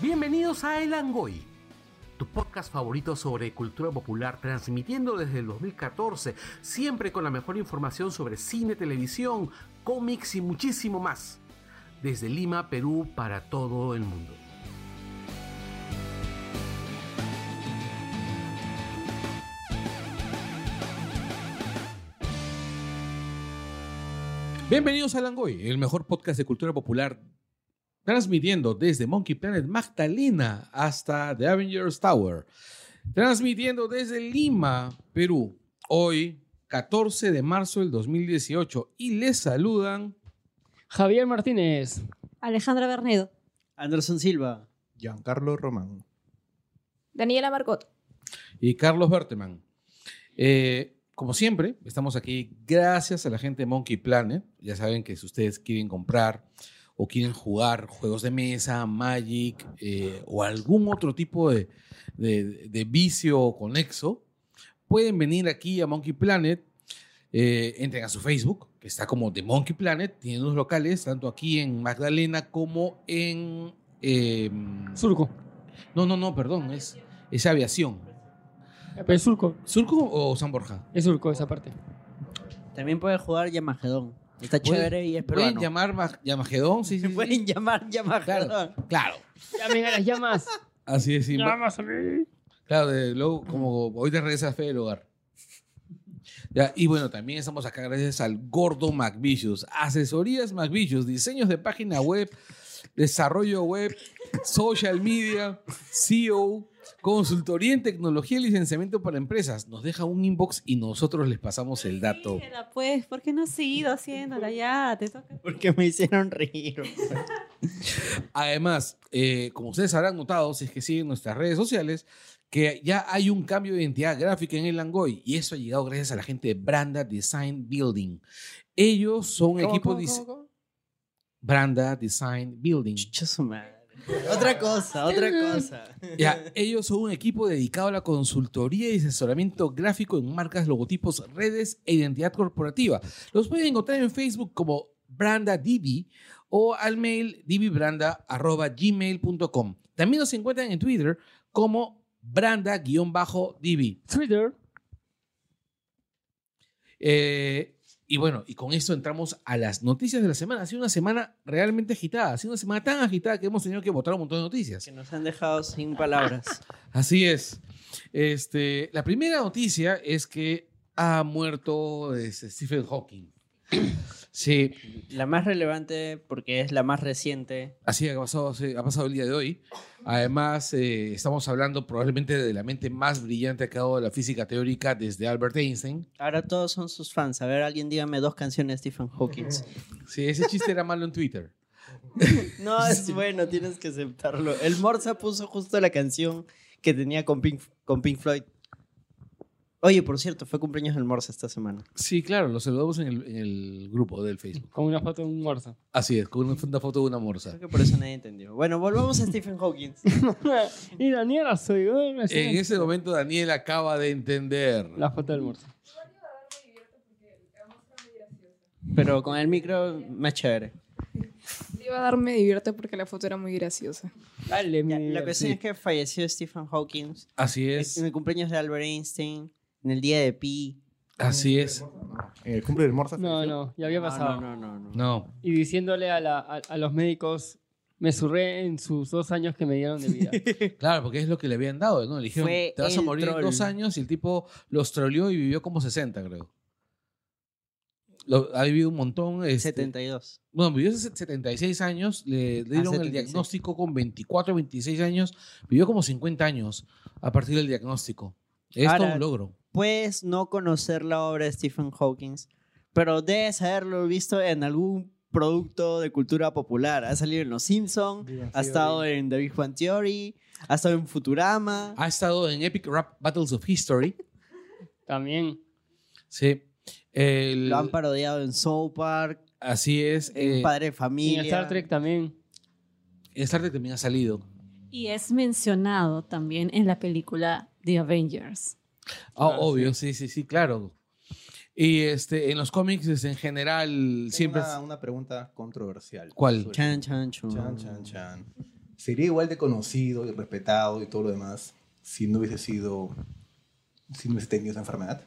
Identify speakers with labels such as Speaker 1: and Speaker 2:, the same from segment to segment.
Speaker 1: Bienvenidos a El Angoy, tu podcast favorito sobre cultura popular, transmitiendo desde el 2014, siempre con la mejor información sobre cine, televisión, cómics y muchísimo más. Desde Lima, Perú, para todo el mundo.
Speaker 2: Bienvenidos a Langoy, el mejor podcast de cultura popular, transmitiendo desde Monkey Planet Magdalena hasta The Avengers Tower, transmitiendo desde Lima, Perú, hoy 14 de marzo del 2018 y les saludan
Speaker 3: Javier Martínez.
Speaker 4: Alejandra Bernedo.
Speaker 5: Anderson Silva.
Speaker 6: Giancarlo Román.
Speaker 7: Daniela Marcot.
Speaker 2: y Carlos Berteman. Eh, como siempre, estamos aquí gracias a la gente de Monkey Planet. Ya saben que si ustedes quieren comprar o quieren jugar juegos de mesa, Magic eh, o algún otro tipo de, de- de vicio o conexo, pueden venir aquí a Monkey Planet. eh, entren a su Facebook, que está como The Monkey Planet. Tienen unos locales tanto aquí en Magdalena como en... eh,
Speaker 3: Surco.
Speaker 2: no, no, no, perdón, es, es aviación.
Speaker 3: Eh, Es Surco.
Speaker 2: ¿Surco o San Borja?
Speaker 3: Es Surco esa parte.
Speaker 5: También puede jugar Yamagedón. Está chévere y es
Speaker 2: Pueden
Speaker 5: peruano.
Speaker 2: llamar Ma- Yamagedón, sí, sí, sí.
Speaker 5: Pueden llamar Yamagedón.
Speaker 2: Claro, claro.
Speaker 3: Llamen a las llamas.
Speaker 2: Así es. sí.
Speaker 3: Llamas a mí.
Speaker 2: Claro, de- luego, como hoy te regresa fe del hogar. Ya, y bueno, también estamos acá gracias al Gordo McVicious. Asesorías McVicious, diseños de página web, desarrollo web, social media, SEO, consultoría en tecnología y licenciamiento para empresas. Nos deja un inbox y nosotros les pasamos el dato.
Speaker 4: Mira, pues, ¿por qué no has seguido haciéndola ya? Te toca.
Speaker 5: Porque me hicieron reír.
Speaker 2: Además, eh, como ustedes habrán notado, si es que siguen nuestras redes sociales, que ya hay un cambio de identidad gráfica en el Langoy y eso ha llegado gracias a la gente de Branda Design Building. Ellos son un equipo de Branda Design Building.
Speaker 5: Chucha su madre. Otra cosa, otra cosa.
Speaker 2: Ya, ellos son un equipo dedicado a la consultoría y asesoramiento gráfico en marcas, logotipos, redes e identidad corporativa. Los pueden encontrar en Facebook como Branda Divi o al mail divibranda.gmail.com. También nos encuentran en Twitter como Branda-Divi.
Speaker 3: Twitter.
Speaker 2: Eh, y bueno, y con esto entramos a las noticias de la semana. Ha sido una semana realmente agitada. Ha sido una semana tan agitada que hemos tenido que votar un montón de noticias.
Speaker 5: Que nos han dejado sin palabras.
Speaker 2: Así es. Este, la primera noticia es que ha muerto este, Stephen Hawking. Sí,
Speaker 5: La más relevante porque es la más reciente.
Speaker 2: así ha pasado, hace- ha pasado el día de hoy. Además, eh, estamos hablando probablemente de la mente más brillante que ha dado la física teórica desde Albert Einstein.
Speaker 5: Ahora todos son sus fans. A ver, alguien dígame dos canciones de Stephen Hawking.
Speaker 2: Sí, ese chiste era malo en Twitter.
Speaker 5: No, es bueno, tienes que aceptarlo. El Morsa puso justo la canción que tenía con Pink, con Pink Floyd. Oye, por cierto, fue cumpleaños del Morsa esta semana.
Speaker 2: Sí, claro, lo saludamos en el, en el grupo del Facebook.
Speaker 3: Con una foto de un muerto.
Speaker 2: Así es, con una, una foto de una morsa.
Speaker 5: Creo que por eso nadie entendió. Bueno, volvamos a Stephen Hawking.
Speaker 3: y Daniela soy. ¿eh? Me suena.
Speaker 2: En ese momento Daniel acaba de entender.
Speaker 3: La foto del muerto.
Speaker 5: Pero con el micro, más chévere.
Speaker 7: Iba a darme divierte porque la foto era muy graciosa.
Speaker 3: Dale,
Speaker 5: Ya,
Speaker 3: mi-
Speaker 5: la cuestión es que falleció Stephen Hawking
Speaker 2: Así
Speaker 5: en
Speaker 2: es,
Speaker 5: el cumpleaños de Albert Einstein, en el día de Pi.
Speaker 2: así es.
Speaker 6: En el Eh, cumple del Morsa.
Speaker 3: No, no, ya había
Speaker 5: No,
Speaker 3: pasado.
Speaker 5: no, no, no, no.
Speaker 2: No,
Speaker 3: Y diciéndole a, la- a- a los médicos, me surré en sus dos años que me dieron de vida.
Speaker 2: Claro, porque es lo que le habían dado, ¿no? Le dijeron,
Speaker 5: Fue
Speaker 2: te vas a
Speaker 5: el
Speaker 2: morir en
Speaker 5: troll.
Speaker 2: dos años y el tipo los troleó y vivió como 60, creo. Lo- ha vivido un montón. este,
Speaker 5: 72.
Speaker 2: Bueno, vivió ses- 76 años,
Speaker 5: Ah,
Speaker 2: le dieron el
Speaker 5: 76.
Speaker 2: diagnóstico con 24, 26 años, vivió como 50 años a partir del diagnóstico. Es todo
Speaker 5: Ahora-
Speaker 2: un logro.
Speaker 5: Puedes no conocer la obra de Stephen Hawking, pero debes haberlo visto en algún producto de cultura popular. Ha salido en Los Simpsons, ha estado en The Big Bang Theory, ha estado en Futurama.
Speaker 2: Ha estado en Epic Rap Battles of History.
Speaker 3: También.
Speaker 2: Sí. El-
Speaker 5: Lo han parodiado en South Park,
Speaker 2: así es.
Speaker 5: en
Speaker 2: eh,
Speaker 5: Padre de
Speaker 3: Y
Speaker 5: Familia.
Speaker 3: en Star Trek también.
Speaker 2: en Star Trek también ha salido.
Speaker 4: Y es mencionado también en la película The Avengers.
Speaker 2: Ah,
Speaker 3: Claro,
Speaker 2: obvio, sí. sí, sí, claro. Y este, en los cómics este, en general siempre...
Speaker 6: Siempre una, una pregunta controversial.
Speaker 2: ¿Cuál?
Speaker 6: Sobre-
Speaker 5: Chan, chan, chun.
Speaker 6: Chan, chan, chan. sería igual de conocido y respetado y todo lo demás si no hubiese sido, si no hubiese tenido esa enfermedad.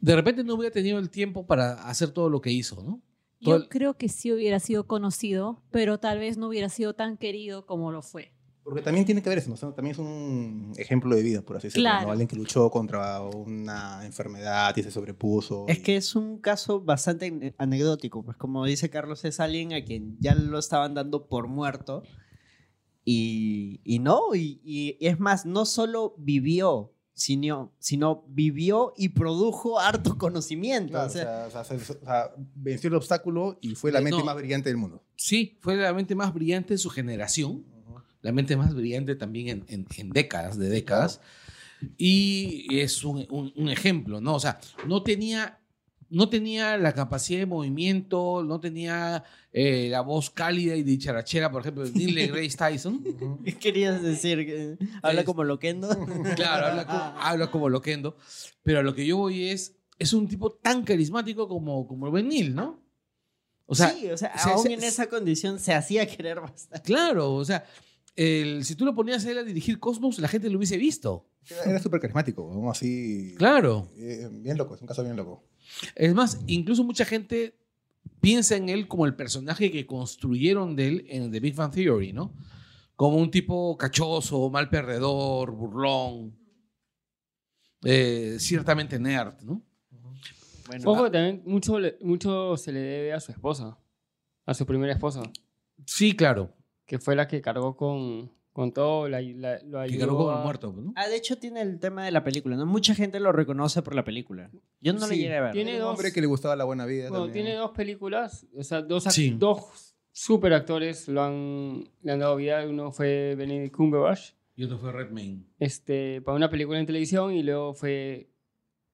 Speaker 2: De repente no hubiera tenido el tiempo para hacer todo lo que hizo, ¿no? Todo el-
Speaker 4: Yo creo que sí hubiera sido conocido, pero tal vez no hubiera sido tan querido como lo fue.
Speaker 6: Porque también tiene que ver eso, ¿no? O sea, también es un ejemplo de vida, por así decirlo.
Speaker 4: Claro.
Speaker 6: ¿no? Alguien que luchó contra una enfermedad y se sobrepuso.
Speaker 5: Es
Speaker 6: y-
Speaker 5: que es un caso bastante ane- anecdótico, pues como dice Carlos, es alguien a quien ya lo estaban dando por muerto y, y no, y, y- y es más, no solo vivió, sino, sino vivió y produjo harto conocimiento.
Speaker 6: Claro,
Speaker 5: o sea, Eh,
Speaker 6: o sea, o sea, se- o sea, venció el obstáculo y fue la
Speaker 2: No.
Speaker 6: mente más brillante del mundo.
Speaker 2: Sí, fue la mente más brillante de su generación, la mente más brillante también en, en- en décadas, de décadas. Y es un, un- un ejemplo, ¿no? O sea, no tenía, no tenía la capacidad de movimiento, no tenía eh, la voz cálida y dicharachera, por ejemplo, de Neil deGrasse Tyson.
Speaker 5: ¿Qué querías decir? ¿Que ¿Habla
Speaker 2: Es-
Speaker 5: como loquendo?
Speaker 2: Claro, habla como, habla como loquendo. Pero a lo que yo voy es, es un tipo tan carismático como, como lo ve Neil, ¿no? O sea,
Speaker 5: sí, o sea,
Speaker 2: se-
Speaker 5: aún
Speaker 2: se-
Speaker 5: en esa condición se hacía querer bastante.
Speaker 2: claro, o sea, el- si tú lo ponías a él a dirigir Cosmos, la gente lo hubiese visto.
Speaker 6: Era, era súper carismático, ¿no? así.
Speaker 2: Claro.
Speaker 6: eh, bien loco, es un caso bien loco.
Speaker 2: Es más, incluso mucha gente piensa en él como el personaje que construyeron de él en The Big Bang Theory, ¿no? Como un tipo cachoso, mal perdedor, burlón, eh, ciertamente nerd, ¿no?
Speaker 5: Bueno,
Speaker 3: Ojo, también mucho, le- mucho se le debe a su esposa, a su primera esposa,
Speaker 2: Sí, claro.
Speaker 3: que fue la que cargó con, con todo, la, la- lo
Speaker 2: Que
Speaker 3: ayudó
Speaker 2: cargó como
Speaker 3: a-
Speaker 2: muerto, ¿no?
Speaker 5: Ah, de hecho tiene el tema de la película, ¿no? Mucha gente lo reconoce por la película. Yo no
Speaker 3: Sí,
Speaker 5: le llegué a ver.
Speaker 3: tiene-
Speaker 6: Era un
Speaker 3: dos-
Speaker 6: hombre que le gustaba la buena vida.
Speaker 3: Bueno,
Speaker 6: también.
Speaker 3: tiene dos películas, o sea, dos, ac-
Speaker 2: Sí.
Speaker 3: dos super actores lo han, le han dado vida. Uno fue Benedict Cumberbatch,
Speaker 2: Y otro fue Redmayne.
Speaker 3: este, para una película en televisión, y luego fue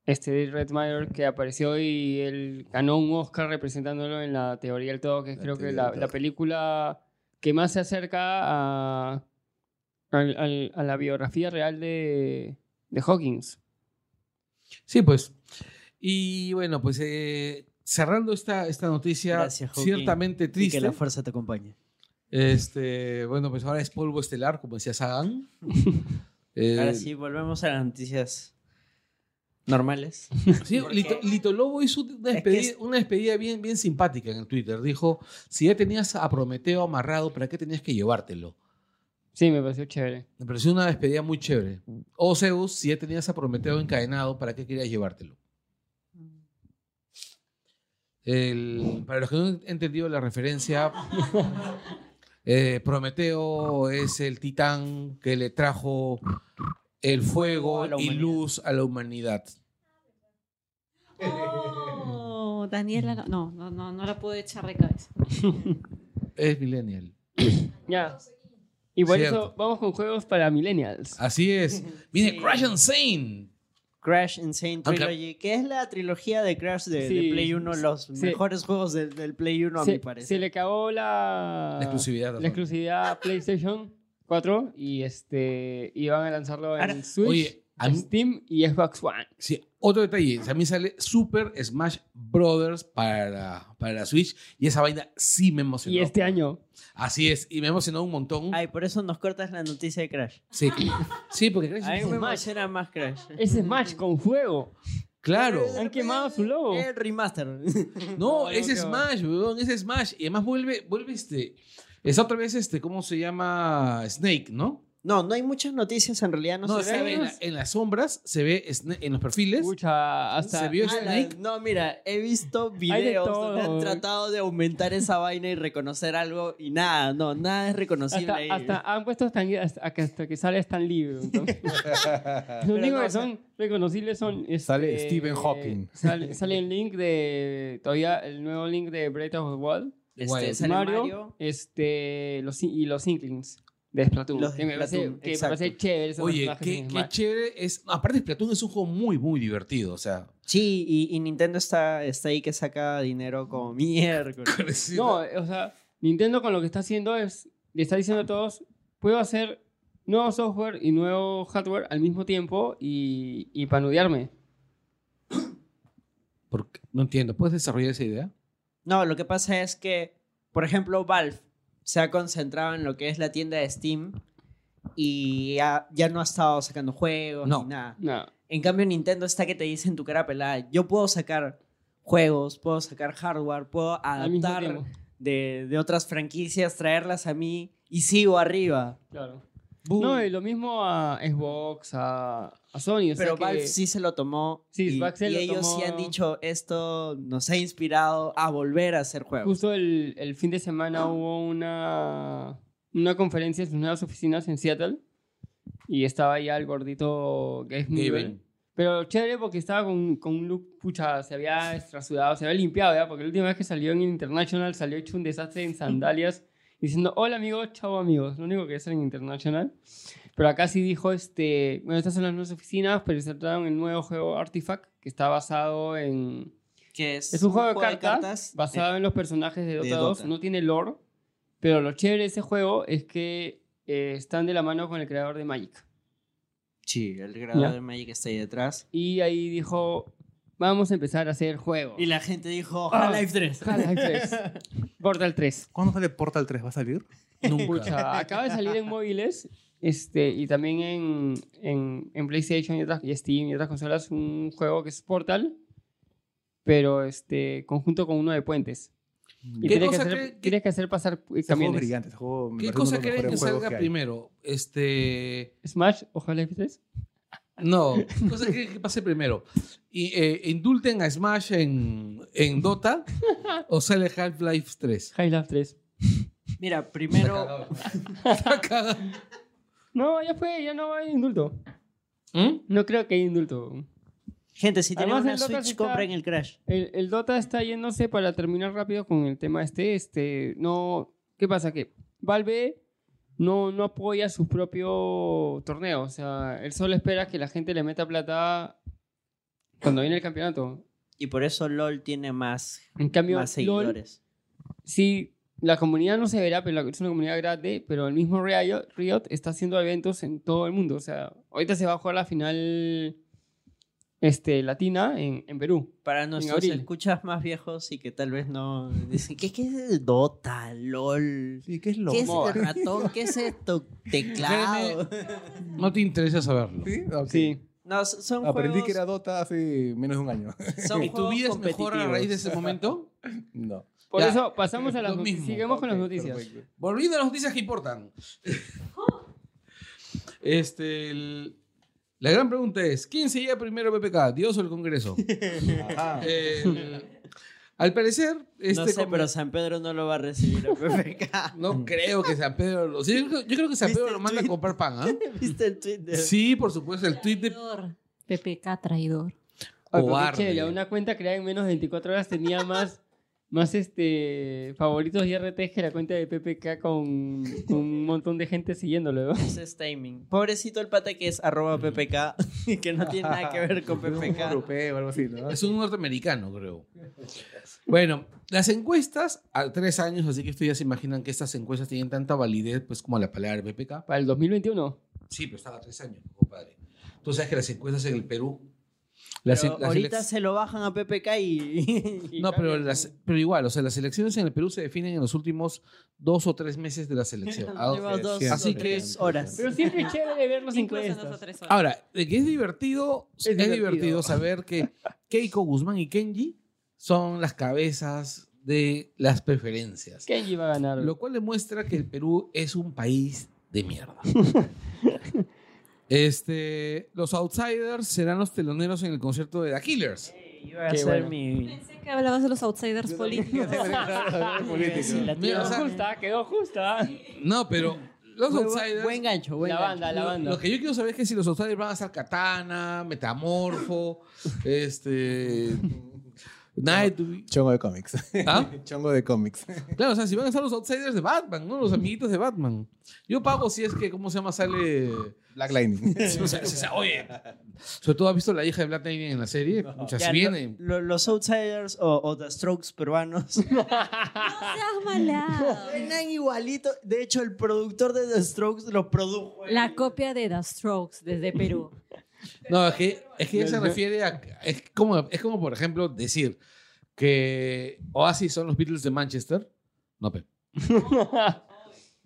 Speaker 3: este Dave Redmayne que apareció y él ganó un Oscar representándolo en la teoría del todo, que es
Speaker 6: La
Speaker 3: creo que
Speaker 6: teoría
Speaker 3: la,
Speaker 6: del
Speaker 3: la
Speaker 6: todo.
Speaker 3: película que más se acerca a, al- al- a la biografía real de, de Hawkins.
Speaker 2: Sí, pues. Y bueno, pues eh, cerrando esta, esta noticia
Speaker 5: Gracias, Joaquín.
Speaker 2: ciertamente
Speaker 5: Y
Speaker 2: triste.
Speaker 5: que la fuerza te acompañe.
Speaker 2: Este, bueno, pues ahora es polvo estelar, como decía Sagan. Eh,
Speaker 5: Ahora sí, volvemos a las noticias normales.
Speaker 2: Sí, Lito, Lito Lobo hizo una
Speaker 5: Es
Speaker 2: despedida,
Speaker 5: que es-
Speaker 2: una despedida bien, bien simpática en el Twitter. Dijo, si ya tenías a Prometeo amarrado, ¿para qué tenías que llevártelo?
Speaker 3: Sí, me pareció chévere.
Speaker 2: Me pareció una despedida muy chévere. O Zeus, si ya tenías a Prometeo encadenado, ¿para qué querías llevártelo? El- para los que no han entendido la referencia, eh, Prometeo es el titán que le trajo el fuego
Speaker 5: A la
Speaker 2: y
Speaker 5: humanidad.
Speaker 2: luz a la humanidad.
Speaker 4: Oh, Daniela, no, no, no, no, no la puedo echar de cabeza.
Speaker 2: Es millennial.
Speaker 3: Ya. Y por
Speaker 2: Cierto.
Speaker 3: eso vamos con juegos para millennials.
Speaker 2: Así es. Viene
Speaker 5: Sí.
Speaker 2: Crash Insane.
Speaker 5: Crash Insane
Speaker 2: Aunque-
Speaker 5: Trilogy, que es la trilogía de Crash de, de
Speaker 3: Sí,
Speaker 5: Play 1, los
Speaker 3: sí.
Speaker 5: mejores juegos del- del Play 1, a
Speaker 3: se,
Speaker 5: mi parecer.
Speaker 3: se le acabó la,
Speaker 2: La exclusividad.
Speaker 3: la exclusividad a PlayStation 4 y este y van a lanzarlo en
Speaker 5: Ahora-
Speaker 3: Switch,
Speaker 2: Oye, a mí-
Speaker 3: Steam y Xbox One.
Speaker 2: Sí, otro detalle. También sale Super Smash Brothers para, para la Switch. Y esa vaina sí me emocionó.
Speaker 3: y este año.
Speaker 2: Así es. Y me emocionó un montón.
Speaker 5: Ay, por eso nos cortas la noticia de Crash.
Speaker 2: Sí, sí porque Crash
Speaker 5: A mí me
Speaker 2: Insane-
Speaker 5: emociona más Crash.
Speaker 3: Es Smash con fuego.
Speaker 2: Claro.
Speaker 3: Han quemado su logo.
Speaker 5: El remaster.
Speaker 2: No,
Speaker 3: No,
Speaker 2: es
Speaker 3: no, qué
Speaker 2: Smash, weón. Es Smash. Y además vuelve, vuelve este. Es otra vez este, ¿cómo se llama? Snake, ¿no?
Speaker 5: No, no hay muchas noticias en realidad. No,
Speaker 2: No,
Speaker 5: se
Speaker 2: se
Speaker 5: ve.
Speaker 2: ve en, la- en las sombras, se ve Sna- en los perfiles.
Speaker 3: Pucha, hasta
Speaker 2: Se vio
Speaker 5: Ah, la-
Speaker 2: Snake.
Speaker 5: No, mira, he visto
Speaker 3: Hay de
Speaker 5: videos donde
Speaker 3: todo.
Speaker 5: han tratado de aumentar esa vaina y reconocer algo y nada, no, nada es reconocible
Speaker 3: hasta,
Speaker 5: ahí.
Speaker 3: hasta han puesto Stan Lee, hasta, que- hasta que sale Stan Lee. entonces. Los únicos
Speaker 5: no,
Speaker 3: que son reconocibles son este,
Speaker 6: Sale Stephen Hawking.
Speaker 3: Sale, sale el link de todavía el nuevo link de Breath of the Wild.
Speaker 5: Este,
Speaker 2: Wild.
Speaker 5: sale
Speaker 3: Mario,
Speaker 5: Mario,
Speaker 3: este, los, in- y los Inklings de Splatoon.
Speaker 5: Los de
Speaker 3: que me parece,
Speaker 5: Splatoon,
Speaker 3: que me
Speaker 5: exacto.
Speaker 3: parece chévere. esos
Speaker 2: Oye,
Speaker 3: personajes
Speaker 2: qué,
Speaker 3: en
Speaker 2: qué
Speaker 3: Smash.
Speaker 2: chévere es. Aparte, Splatoon es un juego muy, muy divertido. O sea,
Speaker 5: Sí, y, y Nintendo está, está ahí que saca dinero como miércoles.
Speaker 3: No, o sea, Nintendo con lo que está haciendo es, le está diciendo a todos, puedo hacer nuevo software y nuevo hardware al mismo tiempo y, y panudearme.
Speaker 2: ¿Por qué? no entiendo. ¿Puedes desarrollar esa idea?
Speaker 5: No, lo que pasa es que, por ejemplo, Valve se ha concentrado en lo que es la tienda de Steam y ya, ya no ha estado sacando juegos
Speaker 2: No.
Speaker 5: ni nada.
Speaker 3: No.
Speaker 5: En cambio, Nintendo está que te dice en tu cara pelada, yo puedo sacar juegos, puedo sacar hardware, puedo
Speaker 3: Al mismo
Speaker 5: adaptar
Speaker 3: tiempo.
Speaker 5: de, de otras franquicias, traerlas a mí y sigo arriba.
Speaker 3: Claro.
Speaker 5: Boom.
Speaker 3: No, y lo mismo a Xbox, a, a Sony. O sea
Speaker 5: Pero
Speaker 3: que-
Speaker 5: Valve sí se lo tomó
Speaker 3: Sí,
Speaker 5: y,
Speaker 3: Valve se
Speaker 5: y
Speaker 3: lo
Speaker 5: ellos sí
Speaker 3: tomó.
Speaker 5: han dicho esto nos ha inspirado a volver a hacer juegos.
Speaker 3: Justo el, el fin de semana hubo una, una conferencia en sus nuevas oficinas en Seattle. Y estaba ya el gordito Gabe Newell. Pero chévere porque estaba con, con un look, pucha, se había extrasudado, se había limpiado, ¿ya? Porque la última vez que salió en International salió hecho un desastre en sandalias diciendo, hola amigos, chao amigos. Lo único que es en International. Pero acá sí dijo, este, bueno, estas son las nuevas oficinas, pero se trataron el nuevo juego Artifact, que está basado en,
Speaker 5: que es,
Speaker 3: es un juego, de, cartas basado en los personajes de Dota,
Speaker 5: de
Speaker 3: 2.
Speaker 5: Dota.
Speaker 3: No tiene lore, pero lo chévere de ese juego es que eh, están de la mano con el creador de Magic.
Speaker 5: Sí, el creador
Speaker 3: Ya.
Speaker 5: de Magic está ahí detrás.
Speaker 3: Y ahí dijo, vamos a empezar a hacer juegos.
Speaker 5: Y la gente dijo,
Speaker 3: Ah.
Speaker 5: Half-Life 3.
Speaker 3: Half-Life 3. Portal 3.
Speaker 6: ¿Cuándo sale Portal 3? ¿Va a salir?
Speaker 3: Pucha, acaba de salir en móviles este, y también en, en, en PlayStation y, otras, y Steam y otras consolas un juego que es Portal, pero este, conjunto con uno de puentes. Y
Speaker 2: ¿Qué
Speaker 3: tienes que,
Speaker 2: cosa
Speaker 3: hacer,
Speaker 2: cree- qué-
Speaker 3: tienes que hacer pasar eh,
Speaker 6: Ese juego es
Speaker 3: camiones.
Speaker 6: brillante. Ese juego me
Speaker 2: ¿Qué
Speaker 6: parece uno
Speaker 2: cosa
Speaker 6: de los
Speaker 2: creen
Speaker 6: mejores
Speaker 2: que
Speaker 6: juegos
Speaker 2: salga
Speaker 6: hay.
Speaker 2: primero? Este.
Speaker 3: ¿Smash o Half-Life 3?
Speaker 2: No, ¿qué cosa creen que pase primero? Y, eh, ¿Indulten a Smash en, en Dota o sale Half-Life 3?
Speaker 3: Half-Life 3.
Speaker 5: Mira, primero,
Speaker 3: No, ya fue, ya no hay indulto.
Speaker 2: ¿Mm?
Speaker 3: No creo que haya indulto.
Speaker 5: gente, si tienen
Speaker 3: Además,
Speaker 5: una
Speaker 3: el Dota sí
Speaker 5: Switch,
Speaker 3: está-
Speaker 5: compren el Crash.
Speaker 3: El, el Dota está yéndose para terminar rápido con el tema este. Este, no. ¿Qué pasa? Que Valve no, no apoya su propio torneo. O sea, él solo espera que la gente le meta plata cuando viene el campeonato.
Speaker 5: Y por eso LOL tiene más,
Speaker 3: En cambio,
Speaker 5: más
Speaker 3: LOL
Speaker 5: seguidores.
Speaker 3: sí, la comunidad no se verá, pero la- es una comunidad grande, pero el mismo Riot, Riot está haciendo eventos en todo el mundo. O sea, ahorita se va a jugar la final este, latina en, en Perú.
Speaker 5: Para nuestros
Speaker 3: abril.
Speaker 5: escuchas más viejos y que tal vez no dicen, ¿qué, qué es Dota, LOL?
Speaker 6: Sí, ¿qué es lo
Speaker 5: ¿Qué es
Speaker 3: moda.
Speaker 5: el ratón? ¿Qué es esto? Teclado.
Speaker 2: No te interesa saberlo.
Speaker 6: Sí, ok.
Speaker 3: Sí.
Speaker 5: No, son son
Speaker 6: Aprendí
Speaker 5: juegos,
Speaker 6: que era Dota hace menos de un año.
Speaker 5: son
Speaker 2: ¿Y tu
Speaker 5: juegos
Speaker 2: vida es mejor a raíz de ese momento?
Speaker 6: no.
Speaker 3: Por
Speaker 2: Ya.
Speaker 3: eso pasamos a las
Speaker 2: Lo
Speaker 3: noticias.
Speaker 2: mismo.
Speaker 3: Sigamos con las
Speaker 6: Ok,
Speaker 3: noticias.
Speaker 6: perfecto.
Speaker 2: Volviendo a las noticias que importan. Este, el- la gran pregunta es, ¿quién se lleva primero a PPK, Dios o el Congreso?
Speaker 6: Ajá.
Speaker 2: Eh. El- al parecer, este
Speaker 5: No sé,
Speaker 2: con-
Speaker 5: pero San Pedro no lo va a recibir a PPK.
Speaker 2: no creo que San Pedro... lo- sí, yo, creo- yo creo que San
Speaker 5: ¿Viste
Speaker 2: Pedro
Speaker 5: el
Speaker 2: lo manda a
Speaker 5: tuit?
Speaker 2: comprar pan, ¿ah?
Speaker 5: ¿Viste el tweet de-
Speaker 2: Sí, por supuesto, el tweet de
Speaker 4: Traidor. PPK traidor.
Speaker 3: Ay, pero qué
Speaker 2: cobarde.
Speaker 3: chévere, una cuenta creada en menos de 24 horas tenía más, más este, favoritos y RTs que la cuenta de PPK con, con un montón de gente siguiéndolo. ¿no?
Speaker 5: Ese es timing. Pobrecito el pata que es arroba PPK y que no tiene nada que ver con
Speaker 6: Un
Speaker 5: PPK.
Speaker 6: europeo o algo así, ¿no?
Speaker 2: Es un norteamericano, creo. Bueno, las encuestas a tres años, así que ustedes ya se imaginan que estas encuestas tienen tanta validez, pues como la palabra PPK.
Speaker 3: Para el 2021.
Speaker 2: Sí, pero estaba a tres años, compadre. Tú sabes que las encuestas en el Perú. las- e,
Speaker 5: Pero
Speaker 2: las
Speaker 5: ahorita
Speaker 2: elec-
Speaker 5: se lo bajan a PPK y... y
Speaker 2: No, pero,
Speaker 5: cambian.
Speaker 2: las- pero igual, o sea, las elecciones en el Perú se definen en los últimos dos o tres meses de la selección. Ah,
Speaker 5: Los últimos dos,
Speaker 2: Así
Speaker 5: dos,
Speaker 2: que
Speaker 5: tres horas.
Speaker 3: Pero siempre es chévere ver los
Speaker 4: Incluso en
Speaker 3: encuestas.
Speaker 4: esas tres horas.
Speaker 2: Ahora, de que es divertido, es, divertido.
Speaker 3: divertido.
Speaker 2: saber que Keiko Guzmán y Kenji son las cabezas de las preferencias.
Speaker 3: Kenji va a ganar.
Speaker 2: Lo cual demuestra que el Perú es un país de mierda. Este, los outsiders serán los teloneros en el concierto de The Killers.
Speaker 5: Iba a
Speaker 3: Qué
Speaker 5: ser
Speaker 3: bueno.
Speaker 5: mi...
Speaker 4: Pensé que hablabas de los outsiders políticos.
Speaker 5: Sí, la
Speaker 2: Mira,
Speaker 5: tía-
Speaker 3: Quedó
Speaker 2: o sea,
Speaker 3: justa, quedó justa.
Speaker 2: No, pero los
Speaker 5: Buen-
Speaker 2: outsiders.
Speaker 5: Buen gancho, buen
Speaker 3: La
Speaker 5: gancho.
Speaker 3: banda, la
Speaker 2: lo-
Speaker 3: banda.
Speaker 2: Lo que yo quiero saber es que si los outsiders van a estar Katana, Metamorfo, este. Night.
Speaker 6: Chongo de cómics.
Speaker 2: ¿Ah?
Speaker 6: Chongo de cómics.
Speaker 2: Claro, o sea, si van a estar los outsiders de Batman, ¿no? Los amiguitos de Batman. Yo pago si es que, ¿cómo se llama? Sale.
Speaker 6: Black Lightning.
Speaker 2: O sea, o sea, oye, sobre todo has visto la hija de Black Lightning en la serie. Muchas
Speaker 5: Ya,
Speaker 2: viene.
Speaker 5: lo- lo- los Outsiders o, o The Strokes peruanos
Speaker 4: No seas malado.
Speaker 5: eran igualito. De hecho, el productor de The Strokes lo produjo. él.
Speaker 4: La copia de The Strokes desde Perú.
Speaker 2: No, es que, es que ella se
Speaker 3: Ajá.
Speaker 2: refiere a. Es como, es como, por ejemplo, decir que Oasis son los Beatles de Manchester. No, pero.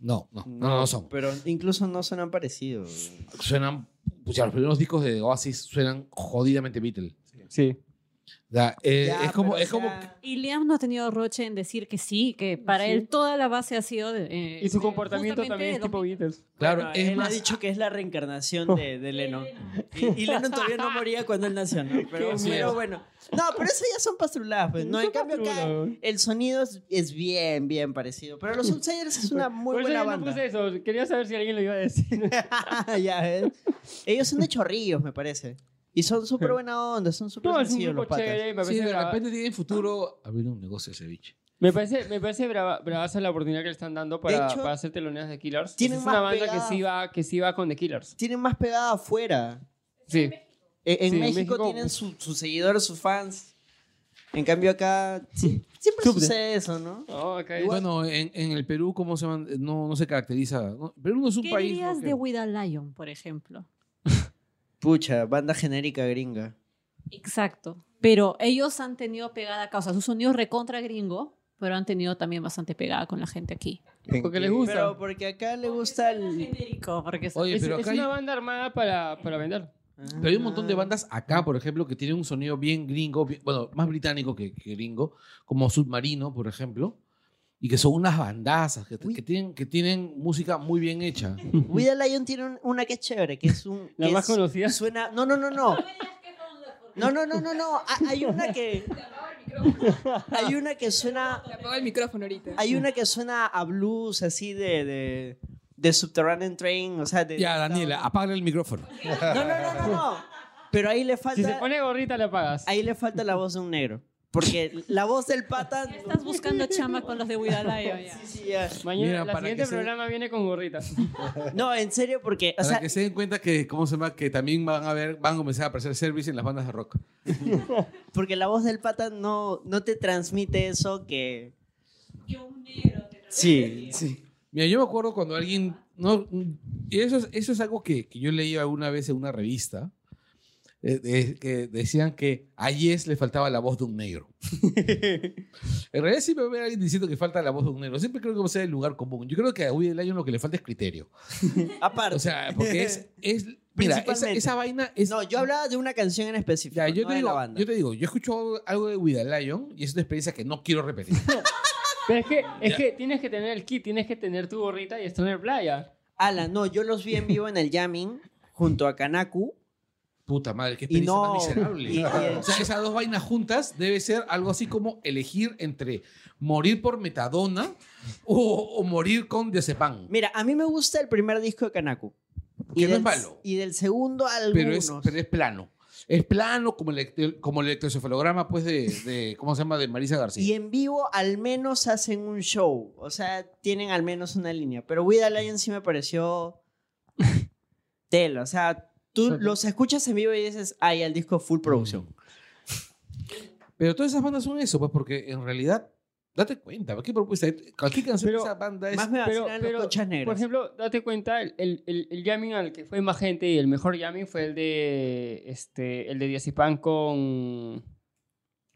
Speaker 2: No, no, no, no, no son. Eh,
Speaker 5: Pero incluso no suenan parecidos.
Speaker 2: Suenan, pucha, los primeros discos de Oasis suenan jodidamente Beatle.
Speaker 3: Sí.
Speaker 2: O sea, eh,
Speaker 5: Ya,
Speaker 2: es como,
Speaker 5: pero,
Speaker 2: es
Speaker 5: o
Speaker 2: como,
Speaker 5: sea,
Speaker 4: Y Liam no ha tenido roche en decir que sí, que para
Speaker 3: Ah, Sí.
Speaker 4: él toda la base ha sido... de, eh,
Speaker 3: Y su
Speaker 4: de-
Speaker 3: comportamiento
Speaker 4: justamente
Speaker 3: también
Speaker 4: de
Speaker 3: es tipo
Speaker 4: domi-
Speaker 3: Beatles.
Speaker 2: claro,
Speaker 5: Bueno,
Speaker 2: es
Speaker 5: él
Speaker 2: más, Oh.
Speaker 5: ha dicho que es la reencarnación de, de Lennon. Y, y Lennon todavía no moría cuando él nació, ¿no? Pero,
Speaker 2: Qué
Speaker 5: pero
Speaker 2: miedo.
Speaker 5: bueno. No, pero eso ya son pastruladas, pues, ¿no? En cambio acá el sonido es, es bien, bien parecido. Pero los Outsiders es una muy
Speaker 3: Por eso
Speaker 5: buena
Speaker 3: yo no
Speaker 5: banda. Ah,
Speaker 3: puse eso. Quería saber si alguien lo iba a decir.
Speaker 5: ya, ¿ves? Ellos son de chorrillos, me parece. Y son súper buena onda, son súper
Speaker 3: No, es un
Speaker 5: sencillos los
Speaker 3: grupo
Speaker 5: patas.
Speaker 3: chévere. Me
Speaker 2: sí,
Speaker 3: parece,
Speaker 2: de
Speaker 3: brava-
Speaker 2: repente tiene futuro abrir un negocio ese bicho.
Speaker 3: me parece, me parece brava- bravaza la oportunidad que le están dando para,
Speaker 5: hecho,
Speaker 3: para hacer teloneras de Killers.
Speaker 5: tienen
Speaker 3: es
Speaker 5: más
Speaker 3: una banda
Speaker 5: pegada.
Speaker 3: que sí, va, que sí va con The Killers.
Speaker 5: Tienen más pegada afuera.
Speaker 3: Sí.
Speaker 5: E- En,
Speaker 3: Sí, en
Speaker 5: México,
Speaker 3: México-
Speaker 5: tienen su- sus seguidores, sus fans. En cambio acá sí, siempre
Speaker 3: Subte.
Speaker 5: sucede eso, ¿no?
Speaker 3: No, acá es-
Speaker 2: Bueno, en, en el Perú, ¿cómo se man- No, no se caracteriza. no, Perú no es un
Speaker 4: ¿Qué
Speaker 2: país.
Speaker 4: dirías
Speaker 2: ¿no?
Speaker 4: de With a Lion, por ejemplo?
Speaker 5: Pucha, banda genérica gringa.
Speaker 4: Exacto. Pero ellos han tenido pegada causa. Su sonido es recontra gringo, pero han tenido también bastante pegada con la gente aquí.
Speaker 6: En-
Speaker 3: Porque les gusta.
Speaker 5: Pero porque acá le gusta el...
Speaker 4: Genérico, porque son-
Speaker 2: Oye,
Speaker 3: es,
Speaker 2: pero
Speaker 3: es
Speaker 2: acá hay,
Speaker 3: una banda armada para, para vender.
Speaker 2: pero hay un montón
Speaker 5: Ah.
Speaker 2: de bandas acá, por ejemplo, que tienen un sonido bien gringo, bien- bueno, más británico que, que gringo, como Submarino, por ejemplo, y que son unas bandazas, que,
Speaker 5: Uy.
Speaker 2: que tienen, que tienen música muy bien hecha.
Speaker 5: We The Lion tiene un- una que es chévere, que es un...
Speaker 3: La
Speaker 5: que
Speaker 3: más
Speaker 5: es-
Speaker 3: conocida.
Speaker 5: Suena... No, no, no, no. No, no, no, no, no. Ha- Hay una que... Hay una que suena...
Speaker 7: Le apago el micrófono ahorita.
Speaker 5: Hay una que suena a blues así de... de... de Subterranean Train, o sea, de...
Speaker 2: Ya, Daniela, apaga el micrófono.
Speaker 5: No, no, no, no, no. Pero ahí le falta...
Speaker 3: Si se pone gorrita, la pagas.
Speaker 5: Ahí le falta la voz de un negro. Porque la voz del pata.
Speaker 4: Estás buscando chama con los de With a Lion. ya.
Speaker 5: Sí, sí, ya.
Speaker 3: Mañana,
Speaker 2: Mira,
Speaker 3: el
Speaker 2: para
Speaker 3: siguiente
Speaker 2: que se-
Speaker 3: programa viene con gorrita.
Speaker 5: No, en serio, porque. O
Speaker 2: Para
Speaker 5: sea,
Speaker 2: que se den cuenta que, ¿cómo se llama? Que también van a ver, van a comenzar a aparecer service en las bandas de rock.
Speaker 5: porque la voz del pata no, no te transmite eso que. Sí, sí.
Speaker 2: Mira, yo me acuerdo cuando alguien. No, y eso, es, eso es algo que, que yo leí alguna vez en una revista. eh, de- que decían que a Yes le faltaba la voz de un negro. en realidad siempre va a haber alguien diciendo que falta la voz de un negro. Siempre creo que va a ser el lugar común. Yo creo que a Woody del Año lo que le falta es criterio.
Speaker 5: Aparte.
Speaker 2: O sea, porque es. es mira, esa,
Speaker 5: Principalmente.
Speaker 2: esa vaina es.
Speaker 5: no, yo hablaba de una canción en específico.
Speaker 2: Ya, yo,
Speaker 5: no
Speaker 2: te
Speaker 5: de la
Speaker 2: digo,
Speaker 5: banda.
Speaker 2: yo te digo, yo escucho algo de Woody Lion y es una experiencia que no quiero repetir.
Speaker 3: Pero es que, es que tienes que tener el kit, tienes que tener tu gorrita y estar en playa.
Speaker 5: Ala, no, yo los vi en vivo en el Yamin junto a Kanaku.
Speaker 2: Puta madre, qué experiencia
Speaker 5: Y no-
Speaker 2: más miserable.
Speaker 5: y- y-
Speaker 2: o sea, esas dos vainas juntas debe ser algo así como elegir entre morir por metadona o, o morir con diazepam.
Speaker 5: Mira, a mí me gusta el primer disco de Kanaku.
Speaker 2: Que no es
Speaker 5: del-
Speaker 2: malo.
Speaker 5: Y del segundo algunos.
Speaker 2: Pero es, pero es plano. Es plano como el, como el electrocefalograma, pues, de, de- ¿cómo se llama? De Marisa
Speaker 5: Y
Speaker 2: García.
Speaker 5: en vivo al menos hacen un show. O sea, tienen al menos una línea. Pero With a Lion sí me pareció. Tel. O sea, tú los escuchas en vivo y dices, ay, el disco
Speaker 3: Mm.
Speaker 5: full producción.
Speaker 2: Mm. Pero todas esas bandas son eso, pues, porque en realidad, date cuenta, ¿qué propuesta? hay? Cualquier canción
Speaker 3: Pero-
Speaker 2: de esa banda es...
Speaker 5: Más me
Speaker 3: pero-
Speaker 5: vacilan los
Speaker 3: pero,
Speaker 5: conchas
Speaker 3: Por
Speaker 5: negras.
Speaker 3: ejemplo, date cuenta, el, el, el, el jamming al que fue más gente y el mejor jamming fue el de este, el de Diazepam con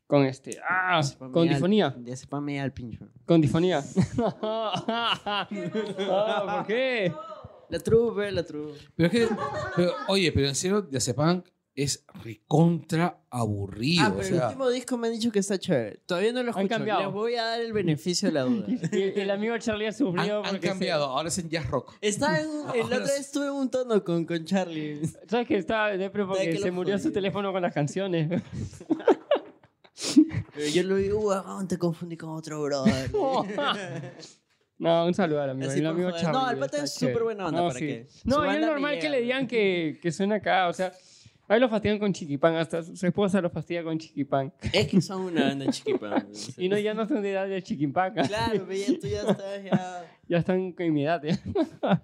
Speaker 3: con este, ah,
Speaker 5: Diazepam
Speaker 3: con
Speaker 5: y al-
Speaker 3: difonía,
Speaker 5: Ya sepa media al pincho.
Speaker 3: con difonía. Ah, ¿Por qué?
Speaker 5: La trupe, la trupe.
Speaker 2: Pero es que, pero, oye, pero en serio, diazepam es recontra aburrido.
Speaker 5: Ah,
Speaker 2: o
Speaker 5: pero el
Speaker 2: sea.
Speaker 5: último disco me han dicho que está chévere. Todavía no lo escucho.
Speaker 3: cambiado.
Speaker 5: Les voy a dar el beneficio de la duda.
Speaker 3: Y el, el amigo Charlie ha
Speaker 2: Han,
Speaker 3: sufrido
Speaker 2: han
Speaker 3: porque se-
Speaker 2: cambiado, ahora es en jazz rock.
Speaker 5: Estaba en un- el otro día estuve en un tono con, con Charlie.
Speaker 3: ¿Sabes que estaba de depre
Speaker 5: que
Speaker 3: porque
Speaker 5: lo
Speaker 3: se murió su
Speaker 5: jodí.
Speaker 3: teléfono con las canciones?
Speaker 5: Pero yo le digo, "Huevón, te confundí con otro brother.
Speaker 3: No, un saludo al amigo,
Speaker 5: Así
Speaker 3: el
Speaker 5: por
Speaker 3: amigo
Speaker 5: joder.
Speaker 3: Charlie,
Speaker 5: No, el pata
Speaker 3: está
Speaker 5: es
Speaker 3: chévere.
Speaker 5: súper buena onda,
Speaker 3: No,
Speaker 5: ¿para qué? Su
Speaker 3: No, y es
Speaker 5: banda me
Speaker 3: normal que
Speaker 5: llega.
Speaker 3: le digan que, que suena acá, o sea, ahí lo fastidian con chiquipán, hasta su su esposa lo fastidia con chiquipán.
Speaker 5: Es que son una banda chiquita.
Speaker 3: Y no, ya no son de edad de chiquipán,
Speaker 5: Claro, pero ya tú ya estás ya.
Speaker 3: ya están con mi edad. ya.
Speaker 2: Oye,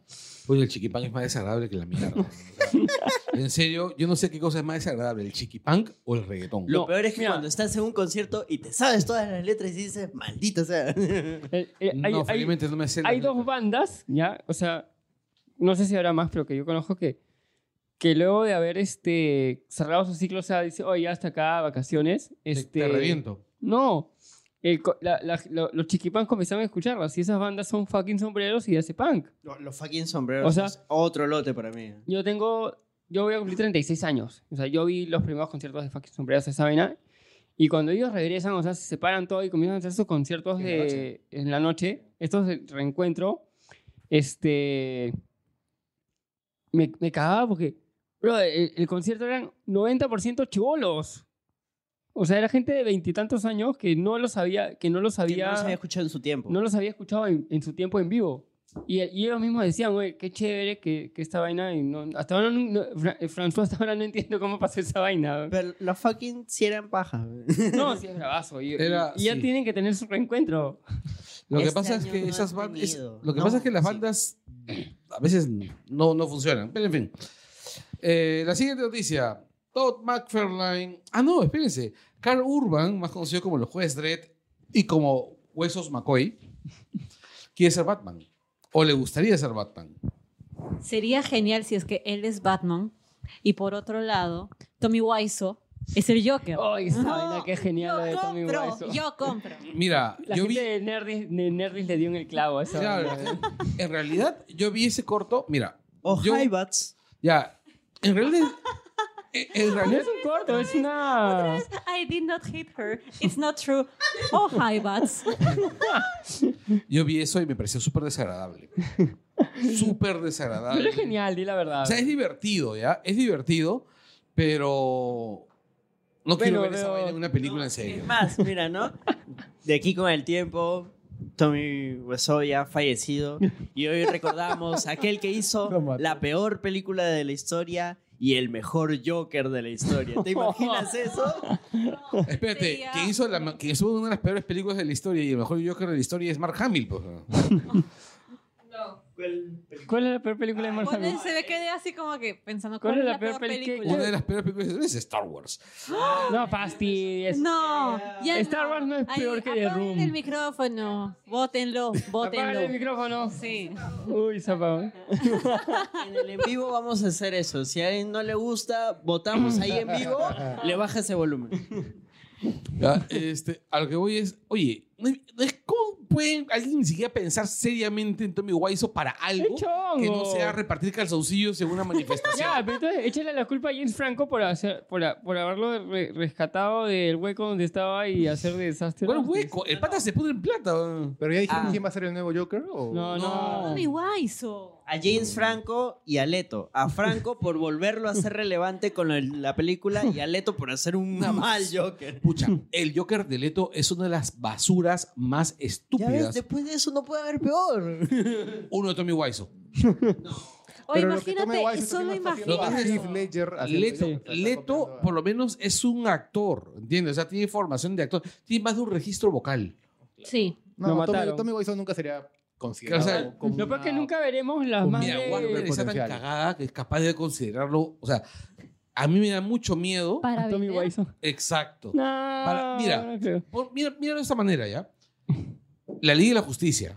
Speaker 2: Pues, el chiquipán es más desagradable que la mierda. O sea, en serio, yo no sé qué cosa es más desagradable, el chiquipán o el reggaetón.
Speaker 5: Lo
Speaker 3: No,
Speaker 5: peor es que
Speaker 3: mira.
Speaker 5: cuando estás en un concierto y te sabes todas las letras y dices, maldita sea.
Speaker 3: Eh, eh, hay,
Speaker 2: no,
Speaker 3: hay-
Speaker 2: felizmente no me sé. la
Speaker 3: hay
Speaker 2: letra.
Speaker 3: dos bandas, ya, o sea, no sé si habrá más, pero que yo conozco que, que luego de haber este, cerrado su ciclo, o sea, dice, oye, ya hasta acá, vacaciones.
Speaker 2: Te-
Speaker 3: Este,
Speaker 2: Te reviento.
Speaker 3: No, el co- la- la- lo- los chiquipans comenzaron a escucharlas y esas bandas son fucking sombreros y hace punk.
Speaker 5: Los, los fucking sombreros.
Speaker 3: O sea-
Speaker 5: es otro lote para mí.
Speaker 3: Yo tengo, yo voy a cumplir 36 años. O sea, yo vi los primeros conciertos de fucking sombreros esa vaina. Y cuando ellos regresan, o sea, se separan todo y comienzan a hacer sus conciertos
Speaker 5: En
Speaker 3: en
Speaker 5: la
Speaker 3: de, la noche. en la noche, estos de reencuentro, este, me, me cagaba porque, bro, el, el concierto eran 90% chivolos. O sea, era gente de veintitantos años que no lo sabía, que no lo
Speaker 5: Que
Speaker 3: sabía,
Speaker 5: no se había escuchado en su tiempo.
Speaker 3: no los había escuchado en, en su tiempo en vivo. Y, y ellos mismos decían, güey, qué chévere que, que esta vaina. Y no, hasta ahora, no, no- Fra- eh, François, hasta ahora no entiendo cómo pasó esa vaina.
Speaker 5: Pero los fucking sí eran paja.
Speaker 3: No, sí es bravazo. Y,
Speaker 2: Era-
Speaker 3: y- y ya
Speaker 2: sí.
Speaker 3: tienen que tener su reencuentro.
Speaker 2: Lo que
Speaker 5: Este
Speaker 2: pasa es
Speaker 5: año
Speaker 2: que
Speaker 5: no
Speaker 2: esas
Speaker 5: han
Speaker 2: bandas. es-
Speaker 5: tenido.
Speaker 2: Lo que
Speaker 5: No,
Speaker 2: pasa es que las
Speaker 5: sí.
Speaker 2: bandas a veces no, no funcionan. Pero en fin. Eh, la siguiente noticia. Todd McFarlane. Ah, no, espérense. Carl Urban, más conocido como el juez Dredd y como Huesos McCoy, quiere ser Batman. O le gustaría ser Batman.
Speaker 4: Sería genial si es que él es Batman y por otro lado, Tommy Wiseau es el Joker.
Speaker 3: ¡Ay, esa vaina, qué genial la Oh, de
Speaker 4: yo
Speaker 3: Tommy Wiseau!
Speaker 4: compro, yo compro.
Speaker 2: Mira,
Speaker 3: La
Speaker 2: yo
Speaker 3: gente
Speaker 2: vi.
Speaker 3: de, Nerdis, de Nerdis le dio en el clavo a esa
Speaker 2: Claro, eh.
Speaker 3: vaina.
Speaker 2: en realidad, yo vi ese corto. Mira,
Speaker 5: O
Speaker 2: Yo-
Speaker 5: Highbats.
Speaker 2: ya. En realidad. en- En
Speaker 3: No
Speaker 2: realidad.
Speaker 3: es un corto, es una...
Speaker 4: I did not hit her. It's not true. Oh, hi, Bats.
Speaker 2: Yo vi eso y me pareció súper desagradable. Súper
Speaker 3: Pero
Speaker 2: desagradable.
Speaker 3: es genial, di la verdad.
Speaker 2: O sea, es divertido, ¿ya? Es divertido, pero no
Speaker 3: Bueno,
Speaker 2: quiero ver esa
Speaker 3: pero-
Speaker 2: vaina en una película en serio.
Speaker 5: Es más, mira, ¿no? De aquí con el tiempo, Tommy Wiseau ya ha fallecido y hoy recordamos aquel que hizo
Speaker 3: Lo mató.
Speaker 5: la peor película de la historia y el mejor Joker de la historia. ¿Te imaginas eso?
Speaker 2: Espérate,
Speaker 4: Sería-
Speaker 2: quien hizo, la, ma- quien hizo una de las peores películas de la historia y el mejor Joker de la historia es Mark Hamill, pues. ¿no?
Speaker 3: ¿Cuál es la peor película de Marvel?
Speaker 4: Bueno, se me quedé así como que pensando, ¿cuál, es la peor
Speaker 3: película?
Speaker 4: película?
Speaker 2: Una de las peores películas de la historia es Star Wars.
Speaker 3: No, fastidies.
Speaker 4: No, ya
Speaker 3: Star Wars no es peor que The
Speaker 4: apaguen
Speaker 3: Room.
Speaker 4: el micrófono, vótenlo,
Speaker 3: Apaga el
Speaker 4: vótenlo.
Speaker 3: micrófono.
Speaker 4: Sí.
Speaker 3: Uy, se apagó.
Speaker 5: En el en vivo vamos a hacer eso. Si a alguien no le gusta, votamos ahí en vivo, le baja ese volumen.
Speaker 2: Ya, Este, a lo que voy es, oye, no hay- no hay- ¿cómo pueden alguien ni siquiera pensar seriamente en Tommy Wiseau para algo que no
Speaker 3: chongo!
Speaker 2: sea repartir calzoncillos en una manifestación?
Speaker 3: Ya, pero entonces échale la culpa a James Franco por, hacer, por, a- por haberlo re- rescatado del hueco donde estaba y hacer desastre.
Speaker 2: Bueno, hueco, el pata se pudre en plata. weón.
Speaker 6: Pero ya dijeron
Speaker 5: Ah.
Speaker 6: quién va a ser el nuevo Joker. ¿o?
Speaker 3: No, no.
Speaker 4: Tommy Wiseau.
Speaker 5: A James Franco y a Leto. A Franco por volverlo a ser relevante con el- la película y a Leto por hacer un mal Joker.
Speaker 2: Pucha, el Joker de Leto es una de las basuras más
Speaker 5: Ya ves,
Speaker 2: estúpidas.
Speaker 5: después de eso no puede haber peor.
Speaker 2: Uno de Tommy Wiseau.
Speaker 4: O
Speaker 6: Pero lo que tome
Speaker 4: imagínate,
Speaker 6: Wise es
Speaker 4: solo
Speaker 6: que no está haciendo
Speaker 2: imagínate
Speaker 6: a Heath
Speaker 4: imagínate.
Speaker 6: Ledger
Speaker 5: Ah,
Speaker 6: haciendo
Speaker 2: Leto,
Speaker 6: Joker, está
Speaker 2: Leto,
Speaker 6: copiando a-
Speaker 2: por lo menos, es un actor, ¿entiendes? O sea, tiene formación de actor, tiene más de un registro vocal.
Speaker 4: Sí.
Speaker 6: No,
Speaker 3: Lo
Speaker 6: Tommy-
Speaker 3: mataron.
Speaker 6: Tommy Wiseau nunca sería considerado
Speaker 2: O sea,
Speaker 6: como
Speaker 3: Lo peor es que
Speaker 6: una-
Speaker 3: nunca veremos las
Speaker 6: con
Speaker 3: más
Speaker 2: Mira,
Speaker 3: de-
Speaker 2: Warner está tan
Speaker 6: Potencial.
Speaker 2: cagada que es capaz de considerarlo. O sea, a mí me da mucho miedo.
Speaker 4: Para
Speaker 3: Tommy
Speaker 4: vender.
Speaker 3: Wiseau.
Speaker 2: Exacto.
Speaker 3: No,
Speaker 2: mira.
Speaker 3: no creo.
Speaker 2: Por- mira, míralo de esta manera, ¿ya? La Liga de la Justicia,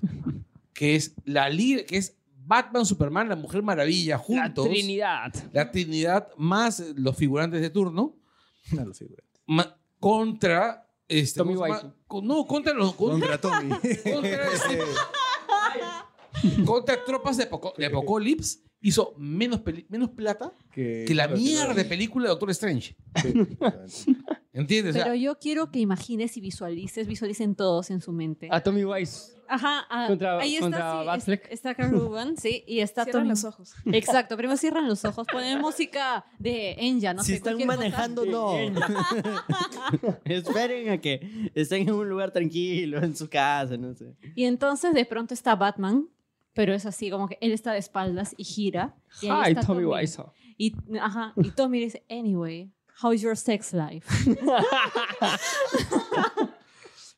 Speaker 2: que es la liga, que es Batman, Superman, la Mujer Maravilla,
Speaker 3: La
Speaker 2: juntos.
Speaker 3: Trinidad.
Speaker 2: la Trinidad más eh, los figurantes de turno
Speaker 6: No lo sé, güey.
Speaker 2: ma- contra este,
Speaker 3: Tommy
Speaker 2: ¿cómo se llama?
Speaker 3: Wiseau.
Speaker 2: Con- no contra los contra,
Speaker 6: Contra Tommy.
Speaker 2: Contra ese- contra tropas de, Apoco- de Apocalips hizo menos peli- menos plata que la mierda de película de Doctor Strange
Speaker 6: Sí,
Speaker 2: ¿entiendes? O sea,
Speaker 4: Pero yo quiero que imagines y visualices, visualicen todos en su mente.
Speaker 3: A Tommy Wiseau.
Speaker 4: Ajá, ah,
Speaker 3: Ah, Contra-
Speaker 4: ahí
Speaker 3: contra
Speaker 4: está, sí, es-
Speaker 3: Batfleck.
Speaker 4: está Carl Ruben, sí, y está
Speaker 7: Cierran
Speaker 4: Tommy.
Speaker 7: los ojos.
Speaker 4: Exacto, primero cierran los ojos, ponen música de Enya, no
Speaker 5: si
Speaker 4: sé,
Speaker 5: están
Speaker 4: cualquier cosa.
Speaker 5: manejando, no. Esperen a que estén en un lugar tranquilo, en su casa, no sé.
Speaker 4: Y entonces de pronto está Batman, pero es así como que él está de espaldas y gira. Y
Speaker 3: Hi,
Speaker 4: ahí está
Speaker 3: Tommy Wiseau.
Speaker 4: Y, ajá, y Tommy dice, anyway, how's your sex life?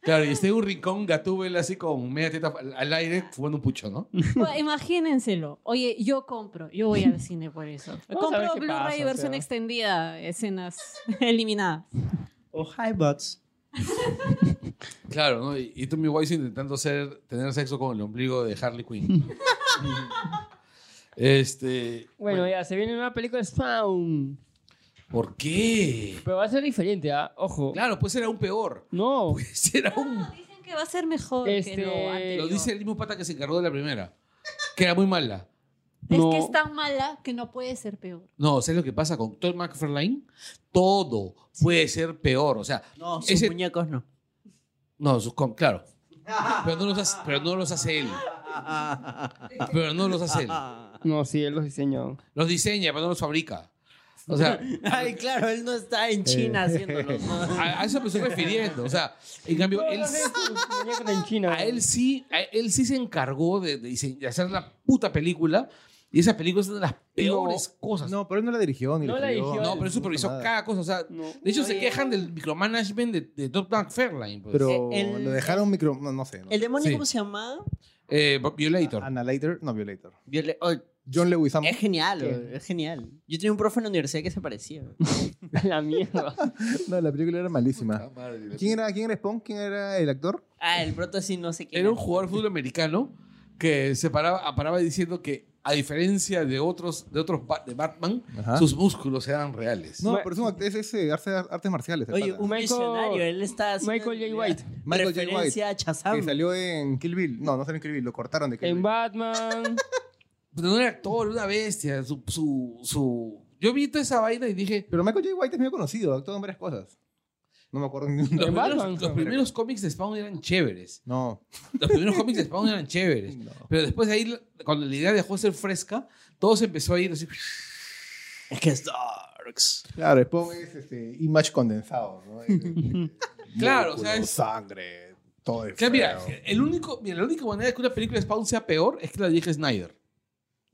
Speaker 2: claro y está en un rincón Gatúbela así con media teta al aire fumando un pucho ¿no?
Speaker 4: Bueno, imagínenselo. Oye, yo compro, yo voy al cine por eso.
Speaker 3: Vamos a ver
Speaker 4: compro
Speaker 3: qué
Speaker 4: Blu-ray
Speaker 3: pasa,
Speaker 4: versión
Speaker 3: Seba.
Speaker 4: extendida, escenas eliminadas.
Speaker 5: O Highbots.
Speaker 2: claro ¿no? y, y Tommy Wiseau intentando hacer, tener sexo con el ombligo de Harley Quinn este
Speaker 3: Bueno, ya, se viene una película de Spawn.
Speaker 2: ¿Por qué?
Speaker 3: Pero va a ser diferente, ¿ah? Ojo.
Speaker 2: Claro, pues era un peor.
Speaker 3: No.
Speaker 2: Pues era un.
Speaker 4: No, dicen que va a ser mejor
Speaker 3: Este,
Speaker 4: que lo anterior.
Speaker 2: Lo dice el mismo pata que se encargó de la primera. Que era muy mala.
Speaker 4: Es
Speaker 3: No.
Speaker 4: que es tan mala que no puede ser peor.
Speaker 2: No, ¿sabes lo que pasa con Todd McFarlane? Todo puede ser peor. O sea,
Speaker 5: No, sus
Speaker 2: Ese-
Speaker 5: muñecos no.
Speaker 2: no, sus com- claro. Pero no, los hace, pero no los hace él. Pero no los hace él.
Speaker 3: No, sí, él los diseñó.
Speaker 2: Los diseña, pero no los fabrica. O sea,
Speaker 5: Ay, claro, él no está en China haciéndolo. ¿no?
Speaker 2: a, a eso me estoy refiriendo. O sea, en cambio, él,
Speaker 3: Muñecos en China.
Speaker 2: a él sí, a él sí se encargó de, de dise- de hacer la puta película. Y esa película es una de las peores cosas. No,
Speaker 6: No, pero él no la dirigió ni
Speaker 3: No la dirigió.
Speaker 2: pero él supervisó
Speaker 6: nada.
Speaker 2: cada cosa. O sea,
Speaker 3: No.
Speaker 2: de hecho, se quejan del micromanagement de, de Top Fairline. Pues.
Speaker 6: Pero
Speaker 3: Eh,
Speaker 5: El-
Speaker 6: lo dejaron micro... No, no sé. No.
Speaker 5: ¿El demonio
Speaker 2: Sí.
Speaker 5: cómo se llamaba?
Speaker 2: Eh,
Speaker 6: Ah,
Speaker 2: Violator.
Speaker 6: Annihilator, no Violator.
Speaker 5: Viole- oh,
Speaker 6: John Leguizamo.
Speaker 5: es genial, oh, es genial. Yo tenía un profe en la universidad que se parecía.
Speaker 3: La mierda.
Speaker 6: No, la película era malísima.
Speaker 2: Puta madre, la-
Speaker 6: ¿Quién era, quién era Spawn? ¿Quién era el actor?
Speaker 5: Ah, el proto sí no sé qué.
Speaker 2: Era un jugador de fútbol americano que se paraba, paraba diciendo que, a diferencia de otros, de otros Ba- de Batman,
Speaker 6: Ajá.
Speaker 2: sus músculos eran reales.
Speaker 6: No,
Speaker 3: Ma-
Speaker 6: pero es, un act- es ese artes, artes marciales. el
Speaker 5: Oye,
Speaker 6: pata.
Speaker 5: un
Speaker 3: Michael-
Speaker 5: visionario. Él está haciendo
Speaker 3: Michael J. White.
Speaker 6: Michael J. White.
Speaker 5: referencia a
Speaker 6: que
Speaker 5: Chazam.
Speaker 6: salió en Kill Bill. No, no salió en Kill Bill, lo cortaron de Kill
Speaker 3: En
Speaker 6: Bill.
Speaker 3: Batman.
Speaker 2: Pero no era pues, actor, era una bestia. Su, su, su- Yo vi toda esa vaina y dije.
Speaker 6: Pero Michael J. White es medio conocido, actuó en varias cosas. No me acuerdo ni
Speaker 2: Los
Speaker 3: En
Speaker 6: una.
Speaker 3: Batman,
Speaker 2: primeros, los
Speaker 3: hombre.
Speaker 2: primeros cómics de Spawn eran chéveres.
Speaker 6: No.
Speaker 2: Los primeros cómics de Spawn eran chéveres.
Speaker 6: no.
Speaker 2: Pero después de ahí, cuando la idea dejó de ser fresca, todo se empezó a ir así.
Speaker 5: Es que es Darks.
Speaker 6: Claro, Spawn es este, image condensado, ¿no? Es- es-
Speaker 2: Claro, o sea,
Speaker 6: músculo,
Speaker 2: es-
Speaker 6: sangre, todo es
Speaker 2: Claro, mira,
Speaker 6: feo.
Speaker 2: el único, mira, la única manera de que una película de Spawn sea peor es que la dirige Snyder.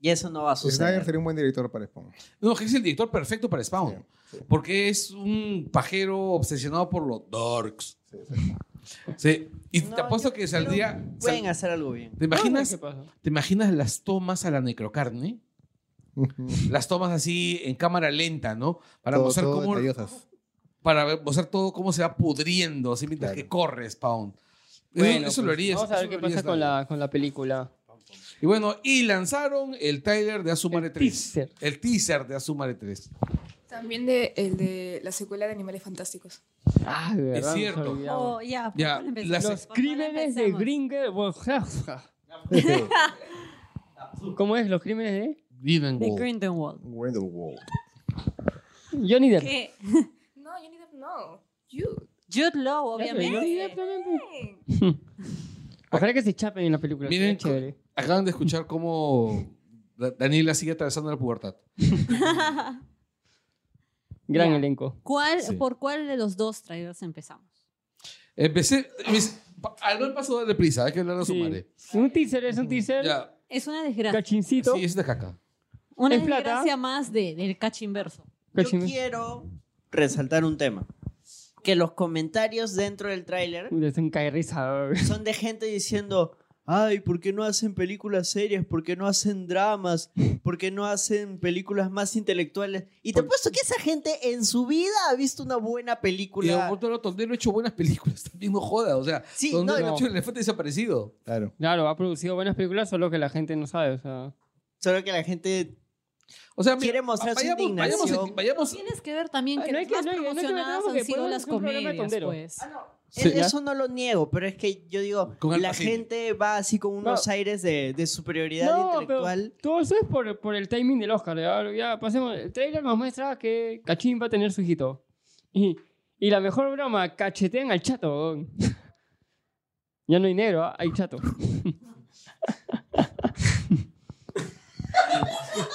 Speaker 5: Y eso no va a suceder.
Speaker 6: Snyder sería un buen director para Spawn.
Speaker 2: No, que es el director perfecto para Spawn.
Speaker 6: Sí, sí.
Speaker 2: Porque es un pajero obsesionado por los darks.
Speaker 6: Sí, sí.
Speaker 2: Sí. Y
Speaker 5: No,
Speaker 2: te apuesto
Speaker 5: yo-
Speaker 2: que saldría.
Speaker 5: pero
Speaker 2: sal-
Speaker 5: Pueden hacer algo bien.
Speaker 2: ¿Te imaginas,
Speaker 3: ¿Qué pasa?
Speaker 2: ¿Te imaginas las tomas a la necrocarne? Las tomas así en cámara lenta, ¿no? Para
Speaker 6: Todo-
Speaker 2: mostrar
Speaker 6: todo
Speaker 2: cómo.
Speaker 6: detallosas.
Speaker 2: Para ver- mostrar todo cómo se va pudriendo, así mientras
Speaker 6: Claro.
Speaker 2: que corre Spawn. Eso,
Speaker 3: Bueno,
Speaker 2: eso lo
Speaker 3: pues,
Speaker 2: haría.
Speaker 3: Vamos a ver
Speaker 2: eso
Speaker 3: qué
Speaker 2: lo haría
Speaker 3: pasa con
Speaker 2: Snyder.
Speaker 3: la, con la película.
Speaker 2: Y bueno, y lanzaron el trailer de Asumare
Speaker 3: El
Speaker 2: 3.
Speaker 3: teaser.
Speaker 2: El teaser de Asumare 3.
Speaker 7: También de, el de la secuela de Animales Fantásticos.
Speaker 3: Ah, de verdad. nos
Speaker 2: cierto.
Speaker 3: olvidamos.
Speaker 4: Oh, ya, ¿por
Speaker 2: Ya,
Speaker 4: cuál empezamos?
Speaker 2: las-
Speaker 4: ¿Por
Speaker 3: Los
Speaker 4: cuál
Speaker 3: crímenes de
Speaker 4: empezamos?
Speaker 3: Gringer. ¿Cómo es? Los crímenes de
Speaker 4: De
Speaker 2: Grimmel.
Speaker 4: Grindelwald.
Speaker 6: Grindelwald.
Speaker 3: Johnny Depp.
Speaker 4: Que
Speaker 7: No, Johnny Depp no. You.
Speaker 4: Jude Law,
Speaker 3: Johnny Depp
Speaker 4: obviamente.
Speaker 3: también. pues. Ojalá que se chapen en la película.
Speaker 2: Miren,
Speaker 3: Miren, chévere.
Speaker 2: Acaban de escuchar cómo Da- Daniela sigue atravesando la pubertad.
Speaker 3: Gran
Speaker 4: Ya.
Speaker 3: elenco.
Speaker 4: ¿Cuál,
Speaker 2: Sí.
Speaker 4: ¿Por cuál de los dos trailers empezamos?
Speaker 2: Empecé. empecé- pa- Al no paso darle prisa, hay que hablar a su
Speaker 3: Sí.
Speaker 2: madre.
Speaker 3: Un teaser es un teaser.
Speaker 2: Ya,
Speaker 4: Es una desgracia.
Speaker 3: Cachincito.
Speaker 2: sí, es de caca.
Speaker 4: Una
Speaker 3: Es plata.
Speaker 4: desgracia más de, del cachinverso.
Speaker 5: Yo
Speaker 3: Cachín-
Speaker 5: quiero resaltar un tema. Que los comentarios dentro del tráiler
Speaker 3: Es un caerrisa.
Speaker 5: son de gente diciendo, ay, ¿por qué no hacen películas serias? ¿Por qué no hacen dramas? ¿Por qué no hacen películas más intelectuales? Y te he puesto que esa gente en su vida ha visto una buena
Speaker 2: Y
Speaker 5: película.
Speaker 2: Humberto Loro Tondero ha hecho buenas películas, también no joda. O sea,
Speaker 5: Sí,
Speaker 2: Tondero
Speaker 5: no,
Speaker 2: ha
Speaker 5: no.
Speaker 2: hecho el elefante desaparecido.
Speaker 6: Claro.
Speaker 3: Claro, ha producido buenas películas, solo que la gente no sabe. O sea,
Speaker 5: Solo que la gente...
Speaker 2: O sea, mira,
Speaker 5: Quiere mostrar su
Speaker 2: vayamos, vayamos,
Speaker 5: indignación.
Speaker 2: vayamos-
Speaker 4: Tienes que ver también
Speaker 3: Ah,
Speaker 4: que
Speaker 3: no hay
Speaker 4: las
Speaker 3: que-
Speaker 4: más
Speaker 3: no hay- no hay que ver nada
Speaker 4: promocionadas
Speaker 3: porque
Speaker 4: han sido
Speaker 3: podemos
Speaker 4: las
Speaker 3: hacer un programa de
Speaker 4: comedias,
Speaker 3: tondero.
Speaker 4: pues.
Speaker 2: Sí.
Speaker 5: e- Eso no lo niego, pero es que yo digo,
Speaker 2: Con Al
Speaker 5: la
Speaker 2: Pacino.
Speaker 5: gente va así con unos
Speaker 3: No.
Speaker 5: aires de, de superioridad
Speaker 3: No,
Speaker 5: intelectual.
Speaker 3: pero todo eso es por, por el timing del Oscar. Ya, Ya, pasemos. El trailer nos muestra que Cachín va a tener su hijito. Y, y la mejor broma, cachetean al chato. weón. ya no hay negro, ¿ah? hay chato.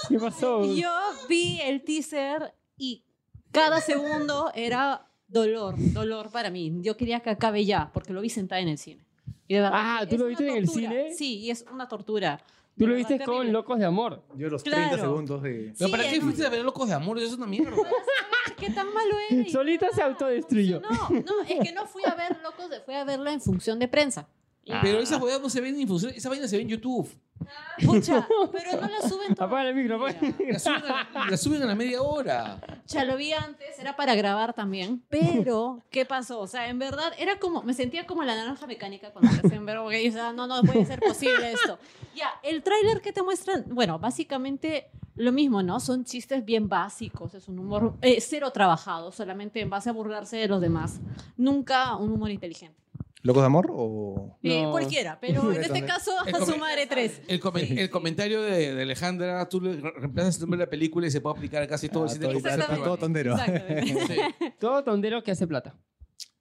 Speaker 3: ¿Qué pasó? weón?
Speaker 4: Yo vi el teaser y cada segundo era dolor, dolor para mí. Yo quería que acabe ya, porque lo vi sentada en el cine. Y de verdad,
Speaker 3: Ah, ¿tú
Speaker 4: es
Speaker 3: lo
Speaker 4: una
Speaker 3: viste en el
Speaker 4: tortura.
Speaker 3: cine?
Speaker 4: Sí, y es una tortura.
Speaker 3: Tú
Speaker 4: De
Speaker 3: lo
Speaker 4: verdad,
Speaker 3: viste con
Speaker 4: terrible.
Speaker 3: Locos de Amor.
Speaker 6: Yo los
Speaker 4: Claro.
Speaker 6: 30 segundos de...
Speaker 2: Pero
Speaker 4: Sí,
Speaker 2: ¿Para qué
Speaker 4: en-
Speaker 2: fuiste a ver Locos de Amor? Eso es una mierda.
Speaker 4: Ah, ¿Qué tan malo es?
Speaker 3: Solita se autodestruyó.
Speaker 4: No, no, es que no fui a ver Locos, de- fui a verla en función de prensa.
Speaker 2: Pero esas huevadas no se ven en función. Esa vaina se ve en YouTube.
Speaker 4: Pucha, pero no la suben todo.
Speaker 3: Apaga el micro, apaga el micro.
Speaker 2: La suben a la, la suben a la media hora.
Speaker 4: Ya lo vi antes, era para grabar también. Pero, ¿qué pasó? O sea, en verdad, era como, me sentía como la naranja mecánica cuando la hacen ver, porque yo decía, no, no puede ser posible esto. Ya, el tráiler que te muestran, bueno, básicamente lo mismo, ¿no? Son chistes bien básicos, es un humor eh, cero trabajado, solamente en base a burlarse de los demás. Nunca un humor inteligente.
Speaker 6: ¿Locos de amor o.?
Speaker 4: Eh,
Speaker 3: No.
Speaker 4: cualquiera, pero en este caso,
Speaker 2: Es
Speaker 4: a su
Speaker 2: como-
Speaker 4: madre tres.
Speaker 2: El, comen- el comentario de, de Alejandra, tú le re- reemplazas el nombre de la película y se puede aplicar a casi todo el
Speaker 6: Ah,
Speaker 2: cine.
Speaker 6: todo-
Speaker 4: Exactamente.
Speaker 6: todo tondero.
Speaker 4: Exactamente.
Speaker 2: Sí.
Speaker 3: Todo tondero que hace plata.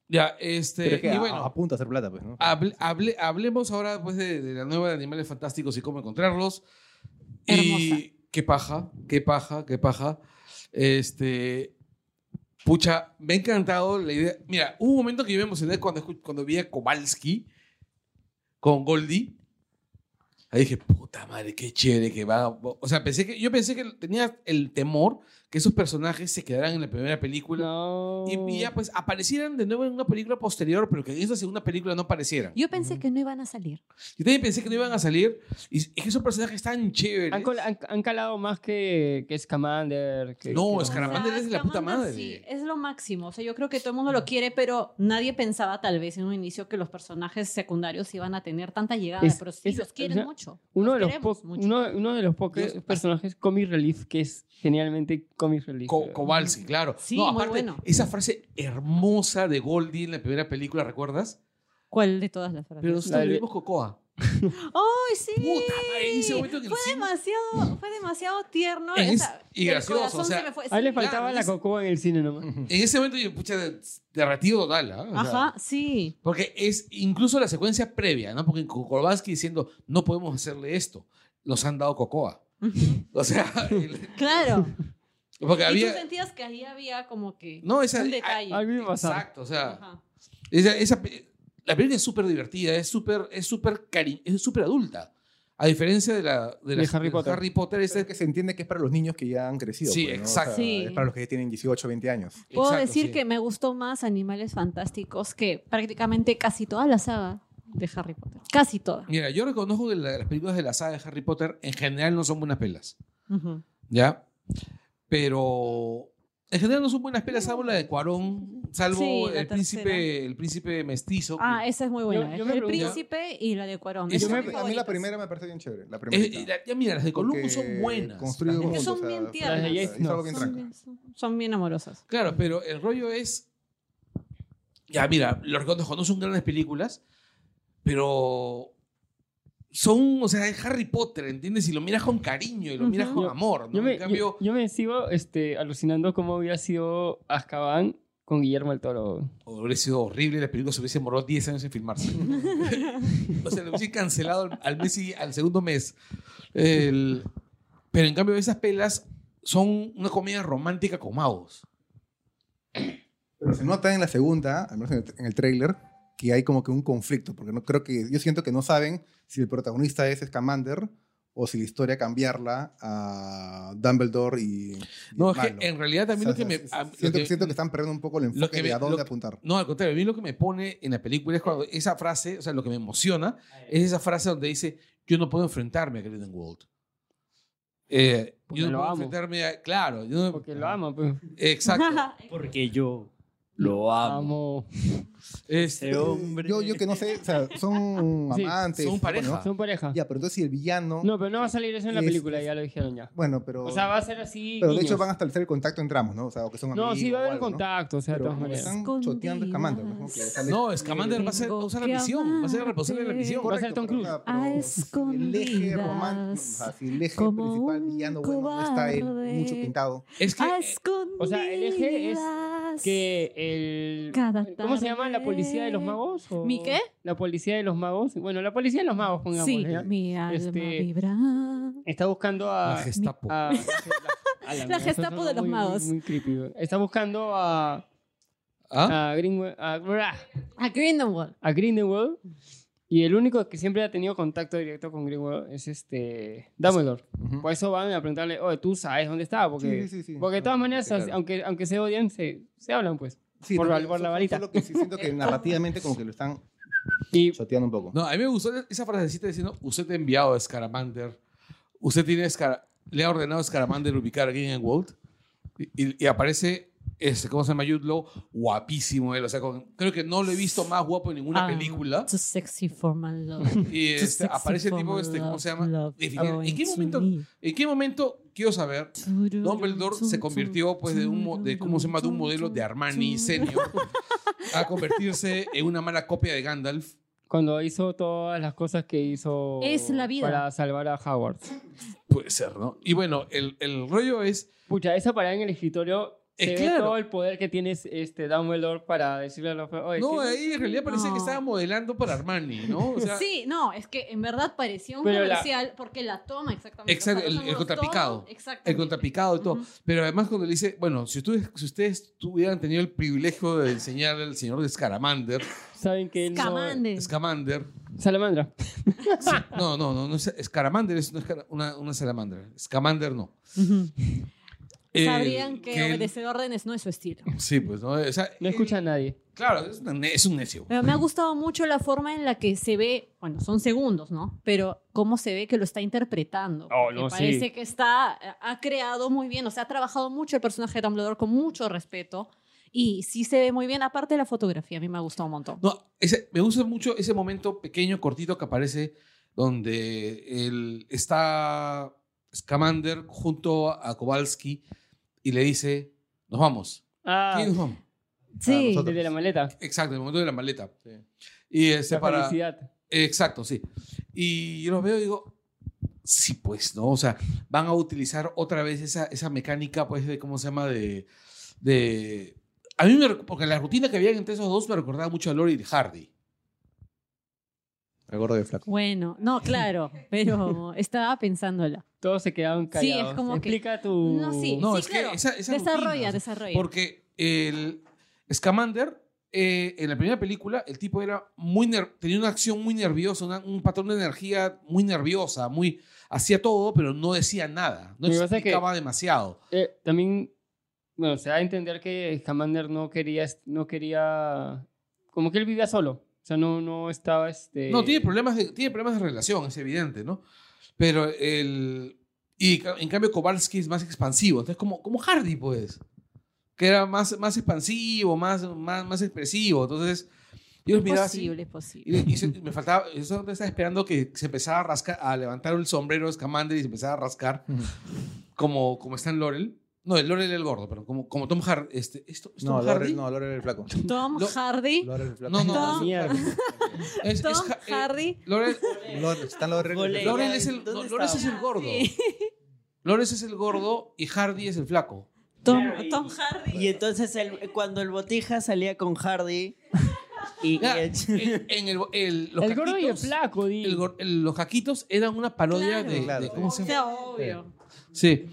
Speaker 2: Ya, este.
Speaker 6: Pero es que
Speaker 2: y
Speaker 6: a-
Speaker 2: bueno, Ah,
Speaker 6: apunta a hacer plata, pues, ¿no?
Speaker 2: hable- hable- hablemos ahora pues, de, de la nueva de Animales Fantásticos y cómo encontrarlos.
Speaker 4: Hermosa.
Speaker 2: Y qué paja, qué paja, qué paja. Este. Pucha, me ha encantado la idea. Mira, hubo un momento que yo me emocioné cuando, escu- cuando vi a Kowalski con Goldie. Ahí dije, puta madre, qué chévere que va. O sea, pensé que, yo pensé que tenía el temor que esos personajes se quedaran en la primera película.
Speaker 3: No.
Speaker 2: Y, y ya pues aparecieran de nuevo en una película posterior, pero que en esa segunda película no aparecieran. Yo
Speaker 4: Yo pensé que no iban a salir.
Speaker 2: también pensé que no iban a salir. Y es que esos personajes tan chéveres.
Speaker 3: Han, col- han- han calado más que, que Scamander. Que,
Speaker 2: No,
Speaker 3: que-
Speaker 2: Scamander. Scamander es de la puta
Speaker 4: Scamander
Speaker 2: madre.
Speaker 4: sí, es lo máximo. O sea, yo creo que todo el mundo lo quiere, pero nadie pensaba tal vez en un inicio que los personajes secundarios iban a tener tanta llegada.
Speaker 3: Es-
Speaker 4: pero sí,
Speaker 3: es-
Speaker 4: los quieren
Speaker 3: o sea,
Speaker 4: mucho.
Speaker 3: Uno de,
Speaker 4: los
Speaker 3: los
Speaker 4: queremos
Speaker 3: po-
Speaker 4: mucho.
Speaker 3: uno, uno de los pocos
Speaker 2: Dios.
Speaker 3: personajes comic relief que es genialmente comic relief.
Speaker 2: Co- Kowalski, claro.
Speaker 4: Sí,
Speaker 2: no,
Speaker 4: muy
Speaker 2: aparte,
Speaker 4: bueno.
Speaker 2: esa frase hermosa de Goldie en la primera película, ¿recuerdas?
Speaker 4: ¿Cuál de todas las frases?
Speaker 2: Pero
Speaker 3: La
Speaker 2: nosotros
Speaker 3: de-
Speaker 2: vimos Cocoa.
Speaker 4: ¡Ay, sí!
Speaker 2: Puta madre, en ese momento en el
Speaker 4: fue,
Speaker 2: cine-
Speaker 4: demasiado, fue demasiado tierno.
Speaker 2: Es-
Speaker 4: esa-
Speaker 2: y
Speaker 4: el
Speaker 2: gracioso,
Speaker 4: corazón
Speaker 2: o sea,
Speaker 4: se me fue,
Speaker 3: Ahí le
Speaker 4: sí.
Speaker 3: faltaba
Speaker 2: Claro,
Speaker 3: la
Speaker 2: es-
Speaker 3: cocoa en el cine nomás.
Speaker 2: En ese momento yo, pucha, derretido total. ¿ah? O sea,
Speaker 4: Ajá, sí.
Speaker 2: Porque es incluso la secuencia previa, ¿no? Porque con Kowalski diciendo, no podemos hacerle esto. Nos han dado Cocoa.
Speaker 4: Ujú.
Speaker 2: O sea, el-
Speaker 4: Claro.
Speaker 2: porque
Speaker 4: Y
Speaker 2: había...
Speaker 4: tú sentías que ahí había como que
Speaker 2: No, esa, ah,
Speaker 4: un detalle.
Speaker 3: Algo iba a pasar.
Speaker 2: Exacto, o sea,
Speaker 4: Ajá.
Speaker 2: esa, esa pe- la película es súper divertida, es súper es súper cari- es súper adulta. A diferencia de la de, la-
Speaker 3: De Harry Potter.
Speaker 2: Harry Potter esta-
Speaker 6: Es que se entiende que es para los niños que ya han crecido.
Speaker 2: Sí,
Speaker 6: pues, ¿no? O
Speaker 2: exacto.
Speaker 6: sea,
Speaker 4: Sí.
Speaker 6: Es para los que ya tienen 18, 20 años.
Speaker 4: Puedo
Speaker 2: Exacto,
Speaker 4: decir
Speaker 2: sí.
Speaker 4: que me gustó más Animales Fantásticos que prácticamente casi toda la saga de Harry Potter. Casi toda.
Speaker 2: Mira, yo reconozco que la- las películas de la saga de Harry Potter en general no son buenas pelas,
Speaker 4: Ujú.
Speaker 2: ¿ya? Pero en general no son buenas pelas salvo la de Cuarón, salvo
Speaker 4: Sí, la
Speaker 2: el
Speaker 4: tercera.
Speaker 2: príncipe el príncipe mestizo. Eh,
Speaker 4: Ah,
Speaker 2: que-
Speaker 4: esa es muy buena.
Speaker 3: Yo- yo me
Speaker 4: el
Speaker 3: pregunto-
Speaker 4: príncipe y la de Cuarón.
Speaker 2: Yo
Speaker 4: Son
Speaker 2: me-
Speaker 4: muy
Speaker 6: a mí la
Speaker 4: bonitas.
Speaker 6: primera me parece bien chévere. La
Speaker 2: es-
Speaker 6: primera.
Speaker 2: y eh, la- ya mira, las de Columbus son buenas.
Speaker 6: Construidos
Speaker 4: Es que son
Speaker 6: juntos, o sea,
Speaker 4: bien
Speaker 6: fue-
Speaker 3: tiernas.
Speaker 6: hizo algo bien
Speaker 4: Son
Speaker 6: tranca.
Speaker 4: bien, son- son bien amorosas.
Speaker 2: Claro, pero el rollo es. Ya, mira, los reconozco, no son grandes películas, pero. Son, o sea, es Harry Potter, ¿entiendes? Y lo miras con cariño y lo miras
Speaker 4: Ujú.
Speaker 2: con
Speaker 3: Yo-
Speaker 2: amor, ¿no?
Speaker 3: Yo me,
Speaker 2: en cambio,
Speaker 3: yo- yo me sigo este, alucinando cómo hubiera sido Azkaban con Guillermo el Toro.
Speaker 2: hubiera sido horrible, la película se hubiese demorado 10 años en filmarse. o sea, lo hubiese cancelado al- al mes y- al segundo mes. El- pero en cambio, esas pelas son una comedia romántica con magos.
Speaker 6: Pero se nota en la segunda, al menos en el, en el tráiler, que hay como que un conflicto, porque no creo que yo siento que no saben si el protagonista es Scamander o si la historia cambiarla a Dumbledore y, y
Speaker 2: No, es
Speaker 6: el malo.
Speaker 2: que en realidad también
Speaker 6: O sea,
Speaker 2: lo que
Speaker 6: sí,
Speaker 2: me.
Speaker 6: sí,
Speaker 2: a-
Speaker 6: sí,
Speaker 2: lo
Speaker 6: siento,
Speaker 2: que-
Speaker 6: siento que están perdiendo un poco el
Speaker 2: lo
Speaker 6: enfoque
Speaker 2: que me-
Speaker 6: de a dónde
Speaker 2: lo-
Speaker 6: apuntar.
Speaker 2: No, al contrario, a mí lo que me pone en la película es cuando esa frase, o sea, lo que me emociona es esa frase donde dice, yo no puedo enfrentarme a Grindelwald. Eh,
Speaker 3: Porque
Speaker 2: yo no
Speaker 3: lo
Speaker 2: puedo
Speaker 3: amo.
Speaker 2: enfrentarme a... Claro, yo no-
Speaker 3: Porque lo ama, pues.
Speaker 2: exacto.
Speaker 5: Porque yo lo
Speaker 2: Ah,
Speaker 3: Amo.
Speaker 2: Este,
Speaker 5: hombre.
Speaker 6: Yo, yo que no sé, o sea, son
Speaker 3: Sí,
Speaker 6: amantes.
Speaker 2: son
Speaker 6: ¿no?
Speaker 2: pareja.
Speaker 3: Son pareja.
Speaker 6: Ya, pero entonces si el villano...
Speaker 3: No, pero no va a salir eso en la
Speaker 6: Es-
Speaker 3: película, ya lo dijeron ya.
Speaker 6: Bueno, pero...
Speaker 3: O sea, va a ser así.
Speaker 6: pero de
Speaker 3: guiños.
Speaker 6: hecho van hasta el tercer contacto entramos, ¿no? O sea, o que son
Speaker 3: No,
Speaker 6: amigos
Speaker 3: sí va a
Speaker 6: o
Speaker 3: haber
Speaker 6: algo, ¿no?
Speaker 3: contacto, o sea, de
Speaker 6: Pero
Speaker 3: todas
Speaker 6: como
Speaker 3: maneras.
Speaker 6: están choteando a Scamander, ¿no? Como que sale-
Speaker 2: no, Scamander va a ser, va a usar la
Speaker 4: Tengo que
Speaker 2: misión, va a ser responsable de la
Speaker 4: amarte.
Speaker 2: misión.
Speaker 3: Va a ser Tom
Speaker 6: pero, o sea, pero
Speaker 4: A
Speaker 6: El eje romántico, o
Speaker 4: escondidas,
Speaker 6: sea, si el eje
Speaker 4: como
Speaker 6: principal
Speaker 4: un
Speaker 6: villano bueno no está él, mucho
Speaker 4: cobarde.
Speaker 6: pintado.
Speaker 2: Es que... eh,
Speaker 3: O sea, el eje es que el
Speaker 4: Cada
Speaker 3: ¿Cómo se llama la policía de los magos? o-
Speaker 4: ¿Mi qué?
Speaker 3: La policía de los magos. Bueno, la policía de los magos, pongamos.
Speaker 4: Sí,
Speaker 3: ¿ya?
Speaker 4: mi alma
Speaker 3: Este-
Speaker 4: vibra.
Speaker 3: Está buscando a,
Speaker 2: la Gestapo.
Speaker 3: a- a
Speaker 4: La
Speaker 3: mierda,
Speaker 4: Gestapo
Speaker 3: eso
Speaker 4: de los
Speaker 3: muy-
Speaker 4: magos.
Speaker 3: Muy, creepy. güey. Está buscando a
Speaker 2: ¿Ah?
Speaker 3: a, Greenwe- a, brah,
Speaker 4: A Grindelwald.
Speaker 3: a Grindelwald y el único que siempre ha tenido contacto directo con Greenwald es este Dumbledore. Por eso van a preguntarle, "Oye, tú sabes dónde estaba porque
Speaker 6: sí, sí, sí.
Speaker 3: porque de todas maneras,
Speaker 2: Claro.
Speaker 3: aunque, aunque se odien, se, se hablan, pues.
Speaker 6: Sí,
Speaker 3: por
Speaker 6: no,
Speaker 3: la- por la
Speaker 6: eso-
Speaker 3: varita.
Speaker 6: eso es lo que sí siento que narrativamente como que lo están
Speaker 3: Y
Speaker 6: chateando un poco.
Speaker 2: No, a mí me gustó esa frasecita diciendo, usted ha enviado a Scaramander, usted tiene Scara- le ha ordenado a Scaramander ubicar a King en World y, y- y aparece, este, ¿cómo se llama? Jude Law, guapísimo él, o sea, con- creo que no lo he visto más guapo en ninguna
Speaker 4: Ah,
Speaker 2: película.
Speaker 4: Too sexy for my love.
Speaker 2: Y este, aparece el tipo, este, ¿cómo se llama? Definido. ¿En qué momento, en qué momento, quiero saber, Dumbledore se convirtió pues de un, mo- de, ¿cómo se llama? De un modelo de Armani senior a convertirse en una mala copia de Gandalf.
Speaker 3: cuando hizo todas las cosas que hizo
Speaker 4: Es la vida.
Speaker 3: para salvar a Howard.
Speaker 2: Puede ser, ¿no? Y bueno, el, el rollo es,
Speaker 3: Pucha, esa parada en el escritorio se
Speaker 2: Es
Speaker 3: ve
Speaker 2: claro.
Speaker 3: todo el poder que tiene este Dumbledore para decirle a los oye,
Speaker 2: no, eh.
Speaker 3: ¿qué-
Speaker 2: ahí en realidad parecía
Speaker 4: No.
Speaker 2: que estaba modelando para Armani, ¿no? O sea,
Speaker 4: Sí, no, es que en verdad parecía un
Speaker 3: Pero la-
Speaker 4: comercial porque la toma exactamente.
Speaker 2: Exacto, el-
Speaker 4: son
Speaker 2: el
Speaker 4: los
Speaker 2: contrapicado.
Speaker 4: tonos, Exactamente.
Speaker 2: el contrapicado y todo.
Speaker 4: Ujú.
Speaker 2: Pero además cuando le dice, bueno, si ustedes, si ustedes hubieran tenido el privilegio de enseñar al señor de Scamander,
Speaker 3: saben que él no-
Speaker 4: Scamander.
Speaker 2: Scamander,
Speaker 3: Salamandra.
Speaker 2: sí, no, no, no, no es Scamander, es una, escara- una, una salamandra, Scamander no. Eh,
Speaker 4: Sabrían que,
Speaker 2: él-
Speaker 4: obedecer órdenes no es su estilo.
Speaker 2: Sí, pues, ¿no? O sea,
Speaker 3: No escucha a nadie.
Speaker 2: Claro, es, una ne- es un necio.
Speaker 4: Pero me ha gustado mucho la forma en la que se ve, bueno, son segundos, ¿no? Pero cómo se ve que lo está interpretando.
Speaker 3: Oh,
Speaker 4: porque
Speaker 3: no, sí.
Speaker 4: parece que está, ha creado muy bien, o sea, ha trabajado mucho el personaje de Dumbledore con mucho respeto. Y sí se ve muy bien, aparte de la fotografía, a mí me ha gustado un montón.
Speaker 2: No, ese- me gusta mucho ese momento pequeño, cortito que aparece donde él está Scamander junto a Kowalski y le dice, nos vamos.
Speaker 3: Ah,
Speaker 2: Sí, nos vamos.
Speaker 4: sí,
Speaker 6: nosotros.
Speaker 3: desde la maleta.
Speaker 2: Exacto, el momento de la maleta. Y este
Speaker 3: La
Speaker 2: para...
Speaker 3: felicidad.
Speaker 2: Exacto, sí. Y yo los veo y digo, sí, pues, ¿no? O sea, van a utilizar otra vez esa, esa mecánica, pues, de, ¿cómo se llama? De... de a mí me... rec- Porque la rutina que había entre esos dos me recordaba mucho a Lori y Hardy.
Speaker 6: El gordo de flaco.
Speaker 4: bueno, no, claro, pero estaba pensándola.
Speaker 3: Todos se quedaron
Speaker 4: Sí, es
Speaker 3: callados.
Speaker 4: como que-
Speaker 3: Explica tu...
Speaker 4: No, sí,
Speaker 2: No,
Speaker 4: sí,
Speaker 2: es
Speaker 4: claro.
Speaker 2: que esa, esa
Speaker 4: desarrolla,
Speaker 2: rutina,
Speaker 4: desarrolla.
Speaker 2: Porque el Scamander, eh, en la primera película, el tipo era muy ner- tenía una acción muy nerviosa, una- un patrón de energía muy nerviosa, muy hacía todo, pero no decía nada. No
Speaker 3: Lo que pasa es que-
Speaker 2: explicaba demasiado.
Speaker 3: Eh, también, bueno, se da a entender que Scamander no quería, no quería, como que él vivía solo, o sea, no, no estaba, este...
Speaker 2: No, tiene problemas, de, tiene problemas de relación, es evidente, ¿no? Pero el... Y ca- en cambio Kowalski es más expansivo, entonces como, como Hardy, pues, que era más, más expansivo, más, más, más expresivo, entonces... Yo los
Speaker 4: es
Speaker 2: miraba así,
Speaker 4: posible, es posible.
Speaker 2: Y, y se- me faltaba, yo solo estaba esperando que se empezara a rascar, a levantar el sombrero de Scamander y se empezara a rascar como, como está en Laurel. No, el Laurel el gordo, pero como, como Tom Hardy. Este, ¿esto, es
Speaker 6: No,
Speaker 2: Tom
Speaker 6: Lore,
Speaker 2: Hardy?
Speaker 6: no, Lore el flaco.
Speaker 4: Tom
Speaker 2: Lo-
Speaker 4: Hardy.
Speaker 6: Lore el flaco.
Speaker 2: No, no,
Speaker 4: Tom-
Speaker 3: Mierda.
Speaker 2: Es,
Speaker 4: Tom
Speaker 2: es Ja- eh,
Speaker 4: Hardy.
Speaker 2: Laurel,
Speaker 6: Lore- está Lore el
Speaker 5: Golea.
Speaker 6: flaco.
Speaker 2: Laurel es el,
Speaker 5: ¿Dónde
Speaker 2: no, Laurel es
Speaker 5: estaba?
Speaker 2: el gordo.
Speaker 4: Sí.
Speaker 2: Laurel es el gordo y Hardy es el flaco.
Speaker 4: Tom,
Speaker 5: Claro, y-
Speaker 4: Tom Hardy.
Speaker 5: Y entonces el- cuando el botija salía con Hardy y, y
Speaker 2: Ya,
Speaker 5: el-
Speaker 2: en, en el, el- los
Speaker 3: el gordo y el
Speaker 2: caquitos,
Speaker 3: flaco, di.
Speaker 2: el gor- el- los caquitos eran una parodia
Speaker 4: Claro.
Speaker 2: de, de-
Speaker 6: Claro.
Speaker 2: ¿cómo
Speaker 4: O
Speaker 2: se llama?
Speaker 4: sea, obvio.
Speaker 2: Sí.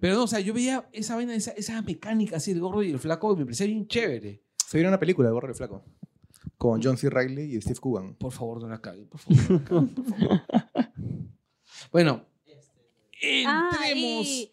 Speaker 2: Pero no, o sea, yo veía esa vaina, esa, esa mecánica así, el gordo y el flaco, y me parecía bien chévere.
Speaker 6: Se vio una película de Gordo el flaco con John C. Reilly y Steve Coogan.
Speaker 2: Por favor, no la caguen, por favor. no la caguen, por favor. Bueno,
Speaker 4: Ah,
Speaker 2: entremos.
Speaker 4: y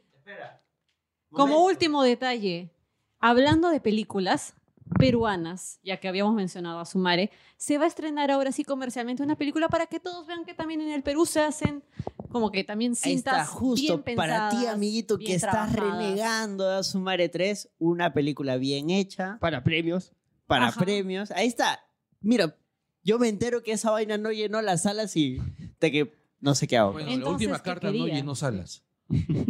Speaker 4: como último detalle, hablando de películas peruanas, ya que habíamos mencionado a Sumare, se va a estrenar ahora sí comercialmente una película para que todos vean que también en el Perú se hacen como que también
Speaker 5: Ahí
Speaker 4: cintas
Speaker 5: está, justo
Speaker 4: bien
Speaker 5: para ti,
Speaker 4: pensadas,
Speaker 5: amiguito,
Speaker 4: bien
Speaker 5: que estás
Speaker 4: trabajadas.
Speaker 5: renegando de Sumare 3, E una película bien hecha,
Speaker 3: Para premios.
Speaker 5: para
Speaker 4: Ajá.
Speaker 5: premios. Ahí está. Mira, yo me entero que esa vaina no llenó las salas y de que no sé qué hago.
Speaker 2: bueno, la
Speaker 4: Entonces,
Speaker 2: última
Speaker 4: ¿qué
Speaker 2: carta no
Speaker 4: quería?
Speaker 2: llenó salas.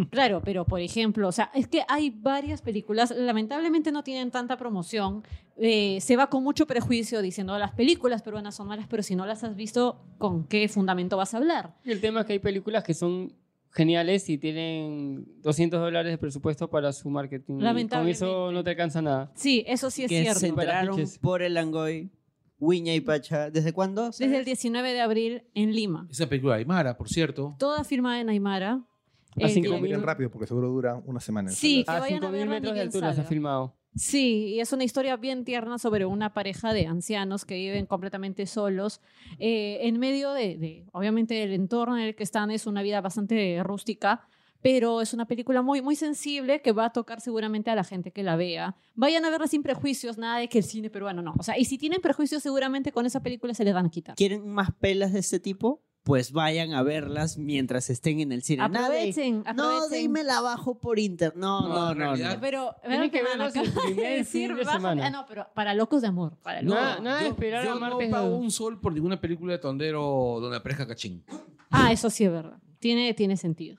Speaker 4: Claro, pero por ejemplo, o sea, es que hay varias películas, lamentablemente no tienen tanta promoción, eh, se va con mucho prejuicio diciendo las películas peruanas son malas, pero si no las has visto, ¿con qué fundamento vas a hablar?
Speaker 3: Y el tema es que hay películas que son geniales y tienen 200 dólares de presupuesto para su marketing. Y Con
Speaker 4: Lamentablemente.
Speaker 3: eso no te alcanza nada.
Speaker 4: Sí, eso sí es
Speaker 5: que
Speaker 4: cierto.
Speaker 5: se enteraron
Speaker 3: Para piches.
Speaker 5: por el Angoy, Wiña y Pacha. ¿Desde cuándo?
Speaker 4: Desde el 19 de abril en Lima.
Speaker 2: Esa película de Aymara, por cierto.
Speaker 4: Toda firmada en Aymara.
Speaker 3: Así
Speaker 6: Que
Speaker 4: Eh,
Speaker 6: lo
Speaker 3: Cinco
Speaker 6: miren
Speaker 3: mil-
Speaker 6: rápido porque seguro dura una semana. en
Speaker 4: Sí,
Speaker 6: salas.
Speaker 4: que
Speaker 3: A
Speaker 4: vayan a
Speaker 3: 5.000
Speaker 4: verla ni
Speaker 3: metros de
Speaker 4: bien
Speaker 3: altura se ha
Speaker 4: salga.
Speaker 3: filmado.
Speaker 4: Sí, y es una historia bien tierna sobre una pareja de ancianos que viven completamente solos. eh, en medio de, de- obviamente, el entorno en el que están es una vida bastante rústica, pero es una película muy, muy sensible que va a tocar seguramente a la gente que la vea. Vayan a verla sin prejuicios, nada de que el cine peruano no. O sea, y si tienen prejuicios, seguramente con esa película se les van a quitar.
Speaker 5: ¿Quieren más pelas de este tipo? Pues vayan a verlas mientras estén en el cine. Nada de-
Speaker 4: Aprovechen,
Speaker 5: No,
Speaker 4: aprovechen.
Speaker 5: dime la bajo por internet. No,
Speaker 2: No,
Speaker 5: no,
Speaker 2: en
Speaker 5: no.
Speaker 2: realidad-
Speaker 5: no.
Speaker 4: Pero,
Speaker 3: Tienen que verlos
Speaker 4: acaba
Speaker 3: el primer
Speaker 4: de
Speaker 3: fin de
Speaker 4: baja-
Speaker 3: semana.
Speaker 4: Ah, no, pero para locos de amor. Para
Speaker 3: No,
Speaker 4: locos.
Speaker 3: Nada- nada de esperar
Speaker 2: yo
Speaker 3: a martes
Speaker 2: no pago
Speaker 3: dos.
Speaker 2: un sol por ninguna película de Tondero donde aparezca Cachín.
Speaker 4: Ah, eso sí es verdad. Tiene, tiene sentido.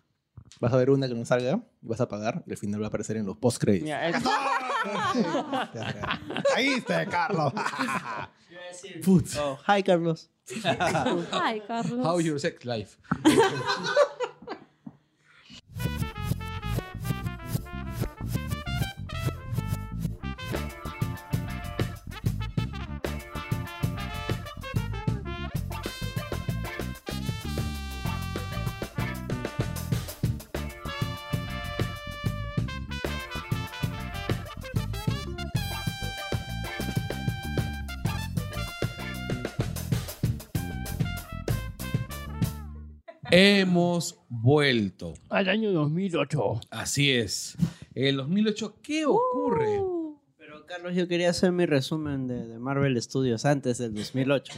Speaker 6: Vas a ver una que no salga, vas a pagar y al final va a aparecer en los post créditos.
Speaker 3: Mira, es-
Speaker 6: Ahí está, Carlos.
Speaker 5: Oh, hi, Carlos.
Speaker 4: Ay, Carlos.
Speaker 2: How Your Sex Life. Hemos vuelto.
Speaker 3: al año 2008.
Speaker 2: Así es. En el 2008, ¿qué ocurre?
Speaker 4: Uh,
Speaker 5: Pero, Carlos, yo quería hacer mi resumen de, de Marvel Studios antes del 2008.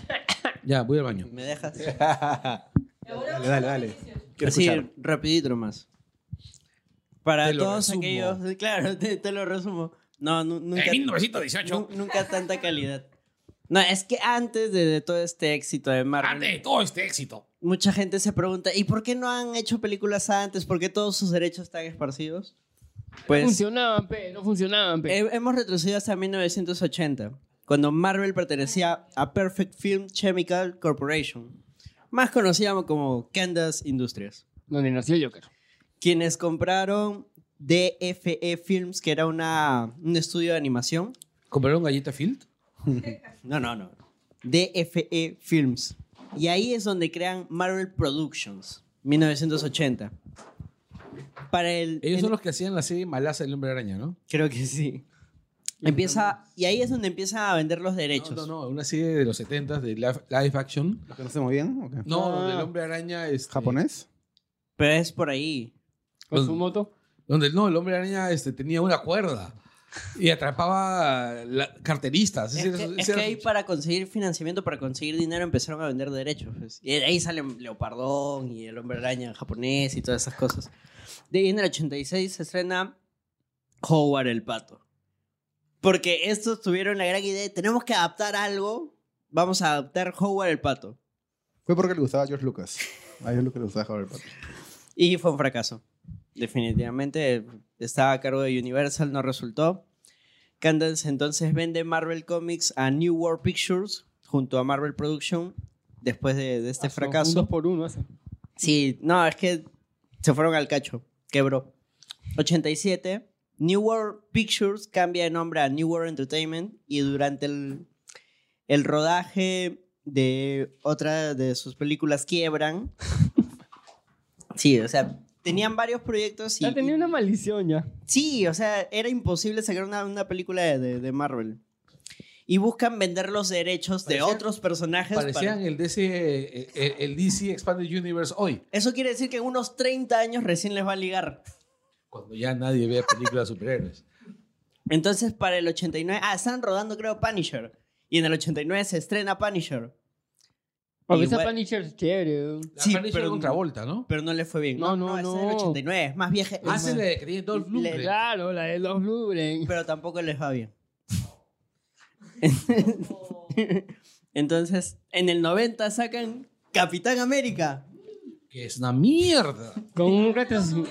Speaker 2: Ya, voy al baño.
Speaker 5: ¿Me dejas?
Speaker 6: Dale, dale, dale. Quiero
Speaker 5: Así,
Speaker 6: escuchar.
Speaker 5: rapidito nomás. Para
Speaker 2: Te lo
Speaker 5: todos
Speaker 2: resumo.
Speaker 5: aquellos... Claro, te, te lo resumo. No, nu- nunca...
Speaker 2: En 1918,
Speaker 5: nu- nunca tanta calidad. No, es que antes de, de todo este éxito de Marvel...
Speaker 2: antes de todo este éxito.
Speaker 5: mucha gente se pregunta, ¿y por qué no han hecho películas antes? ¿Por qué todos sus derechos están esparcidos? Pues
Speaker 3: funcionaban, pe, no funcionaban, pe.
Speaker 5: he- hemos retrocedido hasta 1980, cuando Marvel pertenecía a Perfect Film Chemical Corporation, más conocida como Candace Industries,
Speaker 3: donde nació el Joker.
Speaker 5: quienes compraron DFE Films, que era una, un estudio de animación.
Speaker 2: ¿Compraron galleta Field?
Speaker 5: No, no, no. DFE Films. Y ahí es donde crean Marvel Productions, 1980. Para el,
Speaker 2: Ellos
Speaker 5: en-
Speaker 2: son los que hacían la serie Malaza del Hombre Araña, ¿no?
Speaker 5: Creo que sí. Empieza, y ahí es donde empieza a vender los derechos.
Speaker 2: No, no, no, una serie de los 70s de live, live action.
Speaker 6: ¿Lo conocemos bien? ¿O qué?
Speaker 2: No,
Speaker 3: Ah.
Speaker 2: donde el Hombre Araña este, es
Speaker 6: ¿Japonés?
Speaker 5: Pero es por ahí.
Speaker 3: Con
Speaker 2: Los-
Speaker 3: su moto.
Speaker 2: Donde no, el hombre araña este, tenía una cuerda y atrapaba la- carteristas.
Speaker 5: Es
Speaker 2: Ese era
Speaker 5: que,
Speaker 2: su-
Speaker 5: es
Speaker 2: ese era
Speaker 5: que ahí
Speaker 2: su-
Speaker 5: para conseguir financiamiento, para conseguir dinero, empezaron a vender derechos. pues. Y de ahí salen Leopardón y el hombre araña japonés y todas esas cosas. De ahí en el 86 se estrena Howard el Pato. Porque estos tuvieron la gran idea de, tenemos que adaptar algo, vamos a adaptar Howard el Pato.
Speaker 6: Fue porque le gustaba a George Lucas. A George Lucas le gustaba Howard el Pato.
Speaker 5: Y fue un fracaso. Definitivamente estaba a cargo de Universal, no resultó. Candace entonces vende Marvel Comics a New World Pictures junto a Marvel Production después de, de este
Speaker 3: Ah, son Un
Speaker 5: fracaso.
Speaker 3: 2 por 1 hace.
Speaker 5: Sí, no, es que se fueron al cacho, quebró. 87, New World Pictures cambia de nombre a New World Entertainment y durante el, el rodaje de otra de sus películas quiebran. Sí, o sea, tenían varios proyectos y...
Speaker 3: Ya Ah, tenía una maldición ya.
Speaker 5: Sí, o sea, era imposible sacar una, una película de, de- de Marvel. Y buscan vender los derechos de
Speaker 2: Parecía-
Speaker 5: otros personajes. para-
Speaker 2: Parecían el DC, eh, eh, el, DC Expanded Universe hoy,
Speaker 5: Eso quiere decir que en unos 30 años recién les va a ligar.
Speaker 2: cuando ya nadie vea películas de superhéroes.
Speaker 5: Entonces, para el 89. Ah, están rodando, creo, Punisher. Y en el 89 se estrena Punisher.
Speaker 3: Porque
Speaker 5: Igual-
Speaker 3: esa Punisher es chévere.
Speaker 2: La
Speaker 5: Sí,
Speaker 2: Punisher
Speaker 5: pero-
Speaker 2: contra Volta, ¿no?
Speaker 5: Pero no le fue bien.
Speaker 3: No, no,
Speaker 5: está en el
Speaker 3: no.
Speaker 5: 89. Es más vieja. es
Speaker 2: Hacen
Speaker 5: más-
Speaker 2: la de que tiene Dolph
Speaker 5: Le-
Speaker 2: Lundgren.
Speaker 3: Claro, la de los Lubren.
Speaker 5: Pero tampoco les va bien. Entonces, en el 90 sacan Capitán América.
Speaker 2: Que es una mierda.
Speaker 3: Con un Red,
Speaker 4: ¿Ya? ¿Ya
Speaker 3: con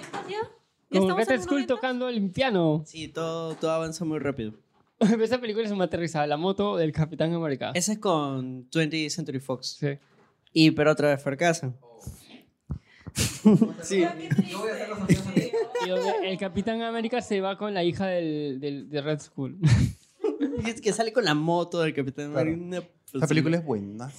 Speaker 4: estamos en
Speaker 3: Red
Speaker 4: los
Speaker 3: Skull
Speaker 4: 90?
Speaker 3: tocando el piano.
Speaker 5: Sí, todo, todo avanza muy rápido.
Speaker 3: Esa película es una aterrizada, la moto del Capitán América.
Speaker 5: Ese es con 20th Century Fox.
Speaker 3: Sí.
Speaker 5: Y pero otra vez fracasan. sí.
Speaker 3: Y donde el Capitán América se va con la hija del, del- de Red Skull.
Speaker 5: Y es que sale con la moto del Capitán
Speaker 6: Claro.
Speaker 5: América. Una
Speaker 6: Esa película es buena.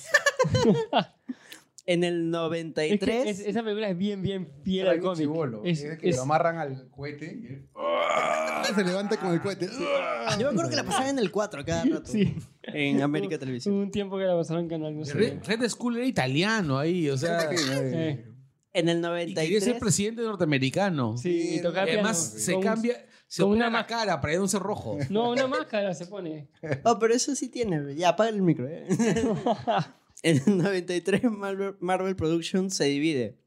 Speaker 5: En el
Speaker 3: Es que
Speaker 5: 93.
Speaker 3: es- esa película es bien, bien fiel al cómic. Es-
Speaker 6: que
Speaker 3: es-
Speaker 6: lo amarran al cohete y él- ¡ah! se levanta con el cohete.
Speaker 5: Yo me acuerdo que la pasaban en el 4 cada rato.
Speaker 3: sí.
Speaker 5: En América
Speaker 3: Hubo
Speaker 5: Televisión.
Speaker 3: un tiempo que la pasaron en Canal, no sé.
Speaker 2: Red, Red Skull era italiano ahí, o sea.
Speaker 6: Sí.
Speaker 3: Eh.
Speaker 5: En el
Speaker 2: Y quería
Speaker 5: 93.
Speaker 2: ser presidente norteamericano.
Speaker 3: Sí, y tocar
Speaker 2: Y además
Speaker 3: piano.
Speaker 2: se
Speaker 3: Con un-
Speaker 2: cambia, se
Speaker 3: con
Speaker 2: opera
Speaker 3: una
Speaker 2: la cara para ir a un cerrojo.
Speaker 3: No, una máscara se pone.
Speaker 5: Oh, pero eso sí tiene. Ya, apaga el micro. ¿eh? en el 93, Marvel, Marvel Productions se divide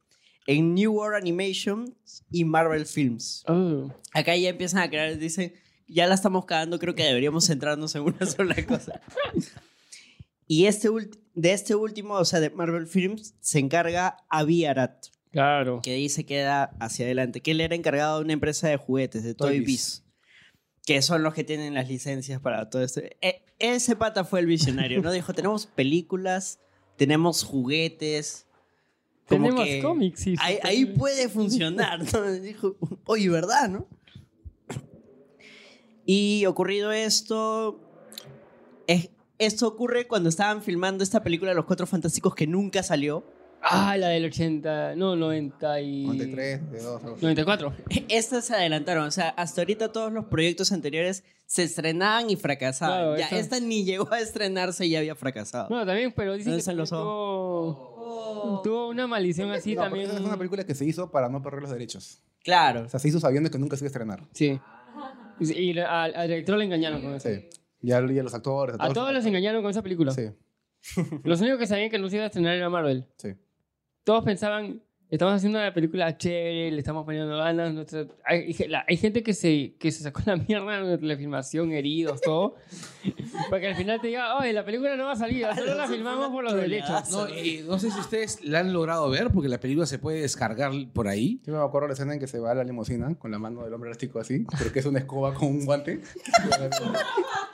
Speaker 5: en New World Animation y Marvel Films.
Speaker 3: Oh.
Speaker 5: Acá ya empiezan a crear, dicen, ya la estamos cagando, creo que deberíamos centrarnos en una sola cosa. Y este ulti- de este último, o sea, de Marvel Films, se encarga Avi Arat,
Speaker 3: Claro.
Speaker 5: que dice que era hacia adelante, que él era encargado de una empresa de juguetes, de Toy
Speaker 6: Toy
Speaker 5: Biz, que son los que tienen las licencias para todo esto. E- ese pata fue el visionario, ¿no? Dijo, tenemos películas, tenemos juguetes. como
Speaker 3: Tenemos
Speaker 5: que-
Speaker 3: cómics. sí,
Speaker 5: Ahí,
Speaker 3: sí.
Speaker 5: ahí puede funcionar. ¿no? Dijo, oye, ¿verdad, no? Y ocurrido esto, es- esto ocurre cuando estaban filmando esta película Los Cuatro Fantásticos que nunca salió.
Speaker 3: Ah, la del 80. No, 90 y...
Speaker 6: 93, de 2,
Speaker 3: 94.
Speaker 5: Estas se adelantaron, o sea, hasta ahorita todos los proyectos anteriores se estrenaban y fracasaban.
Speaker 3: Claro,
Speaker 5: ya,
Speaker 3: esta-
Speaker 5: esta ni llegó a estrenarse y ya había fracasado.
Speaker 3: No, también, pero dicen
Speaker 5: ¿Dónde
Speaker 3: que
Speaker 5: están los
Speaker 3: también tuvo... tuvo una maldición así
Speaker 6: No, porque
Speaker 3: también.
Speaker 6: esa es una película que se hizo para no perder los derechos.
Speaker 5: Claro.
Speaker 6: O sea, se hizo sabiendo que nunca se iba a estrenar.
Speaker 3: Sí. Y le- al, al director le engañaron con eso.
Speaker 6: Sí. Ya, ya los actores.
Speaker 3: A todos los engañaron con esa película.
Speaker 6: Sí,
Speaker 3: Los únicos que sabían que no se iba a estrenar era Marvel.
Speaker 6: sí.
Speaker 3: Todos pensaban, estamos haciendo una película chévere, le estamos poniendo ganas. nuestra- Hay, la- hay gente que se, que se sacó la mierda de la filmación, heridos, todo. para que al final te diga, oye, la película no va a salir, solo la
Speaker 5: sí, fue
Speaker 3: filmamos
Speaker 5: una
Speaker 3: por los
Speaker 5: troleada.
Speaker 3: derechos.
Speaker 2: No, y no sé si ustedes la han logrado ver, porque la película se puede descargar por ahí.
Speaker 6: Yo me acuerdo la escena en que se va a la limusina con la mano del hombre elástico así, pero que es una escoba con un guante.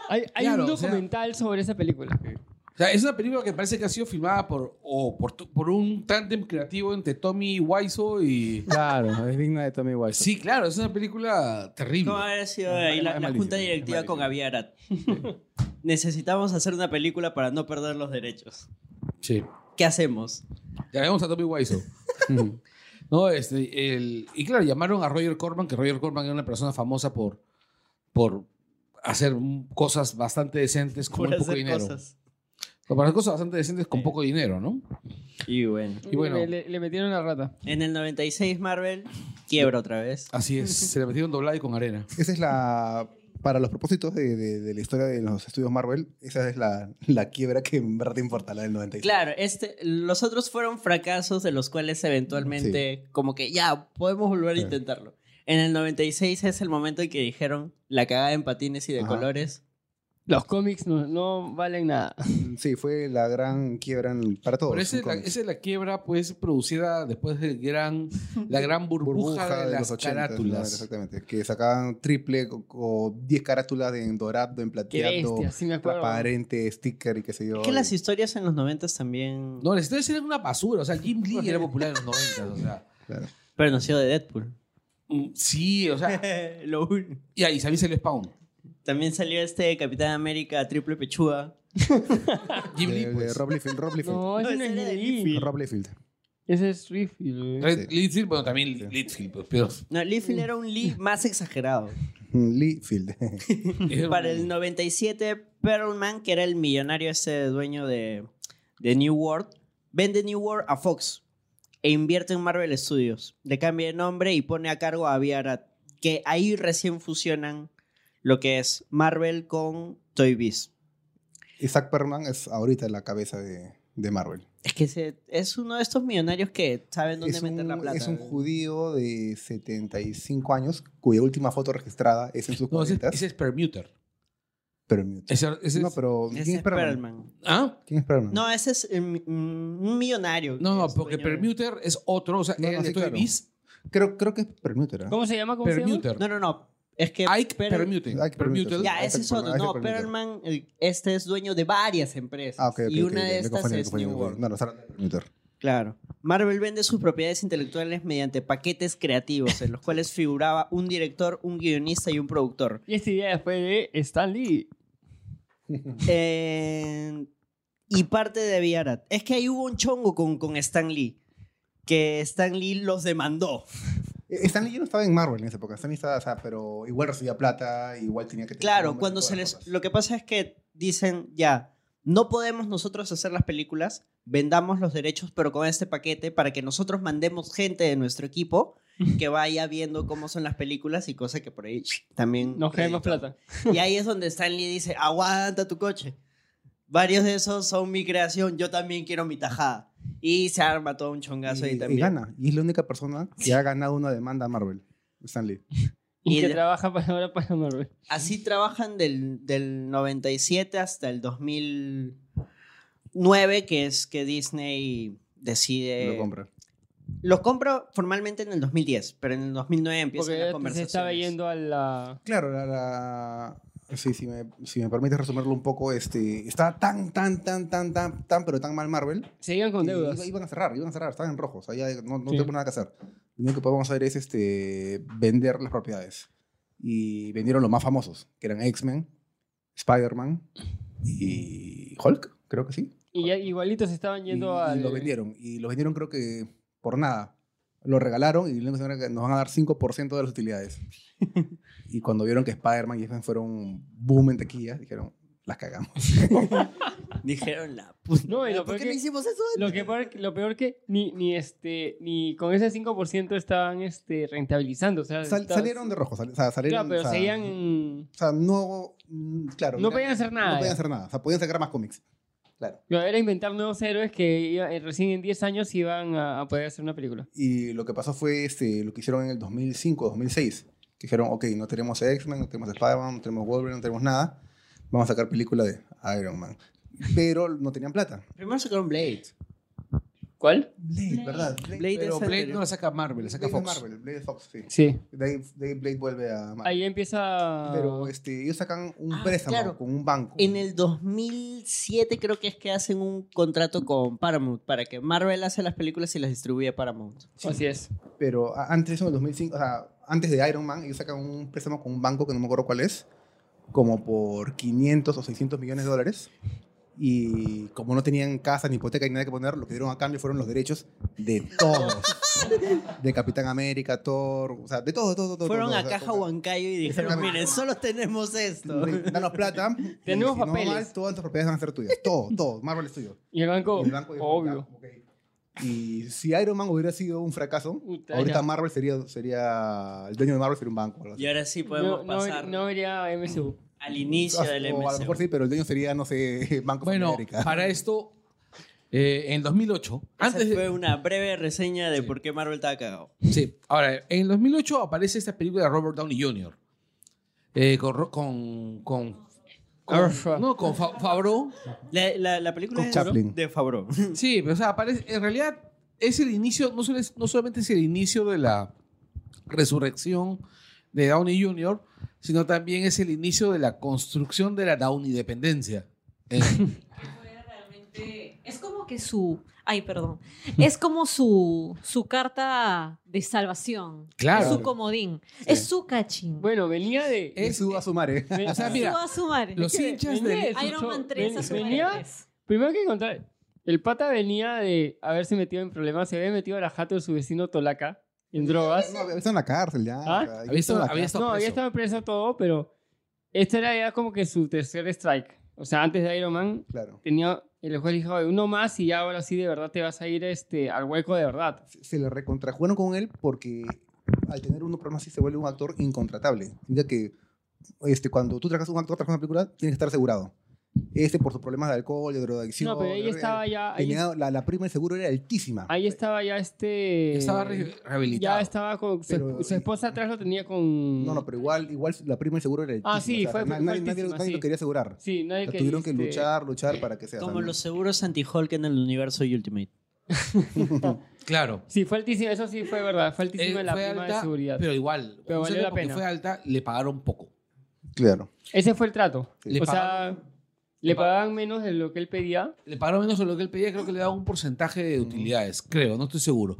Speaker 3: Hay, hay
Speaker 2: Claro,
Speaker 3: un
Speaker 2: o sea-
Speaker 3: documental sobre esa película.
Speaker 2: O sea, es una película que parece que ha sido filmada por, o por, tu- por un tándem creativo entre Tommy Wiseau y...
Speaker 6: claro, es digna de Tommy Wiseau.
Speaker 2: Sí, claro, es una película terrible.
Speaker 5: ¿Cómo habrá sido
Speaker 6: Es
Speaker 5: ahí la,
Speaker 6: malísimo,
Speaker 5: la junta
Speaker 6: es
Speaker 5: directiva
Speaker 6: malísimo.
Speaker 5: con Avi Arad? Necesitamos hacer una película para no perder los derechos.
Speaker 2: Sí.
Speaker 5: ¿Qué hacemos?
Speaker 2: Ya vemos a Tommy Wiseau. no, este, el, y claro, llamaron a Roger Corman, que Roger Corman era una persona famosa por, por hacer mm, cosas bastante decentes con
Speaker 5: Por
Speaker 2: muy poco
Speaker 5: hacer
Speaker 2: dinero.
Speaker 5: cosas.
Speaker 2: Por hacer cosas bastante decentes con poco dinero, ¿no?
Speaker 5: Y bueno.
Speaker 2: Y bueno.
Speaker 3: Le- le, le metieron la rata.
Speaker 5: En el 96 Marvel quiebra otra vez.
Speaker 2: Así es, se le metieron doblada y con arena.
Speaker 6: Esa es la. Para los propósitos de, de- de la historia de los estudios Marvel, esa es la, la quiebra que en verdad te importa, la del 96.
Speaker 5: Claro, este, los otros fueron fracasos de los cuales eventualmente como que ya podemos volver a
Speaker 6: Sí.
Speaker 5: intentarlo. En el 96 es el momento en que dijeron la cagada en patines y de
Speaker 6: Ajá.
Speaker 5: colores.
Speaker 3: Los cómics no, no valen nada.
Speaker 6: Sí, fue la gran quiebra en- para todos.
Speaker 2: Pero esa
Speaker 6: en
Speaker 2: es, la,
Speaker 6: cómics.
Speaker 2: esa es la quiebra, pues, producida después del gran, la gran burbuja, de, las
Speaker 6: 80, ¿no?
Speaker 2: carátulas.
Speaker 6: Exactamente. Que sacaban triple o- o 10 carátulas de en dorado, en
Speaker 3: Qué
Speaker 6: plateado,
Speaker 3: bestia, sí me acuerdo.
Speaker 6: transparente, sticker y qué sé yo.
Speaker 5: Es que las historias en los 90 también...
Speaker 2: No, las historias eran una basura. O sea, Jim Lee era popular en los 90. O sea,
Speaker 6: Claro.
Speaker 5: Pero nació de Deadpool.
Speaker 2: Mm, sí, o sea,
Speaker 5: Lo único.
Speaker 2: y ahí también salió Spawn.
Speaker 5: También salió este Capitán América triple pechuga.
Speaker 2: Jim
Speaker 6: de,
Speaker 2: Lee,
Speaker 6: de
Speaker 2: pues.
Speaker 6: Rob Liefeld. Rob Liefeld.
Speaker 3: No, ese
Speaker 5: No,
Speaker 3: no
Speaker 5: ese era de
Speaker 3: es Lee.
Speaker 5: Liefeld.
Speaker 6: Rob Liefeld.
Speaker 3: Ese es Riffle.
Speaker 2: Red-
Speaker 6: Sí.
Speaker 2: Littlefield, bueno, también
Speaker 6: Sí.
Speaker 2: Littlefield, pues, pero...
Speaker 5: No,
Speaker 6: Mm.
Speaker 5: Liefeld era un Lee más exagerado.
Speaker 6: Liefeld.
Speaker 2: era
Speaker 5: Para
Speaker 2: un-
Speaker 5: el 97, Perlman, que era el millonario ese dueño de, de New World, vende New World a Fox e invierte en Marvel Studios. Le cambia de nombre y pone a cargo a Viarat, que ahí recién fusionan lo que es Marvel con Toy Biz.
Speaker 6: Isaac Perman es ahorita la cabeza de, de Marvel.
Speaker 5: Es que ese- es uno de estos millonarios que saben dónde
Speaker 6: Es
Speaker 5: meter la
Speaker 6: un,
Speaker 5: plata.
Speaker 6: es un judío de 75 años cuya última foto registrada es en sus
Speaker 2: No, ese,
Speaker 6: cuadritas.
Speaker 2: ese es Permuter.
Speaker 6: Permute.
Speaker 2: Ese- ese
Speaker 6: no,
Speaker 2: es-
Speaker 6: pero
Speaker 5: Ese
Speaker 6: ¿quién
Speaker 5: es
Speaker 6: es Perman?
Speaker 5: Perlman.
Speaker 2: ¿Ah?
Speaker 6: ¿Quién es Perman?
Speaker 5: No, ese es mm, mm, un millonario.
Speaker 2: No,
Speaker 5: que
Speaker 2: no,
Speaker 5: es
Speaker 2: porque
Speaker 5: dueño de-
Speaker 2: Permuter es otro. O sea,
Speaker 6: No, no,
Speaker 2: el de
Speaker 6: sí,
Speaker 2: Toy
Speaker 6: claro.
Speaker 2: Biz,
Speaker 6: Creo, creo que es Permute. ¿no?
Speaker 3: ¿Cómo se llama? ¿Cómo se llama?
Speaker 2: Permuter.
Speaker 5: No, no, no. Es que
Speaker 2: Ike
Speaker 5: Per-
Speaker 2: Permuter.
Speaker 6: Ike Permuter.
Speaker 5: Ya,
Speaker 6: Ahí
Speaker 5: ese
Speaker 6: está
Speaker 5: es otro. No,
Speaker 6: Perlman, ahí está Perlman.
Speaker 5: Perlman, eh, este es dueño de varias empresas.
Speaker 6: Ah, ok, ok,
Speaker 5: y
Speaker 6: ok,
Speaker 5: una de
Speaker 6: ok, me
Speaker 5: estas
Speaker 6: confundí, me
Speaker 5: es
Speaker 6: confundí,
Speaker 5: New
Speaker 6: me
Speaker 5: World.
Speaker 6: confundí. No, no, Sarah Permuter.
Speaker 5: Claro. Marvel vende sus propiedades intelectuales mediante paquetes creativos, en los cuales figuraba un director, un guionista y un productor.
Speaker 3: Y esta idea fue de Stan Lee.
Speaker 5: Eh, y parte de Viarat. Es que ahí hubo un chongo con, con Stan Lee. Que Stan Lee los demandó.
Speaker 6: Eh, Stan Lee ya no estaba en Marvel en esa época. Stan Lee estaba, o sea, pero igual recibía plata, igual tenía que tener
Speaker 5: Claro,
Speaker 6: nombres y
Speaker 5: cuando
Speaker 6: todas
Speaker 5: se
Speaker 6: las
Speaker 5: les.
Speaker 6: cosas.
Speaker 5: Lo que pasa es que dicen ya. no podemos nosotros hacer las películas, vendamos los derechos, pero con este paquete para que nosotros mandemos gente de nuestro equipo que vaya viendo cómo son las películas y cosas que por ahí también...
Speaker 3: Nos cae más
Speaker 5: reeditamos.
Speaker 3: plata.
Speaker 5: Y ahí es donde Stanley dice, aguanta tu coche. Varios de esos son mi creación, yo también quiero mi tajada. Y se arma todo un chongazo
Speaker 6: y,
Speaker 5: ahí
Speaker 6: y
Speaker 5: también.
Speaker 6: gana. Y es la única persona que ha ganado una demanda a Marvel. Stan Lee.
Speaker 3: Y,
Speaker 5: Y
Speaker 3: que
Speaker 5: de-
Speaker 3: trabaja para ahora para Marvel.
Speaker 5: Así trabajan del, del 97 hasta el 2009, que es que Disney decide...
Speaker 6: lo compra.
Speaker 5: Los compro formalmente en el 2010, pero en el 2009 empiezan
Speaker 3: Porque
Speaker 5: las
Speaker 3: ya se
Speaker 5: conversaciones.
Speaker 3: estaba yendo a la...
Speaker 6: Claro, la, la- sí, si me, si me permites resumirlo un poco, este, estaba tan, tan, tan, tan, tan, tan, pero tan mal Marvel.
Speaker 3: Seguían con
Speaker 6: que
Speaker 3: deudas.
Speaker 6: iba- iban a cerrar, iban a cerrar, estaban en rojo. O sea, ya no, no
Speaker 3: Sí.
Speaker 6: tengo nada que hacer. Lo único que podemos hacer es este, vender las propiedades. Y vendieron los más famosos, que eran X-Men, Spider-Man y Hulk, creo que sí.
Speaker 3: Y ya igualitos estaban
Speaker 6: y,
Speaker 3: yendo
Speaker 6: y
Speaker 3: a...
Speaker 6: lo vendieron. Y lo vendieron creo que por nada. Lo regalaron y lo único que saben es que nos van a dar 5% de las utilidades. y cuando vieron que Spider-Man y X-Men fueron boom en taquilla, dijeron, las cagamos.
Speaker 5: Dijeron la puta.
Speaker 3: Pues, No, y lo
Speaker 5: ¿Por
Speaker 3: peor
Speaker 5: qué no
Speaker 3: que,
Speaker 5: hicimos eso
Speaker 3: lo
Speaker 5: antes?
Speaker 3: que, peor, lo peor que ni, ni, este, ni con ese 5% estaban este, rentabilizando. O sea,
Speaker 6: Sal-
Speaker 3: estaban-
Speaker 6: salieron de rojo, sal- o sea, salieron...
Speaker 3: Claro, pero
Speaker 6: o sea,
Speaker 3: seguían...
Speaker 6: O sea, no... mm, Claro.
Speaker 3: No
Speaker 6: era-
Speaker 3: podían hacer nada,
Speaker 6: No podían
Speaker 3: ya.
Speaker 6: hacer nada. O sea, podían sacar más cómics. Claro.
Speaker 3: Lo era inventar nuevos héroes que iba- eh, recién en 10 años iban a, a poder hacer una película.
Speaker 6: Y lo que pasó fue este, lo que hicieron en el 2005, 2006. Que dijeron, ok, no tenemos X-Men, no tenemos Spider-Man, no tenemos Wolverine, no tenemos nada. Vamos a sacar película de Iron Man. Pero no tenían plata.
Speaker 5: Primero sacaron Blade.
Speaker 3: ¿Cuál?
Speaker 6: Blade, ¿verdad? Blade,
Speaker 5: Blade
Speaker 2: Pero
Speaker 5: es
Speaker 2: Blade
Speaker 5: anterior.
Speaker 2: no la saca Marvel, la saca
Speaker 6: Blade
Speaker 2: Fox.
Speaker 6: es Marvel, Blade es Fox, sí.
Speaker 3: Sí.
Speaker 6: De ahí, de ahí Blade vuelve a Marvel.
Speaker 3: Ahí empieza... Oh,
Speaker 6: Pero este, ellos sacan un
Speaker 5: Ah,
Speaker 6: préstamo
Speaker 5: claro.
Speaker 6: con un banco.
Speaker 5: En el 2007 creo que es que hacen un contrato con Paramount para que Marvel hace las películas y las distribuye a Paramount.
Speaker 3: Así es.
Speaker 6: Pero a- antes, en el 2005, o sea, antes de Iron Man, ellos sacan un préstamo con un banco que no me acuerdo cuál es, como por 500 o 600 millones de dólares. Y como no tenían casa, ni hipoteca, ni nada que poner, lo que dieron a cambio fueron los derechos de todos. de Capitán América, Thor, o sea, de todo, de todo, de todo.
Speaker 5: Fueron
Speaker 6: todo,
Speaker 5: a
Speaker 6: o sea,
Speaker 5: Caja
Speaker 6: o sea,
Speaker 5: Huancayo y dijeron,
Speaker 6: Exactamente.
Speaker 5: miren, solo tenemos esto.
Speaker 6: Danos plata. y
Speaker 3: Tenemos
Speaker 6: si no
Speaker 3: papeles.
Speaker 6: mal, todas tus propiedades van a ser tuyas. Todo, todo. Marvel es tuyo.
Speaker 3: Y el banco,
Speaker 6: Y el banco dijo,
Speaker 3: Oh, obvio.
Speaker 6: "Ya, ok". Y si Iron Man hubiera sido un fracaso,
Speaker 3: Puta,
Speaker 6: ahorita
Speaker 3: ya.
Speaker 6: Marvel sería, sería. El dueño de Marvel sería un banco. o algo así.
Speaker 5: Y ahora sí
Speaker 3: No,
Speaker 5: podemos
Speaker 3: no,
Speaker 5: pasar
Speaker 3: no iría a MSU.
Speaker 5: al inicio
Speaker 6: O-
Speaker 5: del
Speaker 6: o a lo mejor sí,
Speaker 5: MCU.
Speaker 6: pero el dueño sería, no sé, Banco de
Speaker 2: Bueno,
Speaker 6: América.
Speaker 2: para esto, eh, en 2008, antes
Speaker 5: Esa
Speaker 2: de,
Speaker 5: fue una breve reseña de por qué Marvel estaba cagado.
Speaker 2: Sí, ahora, en 2008 aparece esta película de Robert Downey Jr. eh, con, Ro- con, con, con-
Speaker 3: Arfa.
Speaker 2: no, con Fa- Favreau.
Speaker 5: La, la, la película
Speaker 6: Con
Speaker 5: es
Speaker 6: Chaplin.
Speaker 5: de Favreau.
Speaker 2: Sí, pero o sea, aparece, en realidad es el inicio, no, solo es- no solamente es el inicio de la resurrección de Downey Jr., sino también es el inicio de la construcción de la Downey dependencia. Eh,
Speaker 4: que fue realmente- Es como que su. Ay, perdón. Es como su, su carta de salvación.
Speaker 2: Claro.
Speaker 4: Es su comodín. Es su cachín.
Speaker 3: Bueno, venía de...
Speaker 6: Y suba a sumar, ¿eh?
Speaker 3: ve-
Speaker 2: o sea,
Speaker 4: Su
Speaker 2: mira,
Speaker 4: a su madre.
Speaker 2: los hinchas
Speaker 3: venía
Speaker 2: del...
Speaker 3: de su
Speaker 4: Iron
Speaker 3: show-
Speaker 4: Man 3
Speaker 3: ven-
Speaker 4: a su
Speaker 3: venía-
Speaker 4: madre.
Speaker 3: Primero hay que contar, el pata venía de haberse metido en problemas, se había metido a la jato de su vecino Tolaca en drogas.
Speaker 6: No, había estado en la cárcel ya.
Speaker 3: ¿Ah?
Speaker 6: o sea,
Speaker 2: Había estado-
Speaker 6: en la
Speaker 2: había
Speaker 6: cárcel.
Speaker 2: estado
Speaker 3: no, había
Speaker 2: preso.
Speaker 3: estado preso todo, pero este era ya como que su tercer strike. O sea, antes de Iron Man
Speaker 6: Claro.
Speaker 3: tenía el juez dijo, "Oye, uno más y ya ahora sí de verdad te vas a ir este, al hueco de verdad.
Speaker 6: Se- Se le recontrajugaron con él porque al tener unos problemas así se vuelve un actor incontratable. Significa que este, cuando tú trabajas un actor, trabajas una película, tienes que estar asegurado. Este por sus problemas de alcohol, de drogadicción.
Speaker 3: no, pero ahí
Speaker 6: de-
Speaker 3: estaba ya... Ahí,
Speaker 6: tenía- la, la prima de seguro era altísima.
Speaker 3: ahí estaba ya este...
Speaker 2: Estaba re- rehabilitado.
Speaker 3: Ya estaba con... Su,
Speaker 6: Pero-
Speaker 3: su esposa atrás lo tenía con...
Speaker 6: No, no, pero igual, igual la prima de seguro era altísima.
Speaker 3: Ah, sí, fue-
Speaker 6: na-
Speaker 3: fue
Speaker 6: nadie, nadie-
Speaker 3: altísima,
Speaker 6: nadie
Speaker 3: sí.
Speaker 6: lo quería asegurar.
Speaker 3: Sí,
Speaker 6: O
Speaker 3: nadie
Speaker 6: sea,
Speaker 3: que-
Speaker 6: tuvieron que
Speaker 3: este,
Speaker 6: luchar, luchar para que sea.
Speaker 5: Como
Speaker 6: ¿no?
Speaker 5: los seguros anti-Hulk en el universo Ultimate.
Speaker 2: Claro.
Speaker 3: Sí, fue altísima, eso sí fue verdad, fue altísima
Speaker 2: Eh,
Speaker 3: la
Speaker 2: fue
Speaker 3: prima de
Speaker 2: alta,
Speaker 3: seguridad.
Speaker 2: Pero igual,
Speaker 3: Pero valió
Speaker 2: justamente
Speaker 3: la
Speaker 2: porque
Speaker 3: pena.
Speaker 2: fue alta, le pagaron poco.
Speaker 6: Claro.
Speaker 3: Ese fue el trato.
Speaker 6: Sí.
Speaker 2: Le
Speaker 3: O sea, le
Speaker 2: le pagaron-
Speaker 3: pagaban menos de lo que él pedía.
Speaker 2: Le pagaron menos de lo que él pedía, creo que le daban un porcentaje de utilidades, creo, no estoy seguro.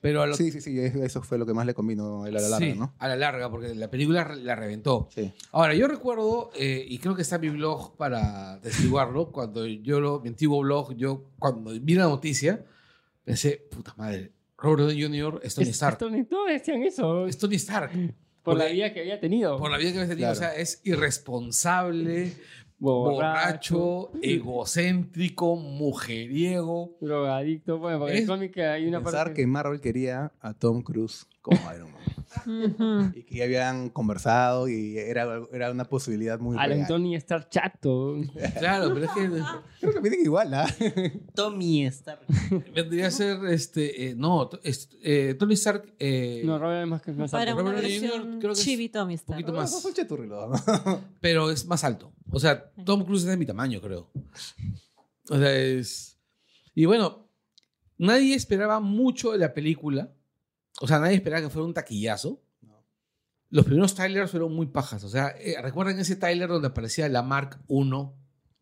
Speaker 2: Pero a lo
Speaker 6: Sí, sí, sí, es- eso fue lo que más le convino a él a la larga,
Speaker 2: sí,
Speaker 6: ¿no?
Speaker 2: a la larga, porque la película re- la reventó.
Speaker 6: Sí.
Speaker 2: Ahora, yo recuerdo, eh, y creo que está en mi blog para testiguarlo, cuando yo lo, mi antiguo blog, yo cuando vi la noticia, pensé, puta madre, Robert Downey Jr. es Tony
Speaker 3: Es-
Speaker 2: Stark.
Speaker 3: Tony- Todos decían eso
Speaker 2: Es Tony Stark.
Speaker 3: por la
Speaker 2: porque-
Speaker 3: vida que había tenido.
Speaker 2: Por la vida que habías tenido,
Speaker 6: Claro.
Speaker 2: o sea, es irresponsable, borracho,
Speaker 3: borracho,
Speaker 2: egocéntrico, mujeriego.
Speaker 3: drogadicto. Bueno, porque en
Speaker 2: Es
Speaker 3: el cómic hay una
Speaker 6: Pensar
Speaker 3: parte...
Speaker 6: que Marvel quería a Tom Cruise como Iron Man.
Speaker 4: Ujú.
Speaker 6: y que ya habían conversado y era, era una posibilidad muy
Speaker 3: Al
Speaker 6: real.
Speaker 3: Anthony estar chato.
Speaker 2: Claro, pero es que
Speaker 6: Creo que vienen igual, ¿ah?
Speaker 5: Tommy Stark.
Speaker 2: vendría a ser este. eh, no, to- es- eh, Tony Stark. eh,
Speaker 3: No, Robert es más que más
Speaker 4: Para
Speaker 3: alto.
Speaker 4: una
Speaker 2: Robert Downey
Speaker 4: versión
Speaker 2: Jr. creo que es
Speaker 4: chivito amistad.
Speaker 2: poquito
Speaker 6: No,
Speaker 2: más.
Speaker 6: son cheturrilos.
Speaker 2: pero es más alto. O sea, Tom Cruise es de mi tamaño, creo. O sea, es. Y bueno, nadie esperaba mucho de la película. O sea, nadie esperaba que fuera un taquillazo. Los primeros trailers fueron muy pajas. O sea, eh, ¿recuerdan ese trailer donde aparecía la Mark 1?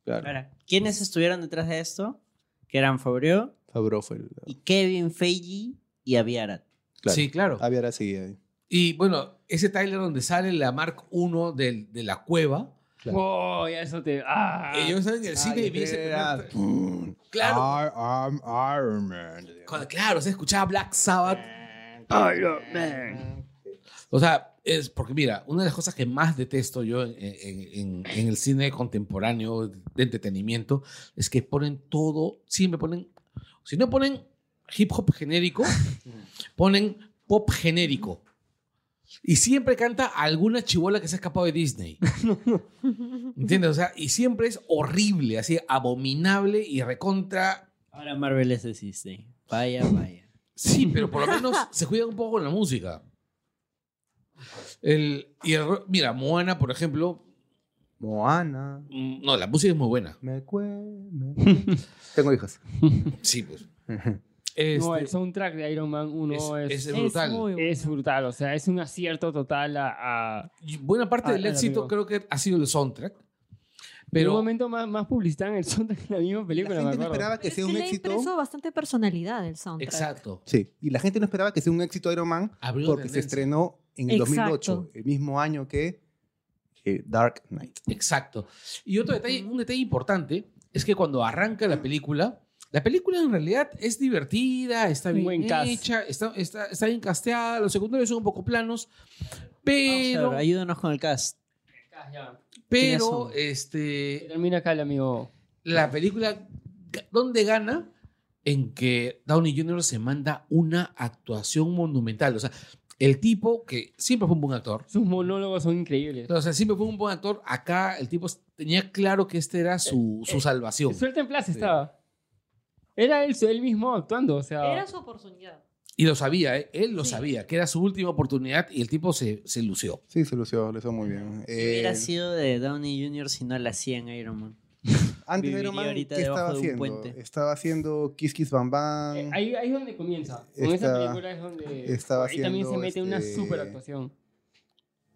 Speaker 5: Ahora, ¿quiénes estuvieron detrás de esto? Que eran Fabreau
Speaker 6: Sabro fue el.
Speaker 5: y Kevin Feige y Aviarat.
Speaker 6: Claro. Ah.
Speaker 2: Sí, claro.
Speaker 6: Había ahora sí, ahí.
Speaker 2: Y bueno, ese trailer donde sale la Mark 1 del- de la cueva.
Speaker 6: Claro.
Speaker 3: Oh, ya eso te... Ah.
Speaker 2: Y yo estaba en el cine y vi ese
Speaker 6: Era-
Speaker 2: primer tra- Claro,
Speaker 6: I am Iron Man.
Speaker 2: cuando- claro, se escuchaba Black Sabbath.
Speaker 3: Iron Man.
Speaker 2: O sea, es porque mira, una de las cosas que más detesto yo en, en- en- en el cine contemporáneo de entretenimiento es que ponen todo, siempre ponen, si no ponen hip hop genérico, ponen pop genérico. Y siempre canta alguna chibola que se ha escapado de Disney. ¿Entiendes? O sea, y siempre es horrible, así abominable y recontra
Speaker 5: Ahora Marvel les existe. Vaya, vaya.
Speaker 2: Sí, pero por lo menos se cuidan un poco con la música. El, y el ro- mira, Moana, por ejemplo,
Speaker 6: Moana.
Speaker 2: mm, no, la música es muy buena.
Speaker 6: Me cue, me cue. Tengo hijos.
Speaker 2: Sí, pues.
Speaker 3: No,
Speaker 2: Este,
Speaker 3: el soundtrack de Iron Man 1
Speaker 2: es,
Speaker 3: es, es,
Speaker 2: es brutal.
Speaker 4: muy bueno.
Speaker 3: brutal. O sea, es un acierto total a... a-
Speaker 2: Y buena parte
Speaker 3: Ah,
Speaker 2: del
Speaker 3: claro,
Speaker 2: éxito
Speaker 3: digo.
Speaker 2: creo que ha sido el soundtrack.
Speaker 3: En un
Speaker 2: Pero
Speaker 3: momento más, más publicitaban el soundtrack en la misma
Speaker 6: La
Speaker 3: película, me
Speaker 6: gente no
Speaker 3: acuerdo.
Speaker 6: esperaba que
Speaker 4: Es
Speaker 6: sea
Speaker 4: que
Speaker 6: un
Speaker 4: le ha impreso
Speaker 6: éxito.
Speaker 4: bastante personalidad el soundtrack.
Speaker 2: exacto.
Speaker 6: Sí, y la gente no esperaba que sea un éxito Iron Man
Speaker 2: Abrió
Speaker 6: porque se
Speaker 2: tendencia.
Speaker 6: estrenó en el
Speaker 4: Exacto.
Speaker 6: 2008, el mismo año que eh, Dark Knight.
Speaker 2: Exacto. Y otro detalle, un detalle importante es que cuando arranca la película, la película en realidad es divertida, está
Speaker 3: Un
Speaker 2: bien
Speaker 3: buen cast.
Speaker 2: hecha, está, está, está bien casteada, los secundarios son un poco planos, pero,
Speaker 5: Ahora, ayúdanos con el cast.
Speaker 2: pero
Speaker 5: ¿quiénes
Speaker 2: este,
Speaker 3: Termina acá el amigo.
Speaker 2: la película, ga- ¿dónde gana? En que Downey Jr. se manda una actuación monumental. O sea, el tipo que siempre fue un buen actor,
Speaker 3: Sus monólogos son increíbles.
Speaker 2: o sea, siempre fue un buen actor, acá el tipo tenía claro que este era su, su
Speaker 3: eh,
Speaker 2: salvación.
Speaker 3: Suelta en plaza
Speaker 2: Sí.
Speaker 3: estaba. Era él, él mismo actuando, o sea...
Speaker 4: Era su oportunidad.
Speaker 2: Y lo sabía, ¿eh? él lo
Speaker 4: Sí.
Speaker 2: sabía, que era su última oportunidad y el tipo se, se lució.
Speaker 6: Sí, se lució, lo hizo muy bien.
Speaker 5: ¿Qué hubiera
Speaker 6: Eh,
Speaker 5: sido de Downey Jr. si no la hacían Iron Man?
Speaker 6: antes
Speaker 5: viviría
Speaker 6: de Iron Man, ¿qué
Speaker 5: ahorita debajo
Speaker 6: estaba
Speaker 5: de un
Speaker 6: haciendo?
Speaker 5: puente?
Speaker 6: Estaba haciendo Kiss Kiss Bam Bam.
Speaker 3: Eh, ahí, ahí es donde comienza. Con esa
Speaker 6: Estaba-
Speaker 3: película es donde.
Speaker 6: estaba
Speaker 3: ahí también se
Speaker 6: haciendo,
Speaker 3: mete una
Speaker 6: este,
Speaker 3: super actuación.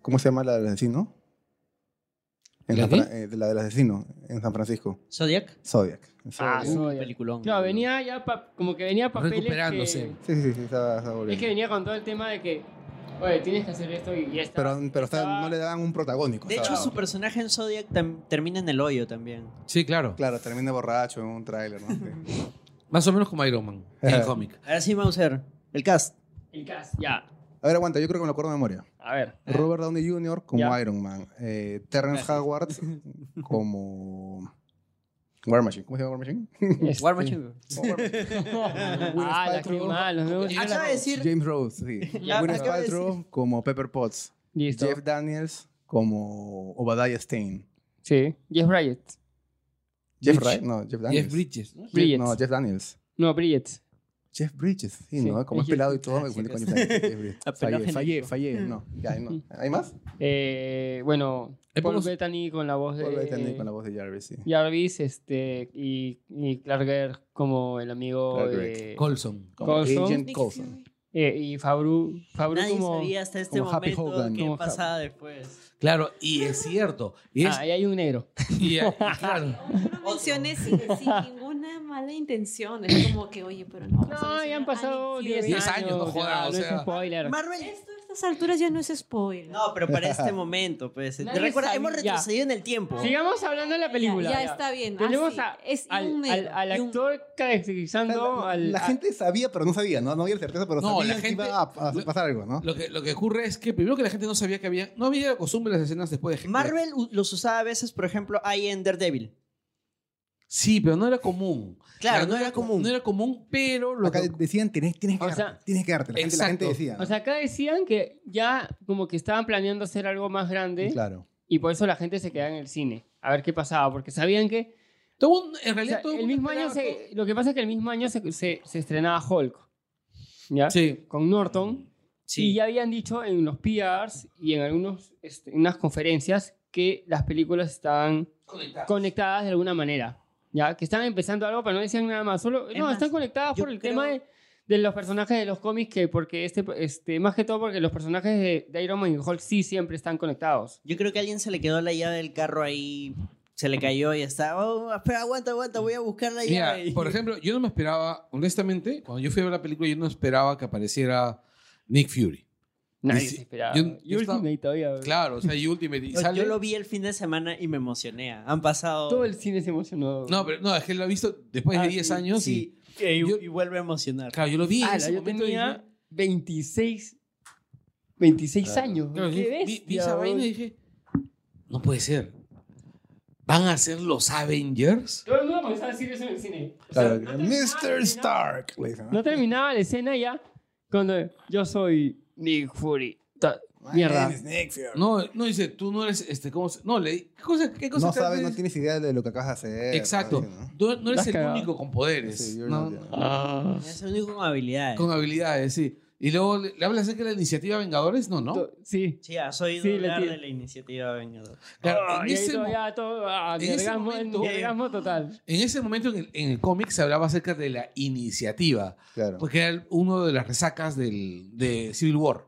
Speaker 6: ¿Cómo se llama la del asesino? En
Speaker 2: ¿La
Speaker 6: San
Speaker 2: qué?
Speaker 6: Fra- eh, de la del asesino en San Francisco.
Speaker 5: ¿Zodiac?
Speaker 6: Zodiac.
Speaker 3: Ah,
Speaker 6: Zodiac.
Speaker 3: Zodiac.
Speaker 5: Peliculón.
Speaker 3: Claro, venía ya pa- como que venía papeles.
Speaker 2: Recuperándose.
Speaker 3: que-
Speaker 6: Sí, sí, sí, sí, estaba, estaba volviendo.
Speaker 3: es que venía con todo el tema de que, oye, tienes que hacer esto y ya está.
Speaker 6: Pero, pero estaba-
Speaker 3: Estaba-
Speaker 6: no le daban un protagónico.
Speaker 5: De
Speaker 6: estaba-
Speaker 5: hecho, su personaje en Zodiac tam- termina en el hoyo también.
Speaker 2: Sí, claro.
Speaker 6: Claro, termina borracho en un tráiler, ¿no? Sí.
Speaker 2: Más o menos como Iron Man en el cómic.
Speaker 5: Ahora sí, Mauser. El cast.
Speaker 3: El cast, ya.
Speaker 6: A ver, aguanta, yo creo que me lo acuerdo de memoria.
Speaker 3: A ver.
Speaker 6: Robert Downey Jr. como
Speaker 3: Ya.
Speaker 6: Iron Man. Eh, Terrence
Speaker 5: Gracias.
Speaker 6: Howard como... War Machine. ¿Cómo se llama War Machine?
Speaker 3: Este-
Speaker 5: War Machine.
Speaker 6: Como War Machine.
Speaker 3: Ah, la que malo, ¿no?
Speaker 2: James
Speaker 5: Acaba de decir...
Speaker 6: James Rose, sí.
Speaker 5: Ya,
Speaker 6: Gwyneth
Speaker 5: acaba de decir-
Speaker 6: Paltrow como Pepper Potts.
Speaker 3: Listo.
Speaker 6: Jeff Daniels como Obadiah Stein.
Speaker 3: Sí. Jeff Bryant.
Speaker 6: Jeff
Speaker 2: Bridges.
Speaker 6: Wright, no, Jeff Daniels.
Speaker 2: Jeff Bridges. ¿no?
Speaker 3: Bridges.
Speaker 6: No, Jeff Daniels.
Speaker 3: No, Bridget.
Speaker 6: Jeff Bridges, sí,
Speaker 3: Sí,
Speaker 6: ¿no? Como
Speaker 3: es
Speaker 6: es
Speaker 3: Jeff-
Speaker 6: pelado y todo, me
Speaker 5: sí,
Speaker 6: confundí con
Speaker 5: pues.
Speaker 6: Jeff Daniels. Jeff Bridges.
Speaker 5: Apeló
Speaker 6: Fallé, fallé,
Speaker 5: genérico.
Speaker 6: fallé. No, ya, ahí no. ¿Hay más?
Speaker 3: Eh, bueno,
Speaker 2: Ahí
Speaker 3: Paul
Speaker 2: podemos-
Speaker 3: Bettany con la voz de.
Speaker 6: Vuelve a tener con la voz de Jarvis, sí.
Speaker 3: Jarvis, este, y, y Clark Gregg como el amigo
Speaker 6: Clark
Speaker 3: de.
Speaker 2: Colson.
Speaker 6: Como
Speaker 3: Coulson.
Speaker 6: Agent
Speaker 4: Nick
Speaker 6: Coulson.
Speaker 3: Eh, y Fabru, Fabru
Speaker 5: Nadie
Speaker 3: como...
Speaker 5: sabía hasta este
Speaker 6: como Happy
Speaker 5: momento
Speaker 6: Hogan.
Speaker 5: qué
Speaker 3: Como Happy-
Speaker 5: pasaba después.
Speaker 2: Claro, y es cierto. Y es,
Speaker 3: Ah, ahí hay un negro.
Speaker 2: y- y claro.
Speaker 4: Yo lo mencioné sin, sin ninguna mala intención. Es como que, oye, pero no. vamos
Speaker 3: No,
Speaker 4: a
Speaker 3: ya
Speaker 4: mencionar
Speaker 3: han pasado
Speaker 4: a Nick
Speaker 3: 10
Speaker 4: Fury.
Speaker 2: años,
Speaker 3: años.
Speaker 2: no jodan,
Speaker 3: ya,
Speaker 2: o
Speaker 3: no es
Speaker 2: sea.
Speaker 3: spoiler.
Speaker 5: Marvel
Speaker 4: Esto está estas alturas ya no es spoiler.
Speaker 5: No, pero para este momento, pues.
Speaker 3: Nadie
Speaker 5: Recuerda,
Speaker 3: sabía.
Speaker 5: hemos retrocedido en el tiempo.
Speaker 3: Sigamos hablando de la película.
Speaker 4: Ya, ya está bien.
Speaker 3: Tenemos
Speaker 4: así,
Speaker 3: a-
Speaker 4: es y un
Speaker 3: Al, al,
Speaker 4: negro,
Speaker 3: al
Speaker 4: y un-
Speaker 3: actor caracterizando
Speaker 6: la,
Speaker 3: al.
Speaker 6: la
Speaker 3: a-
Speaker 6: gente sabía, pero no sabía, ¿no? No había certeza, pero
Speaker 2: No,
Speaker 6: sabían
Speaker 2: la
Speaker 6: que
Speaker 2: gente-
Speaker 6: iba a, a
Speaker 2: lo-
Speaker 6: pasar algo, ¿no?
Speaker 2: Lo que, lo que ocurre es que primero que la gente no sabía que había. No había la costumbre de las escenas después de.
Speaker 5: Marvel u- los usaba a veces, por ejemplo, ahí en Daredevil.
Speaker 2: Sí, pero no era común.
Speaker 5: Claro,
Speaker 2: Ya,
Speaker 5: no era común.
Speaker 2: No era común, pero lo
Speaker 6: Acá
Speaker 2: que-
Speaker 6: decían, tienes, tienes que
Speaker 3: O
Speaker 6: darte,
Speaker 3: sea,
Speaker 6: tienes que darte. La gente, la gente
Speaker 2: exacto.
Speaker 6: decía. ¿no?
Speaker 3: O sea, acá decían que ya como que estaban planeando hacer algo más grande
Speaker 6: Claro.
Speaker 3: y por eso la gente se quedaba en el cine a ver qué pasaba, porque sabían que
Speaker 2: todo un- en
Speaker 3: o
Speaker 2: realidad
Speaker 3: sea,
Speaker 2: todo
Speaker 3: el
Speaker 2: mundo
Speaker 3: mismo año
Speaker 2: esperaba
Speaker 3: se, lo que pasa es que el mismo año se, se, se estrenaba Hulk, ¿ya?
Speaker 2: todo. Sí.
Speaker 3: Con Norton y ya habían dicho en los PRs y en algunos este, en unas conferencias que las películas estaban conectadas de alguna manera, ya que estaban empezando algo, pero no decían nada más, solo
Speaker 5: Es
Speaker 3: no
Speaker 5: más,
Speaker 3: están conectadas
Speaker 5: yo
Speaker 3: por el
Speaker 5: creo-
Speaker 3: tema de, de los personajes de los cómics que porque este este más que todo porque los personajes de, de Iron Man y Hulk sí siempre están conectados.
Speaker 5: Yo creo que a alguien se le quedó la llave del carro ahí, se le cayó y está. Oh, espera, aguanta, aguanta, voy a buscar la
Speaker 2: Mira,
Speaker 5: llave.
Speaker 2: por ejemplo, yo no me esperaba, honestamente, cuando yo fui a ver la película, yo no esperaba que apareciera Nick Fury.
Speaker 3: Nadie
Speaker 2: Y si-
Speaker 3: se esperaba.
Speaker 2: yo-
Speaker 3: Y
Speaker 2: yo estaba-
Speaker 3: Ultimate todavía. bro.
Speaker 2: Claro, o sea, y Ultimate. Y
Speaker 5: Yo-
Speaker 2: sale,
Speaker 5: Yo lo vi el fin de semana y me emocioné. Han pasado.
Speaker 3: Todo el cine se emocionó.
Speaker 2: No, pero no, es que lo he visto después
Speaker 5: Ah,
Speaker 2: de 10 años
Speaker 5: sí, Ah, y,
Speaker 2: yo-
Speaker 5: y vuelve a emocionar.
Speaker 2: y. Claro, yo lo vi. en
Speaker 3: Ala,
Speaker 2: ese
Speaker 3: yo
Speaker 2: momento y
Speaker 3: tenía 26, 26 años.
Speaker 2: Claro,
Speaker 3: ¿Qué
Speaker 2: vi-
Speaker 3: ves?
Speaker 2: vi, vi esa vaina y dije, no puede ser. ¿Van a ser los Avengers?
Speaker 3: Todo el mundo comenzaba a decir eso en el cine. O sea,
Speaker 6: Claro,
Speaker 3: no terminaba-
Speaker 6: Mr. Stark. le dicen, ¿no?
Speaker 3: No terminaba la escena ya cuando yo soy Nick Fury. Ta-
Speaker 6: My
Speaker 3: Mierda.
Speaker 6: name is Nick Fury.
Speaker 2: No, no dice, tú no eres, este, ¿cómo se- No, le di- ¿qué cosa, qué cosa
Speaker 6: No
Speaker 2: te
Speaker 6: sabes, no
Speaker 2: haces?
Speaker 6: tienes idea de lo que acabas de hacer.
Speaker 2: Exacto.
Speaker 6: ¿no? Sí,
Speaker 2: No, no eres
Speaker 3: Estás
Speaker 2: el
Speaker 3: cagado.
Speaker 2: único con
Speaker 6: ¿no?
Speaker 2: poderes.
Speaker 6: Sí, you're
Speaker 2: No,
Speaker 6: not-
Speaker 2: no.
Speaker 6: yeah.
Speaker 3: Ah.
Speaker 5: Es el único con habilidades.
Speaker 2: Con habilidades, sí. Y luego le, le hablas acerca de la iniciativa Vengadores, no, ¿no?
Speaker 3: To- Sí.
Speaker 5: Sí, has oído
Speaker 3: Sí, le
Speaker 5: hablar
Speaker 3: tiene.
Speaker 5: de la iniciativa Vengador.
Speaker 2: Claro,
Speaker 3: Ah,
Speaker 2: en,
Speaker 3: y ahí
Speaker 2: ese, mo-
Speaker 3: todavía todo, ah,
Speaker 2: en ese
Speaker 3: nergasmo-
Speaker 2: momento-
Speaker 3: nergasmo total.
Speaker 2: en ese momento en el, en el cómic se hablaba acerca de la iniciativa,
Speaker 6: Claro.
Speaker 2: porque era el- uno de las resacas del, de Civil War.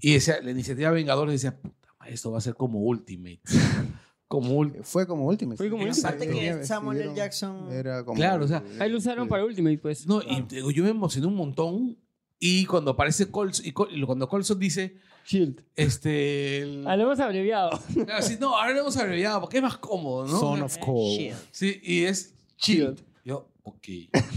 Speaker 2: Y decía, la iniciativa Vengadores decía, puta, madre, esto va a ser como Ultimate. como Ultimate.
Speaker 6: Eh, Fue como Ultimate.
Speaker 3: Fue como
Speaker 2: Exacto.
Speaker 6: Ultimate.
Speaker 2: Aparte
Speaker 5: que
Speaker 6: Sí,
Speaker 5: Samuel L.
Speaker 6: era-
Speaker 5: Jackson-
Speaker 3: Eh,
Speaker 6: Era como.
Speaker 2: Claro, o sea,
Speaker 3: Ahí lo usaron
Speaker 6: Sí.
Speaker 3: para Ultimate, pues.
Speaker 2: No, y te digo, yo me emocioné un montón. Y cuando aparece Colson, y Col- y cuando Colson dice,
Speaker 3: Shield.
Speaker 2: este. el-
Speaker 3: Ah, lo hemos abreviado.
Speaker 2: Claro, sí, no, ahora lo hemos abreviado porque es más cómodo, ¿no? Ah,
Speaker 6: Son of Cold.
Speaker 5: Shield.
Speaker 2: Sí, y es Shield. Yo, ok,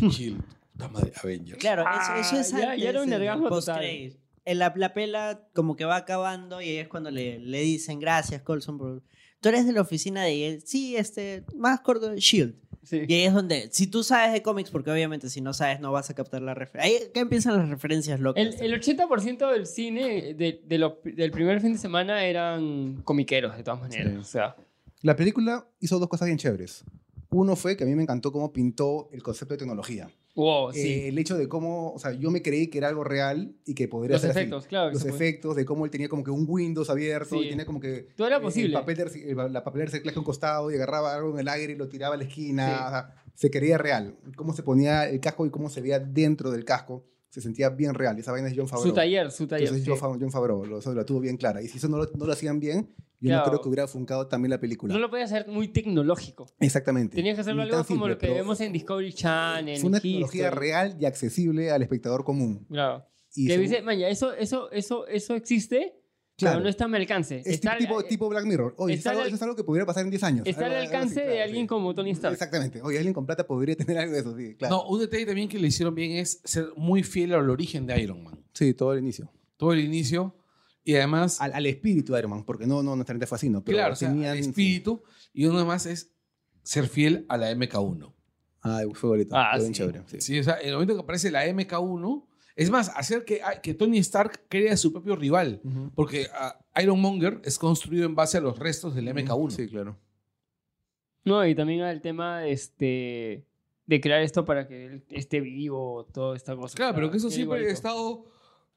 Speaker 2: Shield. Puta madre, Avengers.
Speaker 5: Claro,
Speaker 3: Ah,
Speaker 5: eso, eso es
Speaker 3: ya- ya
Speaker 5: antes.
Speaker 3: era un
Speaker 5: del
Speaker 3: orgasmo total.
Speaker 5: post-credits. En La, la pela como que va acabando y ahí es cuando le, le dicen gracias, Colson. Por... Tú eres de la oficina de él. Sí, este, más corto, Shield.
Speaker 3: Sí.
Speaker 5: Y ahí es donde, si tú sabes de cómics, porque obviamente si no sabes no vas a captar la referencia. Ahí acá empiezan las referencias locas.
Speaker 3: El, el 80% del cine de, de lo- del primer fin de semana eran comiqueros, de todas maneras.
Speaker 6: Sí.
Speaker 3: O sea,
Speaker 6: La película hizo dos cosas bien chéveres. Uno fue que a mí me encantó cómo pintó el concepto de tecnología.
Speaker 3: wow, Oh,
Speaker 6: Eh,
Speaker 3: sí.
Speaker 6: el hecho de cómo, o sea, yo me creí que era algo real y que podría
Speaker 3: Los
Speaker 6: ser así.
Speaker 3: efectos, claro. que
Speaker 6: Los
Speaker 3: se puede.
Speaker 6: efectos, de cómo él tenía como que un Windows abierto
Speaker 3: Sí.
Speaker 6: y tenía como que...
Speaker 3: Todo era
Speaker 6: eh,
Speaker 3: posible.
Speaker 6: El papel de rec- el- la papelera de reciclaje a un costado y agarraba algo en el aire y lo tiraba a la esquina.
Speaker 3: Sí.
Speaker 6: o sea, se creía real. Cómo se ponía el casco y cómo se veía dentro del casco. Se sentía bien real. Esa vaina es John Favreau.
Speaker 3: Su taller, su taller.
Speaker 6: Ah, Entonces
Speaker 3: sí.
Speaker 6: John Fa- John Favreau lo, eso lo tuvo bien clara. Y si eso no lo, no lo hacían bien, yo
Speaker 3: Claro.
Speaker 6: no creo que hubiera funcado también la película.
Speaker 3: No lo podía hacer muy tecnológico.
Speaker 6: Exactamente.
Speaker 3: Tenías que hacerlo
Speaker 6: Ni tan
Speaker 3: algo como
Speaker 6: simple,
Speaker 3: lo que
Speaker 6: pero
Speaker 3: vemos en Discovery Channel.
Speaker 6: Fue una
Speaker 3: en
Speaker 6: tecnología
Speaker 3: History.
Speaker 6: real y accesible al espectador común.
Speaker 3: Claro.
Speaker 6: Y
Speaker 3: que
Speaker 6: según-
Speaker 3: dice, man, ya, eso, eso, eso, eso existe,
Speaker 6: Claro.
Speaker 3: pero no está a mi alcance.
Speaker 6: Es
Speaker 3: está al-
Speaker 6: este tipo, tipo Black Mirror. Oye,
Speaker 3: está
Speaker 6: eso es algo-
Speaker 3: al-
Speaker 6: eso es algo que pudiera pasar en 10 años.
Speaker 3: está al
Speaker 6: Algo- algo así,
Speaker 3: alcance de
Speaker 6: claro,
Speaker 3: alguien
Speaker 6: sí.
Speaker 3: como Tony Stark.
Speaker 6: Exactamente. Oye, alguien con plata podría tener algo de eso, sí, claro.
Speaker 2: No, un detalle también que le hicieron bien es ser muy fiel al origen de Iron Man.
Speaker 6: Sí, todo el inicio.
Speaker 2: Todo el inicio. Y además,
Speaker 6: Al, al espíritu de Iron Man, porque no, no necesariamente fue así, ¿no? Pero
Speaker 2: claro, o sea,
Speaker 6: tenían-
Speaker 2: al espíritu. Y uno más es ser fiel a la MK1.
Speaker 6: Ah, fue bonito.
Speaker 3: Ah,
Speaker 6: fue bien
Speaker 3: sí.
Speaker 6: chévere. sí.
Speaker 2: Sí, o sea, en el momento que aparece la MK1, es más, hacer que, ah, que Tony Stark crea su propio rival.
Speaker 6: Ujú.
Speaker 2: Porque ah, Iron Monger es construido en base a los restos del MK1.
Speaker 6: Sí, claro.
Speaker 3: No, y también el tema este, de crear esto para que él esté vivo, toda esta cosa.
Speaker 2: Claro, pero que eso
Speaker 3: Qué
Speaker 2: siempre ha
Speaker 3: igualito.
Speaker 2: estado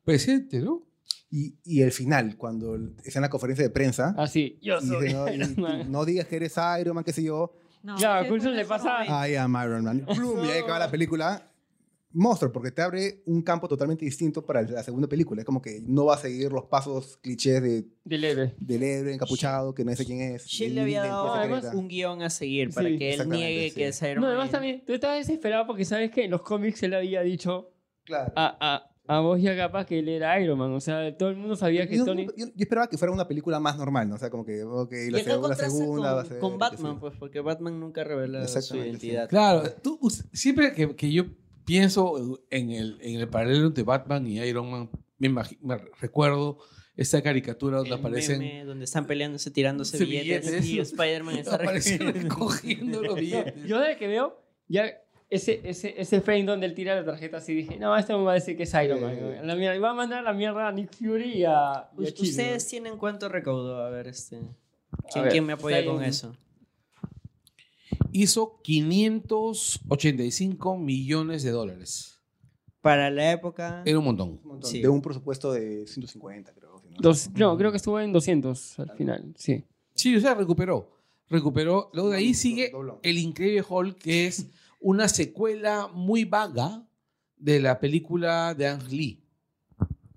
Speaker 2: presente, ¿no?
Speaker 6: Y, y el final, cuando el- está en la conferencia de prensa,
Speaker 2: Ah,
Speaker 3: Así, Ah, yo
Speaker 6: y
Speaker 3: soy
Speaker 6: dice, no, y-
Speaker 3: Iron Man".
Speaker 6: no digas que eres Iron Man, qué sé yo.
Speaker 4: No,
Speaker 3: Ya, a
Speaker 4: sí,
Speaker 3: Coulson le
Speaker 4: por eso.
Speaker 3: pasa-
Speaker 6: I am Iron Man. Bloom, y ahí acaba la película. Monstruo, porque te abre un campo totalmente distinto para la segunda película. Es como que no va a seguir los pasos clichés de,
Speaker 3: del héroe.
Speaker 6: del héroe encapuchado, que no sé quién es.
Speaker 5: Shield
Speaker 6: de
Speaker 5: le había
Speaker 6: la
Speaker 5: dado
Speaker 6: empresa
Speaker 3: además,
Speaker 6: secreta.
Speaker 5: un guión a seguir para
Speaker 3: Sí,
Speaker 5: que él
Speaker 6: exactamente,
Speaker 5: niegue
Speaker 6: sí.
Speaker 5: que es Iron
Speaker 3: No,
Speaker 5: Man.
Speaker 3: además también, tú estabas desesperado porque sabes que en los cómics él había dicho
Speaker 6: Claro.
Speaker 3: a, a vos ya capaz que él era Iron Man. O sea, todo el mundo sabía que
Speaker 6: yo,
Speaker 3: Tony.
Speaker 6: yo- yo esperaba que fuera una película más normal, ¿no? O sea, como que, ok, la,
Speaker 5: y acá
Speaker 6: seg- la
Speaker 5: contrasta
Speaker 6: segunda
Speaker 5: con,
Speaker 6: va a ser...
Speaker 5: con Batman,
Speaker 6: sí.
Speaker 5: pues, porque Batman nunca revela su
Speaker 6: Exactamente, sí.
Speaker 5: identidad.
Speaker 2: Claro, tú, us- siempre que, que yo pienso en el, en el paralelo entre Batman y Iron Man, me, imagi- me recuerdo esta caricatura donde
Speaker 5: El
Speaker 2: aparecen...
Speaker 5: meme donde están peleándose, tirándose
Speaker 2: Sí,
Speaker 5: billetes,
Speaker 2: billetes.
Speaker 5: y Spider-Man está
Speaker 2: aparecen
Speaker 5: recogiendo.
Speaker 2: recogiendo los billetes.
Speaker 3: Yo desde que veo, ya ese, ese, ese frame donde él tira la tarjeta así dije, no, este me va a decir que es Iron Man.
Speaker 6: Eh.
Speaker 3: La mierda, y va a mandar la mierda a Nick Fury y a. y a
Speaker 5: Us-
Speaker 3: Chile.
Speaker 5: ¿Ustedes tienen cuánto recaudó? A ver, este. ¿Quién,
Speaker 3: ver,
Speaker 5: quién me apoya
Speaker 3: está
Speaker 5: con
Speaker 3: en-
Speaker 5: eso?
Speaker 2: Hizo 585 millones de dólares.
Speaker 5: Para la época.
Speaker 2: Era un montón.
Speaker 6: Un montón.
Speaker 5: Sí.
Speaker 6: De un presupuesto de 150, creo. si no-
Speaker 3: Dos- no, creo que estuvo en 200 al final, sí.
Speaker 2: Sí, o sea, recuperó. Recuperó. Luego de ahí
Speaker 6: Doblón,
Speaker 2: sigue
Speaker 6: doblón.
Speaker 2: El Increíble Hulk, que es una secuela muy vaga de la película de Ang Lee.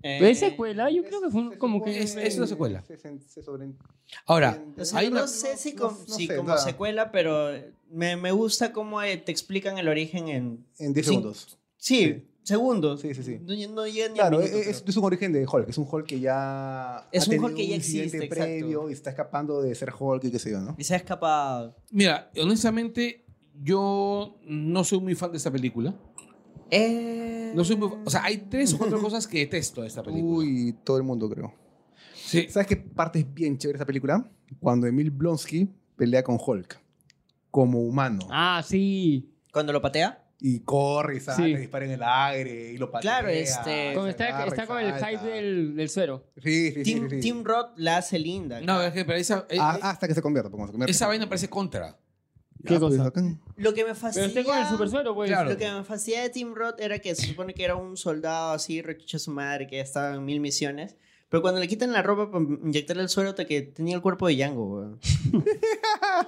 Speaker 5: eh,
Speaker 3: Pero esa escuela yo creo que fue un-
Speaker 6: Se
Speaker 3: como que...
Speaker 6: supone-
Speaker 2: es- es una secuela.
Speaker 6: Se, se- se sobreentiende.
Speaker 2: Ahora,
Speaker 5: o sea,
Speaker 2: hay una-
Speaker 5: no sé si, com-
Speaker 6: no
Speaker 5: si
Speaker 6: sé,
Speaker 5: como
Speaker 6: nada.
Speaker 5: secuela, pero me, me gusta cómo eh, te explican el origen en.
Speaker 6: En 10
Speaker 5: Sí.
Speaker 6: segundos.
Speaker 5: Sí,
Speaker 6: Sí.
Speaker 5: segundos.
Speaker 6: Sí, sí, sí.
Speaker 5: No, no llega ni
Speaker 6: Claro,
Speaker 5: al
Speaker 6: es,
Speaker 5: minuto,
Speaker 6: es-
Speaker 5: creo.
Speaker 6: es un origen de Hulk. Es un Hulk que ya.
Speaker 5: Es
Speaker 6: ha
Speaker 5: un Hulk
Speaker 6: tenido
Speaker 5: que ya
Speaker 6: incidente
Speaker 5: existe, exacto.
Speaker 6: previo y está escapando de ser Hulk y qué sé yo, ¿no?
Speaker 5: Y se ha escapado.
Speaker 2: mira, honestamente, yo no soy muy fan de esta película.
Speaker 5: Eh,
Speaker 2: No soy muy, o sea, hay tres o cuatro cosas que detesto de esta película.
Speaker 6: Uy, todo el mundo, creo.
Speaker 2: Sí.
Speaker 6: ¿Sabes qué parte es bien chévere de esta película? Cuando Emil Blonsky pelea con Hulk como humano.
Speaker 3: Ah, sí.
Speaker 5: Cuando lo patea.
Speaker 6: Y corre y sale,
Speaker 3: Sí.
Speaker 6: dispara en el aire y lo patea.
Speaker 5: Claro, este-
Speaker 6: se
Speaker 3: Con- está
Speaker 6: agarra y
Speaker 3: está con el
Speaker 6: salta.
Speaker 3: hype del, del suero.
Speaker 6: Sí, sí, sí,
Speaker 5: Tim,
Speaker 6: sí, sí.
Speaker 5: Tim Roth la hace linda.
Speaker 2: No, es que pero esa, eh,
Speaker 6: Ah, hasta que se convierta. porque cuando se convierte-
Speaker 2: esa vaina parece contra.
Speaker 6: Ya,
Speaker 3: ¿Qué
Speaker 6: pues,
Speaker 3: cosa?
Speaker 6: bacán.
Speaker 5: Lo que me
Speaker 3: Pero
Speaker 5: fascina.
Speaker 3: usted con el super suero, pues.
Speaker 2: Claro.
Speaker 5: Lo que me fascina de Tim Roth era que se supone que era un soldado así, rechucha su madre, que estaba en mil misiones. Pero cuando le quitan la ropa para inyectarle el suero, te- que tenía el cuerpo de Django, weón.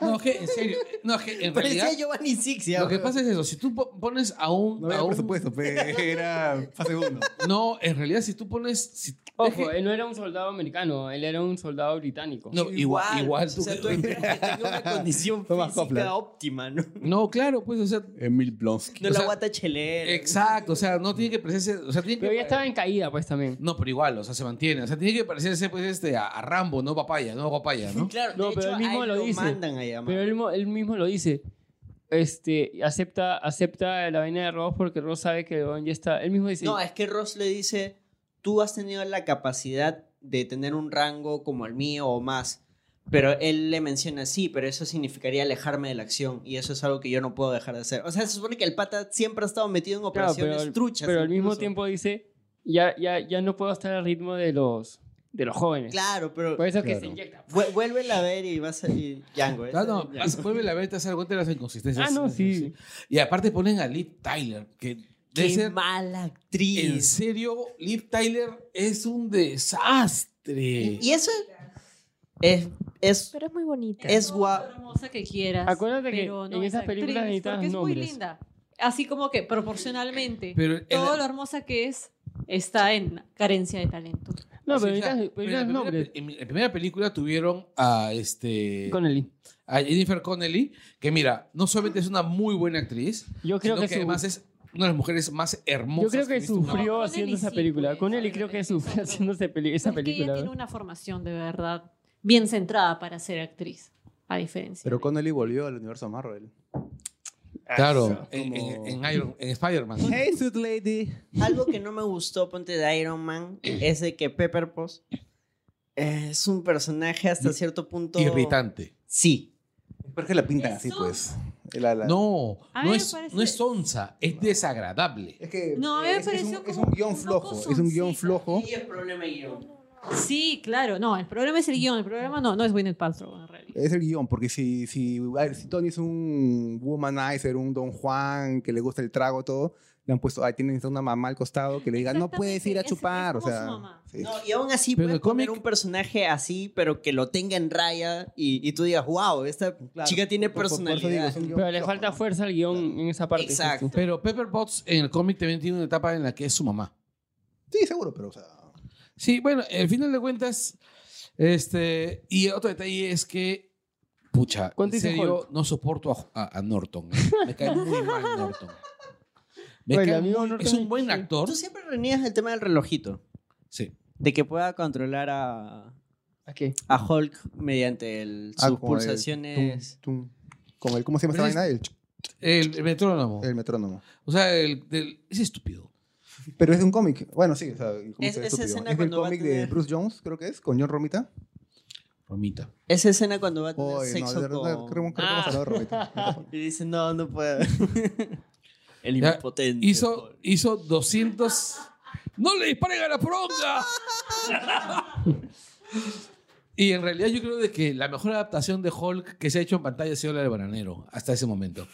Speaker 2: No, es que en serio. eh, No, es que en realidad.
Speaker 5: Parecía Giovanni Six, ya,
Speaker 2: Lo que
Speaker 5: weón.
Speaker 2: pasa es eso. Si tú po- pones a un.
Speaker 6: No había
Speaker 2: a un-
Speaker 6: presupuesto, pero era fase uno.
Speaker 2: no, en realidad, si tú pones. si- es
Speaker 3: Ojo,
Speaker 2: que-
Speaker 3: él no era un soldado americano, él era un soldado británico.
Speaker 2: no, igual. igual tú-
Speaker 5: O sea, tú esperas que tenga una condición
Speaker 6: Thomas
Speaker 5: física
Speaker 6: Hoffler.
Speaker 5: óptima, ¿no?
Speaker 2: no, claro, pues, o sea.
Speaker 6: Emil Blonsky.
Speaker 5: No
Speaker 2: O
Speaker 5: la
Speaker 2: sea,
Speaker 5: guata chelera.
Speaker 2: Exacto, o sea, no tiene que parecerse. O sea, tiene que.
Speaker 3: Pero ya estaba en caída, pues, también.
Speaker 2: No, pero igual, o sea, se mantiene. O sea, tiene que parecerse, pues, este, a, a Rambo, no papaya, no papaya, ¿no?
Speaker 5: Claro,
Speaker 3: No,
Speaker 5: de
Speaker 3: pero
Speaker 5: hecho,
Speaker 3: él mismo
Speaker 5: a él
Speaker 3: lo
Speaker 5: lo
Speaker 3: dice.
Speaker 5: mandan allá,
Speaker 3: Pero él, mo- él mismo lo dice. Este, acepta, acepta la vaina de Ross porque Ross sabe que el weón ya está... Él mismo dice...
Speaker 5: No, es que Ross le dice, tú has tenido la capacidad de tener un rango como el mío o más. Pero él le menciona, sí, pero eso significaría alejarme de la acción y eso es algo que yo no puedo dejar de hacer. O sea, se supone que el pata siempre ha estado metido en
Speaker 3: Claro,
Speaker 5: operaciones
Speaker 3: pero, al-
Speaker 5: truchas.
Speaker 3: pero al mismo
Speaker 5: incluso.
Speaker 3: tiempo dice, ya, ya, ya no puedo estar al ritmo de los, de los jóvenes.
Speaker 5: Claro, pero
Speaker 3: Por eso que
Speaker 2: Claro.
Speaker 3: se inyecta.
Speaker 5: vu- vuélvela a ver y vas a ir Django. ¿eh?
Speaker 2: Ah, no, vas- vuelve la vez, te das cuenta de las inconsistencias.
Speaker 3: Ah, no, sí.
Speaker 2: Y aparte ponen a Liv Tyler, que debe
Speaker 5: Qué
Speaker 2: ser.
Speaker 5: mala
Speaker 2: En
Speaker 5: actriz.
Speaker 2: serio, Liv Tyler es un desastre.
Speaker 5: Y eso es, es
Speaker 7: Pero es muy bonita.
Speaker 5: Es
Speaker 4: todo
Speaker 5: guap-
Speaker 4: lo hermosa que quieras.
Speaker 3: Acuérdate que
Speaker 4: pero no
Speaker 3: en
Speaker 4: es
Speaker 3: esas películas
Speaker 4: actriz,
Speaker 3: necesitas
Speaker 4: porque es
Speaker 3: nombres.
Speaker 4: muy linda. Así como que proporcionalmente.
Speaker 2: Pero en
Speaker 4: todo
Speaker 2: la-
Speaker 4: lo hermosa que es está en carencia de talento.
Speaker 3: No,
Speaker 2: o sea,
Speaker 3: pero necesitas,
Speaker 2: pero en la
Speaker 3: necesitas
Speaker 2: primera
Speaker 3: nombres.
Speaker 2: pe- En mi- en la primera película tuvieron a, este,
Speaker 3: Con el
Speaker 2: a Jennifer Connelly, que mira, no solamente es una muy buena actriz,
Speaker 3: Yo creo
Speaker 2: sino
Speaker 3: que,
Speaker 2: que,
Speaker 3: su-
Speaker 2: además es una de las mujeres más hermosas.
Speaker 3: yo creo
Speaker 2: he
Speaker 3: que
Speaker 2: visto en una-
Speaker 3: sufrió
Speaker 4: No, Connelly
Speaker 3: haciendo esa
Speaker 4: sí,
Speaker 3: película.
Speaker 4: pues,
Speaker 3: Con él
Speaker 4: obviamente,
Speaker 3: creo que
Speaker 4: eso.
Speaker 3: sufrió haciendo esa, peli- esa
Speaker 4: Pero es que ella
Speaker 3: película.
Speaker 4: tiene
Speaker 3: ¿verdad?
Speaker 4: una formación de verdad bien centrada para ser actriz, a diferencia.
Speaker 6: Pero
Speaker 4: de-
Speaker 6: Connelly volvió al universo Marvel.
Speaker 2: Claro, en,
Speaker 6: Como-
Speaker 2: en- en Iron, en Spider-Man.
Speaker 6: Sweet Lady.
Speaker 5: Algo que no me gustó, ponte de Iron Man, es de que Pepper Potts es un personaje hasta cierto punto...
Speaker 2: Irritante.
Speaker 5: Sí.
Speaker 6: Porque la pintan así,
Speaker 4: Eso.
Speaker 6: pues. La- la-
Speaker 2: No,
Speaker 4: A mí
Speaker 2: no
Speaker 4: me
Speaker 2: es,
Speaker 4: parece-
Speaker 2: no es sonsa, es desagradable.
Speaker 6: Es que
Speaker 4: No, a mí me
Speaker 6: es, es
Speaker 4: pareció
Speaker 6: un, es
Speaker 4: como
Speaker 6: un guión
Speaker 4: un
Speaker 6: flojo,
Speaker 4: poco
Speaker 6: es un guión
Speaker 4: soncita.
Speaker 6: flojo.
Speaker 5: es problema guión.
Speaker 4: Sí, claro, no, el problema es el guión, el problema no, no es Gwyneth Paltrow en
Speaker 2: Eh,
Speaker 4: realidad.
Speaker 6: Es el guión, porque si, si, a ver, si Tony es un womanizer, un don Juan que le gusta el trago, todo, le han puesto, ay, tienen una mamá al costado que le digan, no puedes ir a
Speaker 4: Exactamente,
Speaker 6: chupar, o
Speaker 4: ese es como
Speaker 6: sea.
Speaker 4: su mamá.
Speaker 6: sí.
Speaker 5: No, y aún así
Speaker 2: Pero
Speaker 5: puedes
Speaker 2: el cómic-
Speaker 5: poner un personaje así, pero que lo tenga en raya y, y tú digas, wow, esta
Speaker 6: Claro,
Speaker 5: chica tiene
Speaker 6: por- por- por eso digo,
Speaker 5: personalidad.
Speaker 6: es un guión
Speaker 3: Pero le
Speaker 6: flojo,
Speaker 3: falta
Speaker 6: ¿no?
Speaker 3: fuerza al guión en esa parte. dices tú.
Speaker 5: Exacto.
Speaker 2: Pero Pepper Potts en el cómic también tiene una etapa en la que es su mamá.
Speaker 6: Sí, seguro, pero, o sea. ah,
Speaker 2: Sí, bueno, al final de cuentas, este, y otro detalle es que, pucha,
Speaker 3: ¿Cuánto
Speaker 2: en
Speaker 3: dice
Speaker 2: serio,
Speaker 3: Hulk?
Speaker 2: no soporto a, a- a Norton. ¿eh? Me cae muy mal Norton. Me
Speaker 3: Oye, el
Speaker 2: cae
Speaker 3: amigo
Speaker 2: muy-
Speaker 3: Norton
Speaker 2: es un
Speaker 3: es-
Speaker 2: buen
Speaker 3: sí.
Speaker 2: actor.
Speaker 5: Tú siempre reunías el tema del relojito,
Speaker 2: Sí.
Speaker 5: de que pueda controlar a,
Speaker 3: ¿A qué?
Speaker 5: a Hulk mediante el- sus
Speaker 6: Ah, como el
Speaker 5: pulsaciones.
Speaker 6: tum, tum. Como el, ¿Cómo se llama esa
Speaker 2: Pero es-
Speaker 6: vaina? El, ch-
Speaker 2: El, el metrónomo.
Speaker 6: el metrónomo.
Speaker 2: o sea, el, del- es estúpido.
Speaker 6: Pero es de un cómic. Bueno, sí, o sea, el cómic
Speaker 5: Es-
Speaker 6: es
Speaker 5: esa
Speaker 6: estúpido.
Speaker 5: escena
Speaker 6: Es del
Speaker 5: cuando va a
Speaker 6: cómic de
Speaker 5: tener-
Speaker 6: Bruce Jones, creo que es, con John Romita.
Speaker 2: Romita.
Speaker 5: Esa escena cuando va a tener
Speaker 6: Oye, no,
Speaker 5: sexo
Speaker 6: de verdad, creo, creo
Speaker 5: con... Ah,
Speaker 6: que hemos hablado de Romita.
Speaker 5: Y dice, no, no puedo. el
Speaker 2: Ya,
Speaker 5: impotente.
Speaker 2: Hizo,
Speaker 5: Hulk.
Speaker 2: hizo 200... ¡No le disparen a la pronga! y en realidad yo creo de que la mejor adaptación de Hulk que se ha hecho en pantalla ha sido la de Bananero, hasta ese momento.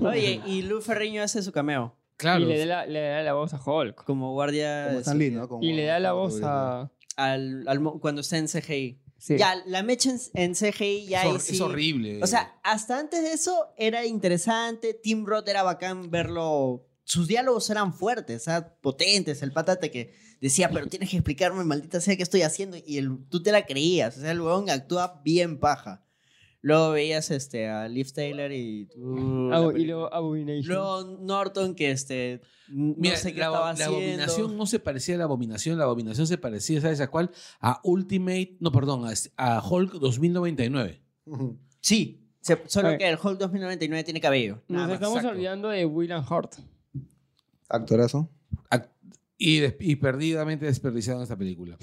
Speaker 5: Oye, y Lou Ferriño hace su cameo
Speaker 2: Claro.
Speaker 3: Y le da, la, le da la voz a Hulk.
Speaker 5: como guardia
Speaker 6: Como
Speaker 5: de
Speaker 6: Stan Lee, ¿no? Como-
Speaker 3: Y le da la
Speaker 6: como
Speaker 3: voz a...
Speaker 5: al, al mo- cuando está en CGI.
Speaker 3: Sí.
Speaker 5: Ya, la mecha en, en CGI ya
Speaker 2: es, hor-
Speaker 5: ahí sí-
Speaker 2: es horrible.
Speaker 5: O sea, hasta antes de eso era interesante, Tim Roth era bacán verlo, sus diálogos eran fuertes, ah, potentes, el patate que decía, pero tienes que explicarme, maldita sea, qué estoy haciendo, y el, tú te la creías, o sea, el huevón actúa bien paja. Luego veías este, a Liv Taylor y tú...
Speaker 2: Ah,
Speaker 3: Abo- y luego Abomination.
Speaker 5: Luego Norton que este, no
Speaker 2: Mira,
Speaker 5: sé qué
Speaker 2: la,
Speaker 5: estaba
Speaker 2: la
Speaker 5: haciendo.
Speaker 2: abominación no se parecía a la abominación, la abominación se parecía, ¿sabes a cuál? A Ultimate, no, perdón, a, este, a Hulk 2099.
Speaker 6: Ujú.
Speaker 5: Sí, se- solo
Speaker 3: Ay.
Speaker 5: que el Hulk 2099 tiene cabello.
Speaker 3: Nos
Speaker 5: nada más.
Speaker 3: estamos
Speaker 2: exacto.
Speaker 3: olvidando de William Hurt.
Speaker 6: Actorazo.
Speaker 2: Ac- Y, des- y perdidamente desperdiciado en esta película.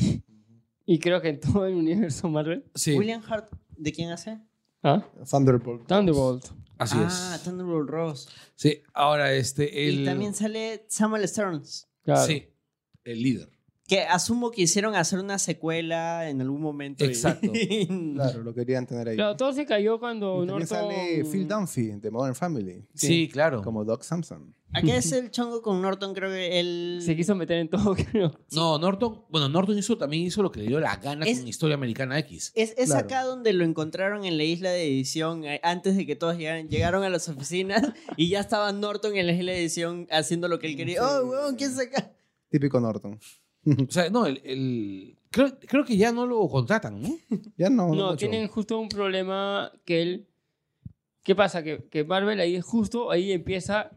Speaker 3: Y creo que en todo el universo Marvel.
Speaker 2: Sí,
Speaker 5: William Hart, ¿de quién hace?
Speaker 3: ¿Ah?
Speaker 6: Thunderbolt.
Speaker 3: Thunderbolt.
Speaker 2: así
Speaker 5: ah,
Speaker 2: es.
Speaker 5: Thunderbolt Ross.
Speaker 2: Sí, ahora este, el,
Speaker 5: Y también sale Samuel Stearns.
Speaker 3: Claro.
Speaker 2: sí, el líder.
Speaker 5: Que asumo que hicieron hacer una secuela en algún momento. y-
Speaker 2: Exacto.
Speaker 6: Claro, lo querían tener ahí.
Speaker 3: Claro, todo se cayó cuando
Speaker 6: y también
Speaker 3: Norton...
Speaker 6: sale Phil Dunphy de Modern Family.
Speaker 2: Sí, claro.
Speaker 6: Como Doc Samson.
Speaker 5: Aquí es el chongo con Norton, creo que él...
Speaker 3: Se quiso meter en todo, creo.
Speaker 2: No, Norton, bueno, Norton hizo, también hizo lo que le dio la gana
Speaker 5: Es-
Speaker 2: con Historia Americana X.
Speaker 5: Es, es
Speaker 6: Claro.
Speaker 5: acá donde lo encontraron en la isla de edición, eh, antes de que todos llegaran, llegaron a las oficinas y ya estaba Norton en la isla de edición haciendo lo que él quería.
Speaker 6: Sí.
Speaker 5: ¡Oh, weón! ¿Quién es acá?
Speaker 6: Típico Norton.
Speaker 2: O sea, no, el, el- creo, creo que ya no lo contratan, ¿no?
Speaker 6: Ya no.
Speaker 3: No,
Speaker 6: mucho.
Speaker 3: tienen justo un problema que él... ¿Qué pasa? Que, que Marvel ahí justo, ahí empieza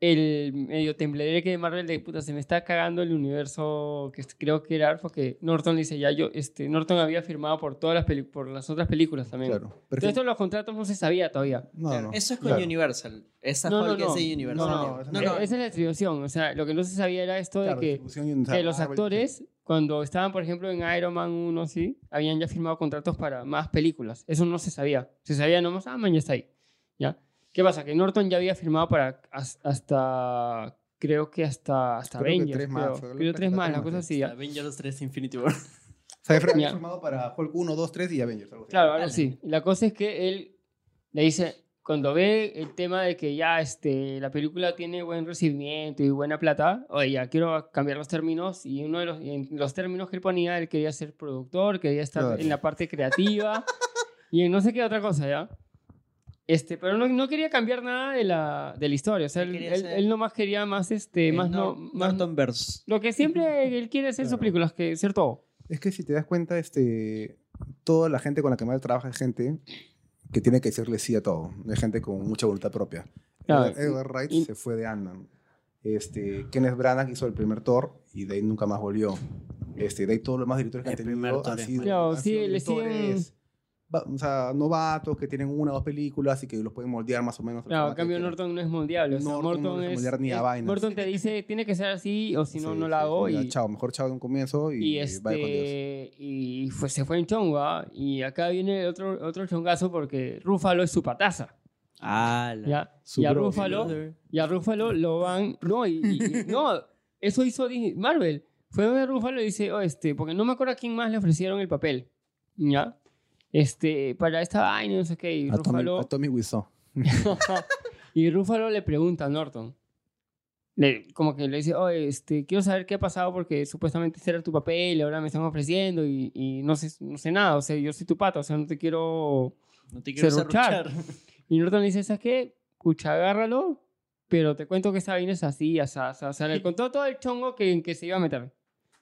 Speaker 3: el medio tembladere que de Marvel de puta, se me está cagando el universo que es- creo que era porque Norton le dice ya yo, este, Norton había firmado por todas las peli- por las otras películas también.
Speaker 6: Claro. Pero
Speaker 3: Entonces los contratos no se sabía todavía.
Speaker 6: no,
Speaker 5: Claro,
Speaker 6: no.
Speaker 5: Eso es con
Speaker 6: Claro.
Speaker 5: Universal. Esa
Speaker 3: No, no,
Speaker 5: Hulk
Speaker 3: no.
Speaker 5: es de Universal.
Speaker 6: No, no,
Speaker 5: No,
Speaker 3: Eh,
Speaker 5: no,
Speaker 3: Esa es la distribución, o sea, lo que no se sabía era esto de
Speaker 6: Claro,
Speaker 3: que
Speaker 6: distribución y- o sea, ah,
Speaker 3: que los
Speaker 6: Marvel-
Speaker 3: actores, cuando estaban, por ejemplo, en Iron Man 1, sí, habían ya firmado contratos para más películas. Eso no se sabía. Se sabía nomás, ah, man, ya está ahí. ¿Ya? ¿Qué pasa? Que Norton ya había firmado para has- hasta, creo que hasta, hasta
Speaker 6: Creo que
Speaker 3: Avengers.
Speaker 6: tres más,
Speaker 3: creo.
Speaker 6: fue la-
Speaker 3: Creo tres
Speaker 6: la
Speaker 3: más,
Speaker 6: tres
Speaker 3: la
Speaker 6: más,
Speaker 3: cosa
Speaker 6: sí.
Speaker 3: así, ya.
Speaker 5: Avengers 3 Infinity War.
Speaker 6: O sea, Ah, Efra
Speaker 3: Ya.
Speaker 6: había firmado para Hulk 1, 2, 3 y Avengers. algo así.
Speaker 3: Claro, algo así. La cosa es que él le dice, cuando ve el tema de que ya este, la película tiene buen recibimiento y buena plata, oye, ya quiero cambiar los términos. Y uno de los, y en los términos que él ponía, él quería ser productor, quería estar
Speaker 6: Claro.
Speaker 3: en la parte creativa y en no sé qué otra cosa, ¿ya? Este, pero no, no quería cambiar nada de la, de la historia. O sea,
Speaker 5: Él
Speaker 3: él,
Speaker 5: quería
Speaker 3: él,
Speaker 5: ser-
Speaker 3: él nomás quería más, este,
Speaker 5: Eh,
Speaker 3: más, no, más
Speaker 5: Nortonverse.
Speaker 3: Lo que siempre él quiere hacer en sus
Speaker 6: Claro.
Speaker 3: películas, que ser todo.
Speaker 6: Es que si te das cuenta, este, toda la gente con la que más trabaja es gente que tiene que decirle sí a todo. Es gente con mucha voluntad propia.
Speaker 3: Claro.
Speaker 6: Edward, Edward Wright
Speaker 3: Y-
Speaker 6: se fue de Ant-Man. Este, Kenneth Branagh hizo el primer Thor y de ahí nunca más volvió. Este, de ahí todos los demás directores que
Speaker 5: El
Speaker 6: han tenido
Speaker 5: primer Thor
Speaker 6: han
Speaker 5: es
Speaker 6: sido,
Speaker 3: Claro,
Speaker 6: han
Speaker 3: sí,
Speaker 6: sido
Speaker 3: le siguen-
Speaker 6: directores, va- o sea, novatos que tienen una o dos películas y que los pueden moldear más o menos. al
Speaker 3: Claro, en
Speaker 6: formato
Speaker 3: cambio
Speaker 6: que quieran.
Speaker 3: Norton no es moldeable. O sea,
Speaker 6: Norton
Speaker 3: Norton,
Speaker 6: no se
Speaker 3: es,
Speaker 6: moldea ni a
Speaker 3: es-
Speaker 6: vainas.
Speaker 3: Norton te dice, tiene que ser así o si no,
Speaker 6: Sí,
Speaker 3: no la
Speaker 6: sí,
Speaker 3: hago.
Speaker 6: sí, ya,
Speaker 3: y,
Speaker 6: Chao, mejor chao de un comienzo y,
Speaker 3: y
Speaker 6: vaya con Dios.
Speaker 3: este, y pues se fue en chonga. Y acá viene otro, otro chongazo porque Rúfalo es su pataza.
Speaker 5: Ah, la-
Speaker 3: ¿ya?
Speaker 6: Su
Speaker 3: Y a
Speaker 6: bro.
Speaker 3: Rúfalo, y a Rúfalo lo van... No, y, y- y- no, eso hizo Disney- Marvel. Fue donde Rúfalo y dice, oh, este, porque no me acuerdo a quién más le ofrecieron el papel. ¿Ya? Este, para esta vaina, no sé qué. Y
Speaker 6: A Tommy,
Speaker 3: Rúfalo...
Speaker 6: a Tommy Wiseau.
Speaker 3: y Rúfalo le pregunta a Norton. Le- como que le dice, oye, este, quiero saber qué ha pasado porque supuestamente este era tu papel y ahora me están ofreciendo y, y no, sé, no sé nada. O sea, yo soy tu pata, o sea, no te quiero...
Speaker 5: No te quiero
Speaker 3: Serruchar.
Speaker 5: serruchar.
Speaker 3: Y Norton le dice, ¿sabes qué? Pucha, agárralo, pero te cuento que esta vaina es así, asá, asá". O sea, le contó todo el chongo que, en que se iba a meter.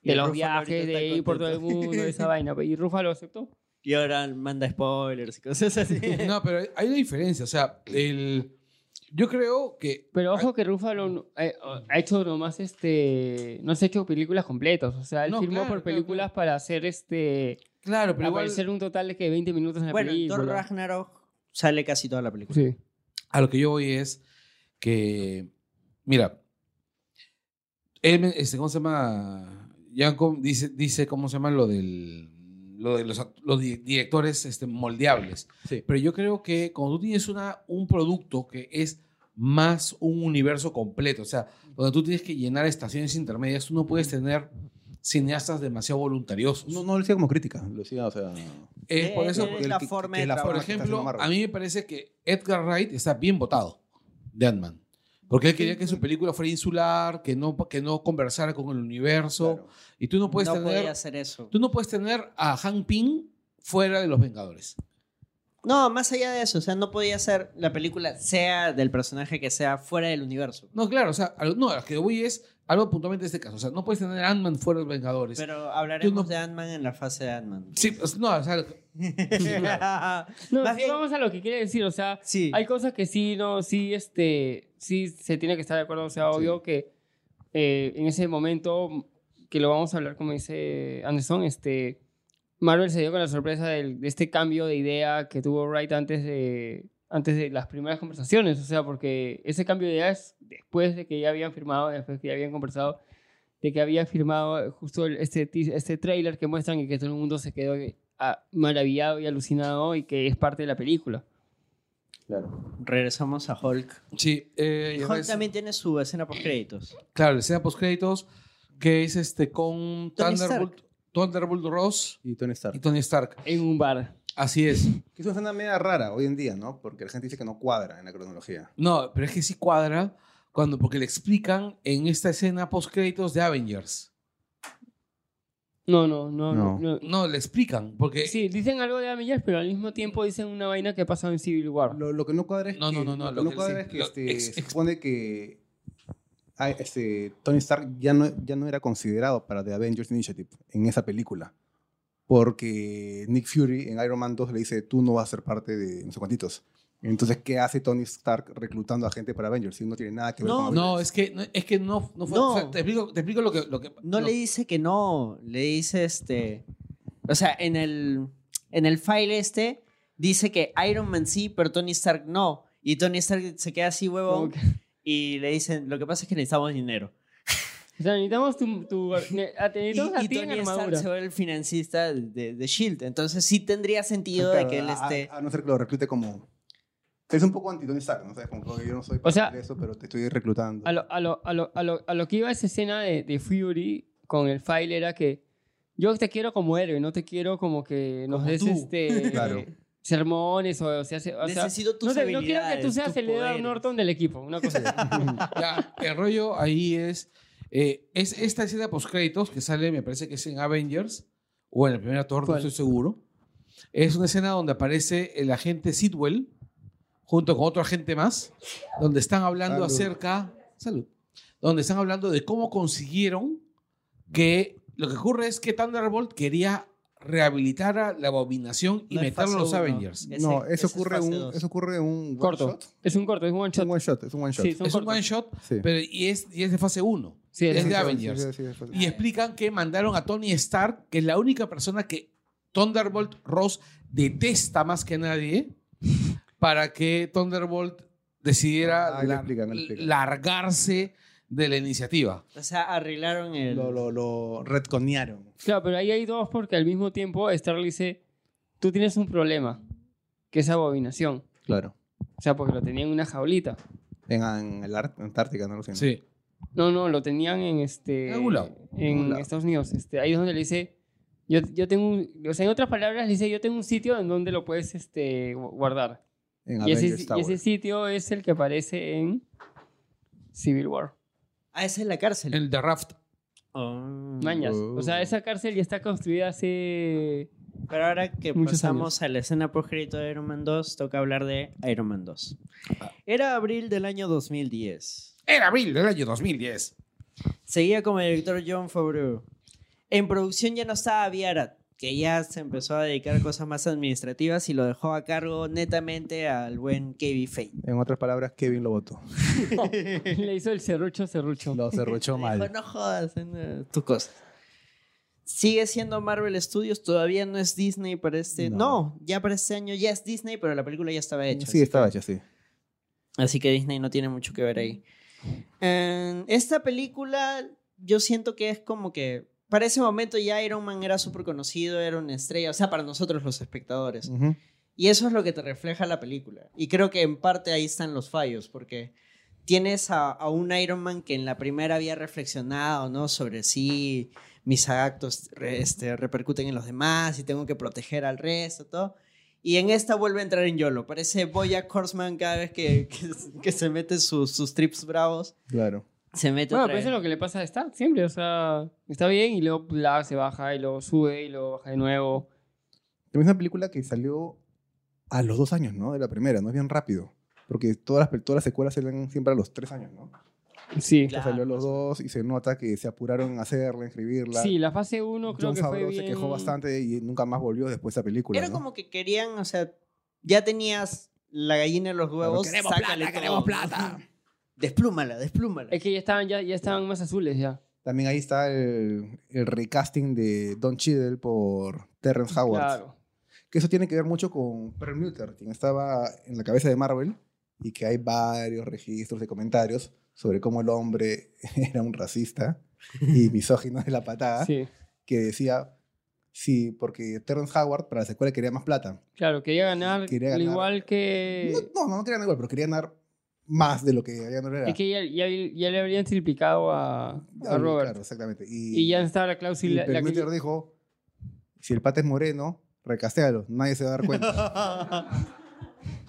Speaker 5: Y
Speaker 3: De los
Speaker 5: Rúfalo ahorita
Speaker 3: viajes,
Speaker 5: está
Speaker 3: de ir por todo el
Speaker 5: contento.
Speaker 3: mundo, de esa vaina. Y Rúfalo aceptó.
Speaker 5: Y ahora manda spoilers y cosas así.
Speaker 2: No, pero hay una diferencia. O sea, el, Yo creo que.
Speaker 3: Pero ojo que Ruffalo no- eh, o- ha hecho nomás este. No se ha hecho películas completas. O sea, él
Speaker 2: No,
Speaker 3: firmó
Speaker 2: claro,
Speaker 3: por
Speaker 2: claro,
Speaker 3: películas para hacer este.
Speaker 2: Claro,
Speaker 3: Para
Speaker 2: pero igual.
Speaker 3: aparecer un total de que 20 minutos en la
Speaker 5: Bueno, en
Speaker 3: película.
Speaker 5: Thor Ragnarok sale casi toda la película.
Speaker 3: Sí.
Speaker 2: A lo que yo voy es que. Mira. Él, me- este, ¿Cómo se llama? Yanko dice, dice, ¿cómo se llama? Lo del. Lo de los, act- los di- directores este, moldeables.
Speaker 1: Sí.
Speaker 2: Pero yo creo que cuando tú tienes una, un producto que es más un universo completo, o sea, donde tú tienes que llenar estaciones intermedias, tú no puedes tener cineastas demasiado voluntariosos.
Speaker 6: No, no lo decía como crítica, lo decía, o sea.
Speaker 2: es por
Speaker 5: Eh,
Speaker 2: eso,
Speaker 5: eh,
Speaker 6: porque
Speaker 5: la
Speaker 6: el que-
Speaker 5: forma
Speaker 6: que
Speaker 5: de
Speaker 6: la forma
Speaker 2: por
Speaker 5: trabajar.
Speaker 6: que está
Speaker 2: ejemplo,
Speaker 6: haciendo Marvel.
Speaker 2: a mí me parece que Edgar Wright está bien votado de Ant-Man. Porque él quería que su película fuera insular, que no, que no conversara con el universo.
Speaker 6: Claro.
Speaker 2: Y tú no puedes
Speaker 5: no podía
Speaker 2: Pues tener.
Speaker 5: hacer eso.
Speaker 2: Tú no puedes tener a Han Ping fuera de los Vengadores.
Speaker 5: No, más allá de eso, o sea, no podía hacer la película sea del personaje que sea fuera del universo.
Speaker 2: No, claro, o sea, a lo- no, a lo que voy es algo puntualmente de este caso. O sea, no puedes tener a Ant-Man fuera de los Vengadores.
Speaker 5: Pero
Speaker 2: no-
Speaker 5: hablaremos de Ant-Man en la fase de Ant-Man.
Speaker 2: Sí, o sea, no, o sea,
Speaker 3: No,
Speaker 5: Más
Speaker 3: sí,
Speaker 5: bien-
Speaker 3: vamos a lo que quiere decir. O sea,
Speaker 5: sí.
Speaker 3: hay cosas que sí, no, sí, este. Sí se tiene que estar de acuerdo. O sea, obvio que eh, en ese momento que lo vamos a hablar, como dice Anderson, este. Marvel se dio con la sorpresa del- de este cambio de idea que tuvo Wright antes de, antes de las primeras conversaciones. O sea, porque ese cambio de idea es después de que ya habían firmado, después de que ya habían conversado, de que había firmado justo el- este, ti- este trailer que muestran y que todo el mundo se quedó ah, maravillado y alucinado y que es parte de la película.
Speaker 5: Regresamos a Hulk.
Speaker 2: sí, eh, y
Speaker 5: Hulk
Speaker 3: pues,
Speaker 2: además-
Speaker 5: también tiene su escena post créditos.
Speaker 2: Claro, la escena post créditos que es este con
Speaker 5: Tony
Speaker 2: Thunderbolt, Thunderbolt Ross
Speaker 6: Y Tony
Speaker 2: y
Speaker 6: Stark.
Speaker 2: Tony Stark.
Speaker 3: En un bar.
Speaker 2: Así es.
Speaker 6: Que es una escena media rara hoy en día, ¿no? Porque la gente dice que no cuadra en la cronología.
Speaker 2: No, pero es que sí cuadra cuando porque le explican en esta escena post créditos de Avengers.
Speaker 3: No, no, no. no.
Speaker 6: No.
Speaker 3: no.
Speaker 2: No, le explican porque
Speaker 3: Sí, dicen algo de Avengers, pero al mismo tiempo dicen una vaina que ha pasado en Civil War.
Speaker 6: Lo, lo que no cuadra es
Speaker 2: No,
Speaker 6: que,
Speaker 2: no, no, no,
Speaker 6: lo que
Speaker 2: lo
Speaker 6: no
Speaker 2: que
Speaker 6: cuadra
Speaker 2: sí,
Speaker 6: es que
Speaker 2: lo-
Speaker 6: este,
Speaker 2: ex-
Speaker 6: se
Speaker 2: ex-
Speaker 6: supone que ah, este, Tony Stark ya no, ya no era considerado para The Avengers Initiative en esa película. Porque Nick Fury en Iron Man 2 le dice, tú no vas a ser parte de no sé cuantitos. Entonces, ¿qué hace Tony Stark reclutando a gente para Avengers si no tiene nada que ver
Speaker 5: No,
Speaker 6: con Avengers?
Speaker 2: no, es que no, es que no, no fue.
Speaker 5: No.
Speaker 2: o sea, te, explico, te explico lo que. Lo que
Speaker 5: No
Speaker 2: lo-
Speaker 5: le dice que no, le dice este. O sea, en el, en el file este dice que Iron Man sí, pero Tony Stark no. Y Tony Stark se queda así, huevón.
Speaker 3: Ok.
Speaker 5: Y le dicen, lo que pasa es que necesitamos dinero.
Speaker 3: O sea, necesitamos tu... tu ne- a- te
Speaker 5: Y,
Speaker 3: necesitamos a
Speaker 5: y
Speaker 3: ti en
Speaker 5: Tony Stark
Speaker 3: armadura.
Speaker 5: se vuelve el financista de, de Shield. E Entonces sí tendría sentido
Speaker 6: Claro,
Speaker 5: de que él este,
Speaker 6: a-
Speaker 5: esté.
Speaker 6: A, no ser que lo reclute como... Es un poco anti-Tony Stark, ¿no? sabes como que yo no soy
Speaker 3: O sea,
Speaker 6: parte de eso, pero te estoy reclutando.
Speaker 3: A lo, a lo- a lo- a lo- a lo que iba esa escena de, de Fury con el file era que yo te quiero como héroe, no te quiero como que nos
Speaker 5: Como
Speaker 3: des
Speaker 5: tú.
Speaker 3: este...
Speaker 6: Claro.
Speaker 3: Sermones o, o sea, se- o sea,
Speaker 5: Necesito tus
Speaker 3: no, te- no quiero que
Speaker 5: habilidades,
Speaker 3: tú seas
Speaker 5: tus
Speaker 3: el Edward
Speaker 5: poderes.
Speaker 3: Norton del equipo, una cosa así.
Speaker 2: Ya, el rollo ahí es. eh, es esta escena post créditos que sale, me parece que es en Avengers o en la primera torre, no
Speaker 3: ¿Cuál?
Speaker 2: estoy seguro. Es una escena donde aparece el agente Sidwell junto con otro agente más, donde están hablando
Speaker 6: Salud.
Speaker 2: acerca. Salud. Donde están hablando de cómo consiguieron que. Lo que ocurre es que Thunderbolt quería rehabilitar a la abominación y
Speaker 5: No es
Speaker 2: meterlo a
Speaker 5: fase
Speaker 2: los
Speaker 5: uno.
Speaker 2: Avengers.
Speaker 5: Ese-
Speaker 6: no,
Speaker 5: ese
Speaker 6: eso
Speaker 5: es
Speaker 6: ocurre,
Speaker 5: fase
Speaker 6: un,
Speaker 5: dos.
Speaker 6: eso ocurre en un one
Speaker 3: Corto.
Speaker 6: shot.
Speaker 3: Es un corto, es un one
Speaker 6: Es
Speaker 3: shot.
Speaker 6: un one shot, es un one shot.
Speaker 3: Sí, son
Speaker 2: Es un
Speaker 3: cortos.
Speaker 2: one shot,
Speaker 6: Sí.
Speaker 2: pero y es, y es de fase 1.
Speaker 3: Sí,
Speaker 2: es
Speaker 3: sí,
Speaker 2: de
Speaker 3: sí,
Speaker 2: Avengers.
Speaker 6: sí, sí, sí, sí.
Speaker 2: Y explican que mandaron a Tony Stark, que es la única persona que Thunderbolt Ross detesta más que nadie, para que Thunderbolt decidiera
Speaker 6: Ah, ahí lo
Speaker 2: lar-
Speaker 6: explican, ahí lo explican.
Speaker 2: largarse de la iniciativa.
Speaker 5: O sea, arreglaron el.
Speaker 6: Lo, lo, lo retconearon.
Speaker 3: Claro, pero ahí hay dos porque al mismo tiempo Stark le dice, tú tienes un problema, que es abominación.
Speaker 6: Claro.
Speaker 3: O sea, porque lo tenían en una jaulita.
Speaker 6: En, en el Ar- Antártica, no lo sé.
Speaker 2: Sí.
Speaker 3: No, no, lo tenían en este...
Speaker 2: En algún lado.
Speaker 3: en
Speaker 6: algún lado.
Speaker 3: Estados Unidos. Este, ahí es donde le dice, yo, yo tengo un... O sea, en otras palabras, le dice, yo tengo un sitio en donde lo puedes este, gu- guardar.
Speaker 6: En
Speaker 3: Y ese,
Speaker 6: Ah, Avengers
Speaker 3: y
Speaker 6: Tower.
Speaker 3: ese sitio es el que aparece en Civil War.
Speaker 5: Ah, esa es la cárcel.
Speaker 2: El de Raft.
Speaker 5: Oh.
Speaker 3: Mañas. O sea,
Speaker 6: Oh.
Speaker 3: esa cárcel ya está construida hace...
Speaker 5: Pero ahora que
Speaker 3: Muchos
Speaker 5: pasamos a la escena post crédito de Iron Man 2, toca hablar de Iron Man 2. Era abril del año 2010.
Speaker 2: Era abril del año 2010.
Speaker 5: Seguía como director John Favreau. En producción ya no estaba Viarat, que ya se empezó a dedicar a cosas más administrativas y lo dejó a cargo netamente al buen Kevin Feige.
Speaker 6: En otras palabras, Kevin lo votó.
Speaker 3: Le hizo el serrucho, serrucho.
Speaker 6: Lo cerruchó
Speaker 5: Le dijo,
Speaker 6: mal.
Speaker 5: no jodas en, eh, tus cosas. Sigue siendo Marvel Studios, todavía no es Disney para este... No.
Speaker 6: No.
Speaker 5: ya para este año ya es Disney, pero la película ya estaba hecha.
Speaker 6: Sí, estaba hecho, sí.
Speaker 5: Así que Disney no tiene mucho que ver ahí. Eh, esta película yo siento que es como que... Para ese momento ya Iron Man era súper conocido, era una estrella, o sea, para nosotros los espectadores.
Speaker 6: Ujú.
Speaker 5: Y eso es lo que te refleja la película. Y creo que en parte ahí están los fallos, porque tienes a, a un Iron Man que en la primera había reflexionado, ¿no? Sobre si mis actos re- este, repercuten en los demás y tengo que proteger al resto, todo. Y en esta vuelve a entrar en YOLO. Parece Boya Horseman cada vez que, que, que se mete sus, sus trips bravos.
Speaker 6: Claro.
Speaker 5: Se mete
Speaker 3: Bueno,
Speaker 5: otra
Speaker 3: pero eso es
Speaker 5: vez.
Speaker 3: lo que le pasa a Stark siempre. O sea, está bien y luego la, se baja y luego sube y luego baja de nuevo.
Speaker 6: También es una película que salió a los dos años, ¿no? De la primera, ¿no? Es bien rápido. Porque todas las, pel- todas las secuelas salen siempre a los tres años, ¿no?
Speaker 3: Sí.
Speaker 5: Claro.
Speaker 6: Esta salió a los dos y se nota que se apuraron en hacerla, en escribirla.
Speaker 3: pues. Sí, la fase 1 creo
Speaker 6: John
Speaker 3: que fue
Speaker 6: Favreau
Speaker 3: bien...
Speaker 6: se quejó bastante y nunca más volvió después de esa película.
Speaker 5: Era
Speaker 6: ¿no?
Speaker 5: como que querían, o sea, ya tenías la gallina en los huevos.
Speaker 6: queremos
Speaker 5: sácale
Speaker 6: plata, queremos
Speaker 5: todo.
Speaker 6: plata.
Speaker 5: Desplúmala, desplúmala.
Speaker 3: Es que ya estaban, ya, ya estaban más azules ya.
Speaker 6: También ahí está el, el recasting de Don Cheadle por Terrence Howard.
Speaker 3: Claro.
Speaker 6: Que eso tiene que ver mucho con Perlmutter, quien estaba en la cabeza de Marvel y que hay varios registros de comentarios sobre cómo el hombre era un racista y misógino de la patada,
Speaker 3: Sí.
Speaker 6: que decía, sí, porque Terrence Howard para la secuela quería más plata.
Speaker 3: Claro, quería ganar,
Speaker 6: Quería ganar.
Speaker 3: igual que...
Speaker 6: No, no, no quería ganar igual, pero quería ganar más de lo que había ganado era.
Speaker 3: Es que ya, ya- ya le habrían triplicado a, a
Speaker 6: Claro,
Speaker 3: Robert.
Speaker 6: claro, exactamente.
Speaker 3: Y ya estaba la
Speaker 6: Y
Speaker 3: cláusula... la-
Speaker 6: Perlmutter dijo, si el pata es moreno, recastéalo, nadie se va a dar cuenta.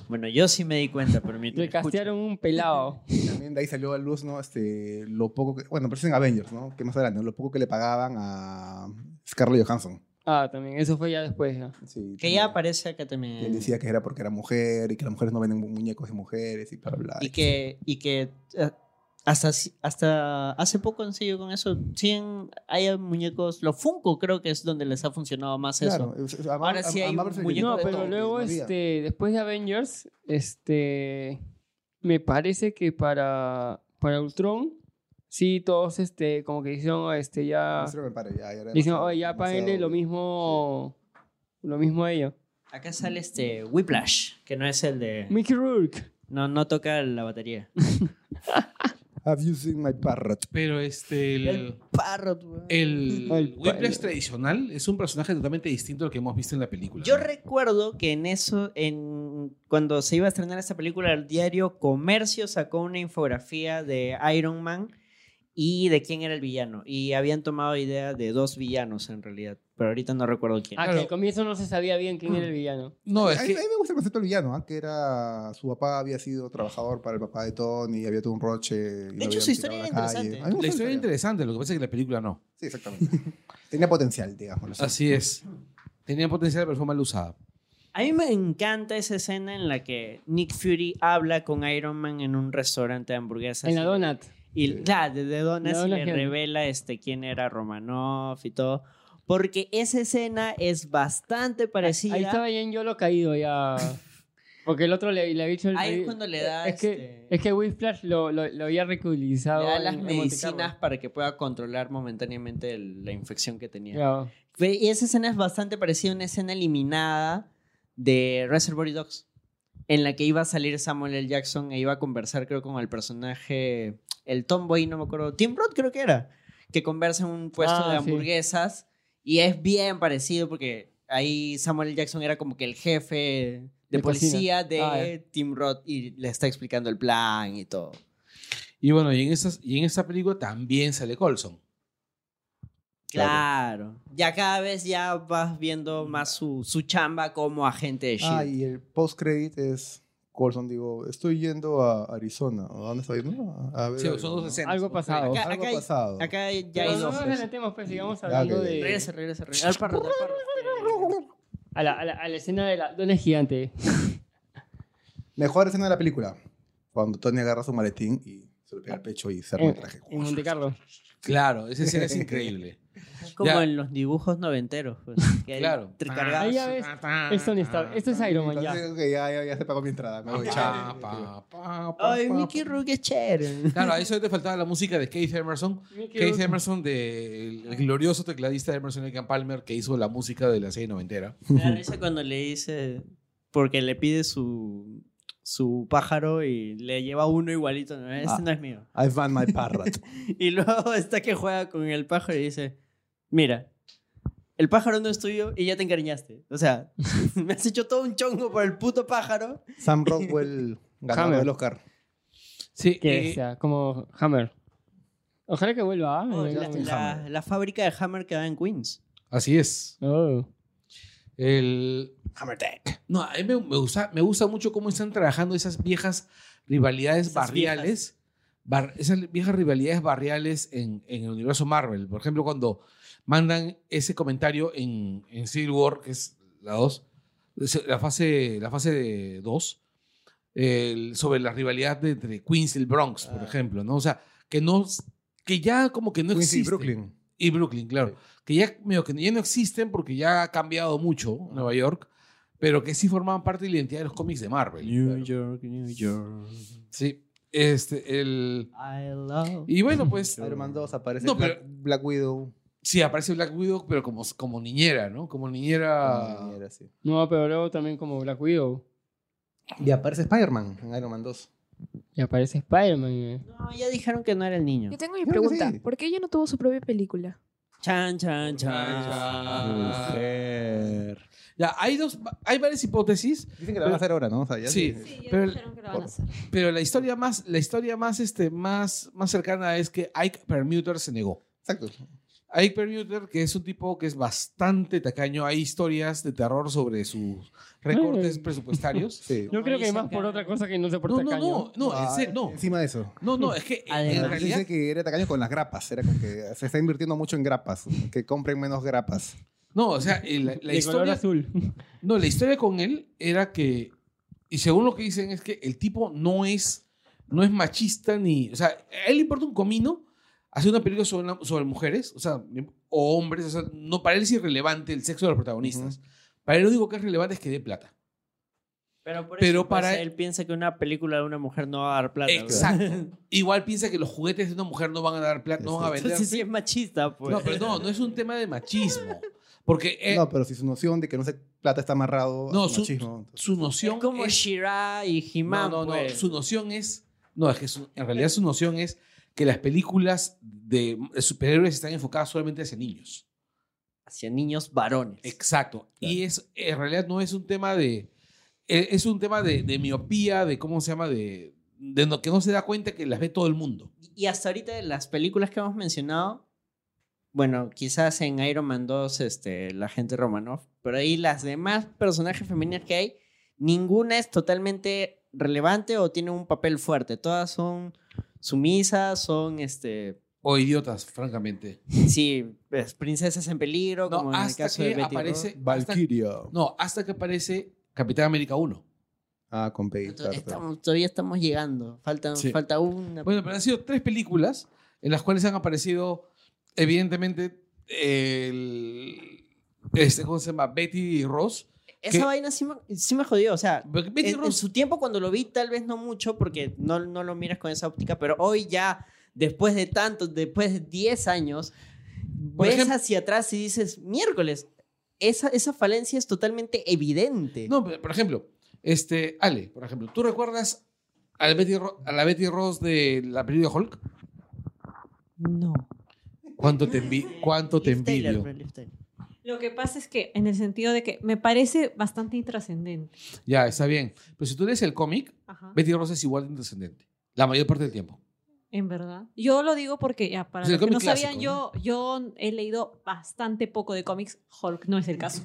Speaker 5: Bueno, yo sí me di cuenta, permíteme.
Speaker 3: le castearon un pelado.
Speaker 6: Y También de ahí salió a luz, ¿no? Este, lo poco que, bueno, aparece en Avengers, ¿no? Que más adelante, ¿no? lo poco que le pagaban a Scarlett Johansson.
Speaker 3: Ah, también. Eso fue ya después. ya.
Speaker 6: Sí,
Speaker 5: Que ya
Speaker 6: también.
Speaker 5: aparece acá
Speaker 6: Y Él
Speaker 5: también.
Speaker 6: decía que era porque era mujer y que las mujeres no venden mu- muñecos de mujeres y bla, bla, bla.
Speaker 5: Y que, y que eh, hasta, si- hasta hace poco han seguido con eso. Siguen, hay muñecos, los Funko creo que es donde les ha funcionado más
Speaker 6: Claro,
Speaker 5: eso.
Speaker 6: es- es- a Mar-
Speaker 5: Ahora sí
Speaker 6: a- a
Speaker 5: hay
Speaker 6: Marvel
Speaker 5: un
Speaker 6: se le
Speaker 5: muñeco
Speaker 6: quitó
Speaker 3: No,
Speaker 5: de
Speaker 6: todo,
Speaker 3: pero
Speaker 6: que
Speaker 3: luego,
Speaker 6: no había.
Speaker 3: este, después de Avengers, este, me parece que para, para Ultron, sí, todos, este, como que hicieron, este, ya,
Speaker 6: No se lo compare, ya, ya era
Speaker 3: dicen,
Speaker 6: demasiado-
Speaker 3: oye, ya páguenle
Speaker 6: demasiado-
Speaker 3: lo mismo, lo mismo a ellos.
Speaker 5: Acá sale este Whiplash, que no es el de...
Speaker 3: Mickey Rourke,
Speaker 5: No, no toca la batería.
Speaker 6: Have you seen my parrot?
Speaker 2: Pero este. El,
Speaker 5: Parrot, weón.
Speaker 2: el,
Speaker 3: El
Speaker 2: Whiplash
Speaker 3: pilot.
Speaker 2: tradicional es un personaje totalmente distinto al que hemos visto en la película.
Speaker 5: Yo
Speaker 2: ¿no?
Speaker 5: recuerdo que en eso, en, cuando se iba a estrenar esta película, el diario Comercio sacó una infografía de Iron Man y de quién era el villano. Y habían tomado idea de dos villanos en realidad, pero ahorita no recuerdo quién.
Speaker 3: ah, que
Speaker 2: Claro.
Speaker 3: al comienzo no se sabía bien quién era el villano.
Speaker 2: No,
Speaker 5: Pues
Speaker 2: es
Speaker 6: a, mí-
Speaker 2: que.
Speaker 6: a mí me gusta el concepto del villano, ¿ah? que era su papá había sido trabajador para el papá de Tony, había tenido un roche. y lo
Speaker 5: hecho,
Speaker 6: habían
Speaker 5: su historia
Speaker 6: tirado a
Speaker 5: era
Speaker 6: la calle.
Speaker 5: interesante.
Speaker 6: A mí me
Speaker 2: La
Speaker 6: gusta la
Speaker 2: historia es
Speaker 6: historia.
Speaker 2: interesante, lo que pasa es que la película no.
Speaker 6: Sí, exactamente. Tenía potencial, digamos.
Speaker 2: Así es. Tenía potencial, pero fue mal usada.
Speaker 5: A mí me encanta esa escena en la que Nick Fury habla con Iron Man en un restaurante de hamburguesas.
Speaker 3: En la
Speaker 5: y-
Speaker 3: Donut.
Speaker 5: Y claro, desde Donas
Speaker 3: La
Speaker 5: y
Speaker 3: Donna
Speaker 5: le
Speaker 3: Henry.
Speaker 5: revela este, quién era Romanoff y todo. Porque esa escena es bastante parecida.
Speaker 3: Ah, Ahí estaba ya en Yolo caído ya. Porque el otro le, le había dicho... el-
Speaker 5: Ahí es cuando le da,
Speaker 3: Es que,
Speaker 5: este-
Speaker 3: es que Whiplash lo, lo, lo había ridiculizado
Speaker 5: Le da
Speaker 3: en-
Speaker 5: las
Speaker 3: en Monte
Speaker 5: medicinas
Speaker 3: Carlo.
Speaker 5: para que pueda controlar momentáneamente el- la infección que tenía.
Speaker 3: Claro.
Speaker 5: Ve, Y esa escena es bastante parecida a una escena eliminada de Reservoir Dogs, en la que iba a salir Samuel L. Jackson e iba a conversar, creo, con el personaje, el tomboy, no me acuerdo, Tim Roth creo que era, que conversa en un puesto
Speaker 3: Ah,
Speaker 5: de
Speaker 3: sí.
Speaker 5: hamburguesas. Y es bien parecido porque ahí Samuel L. Jackson era como que el jefe de,
Speaker 3: De
Speaker 5: policía de
Speaker 3: Ah, ya.
Speaker 5: Tim Roth y le está explicando el plan y todo.
Speaker 2: Y bueno, y en, esas, y en esa película también sale Colson.
Speaker 5: Claro. Ya cada vez ya vas viendo más su, su chamba como agente de
Speaker 6: Ah,
Speaker 5: S.H.I.E.L.D.
Speaker 6: y el post-credit es Colson, digo, estoy yendo a Arizona. ¿A dónde estoy yendo? A a ver,
Speaker 2: Sí, son
Speaker 6: algo,
Speaker 2: dos
Speaker 6: ¿no?
Speaker 2: escenas.
Speaker 3: Algo pasado.
Speaker 5: Acá-
Speaker 6: Algo
Speaker 5: hay-
Speaker 6: pasado.
Speaker 5: Acá ya
Speaker 3: Pero
Speaker 5: hay
Speaker 3: no
Speaker 5: dos.
Speaker 3: nos
Speaker 5: pues.
Speaker 3: adelantemos, pues, sigamos
Speaker 6: Ya,
Speaker 3: hablando
Speaker 6: ok.
Speaker 3: de...
Speaker 5: Regresa, regresa, regresa. Al parro, al parro.
Speaker 3: A la, a la- a la escena de la dona gigante.
Speaker 6: Mejor escena de la película. Cuando Tony agarra su
Speaker 2: Eh,
Speaker 6: maletín y se lo pega al pecho y se arma el traje.
Speaker 3: En Monte Carlo.
Speaker 2: Claro, esa escena es increíble.
Speaker 5: Como
Speaker 2: Ya.
Speaker 5: en los dibujos noventeros. Pues, que hay
Speaker 2: Claro.
Speaker 5: tre- cargados.
Speaker 3: Ahí ya ves, esto no está- esto es Iron Man ya.
Speaker 6: Entonces, ok, ya, ya, ya se pagó mi entrada. me voy.
Speaker 2: Cha, pa, pa, pa,
Speaker 5: Ay,
Speaker 2: pa,
Speaker 5: Mickey
Speaker 2: pa.
Speaker 5: Rourke es chévere.
Speaker 2: Claro, a eso te faltaba la música de Keith Emerson. Keith Emerson, de, el glorioso tecladista de Emerson Lake and Palmer, que hizo la música de la serie noventera.
Speaker 5: Me da risa cuando le dice. Porque le pide su, su pájaro y le lleva uno igualito. ¿no? Este
Speaker 6: Ah.
Speaker 5: no es mío.
Speaker 6: I found my parrot.
Speaker 5: Y luego está que juega con el pájaro y dice: Mira, el pájaro no es tuyo y ya te encariñaste. O sea, me has hecho todo un chongo por el puto pájaro.
Speaker 6: Sam Rockwell ganador
Speaker 3: Hammer.
Speaker 6: del Oscar.
Speaker 2: Sí,
Speaker 3: Que
Speaker 2: eh,
Speaker 3: sea como Hammer. Ojalá que vuelva. ¿ah?
Speaker 5: Oh,
Speaker 3: Eh,
Speaker 5: la, la- la fábrica de Hammer queda en Queens.
Speaker 2: así es.
Speaker 3: oh.
Speaker 2: El... No, a mí me, me gusta, me gusta mucho cómo están trabajando esas viejas rivalidades
Speaker 5: Esas
Speaker 2: barriales. bar- esas viejas rivalidades barriales en, en el universo Marvel. Por ejemplo, cuando mandan ese comentario en, en Civil War, que es la 2, la fase, la fase de 2, el- sobre la rivalidad de- entre Queens y el Bronx, por
Speaker 5: Ah.
Speaker 2: ejemplo, ¿no? O sea, que no que ya como que no
Speaker 6: Quincy
Speaker 2: existe.
Speaker 6: Brooklyn.
Speaker 2: Y Brooklyn, claro. Que ya, medio que ya no existen porque ya ha cambiado mucho Nueva York, pero que sí formaban parte de la identidad de los cómics de Marvel. Claro.
Speaker 5: York, New York.
Speaker 2: Sí. Este, el...
Speaker 5: I love.
Speaker 2: Y bueno, pues
Speaker 6: Iron Man 2 aparece
Speaker 2: No,
Speaker 6: Black,
Speaker 2: pero-
Speaker 6: Black Widow.
Speaker 2: sí, aparece Black Widow, pero como, como niñera, ¿no? Como
Speaker 6: Como
Speaker 2: niñera...
Speaker 6: niñera, Ah, sí.
Speaker 3: No, pero luego también como Black Widow.
Speaker 6: Y aparece Spider-Man en Iron Man 2.
Speaker 3: Y aparece Spider-Man. eh.
Speaker 5: No, ya dijeron que no era el niño.
Speaker 7: Yo tengo mi
Speaker 6: Claro que
Speaker 7: pregunta.
Speaker 6: sí.
Speaker 7: ¿Por qué ella no tuvo su propia película?
Speaker 5: Chan, chan,
Speaker 2: Ah,
Speaker 5: chan.
Speaker 2: Ya, hay, dos, hay varias hipótesis,
Speaker 6: Dicen que la van a hacer ahora, ¿no? O sea, ya
Speaker 2: Sí.
Speaker 6: se-
Speaker 4: Sí, ya
Speaker 2: Pero-
Speaker 4: dijeron que lo van a hacer.
Speaker 2: pero la historia más, la historia más, este, más, más cercana es que Ike Permuter se negó.
Speaker 6: Exacto.
Speaker 2: Ike Permuter, que es un tipo que es bastante tacaño, hay historias de terror sobre sus recortes
Speaker 3: Mm.
Speaker 2: presupuestarios.
Speaker 6: Sí.
Speaker 3: Yo
Speaker 5: Como
Speaker 3: creo que
Speaker 5: dicen
Speaker 3: más por
Speaker 5: que-
Speaker 3: otra cosa que no se por
Speaker 2: No, no,
Speaker 3: tacaño.
Speaker 2: no, no, en
Speaker 6: Ah,
Speaker 2: serio, no,
Speaker 6: Encima de eso.
Speaker 2: no, no, es que en
Speaker 5: Además.
Speaker 2: realidad
Speaker 6: Dice que era tacaño con las grapas. Era como que se está invirtiendo mucho en grapas. Que compren menos grapas.
Speaker 2: No, o sea, eh, la, la
Speaker 3: de color
Speaker 2: historia,
Speaker 3: azul.
Speaker 2: no, la historia con él era que, y según lo que dicen, es que el tipo no es, no es machista ni, o sea, a él le importa un comino hacer una película sobre, una- sobre mujeres, o sea, o hombres, o sea, no, para él es irrelevante el sexo de los protagonistas. Para él lo único que es relevante es que dé plata.
Speaker 5: Pero, por
Speaker 2: Pero
Speaker 5: eso,
Speaker 2: para-
Speaker 5: pues, él piensa que una película de una mujer no va a dar plata. ¿verdad?
Speaker 2: Exacto. Igual piensa que los juguetes de una mujer no van a dar plata, no van a vender.
Speaker 5: Entonces sí es machista, pues.
Speaker 2: No, pero no, no es un tema de machismo. Porque eh,
Speaker 6: No, pero si su noción de que no se plata está amarrado
Speaker 2: No,
Speaker 6: a
Speaker 2: su-
Speaker 6: su machismo. entonces-
Speaker 2: su
Speaker 5: Es
Speaker 2: noción
Speaker 5: como
Speaker 2: es-
Speaker 5: Shira y
Speaker 2: no,
Speaker 5: He-Man,
Speaker 2: no, no,
Speaker 5: pues.
Speaker 2: su noción es no, es que su- en realidad su noción es que las películas de, de superhéroes están enfocadas solamente hacia niños.
Speaker 5: Hacia niños varones.
Speaker 2: Exacto. Y es en realidad no es un tema de eh, es un tema de, de miopía, de cómo se llama de de no- que no se da cuenta que las ve todo el mundo.
Speaker 5: Y hasta ahorita de las películas que hemos mencionado, bueno, quizás en Iron Man 2, este, la gente Romanoff, pero ahí las demás personajes femeninas que hay, ninguna es totalmente relevante o tiene un papel fuerte. Todas son sumisas, son, este,
Speaker 2: O idiotas, francamente.
Speaker 5: sí, pues, princesas en peligro,
Speaker 2: No,
Speaker 5: como en el
Speaker 2: hasta
Speaker 5: caso de
Speaker 2: que
Speaker 5: Betty
Speaker 2: aparece
Speaker 5: Ross.
Speaker 2: hasta-
Speaker 6: Valkyria.
Speaker 2: no, hasta que aparece Capitán América 1.
Speaker 6: Ah, con Peggy
Speaker 5: Entonces,
Speaker 6: Carter.
Speaker 5: estamos- todavía estamos llegando. Falta,
Speaker 2: Sí.
Speaker 5: falta una.
Speaker 2: Bueno, pero han sido tres películas en las cuales han aparecido, evidentemente, el, este, ¿cómo se llama? Betty Ross.
Speaker 5: Esa
Speaker 2: que-
Speaker 5: vaina sí me, sí me jodió. O sea,
Speaker 2: Be- Betty
Speaker 5: en, en
Speaker 2: Ross.
Speaker 5: su tiempo cuando lo vi, tal vez no mucho, porque no, no lo miras con esa óptica, pero hoy ya, después de tanto, después de 10 años,
Speaker 2: Por
Speaker 5: ves
Speaker 2: ejemplo-
Speaker 5: hacia atrás y dices, miércoles, esa, esa falencia es totalmente evidente.
Speaker 2: No, pero, por ejemplo, este, Ale, por ejemplo, ¿tú recuerdas a la Betty, Ro- a la Betty Ross de la película Hulk?
Speaker 5: no.
Speaker 2: ¿Cuánto te, envi- cuánto te
Speaker 5: Liv Taylor,
Speaker 2: envidio?
Speaker 5: pero Liv Taylor.
Speaker 4: Lo que pasa es que, en el sentido de que me parece bastante intrascendente.
Speaker 2: Ya, está bien. Pero si tú lees el cómic,
Speaker 4: Ajá.
Speaker 2: Betty Ross es igual de intrascendente. La mayor parte del tiempo.
Speaker 4: En verdad. Yo lo digo porque, ya, para
Speaker 2: Es Pues el
Speaker 4: los que no
Speaker 2: cómic clásico,
Speaker 4: sabían, yo, yo he leído bastante poco de cómics. Hulk no es el caso.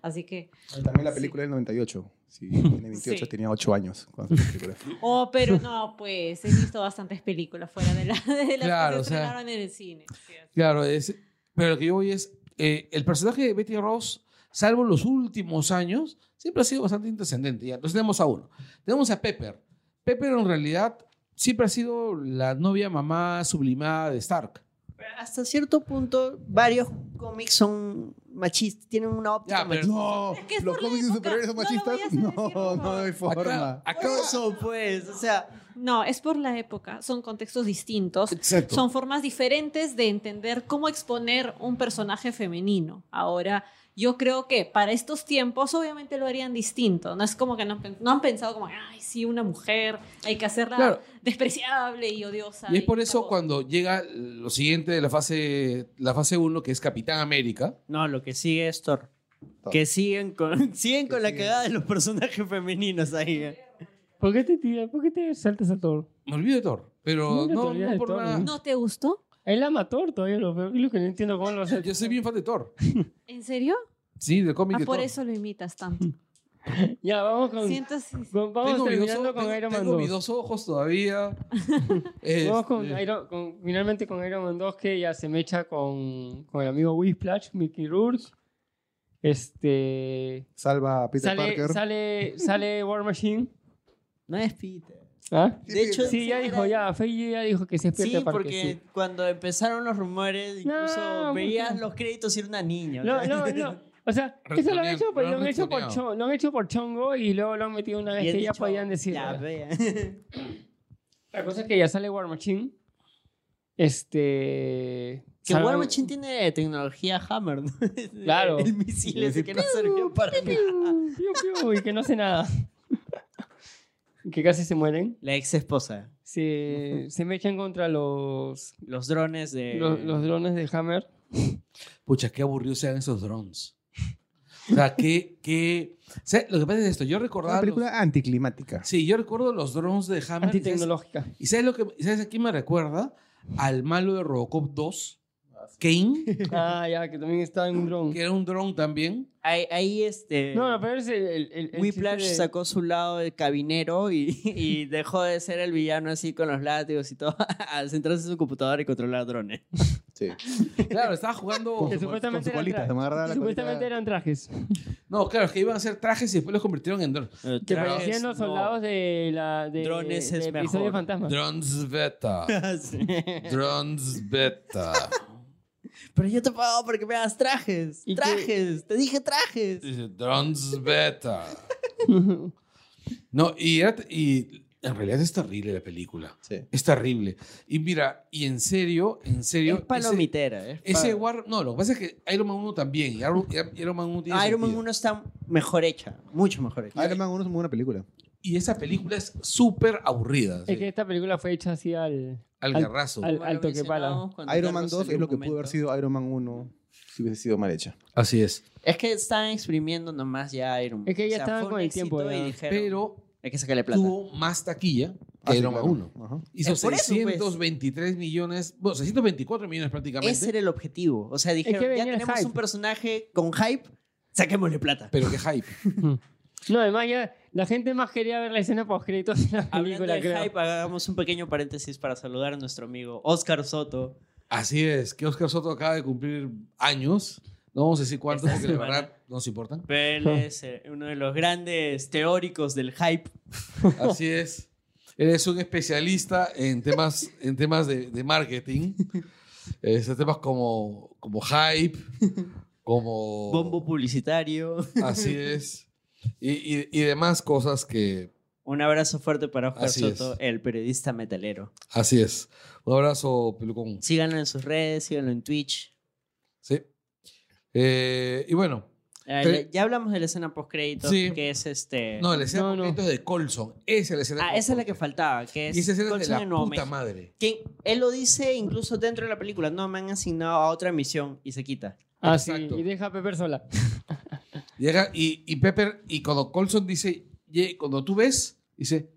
Speaker 4: Así que.
Speaker 6: También la película del 98. Sí, tiene 28,
Speaker 4: Sí.
Speaker 6: tenía 8 años. cuando se película.
Speaker 4: Oh, pero no, pues he visto bastantes películas fuera de, la, de las
Speaker 2: Claro,
Speaker 4: que se
Speaker 2: o sea-
Speaker 4: estrenaron en el cine. Sí, así.
Speaker 2: Claro, es, pero lo que yo voy es, eh, el personaje de Betty Ross, salvo los últimos años, siempre ha sido bastante intrascendente. Ya. Entonces tenemos a uno. Tenemos a Pepper. Pepper en realidad siempre ha sido la novia mamá sublimada de Stark.
Speaker 5: Hasta cierto punto, varios cómics son machistas, tienen una óptica
Speaker 2: Ya, pero-
Speaker 5: machista.
Speaker 6: No,
Speaker 4: que es
Speaker 6: los
Speaker 4: por la
Speaker 6: cómics de
Speaker 4: época. No
Speaker 6: superhéroes son
Speaker 4: lo voy a
Speaker 6: machistas.
Speaker 4: hacer decir,
Speaker 6: No, no,
Speaker 4: por favor.
Speaker 6: hay forma.
Speaker 2: Acaba-
Speaker 5: Eso, pues, o sea,
Speaker 4: No, es por la época, son contextos distintos,
Speaker 6: Exacto.
Speaker 4: son formas diferentes de entender cómo exponer un personaje femenino. Ahora, yo creo que para estos tiempos obviamente lo harían distinto, no es como que no, pen- no han pensado como, ay, sí, una mujer, hay que hacerla
Speaker 2: Claro.
Speaker 4: despreciable y odiosa.
Speaker 2: Y es por eso
Speaker 4: pavosa".
Speaker 2: cuando llega lo siguiente de la fase la fase 1, que es Capitán América.
Speaker 5: no, lo que sigue es Thor.
Speaker 6: Thor.
Speaker 5: Que siguen con, siguen con la
Speaker 6: siguen.
Speaker 5: cagada de los personajes femeninos ahí. ¿eh?
Speaker 3: ¿Por qué te tiras? ¿Por qué te saltas a Thor?
Speaker 2: Me olvido de Thor, pero
Speaker 3: Mira, te
Speaker 2: no,
Speaker 3: olvidas
Speaker 2: no
Speaker 3: de
Speaker 2: por
Speaker 3: Thor,
Speaker 2: nada.
Speaker 3: ¿no?
Speaker 4: ¿No te gustó?
Speaker 3: Él ama a Thor todavía, lo peor. Es lo que no entiendo cómo lo hace.
Speaker 2: Yo soy bien fan de Thor.
Speaker 4: ¿En serio?
Speaker 2: Sí, del cómic
Speaker 4: Ah,
Speaker 2: de
Speaker 4: por
Speaker 2: Thor.
Speaker 4: eso lo imitas tanto.
Speaker 3: Ya, vamos con.
Speaker 4: Siento si-
Speaker 3: con- vamos
Speaker 2: Tengo mis, dos,
Speaker 3: terminando
Speaker 2: ojos-
Speaker 3: con
Speaker 2: tengo-
Speaker 3: Iron Man
Speaker 2: tengo
Speaker 3: 2.
Speaker 2: mis dos ojos todavía. Este,
Speaker 3: Vamos con Iron, con- finalmente con Iron Man 2, que ya se mecha con, con el amigo Whiplash, Mickey Rourke. Este.
Speaker 6: Salva a Peter
Speaker 3: Sale,
Speaker 6: Parker.
Speaker 3: sale, sale War Machine.
Speaker 5: No es Peter.
Speaker 3: ¿Ah?
Speaker 5: De hecho,
Speaker 3: Sí, ya dijo, ya. Feige ya dijo que se
Speaker 5: Sí,
Speaker 3: despierta para
Speaker 5: porque cuando empezaron los rumores, incluso
Speaker 3: No,
Speaker 5: veías
Speaker 3: porque-
Speaker 5: los créditos y era una niña. o
Speaker 3: No,
Speaker 5: sea.
Speaker 3: no, no. O sea, eso lo han
Speaker 2: Resonean-
Speaker 3: hecho,
Speaker 2: lo
Speaker 3: pero
Speaker 2: han
Speaker 3: lo han hecho por
Speaker 2: resoneado.
Speaker 3: chongo, lo han hecho por chongo y luego lo han metido una vez
Speaker 5: Y
Speaker 3: que
Speaker 5: él
Speaker 3: ya
Speaker 5: dicho,
Speaker 3: podían decir. "Ah".
Speaker 5: "Ya,
Speaker 3: ¿verdad?
Speaker 5: vea".
Speaker 3: La cosa es que ya sale War Machine. Este.
Speaker 5: Que
Speaker 3: sale-
Speaker 5: War Machine tiene tecnología Hammer, ¿no?
Speaker 3: Claro.
Speaker 5: El misil ese que no sirvió para nada.
Speaker 3: Piu, piu, piu, y que no hace nada. que casi se mueren.
Speaker 5: La ex esposa.
Speaker 3: Se, se mechan contra los,
Speaker 5: Los drones de.
Speaker 3: los, los drones de Hammer.
Speaker 2: Pucha, qué aburridos sean esos drones. O sea, que, que... o sea, lo que pasa es esto, yo recordaba...
Speaker 6: Una película anticlimática.
Speaker 2: los- sí, yo recuerdo los drones de Hammer. y sabes-
Speaker 3: Antitecnológica.
Speaker 2: ¿Y sabes, lo que, sabes a quién me recuerda? Al malo de Robocop 2, Kane,
Speaker 3: Ah, ya, que también está en un dron.
Speaker 2: que era un drone también.
Speaker 5: Ahí, ahí, este.
Speaker 3: No, no, pero es el. el, el- el
Speaker 5: Whiplash
Speaker 3: chiste de-
Speaker 5: sacó su lado de cabinero y, y dejó de ser el villano así con los látigos y todo, al centrarse en su computadora y controlar drones.
Speaker 6: Sí.
Speaker 2: Claro, estaba jugando...
Speaker 3: Que supuestamente,
Speaker 6: con su colita,
Speaker 3: eran,
Speaker 6: se amarraba
Speaker 3: tra-
Speaker 6: la
Speaker 3: supuestamente
Speaker 6: colita.
Speaker 3: eran trajes.
Speaker 2: No, claro, es que iban a ser trajes y después los convirtieron en drones.
Speaker 3: Que
Speaker 2: Trajes,
Speaker 3: parecían los
Speaker 5: no.
Speaker 3: soldados de la. De,
Speaker 5: Drones
Speaker 3: de
Speaker 5: es
Speaker 3: episodio
Speaker 5: mejor.
Speaker 3: fantasma.
Speaker 2: Drones beta.
Speaker 5: Sí.
Speaker 2: Drones beta.
Speaker 5: Pero yo te pago para que me hagas trajes.
Speaker 3: Y que-
Speaker 5: Trajes. Te dije trajes.
Speaker 2: Dice, Drones beta. No, y, era- y en realidad es terrible la película.
Speaker 6: Sí.
Speaker 2: Es terrible. Y mira, y en serio, en serio.
Speaker 5: Es palomitera. eh. es
Speaker 2: Ese, ese
Speaker 5: palo-
Speaker 2: War. No, lo que pasa es que Iron Man 1 también. y Iron, y Iron Man 1 tiene.
Speaker 5: Ah, Iron Man
Speaker 2: sentido.
Speaker 5: 1 está mejor hecha. Mucho mejor hecha.
Speaker 6: Iron Man 1 es una buena película.
Speaker 2: Y esa película es súper aburrida.
Speaker 3: Es
Speaker 2: sí,
Speaker 3: que esta película fue hecha así al.
Speaker 2: Al
Speaker 3: al-
Speaker 2: garrazo.
Speaker 3: al-
Speaker 5: Como lo
Speaker 3: toque pala.
Speaker 5: mencionábamos cuando
Speaker 6: Iron Man
Speaker 5: Carlos
Speaker 6: 2
Speaker 5: salió
Speaker 6: es lo
Speaker 5: un
Speaker 6: que pudo haber
Speaker 5: momento.
Speaker 6: sido Iron Man 1 si hubiese sido mal hecha.
Speaker 2: Así es.
Speaker 5: Es que estaban exprimiendo nomás ya Iron Man.
Speaker 3: Es que ya estaban
Speaker 5: fue un
Speaker 3: con el
Speaker 5: éxito
Speaker 3: tiempo,
Speaker 5: y
Speaker 3: ya.
Speaker 5: dijeron,
Speaker 2: Pero
Speaker 5: hay que sacarle plata.
Speaker 2: tuvo más taquilla que
Speaker 6: Ah, sí,
Speaker 2: Iron Man
Speaker 6: claro.
Speaker 2: 1.
Speaker 6: Ajá.
Speaker 2: Hizo
Speaker 5: Es por eso, pues.
Speaker 2: 623 millones. Bueno, 624 millones prácticamente.
Speaker 5: Ese era el objetivo. O sea, dijeron,
Speaker 3: que venía
Speaker 5: ya
Speaker 3: el
Speaker 5: tenemos
Speaker 3: hype.
Speaker 5: un personaje con hype, saquémosle plata.
Speaker 2: Pero qué hype.
Speaker 3: No, además ya la gente más quería ver la escena post créditos de la
Speaker 5: Hablando
Speaker 3: película,
Speaker 5: de
Speaker 3: creo.
Speaker 5: hype, hagamos un pequeño paréntesis para saludar a nuestro amigo Oscar Soto.
Speaker 2: Así es, que Oscar Soto acaba de cumplir años. No vamos a decir cuántos
Speaker 5: Esta
Speaker 2: porque la
Speaker 5: semana.
Speaker 2: verdad nos importan.
Speaker 5: Él es eh, uno de los grandes teóricos del hype.
Speaker 2: Así es. Eres un especialista en temas, en temas de, de marketing. Este, temas como, como hype, como...
Speaker 5: Bombo publicitario.
Speaker 2: Así es. Y, y- y demás cosas que...
Speaker 5: Un abrazo fuerte para Oscar
Speaker 2: Así
Speaker 5: Soto,
Speaker 2: es.
Speaker 5: el periodista metalero.
Speaker 2: Así es. Un abrazo, pelucón.
Speaker 5: Síganlo en sus redes, síganlo en Twitch.
Speaker 2: Sí. Eh, y bueno,
Speaker 5: Eh,
Speaker 2: Pero-
Speaker 5: ya hablamos de la escena post créditos,
Speaker 2: Sí.
Speaker 5: que es este.
Speaker 2: no, la escena
Speaker 3: No,
Speaker 2: con
Speaker 3: no.
Speaker 2: créditos de Colson. Esa es la escena.
Speaker 5: ah,
Speaker 2: con
Speaker 5: esa es la que
Speaker 2: Colson.
Speaker 5: faltaba, que es
Speaker 2: Y esa escena es de
Speaker 5: Colson
Speaker 2: la
Speaker 5: en
Speaker 2: puta
Speaker 5: Nuevo México.
Speaker 2: madre.
Speaker 5: Que él lo dice incluso dentro de la película. No, me han asignado a otra misión y se quita.
Speaker 3: Ah, sí,
Speaker 2: Exacto.
Speaker 3: y deja a Pepper sola.
Speaker 2: Llega y, y Pepper, y cuando Colson dice, "Ye", cuando tú ves, dice,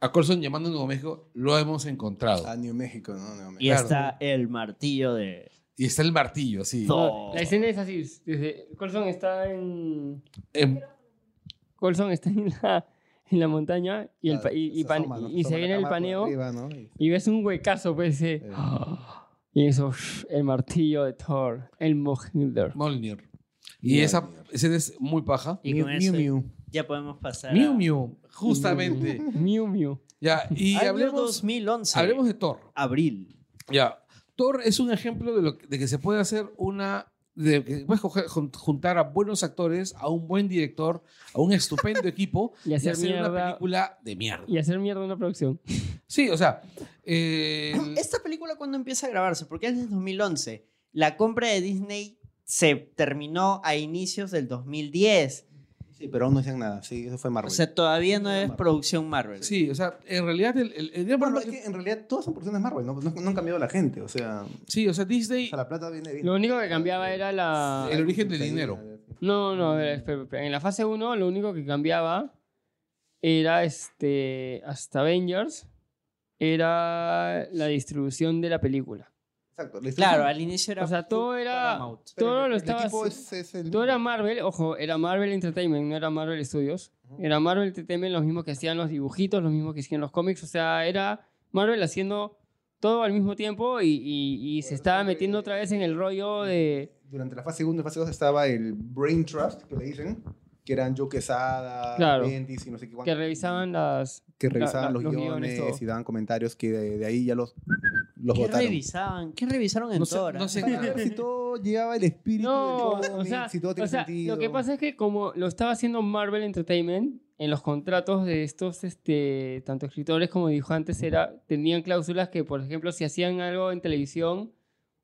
Speaker 2: a Colson llamando a Nuevo México, lo hemos encontrado.
Speaker 3: Ah.
Speaker 6: A Ah, New México, ¿no? New
Speaker 5: Y
Speaker 6: México.
Speaker 2: Claro.
Speaker 5: está el martillo de.
Speaker 2: Y está el martillo, así.
Speaker 5: No.
Speaker 3: No, la escena es así. Desde, Colson está en.
Speaker 2: Em,
Speaker 3: Colson está en la, en la montaña y, el, pa- y, y
Speaker 6: Se
Speaker 3: pan-
Speaker 6: asoma, ¿no?
Speaker 3: y- y se
Speaker 6: asoma la
Speaker 3: viene el
Speaker 6: cama por
Speaker 3: paneo.
Speaker 6: arriba, ¿no? Y-
Speaker 3: Y ves un huecazo, pues. eh,
Speaker 6: Eh.
Speaker 3: Y eso, shh, el martillo de Thor, el Mjolnir.
Speaker 2: Mjolnir. Y
Speaker 6: Mjolnir.
Speaker 2: esa escena es muy paja.
Speaker 5: Y
Speaker 6: Mew,
Speaker 5: con
Speaker 6: Mew,
Speaker 5: eso
Speaker 6: Mew.
Speaker 5: ya podemos pasar.
Speaker 2: Miu
Speaker 5: a-
Speaker 2: Miu, justamente.
Speaker 3: Miu Miu.
Speaker 2: ya, y
Speaker 5: Año
Speaker 2: hablemos,
Speaker 5: 2011.
Speaker 2: hablemos de Thor.
Speaker 5: Abril.
Speaker 2: Ya. Thor es un ejemplo de, lo, que- de que se puede hacer una. de que puedes coger- jun- juntar a buenos actores, a un buen director, a un estupendo equipo
Speaker 3: Y hacer
Speaker 2: una
Speaker 3: mierda.
Speaker 2: película de mierda.
Speaker 3: Y hacer mierda una producción.
Speaker 2: Sí, o sea. eh,
Speaker 5: Esta película cuando empieza a grabarse, porque es del 2011. La compra de Disney se terminó a inicios del 2010.
Speaker 6: Sí, pero aún no decían nada. Sí, eso fue
Speaker 5: O
Speaker 6: Marvel.
Speaker 5: sea, todavía no es
Speaker 6: Marvel.
Speaker 5: producción Marvel.
Speaker 2: sí, o sea, en realidad. El, el- el-
Speaker 6: Bueno, es que en realidad todas son producciones Marvel, no, no, no han cambiado la gente, o sea, o
Speaker 2: sí, o sea, Disney.
Speaker 6: sea, la plata viene bien.
Speaker 3: Lo único que cambiaba era la...
Speaker 2: El origen del dinero.
Speaker 3: No, no, a ver, espera, espera. En la fase 1 lo único que cambiaba era este... Hasta Avengers era la distribución de la película.
Speaker 6: Exacto. la historia-
Speaker 5: Claro, al inicio era.
Speaker 3: O sea, todo era-
Speaker 5: Paramount.
Speaker 6: pero
Speaker 3: todo
Speaker 6: el-
Speaker 3: lo
Speaker 6: el
Speaker 3: estaba
Speaker 6: equipo
Speaker 3: haci-
Speaker 6: es- es el
Speaker 3: Todo era
Speaker 6: mismo.
Speaker 3: Marvel, ojo, era Marvel Entertainment, no era Marvel Studios. Era Marvel Entertainment, los mismos que hacían los dibujitos, los mismos que hacían los cómics. O sea, era Marvel haciendo todo al mismo tiempo y, y- y
Speaker 6: Por
Speaker 3: se
Speaker 6: eso
Speaker 3: estaba
Speaker 6: que-
Speaker 3: metiendo otra vez en el rollo de...
Speaker 6: Durante la fase 1 y fase 2 estaba el Brain Trust, que le dicen, que eran Joe Quesada,
Speaker 3: Claro.
Speaker 6: Bendis y no sé qué.
Speaker 3: Que
Speaker 6: cuánto,
Speaker 3: revisaban las...
Speaker 6: que
Speaker 3: la-
Speaker 6: revisaban
Speaker 3: la-
Speaker 6: los,
Speaker 3: los guiones,
Speaker 6: guiones,
Speaker 3: todo.
Speaker 6: y daban comentarios que de, de ahí ya los, los
Speaker 5: ¿Qué
Speaker 6: votaron.
Speaker 5: revisaban? ¿Qué revisaron en
Speaker 2: No sé,
Speaker 5: Thor,
Speaker 2: no
Speaker 5: ah?
Speaker 2: sé.
Speaker 6: Para ver si todo llevaba el espíritu
Speaker 3: No,
Speaker 6: del
Speaker 3: o
Speaker 6: cómic,
Speaker 3: sea,
Speaker 6: si todo
Speaker 3: o
Speaker 6: tiene
Speaker 3: sea,
Speaker 6: sentido.
Speaker 3: lo que pasa es que como lo estaba haciendo Marvel Entertainment, en los contratos de estos, este, tanto escritores como dibujantes, era, tenían cláusulas que, por ejemplo, si hacían algo en televisión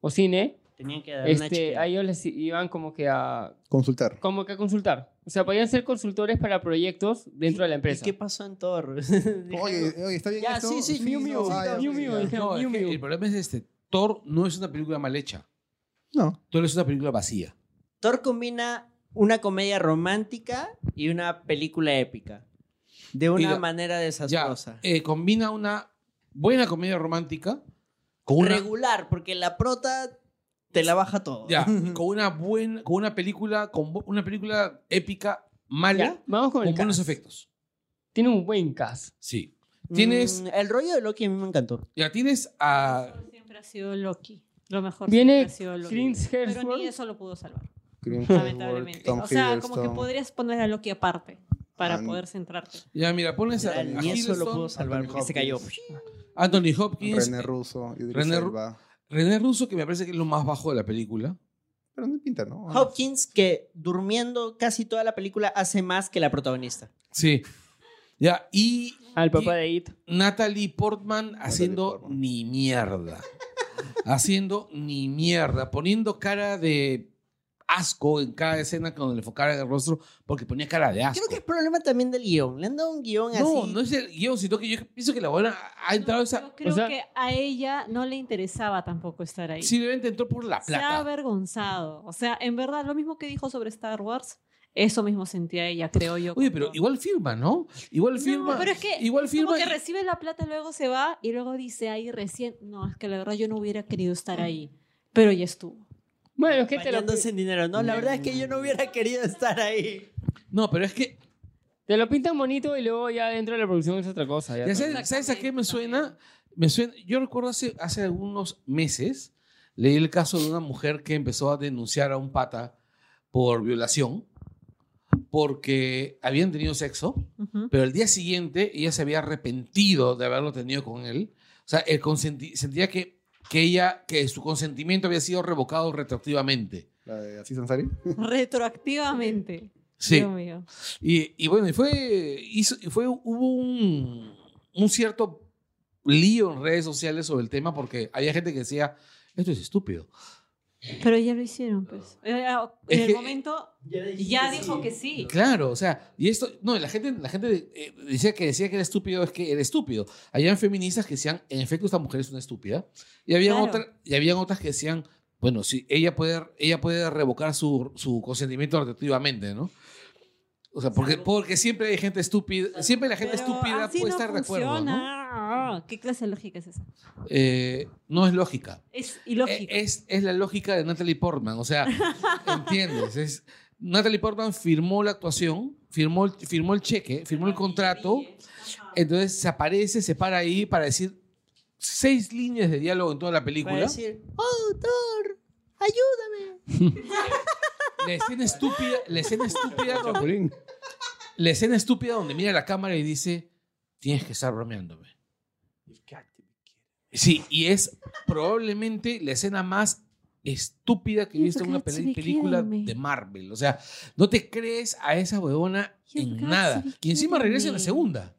Speaker 3: o cine,
Speaker 5: Tenían que dar una
Speaker 3: este,
Speaker 5: chequeada.
Speaker 3: a ellos les iban como que a
Speaker 6: Consultar.
Speaker 3: como que a consultar. O sea, podían ser consultores para proyectos dentro de la empresa.
Speaker 5: ¿Y qué pasó en Thor?
Speaker 6: Oye, oye, está bien
Speaker 5: Ya,
Speaker 6: esto?
Speaker 5: sí, sí, Miu,
Speaker 6: no,
Speaker 5: Miu,
Speaker 6: ah,
Speaker 5: sí,
Speaker 6: ya,
Speaker 3: Miu,
Speaker 6: sí,
Speaker 3: Miu,
Speaker 6: ya.
Speaker 3: dije.
Speaker 2: No, es
Speaker 3: Miu,
Speaker 2: que
Speaker 3: Miu.
Speaker 2: el problema es este. Thor no es una película mal hecha.
Speaker 6: No,
Speaker 2: Thor es una película vacía.
Speaker 5: Thor combina una comedia romántica y una película épica. De una
Speaker 2: Mira,
Speaker 5: manera
Speaker 2: Ya,
Speaker 5: desastrosa.
Speaker 2: eh, combina una buena comedia romántica con una,
Speaker 5: Regular, porque la prota te la baja todo.
Speaker 2: ya, con una buena, con una película, con bu- una película épica
Speaker 3: Ya,
Speaker 2: mala
Speaker 3: vamos con
Speaker 2: con
Speaker 3: el cast.
Speaker 2: buenos efectos.
Speaker 3: Tiene un buen cast.
Speaker 2: Sí. Tienes,
Speaker 5: Mm, el rollo de Loki a mí me encantó.
Speaker 2: ya tienes a
Speaker 4: Siempre ha sido Loki. Lo mejor
Speaker 3: Viene
Speaker 4: siempre ha sido Loki.
Speaker 3: Chris
Speaker 4: Pero ni
Speaker 3: Hemsworth.
Speaker 4: eso lo pudo salvar,
Speaker 6: Green
Speaker 4: lamentablemente.
Speaker 6: Hemsworth, Tom
Speaker 4: o sea, como que
Speaker 6: Hiddleston.
Speaker 4: podrías poner a Loki aparte para
Speaker 6: Ah, no.
Speaker 4: poder centrarte.
Speaker 2: ya mira, pones a, a
Speaker 5: Literal, Ni eso lo
Speaker 2: Hiddleston,
Speaker 5: pudo salvar
Speaker 6: Anthony
Speaker 5: porque se cayó.
Speaker 6: Hopkins.
Speaker 2: Anthony Hopkins,
Speaker 6: René Russo, Idris
Speaker 2: René Ru-
Speaker 6: Elba.
Speaker 2: René Russo que me parece que es lo más bajo de la película.
Speaker 6: Pero no pinta, ¿no?
Speaker 5: Hopkins, que durmiendo casi toda la película, hace más que la protagonista.
Speaker 2: Sí. Ya y
Speaker 3: Al papá
Speaker 2: y-
Speaker 3: de It.
Speaker 2: Natalie Portman haciendo
Speaker 6: Portman.
Speaker 2: ni mierda. haciendo ni mierda. Poniendo cara de asco en cada escena cuando le enfocara el rostro porque ponía cara de asco.
Speaker 5: Creo que es problema también del guión. Le han dado un guión
Speaker 2: no,
Speaker 5: así.
Speaker 2: no es el guión, sino que yo pienso que la buena ha entrado
Speaker 4: No,
Speaker 2: esa...
Speaker 4: yo creo
Speaker 3: o sea-
Speaker 4: que a ella no le interesaba tampoco estar ahí.
Speaker 2: Simplemente entró por la
Speaker 4: se ha
Speaker 2: plata.
Speaker 4: avergonzado. O sea, en verdad, lo mismo que dijo sobre Star Wars, eso mismo sentía ella, creo yo.
Speaker 2: Oye,
Speaker 4: con
Speaker 2: pero
Speaker 4: todo.
Speaker 2: igual firma, ¿no? Igual
Speaker 4: No,
Speaker 2: firma.
Speaker 4: pero es que
Speaker 2: igual firma.
Speaker 4: Como que
Speaker 2: y-
Speaker 4: recibe la plata, luego se va y luego dice ahí recién, no, es que la verdad yo no hubiera querido estar ahí, pero ya estuvo.
Speaker 3: Bueno, es que te lo,
Speaker 5: Bañándose en dinero. No, la verdad es que yo no hubiera querido estar ahí.
Speaker 2: No, pero es que,
Speaker 3: te lo pintan bonito y luego ya dentro de la producción es otra cosa. ya
Speaker 2: ya
Speaker 3: está.
Speaker 2: sabes, ¿sabes a qué me
Speaker 4: Exactamente.
Speaker 2: suena? Me suena, yo recuerdo hace, hace algunos meses, leí el caso de una mujer que empezó a denunciar a un pata por violación porque habían tenido sexo,
Speaker 4: Ujú.
Speaker 2: pero el día siguiente ella se había arrepentido de haberlo tenido con él. O sea, él consenti- sentía que, que, ella, que su consentimiento había sido revocado retroactivamente.
Speaker 6: La de Aziz Ansari.
Speaker 4: Retroactivamente.
Speaker 2: Sí.
Speaker 4: Dios mío.
Speaker 2: Y, y bueno, y fue, hizo, y fue hubo un, un cierto lío en redes sociales sobre el tema porque había gente que decía, esto es estúpido.
Speaker 4: Pero ya lo hicieron, pues. Eh, ah,
Speaker 2: Es
Speaker 4: En el
Speaker 2: que-
Speaker 4: momento ya dijo que sí.
Speaker 2: Claro, o sea, y esto, no, y la gente, la gente eh, decía que decía que era estúpido, es que era estúpido. Habían feministas que decían, en efecto, esta mujer es una estúpida. Y habían,
Speaker 4: Claro.
Speaker 2: otra- y habían otras que decían, bueno, sí, ella puede, ella puede revocar su, su consentimiento retroactivamente, ¿no? O sea, porque,
Speaker 4: Salvo-
Speaker 2: porque siempre hay gente estúpida, siempre la gente
Speaker 4: Pero
Speaker 2: estúpida
Speaker 4: así
Speaker 2: puede
Speaker 4: no
Speaker 2: estar de acuerdo, ¿no?
Speaker 4: funciona. Ah, ¿Qué clase de lógica es esa?
Speaker 2: eh, no es lógica.
Speaker 4: Es
Speaker 2: Eh,
Speaker 4: ilógica.
Speaker 2: Es, es la lógica de Natalie Portman. O sea, ¿entiendes? Es, Natalie Portman firmó la actuación, firmó el, firmó el cheque, firmó eh, el contrato.
Speaker 4: Ajá.
Speaker 2: Entonces se aparece, se para ahí para decir seis líneas de diálogo en toda la
Speaker 5: Para
Speaker 8: Pues
Speaker 2: película.
Speaker 5: decir, oh, Thor, ayúdame.
Speaker 2: La escena estúpida, la escena estúpida, donde-
Speaker 6: Chapulín.
Speaker 2: la escena estúpida donde mira la cámara y dice, tienes que estar bromeándome. Sí, y es probablemente la escena más estúpida que he
Speaker 4: You
Speaker 2: visto en una
Speaker 4: got to
Speaker 2: peli-
Speaker 4: be
Speaker 2: película
Speaker 4: kidding me.
Speaker 2: de Marvel. O sea, no te crees a esa huevona
Speaker 4: You
Speaker 2: en
Speaker 4: got to
Speaker 2: nada.
Speaker 4: be
Speaker 2: Y encima
Speaker 4: kidding
Speaker 2: regresa en la
Speaker 4: me.
Speaker 2: segunda.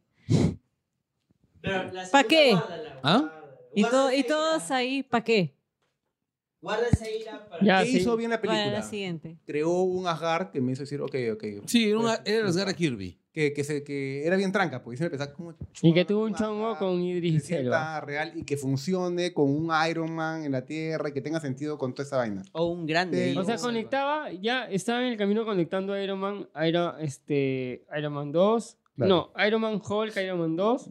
Speaker 5: ¿Para
Speaker 4: ¿Pa qué?
Speaker 2: ¿Ah?
Speaker 4: Y, to- y todos ahí, ¿para qué?
Speaker 3: Ya,
Speaker 6: ¿Qué
Speaker 3: sí.
Speaker 6: hizo bien la película?
Speaker 4: Para la siguiente.
Speaker 6: Creó un asgar que me hizo decir, ok, ok.
Speaker 2: Sí, era, una,
Speaker 5: Pues,
Speaker 2: era la Sgarra Kirby.
Speaker 6: Que, que, se, que era bien tranca, pues. Y siempre pensaba, ¿cómo
Speaker 3: Y que tuvo un
Speaker 6: chucha,
Speaker 3: chongo
Speaker 6: Asgard?
Speaker 3: con
Speaker 6: que
Speaker 3: Idris Elba.
Speaker 6: sienta real y que funcione con un Iron Man en la Tierra y que tenga sentido con toda esa vaina.
Speaker 5: O un grande.
Speaker 6: Pero-
Speaker 3: O sea,
Speaker 6: Observa.
Speaker 3: conectaba, ya estaba en el camino conectando a Iron Man, Iron, este, Iron Man 2.
Speaker 6: Claro.
Speaker 3: No, Iron Man Hulk, Iron Man 2.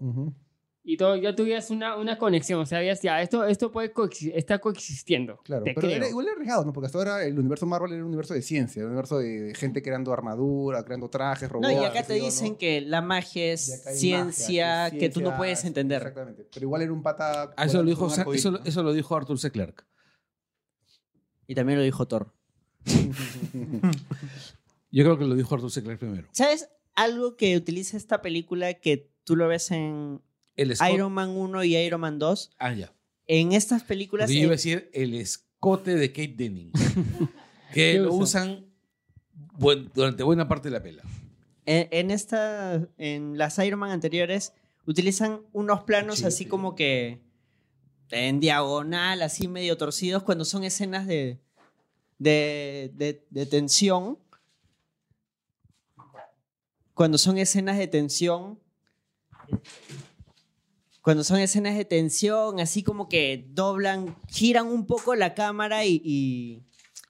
Speaker 3: Y todo, ya tuvieras una, una conexión. O sea, habías, ya, esto, esto puede coexi- está coexistiendo.
Speaker 6: Claro,
Speaker 3: te
Speaker 6: pero
Speaker 3: creo.
Speaker 6: era igual era arriesgado, ¿no? Porque hasta ahora el universo Marvel era un universo de ciencia, un universo de, de gente creando armadura, creando trajes,
Speaker 5: No,
Speaker 6: robots.
Speaker 5: y acá
Speaker 6: qué
Speaker 5: te
Speaker 6: sé yo,
Speaker 5: dicen
Speaker 6: ¿no?
Speaker 5: que la magia es
Speaker 6: Y acá hay
Speaker 5: ciencia
Speaker 6: magia,
Speaker 5: que tú no
Speaker 6: ciencia,
Speaker 5: puedes entender.
Speaker 6: Exactamente. Pero igual era un pata.
Speaker 2: Ah, eso, lo dijo,
Speaker 5: pues,
Speaker 6: un
Speaker 2: Sa-
Speaker 6: arcoíris,
Speaker 2: eso,
Speaker 6: ¿no?
Speaker 2: lo- eso lo dijo Arthur C. Clarke.
Speaker 5: Y también lo dijo Thor.
Speaker 2: Yo creo que lo dijo Arthur C. Clarke primero.
Speaker 5: ¿Sabes algo que utiliza esta película que tú lo ves en
Speaker 2: El escote.
Speaker 5: Iron Man 1 y Iron Man 2?
Speaker 2: Ah, ya.
Speaker 5: En estas películas
Speaker 2: Porque yo iba a
Speaker 5: eh,
Speaker 2: decir el escote de Kate Denning. que
Speaker 3: ¿Qué
Speaker 2: lo
Speaker 3: usa?
Speaker 2: usan buen- durante buena parte de la pela.
Speaker 5: En, en esta, en las Iron Man anteriores, utilizan unos planos así como que en diagonal, así medio torcidos, cuando son escenas de, de, de- de tensión. Cuando son escenas de tensión. Cuando son escenas de tensión, así como que doblan, giran un poco la cámara y, y-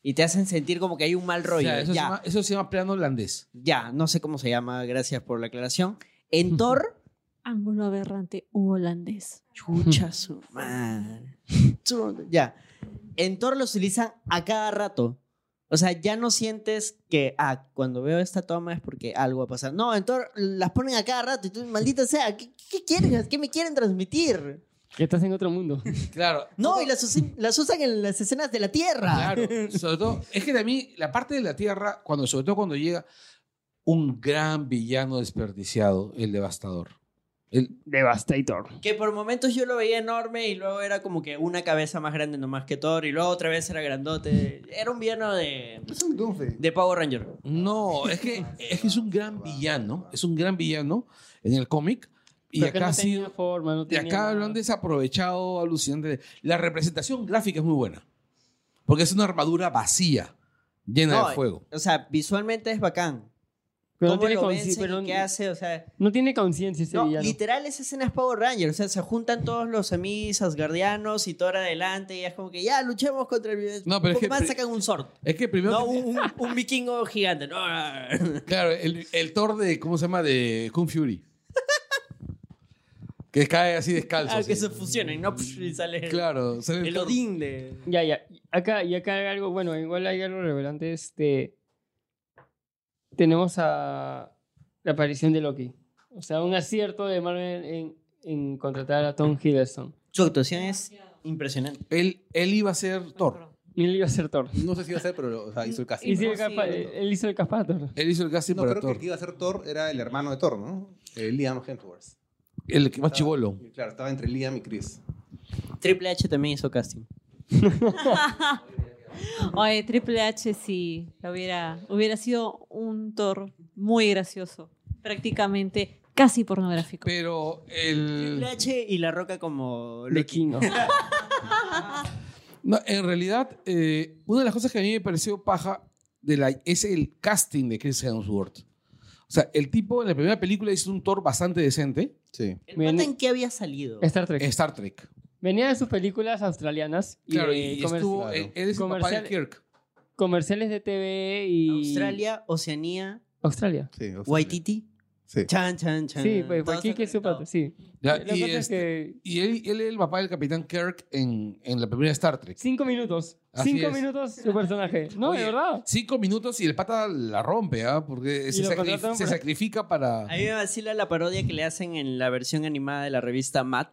Speaker 5: y te hacen sentir como que hay un mal rollo.
Speaker 2: O sea, eso,
Speaker 5: ya.
Speaker 2: Se llama, eso se llama plano holandés.
Speaker 5: Ya, no sé cómo se llama, gracias por la aclaración. En Thor,
Speaker 4: Ángulo aberrante u holandés.
Speaker 5: chucha su madre. Su- Ya. En Thor los utilizan a cada rato. O sea, ya no sientes que, ah, cuando veo esta toma es porque algo va a pasar. No, en Thor las ponen a cada rato y tú, maldita sea, ¿qué, qué quieren? ¿Qué me quieren transmitir?
Speaker 3: Que estás en otro mundo.
Speaker 2: Claro.
Speaker 5: No, y las, usi- las usan en las escenas de la Tierra.
Speaker 2: Claro. Sobre todo, es que a mí la parte de la Tierra, cuando, sobre todo cuando llega un gran villano desperdiciado, el devastador. El,
Speaker 3: Devastator.
Speaker 5: Que por momentos yo lo veía enorme y luego era como que una cabeza más grande nomás que Thor y luego otra vez era grandote. Era un villano de,
Speaker 6: Es un Doomsday.
Speaker 5: de Power Ranger.
Speaker 2: no, es que, es que es un gran villano, es un gran villano en el cómic. Y
Speaker 3: Pero que
Speaker 2: acá
Speaker 3: no
Speaker 2: ha
Speaker 3: tenía
Speaker 2: sido,
Speaker 3: forma, no
Speaker 2: y
Speaker 3: tenía
Speaker 2: acá lo
Speaker 3: nada.
Speaker 2: han desaprovechado alucinante. La representación gráfica es muy buena, porque es una armadura vacía, llena
Speaker 5: No,
Speaker 2: de fuego.
Speaker 5: O sea, visualmente es bacán.
Speaker 3: Pero no
Speaker 5: ¿Cómo
Speaker 3: tiene
Speaker 5: lo
Speaker 3: conciencia.
Speaker 5: vencen y qué hace? O sea,
Speaker 3: No tiene conciencia ese
Speaker 5: no,
Speaker 3: villano.
Speaker 5: literal esa escena es Power Ranger. O sea, se juntan todos los semis asgardianos y Thor adelante y es como que ya luchemos contra el...
Speaker 2: No, pero es que
Speaker 5: Pokémon
Speaker 2: pri-
Speaker 5: sacan un sword.
Speaker 2: Es que primero
Speaker 5: No,
Speaker 2: que-
Speaker 5: un, un- un vikingo gigante. No, no, no.
Speaker 2: Claro, el, el Thor de, ¿cómo se llama? De Kung Fury. Que cae así descalzo.
Speaker 5: Ah,
Speaker 2: así.
Speaker 5: que se fusionen, ¿no? Psh, Y sale
Speaker 2: Claro, sale
Speaker 5: el
Speaker 2: Thor.
Speaker 5: Odín de...
Speaker 3: Ya, ya. Y Acá, y acá hay algo, bueno, igual hay algo relevante. Este. Tenemos a la aparición de Loki. O sea, un acierto de Marvel en, en contratar a Tom Hiddleston.
Speaker 5: Su actuación es impresionante.
Speaker 2: Él, él iba a ser Thor.
Speaker 3: Y él iba a ser Thor.
Speaker 6: No sé si iba a ser, pero o sea, hizo el casting.
Speaker 3: Y sí,
Speaker 6: ¿no?
Speaker 3: el capa- eh, él hizo el capa de Thor.
Speaker 2: Él hizo el casting
Speaker 6: No,
Speaker 2: para
Speaker 6: creo que
Speaker 2: Thor.
Speaker 6: el que iba a ser Thor era el hermano de Thor, ¿no? Eh, Liam Hemsworth.
Speaker 2: El que más
Speaker 6: Estaba-
Speaker 2: chivolo.
Speaker 6: Claro, estaba entre Liam y Chris.
Speaker 5: Triple H también hizo casting.
Speaker 4: Oye, Triple H sí, lo hubiera, hubiera sido un Thor muy gracioso. Prácticamente casi pornográfico.
Speaker 2: Pero
Speaker 3: Mm,
Speaker 2: el.
Speaker 5: Triple H y La Roca como...
Speaker 2: Oh,
Speaker 3: De
Speaker 5: Loki.
Speaker 3: King, ¿no?
Speaker 2: No, en realidad, eh, una de las cosas que a mí me pareció paja de la, es el casting de Chris Hemsworth. O sea, el tipo en la primera película hizo un Thor bastante decente.
Speaker 6: Sí.
Speaker 5: ¿El pata en qué había salido?
Speaker 3: Star Trek.
Speaker 2: Star Trek.
Speaker 3: Venía de sus películas australianas. Y
Speaker 2: Claro,
Speaker 3: de
Speaker 2: y
Speaker 3: comer-
Speaker 2: estuvo. eh,
Speaker 6: comercial.
Speaker 2: Él, él es el papá de
Speaker 3: Comercial.
Speaker 2: Kirk.
Speaker 3: comerciales de TV y.
Speaker 5: Australia, Oceanía,
Speaker 3: Australia.
Speaker 6: sí o sea,
Speaker 5: Waititi.
Speaker 6: Sí.
Speaker 5: Chan, chan, chan.
Speaker 3: Sí, pues
Speaker 5: Todo
Speaker 3: aquí
Speaker 5: está
Speaker 3: que es su
Speaker 5: conectado.
Speaker 3: pato, sí.
Speaker 2: Ya,
Speaker 3: La
Speaker 2: y
Speaker 3: cosa es
Speaker 2: este-
Speaker 3: que
Speaker 2: Y él, él es el papá del Capitán Kirk en, en la primera Star Trek.
Speaker 3: Cinco minutos.
Speaker 2: Así
Speaker 3: cinco
Speaker 2: es.
Speaker 3: minutos su personaje. No,
Speaker 2: Oye,
Speaker 3: de verdad.
Speaker 2: Cinco minutos y el pata la rompe, ¿ah? Porque
Speaker 3: Y
Speaker 2: se,
Speaker 3: lo
Speaker 2: sacrif-
Speaker 3: contratan
Speaker 2: se
Speaker 3: para-
Speaker 2: sacrifica para...
Speaker 5: A mí me vacila la parodia que le hacen en la versión animada de la revista Matt,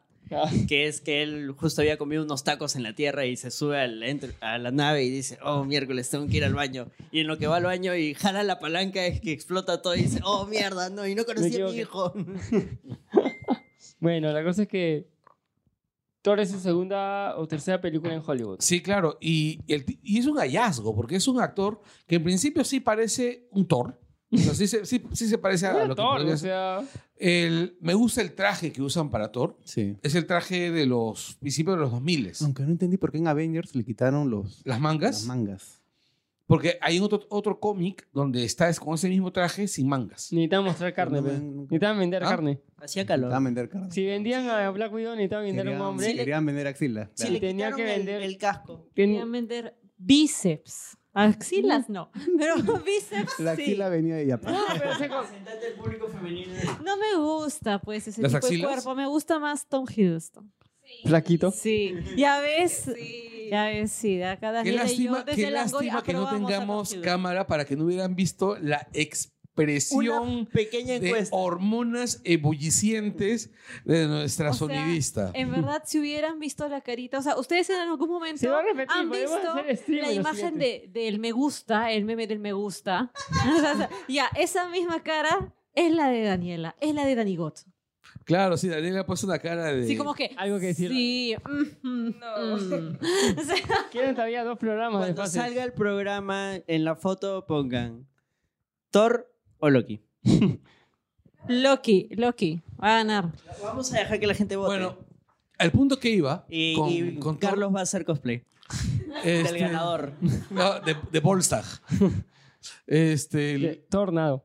Speaker 5: que es que él justo había comido unos tacos en la tierra y se sube al entr- a la nave y dice, oh, miércoles, tengo que ir al baño. Y en lo que va al baño y jala la palanca es que explota todo y dice, oh, mierda, no, y no conocí a mi
Speaker 3: equivoqué.
Speaker 5: hijo.
Speaker 3: Bueno, la cosa es que Thor es su segunda o tercera película en Hollywood.
Speaker 2: Sí, claro. Y, y el ti- y es un hallazgo, porque es un actor que en principio sí parece un Thor. O sea, sí, se- sí- sí se parece a
Speaker 3: Ah,
Speaker 2: lo que
Speaker 3: Thor,
Speaker 2: podría
Speaker 3: o
Speaker 2: ser.
Speaker 3: sea,
Speaker 2: El- me gusta el traje que usan para Thor.
Speaker 6: Sí.
Speaker 2: Es el traje de los principios de los 2000.
Speaker 3: Mm.
Speaker 6: Aunque no entendí por qué en Avengers le quitaron los,
Speaker 2: Las mangas.
Speaker 6: las mangas.
Speaker 2: porque hay otro, otro cómic donde está es con ese mismo traje sin mangas.
Speaker 3: necesitan mostrar carne.
Speaker 6: No,
Speaker 3: pe.
Speaker 6: no, no.
Speaker 3: Necesitan vender
Speaker 2: ¿Ah?
Speaker 3: carne.
Speaker 5: Hacía
Speaker 6: Estaban
Speaker 5: calor.
Speaker 6: vender carne.
Speaker 3: Si vendían a Black Widow, necesitaban vender a
Speaker 6: Querían-
Speaker 3: un hombre.
Speaker 6: sí, querían vender axila.
Speaker 3: Sí,
Speaker 5: Sí, le
Speaker 3: tenía
Speaker 5: quitaron
Speaker 3: que
Speaker 5: el-
Speaker 3: vender-
Speaker 5: El, casco.
Speaker 3: Ten-
Speaker 4: Querían vender bíceps. Axilas no, pero bíceps
Speaker 6: La
Speaker 4: sí.
Speaker 6: axila venía de Japón.
Speaker 3: No, pero ese co-
Speaker 5: Representante del público femenino.
Speaker 4: No me gusta, pues, ese
Speaker 2: ¿Las
Speaker 4: tipo
Speaker 2: axilas?
Speaker 4: de cuerpo. Me gusta más Tom Hiddleston.
Speaker 3: Flaquito.
Speaker 4: Sí. Ya ves, ya ves, sí. de Acá
Speaker 2: Qué
Speaker 4: Daniela y yo
Speaker 2: lástima,
Speaker 4: desde
Speaker 2: qué
Speaker 4: el Angoy
Speaker 2: lástima que no
Speaker 4: aprobamos a Tom
Speaker 2: tengamos
Speaker 4: Hiddleston.
Speaker 2: cámara para que no hubieran visto la expresión
Speaker 5: Una pequeña
Speaker 2: de
Speaker 5: encuesta.
Speaker 2: hormonas ebullicientes de nuestra
Speaker 4: O sea, eh,
Speaker 2: sonidista.
Speaker 4: En verdad, si hubieran visto la carita, o sea, ustedes en algún momento
Speaker 3: Se va a repetir,
Speaker 4: han
Speaker 3: podemos hacer
Speaker 4: visto
Speaker 3: stream
Speaker 4: la
Speaker 3: en lo
Speaker 4: imagen de, del me gusta, el meme del me gusta. O sea, o sea, ya, esa misma cara es la de Daniela, es la de Danigot.
Speaker 2: Claro, sí, Daniela ha puesto una cara de...
Speaker 4: Sí, como que.
Speaker 3: Algo que decir.
Speaker 4: Sí. mm, mm,
Speaker 7: No.
Speaker 4: mm. O sea,
Speaker 3: Quieren todavía dos programas de
Speaker 5: Cuando
Speaker 3: fase.
Speaker 5: salga el programa, en la foto pongan Thor o Loki.
Speaker 4: Loki, Loki, va a ganar.
Speaker 5: Vamos a dejar que la gente vote.
Speaker 2: Bueno, al punto que iba
Speaker 5: y,
Speaker 2: con,
Speaker 5: y
Speaker 2: con todo-
Speaker 5: Carlos va a hacer cosplay
Speaker 2: este,
Speaker 5: del ganador.
Speaker 2: no, de, de Volstag. Este,
Speaker 3: De-
Speaker 2: el,
Speaker 3: Tornado.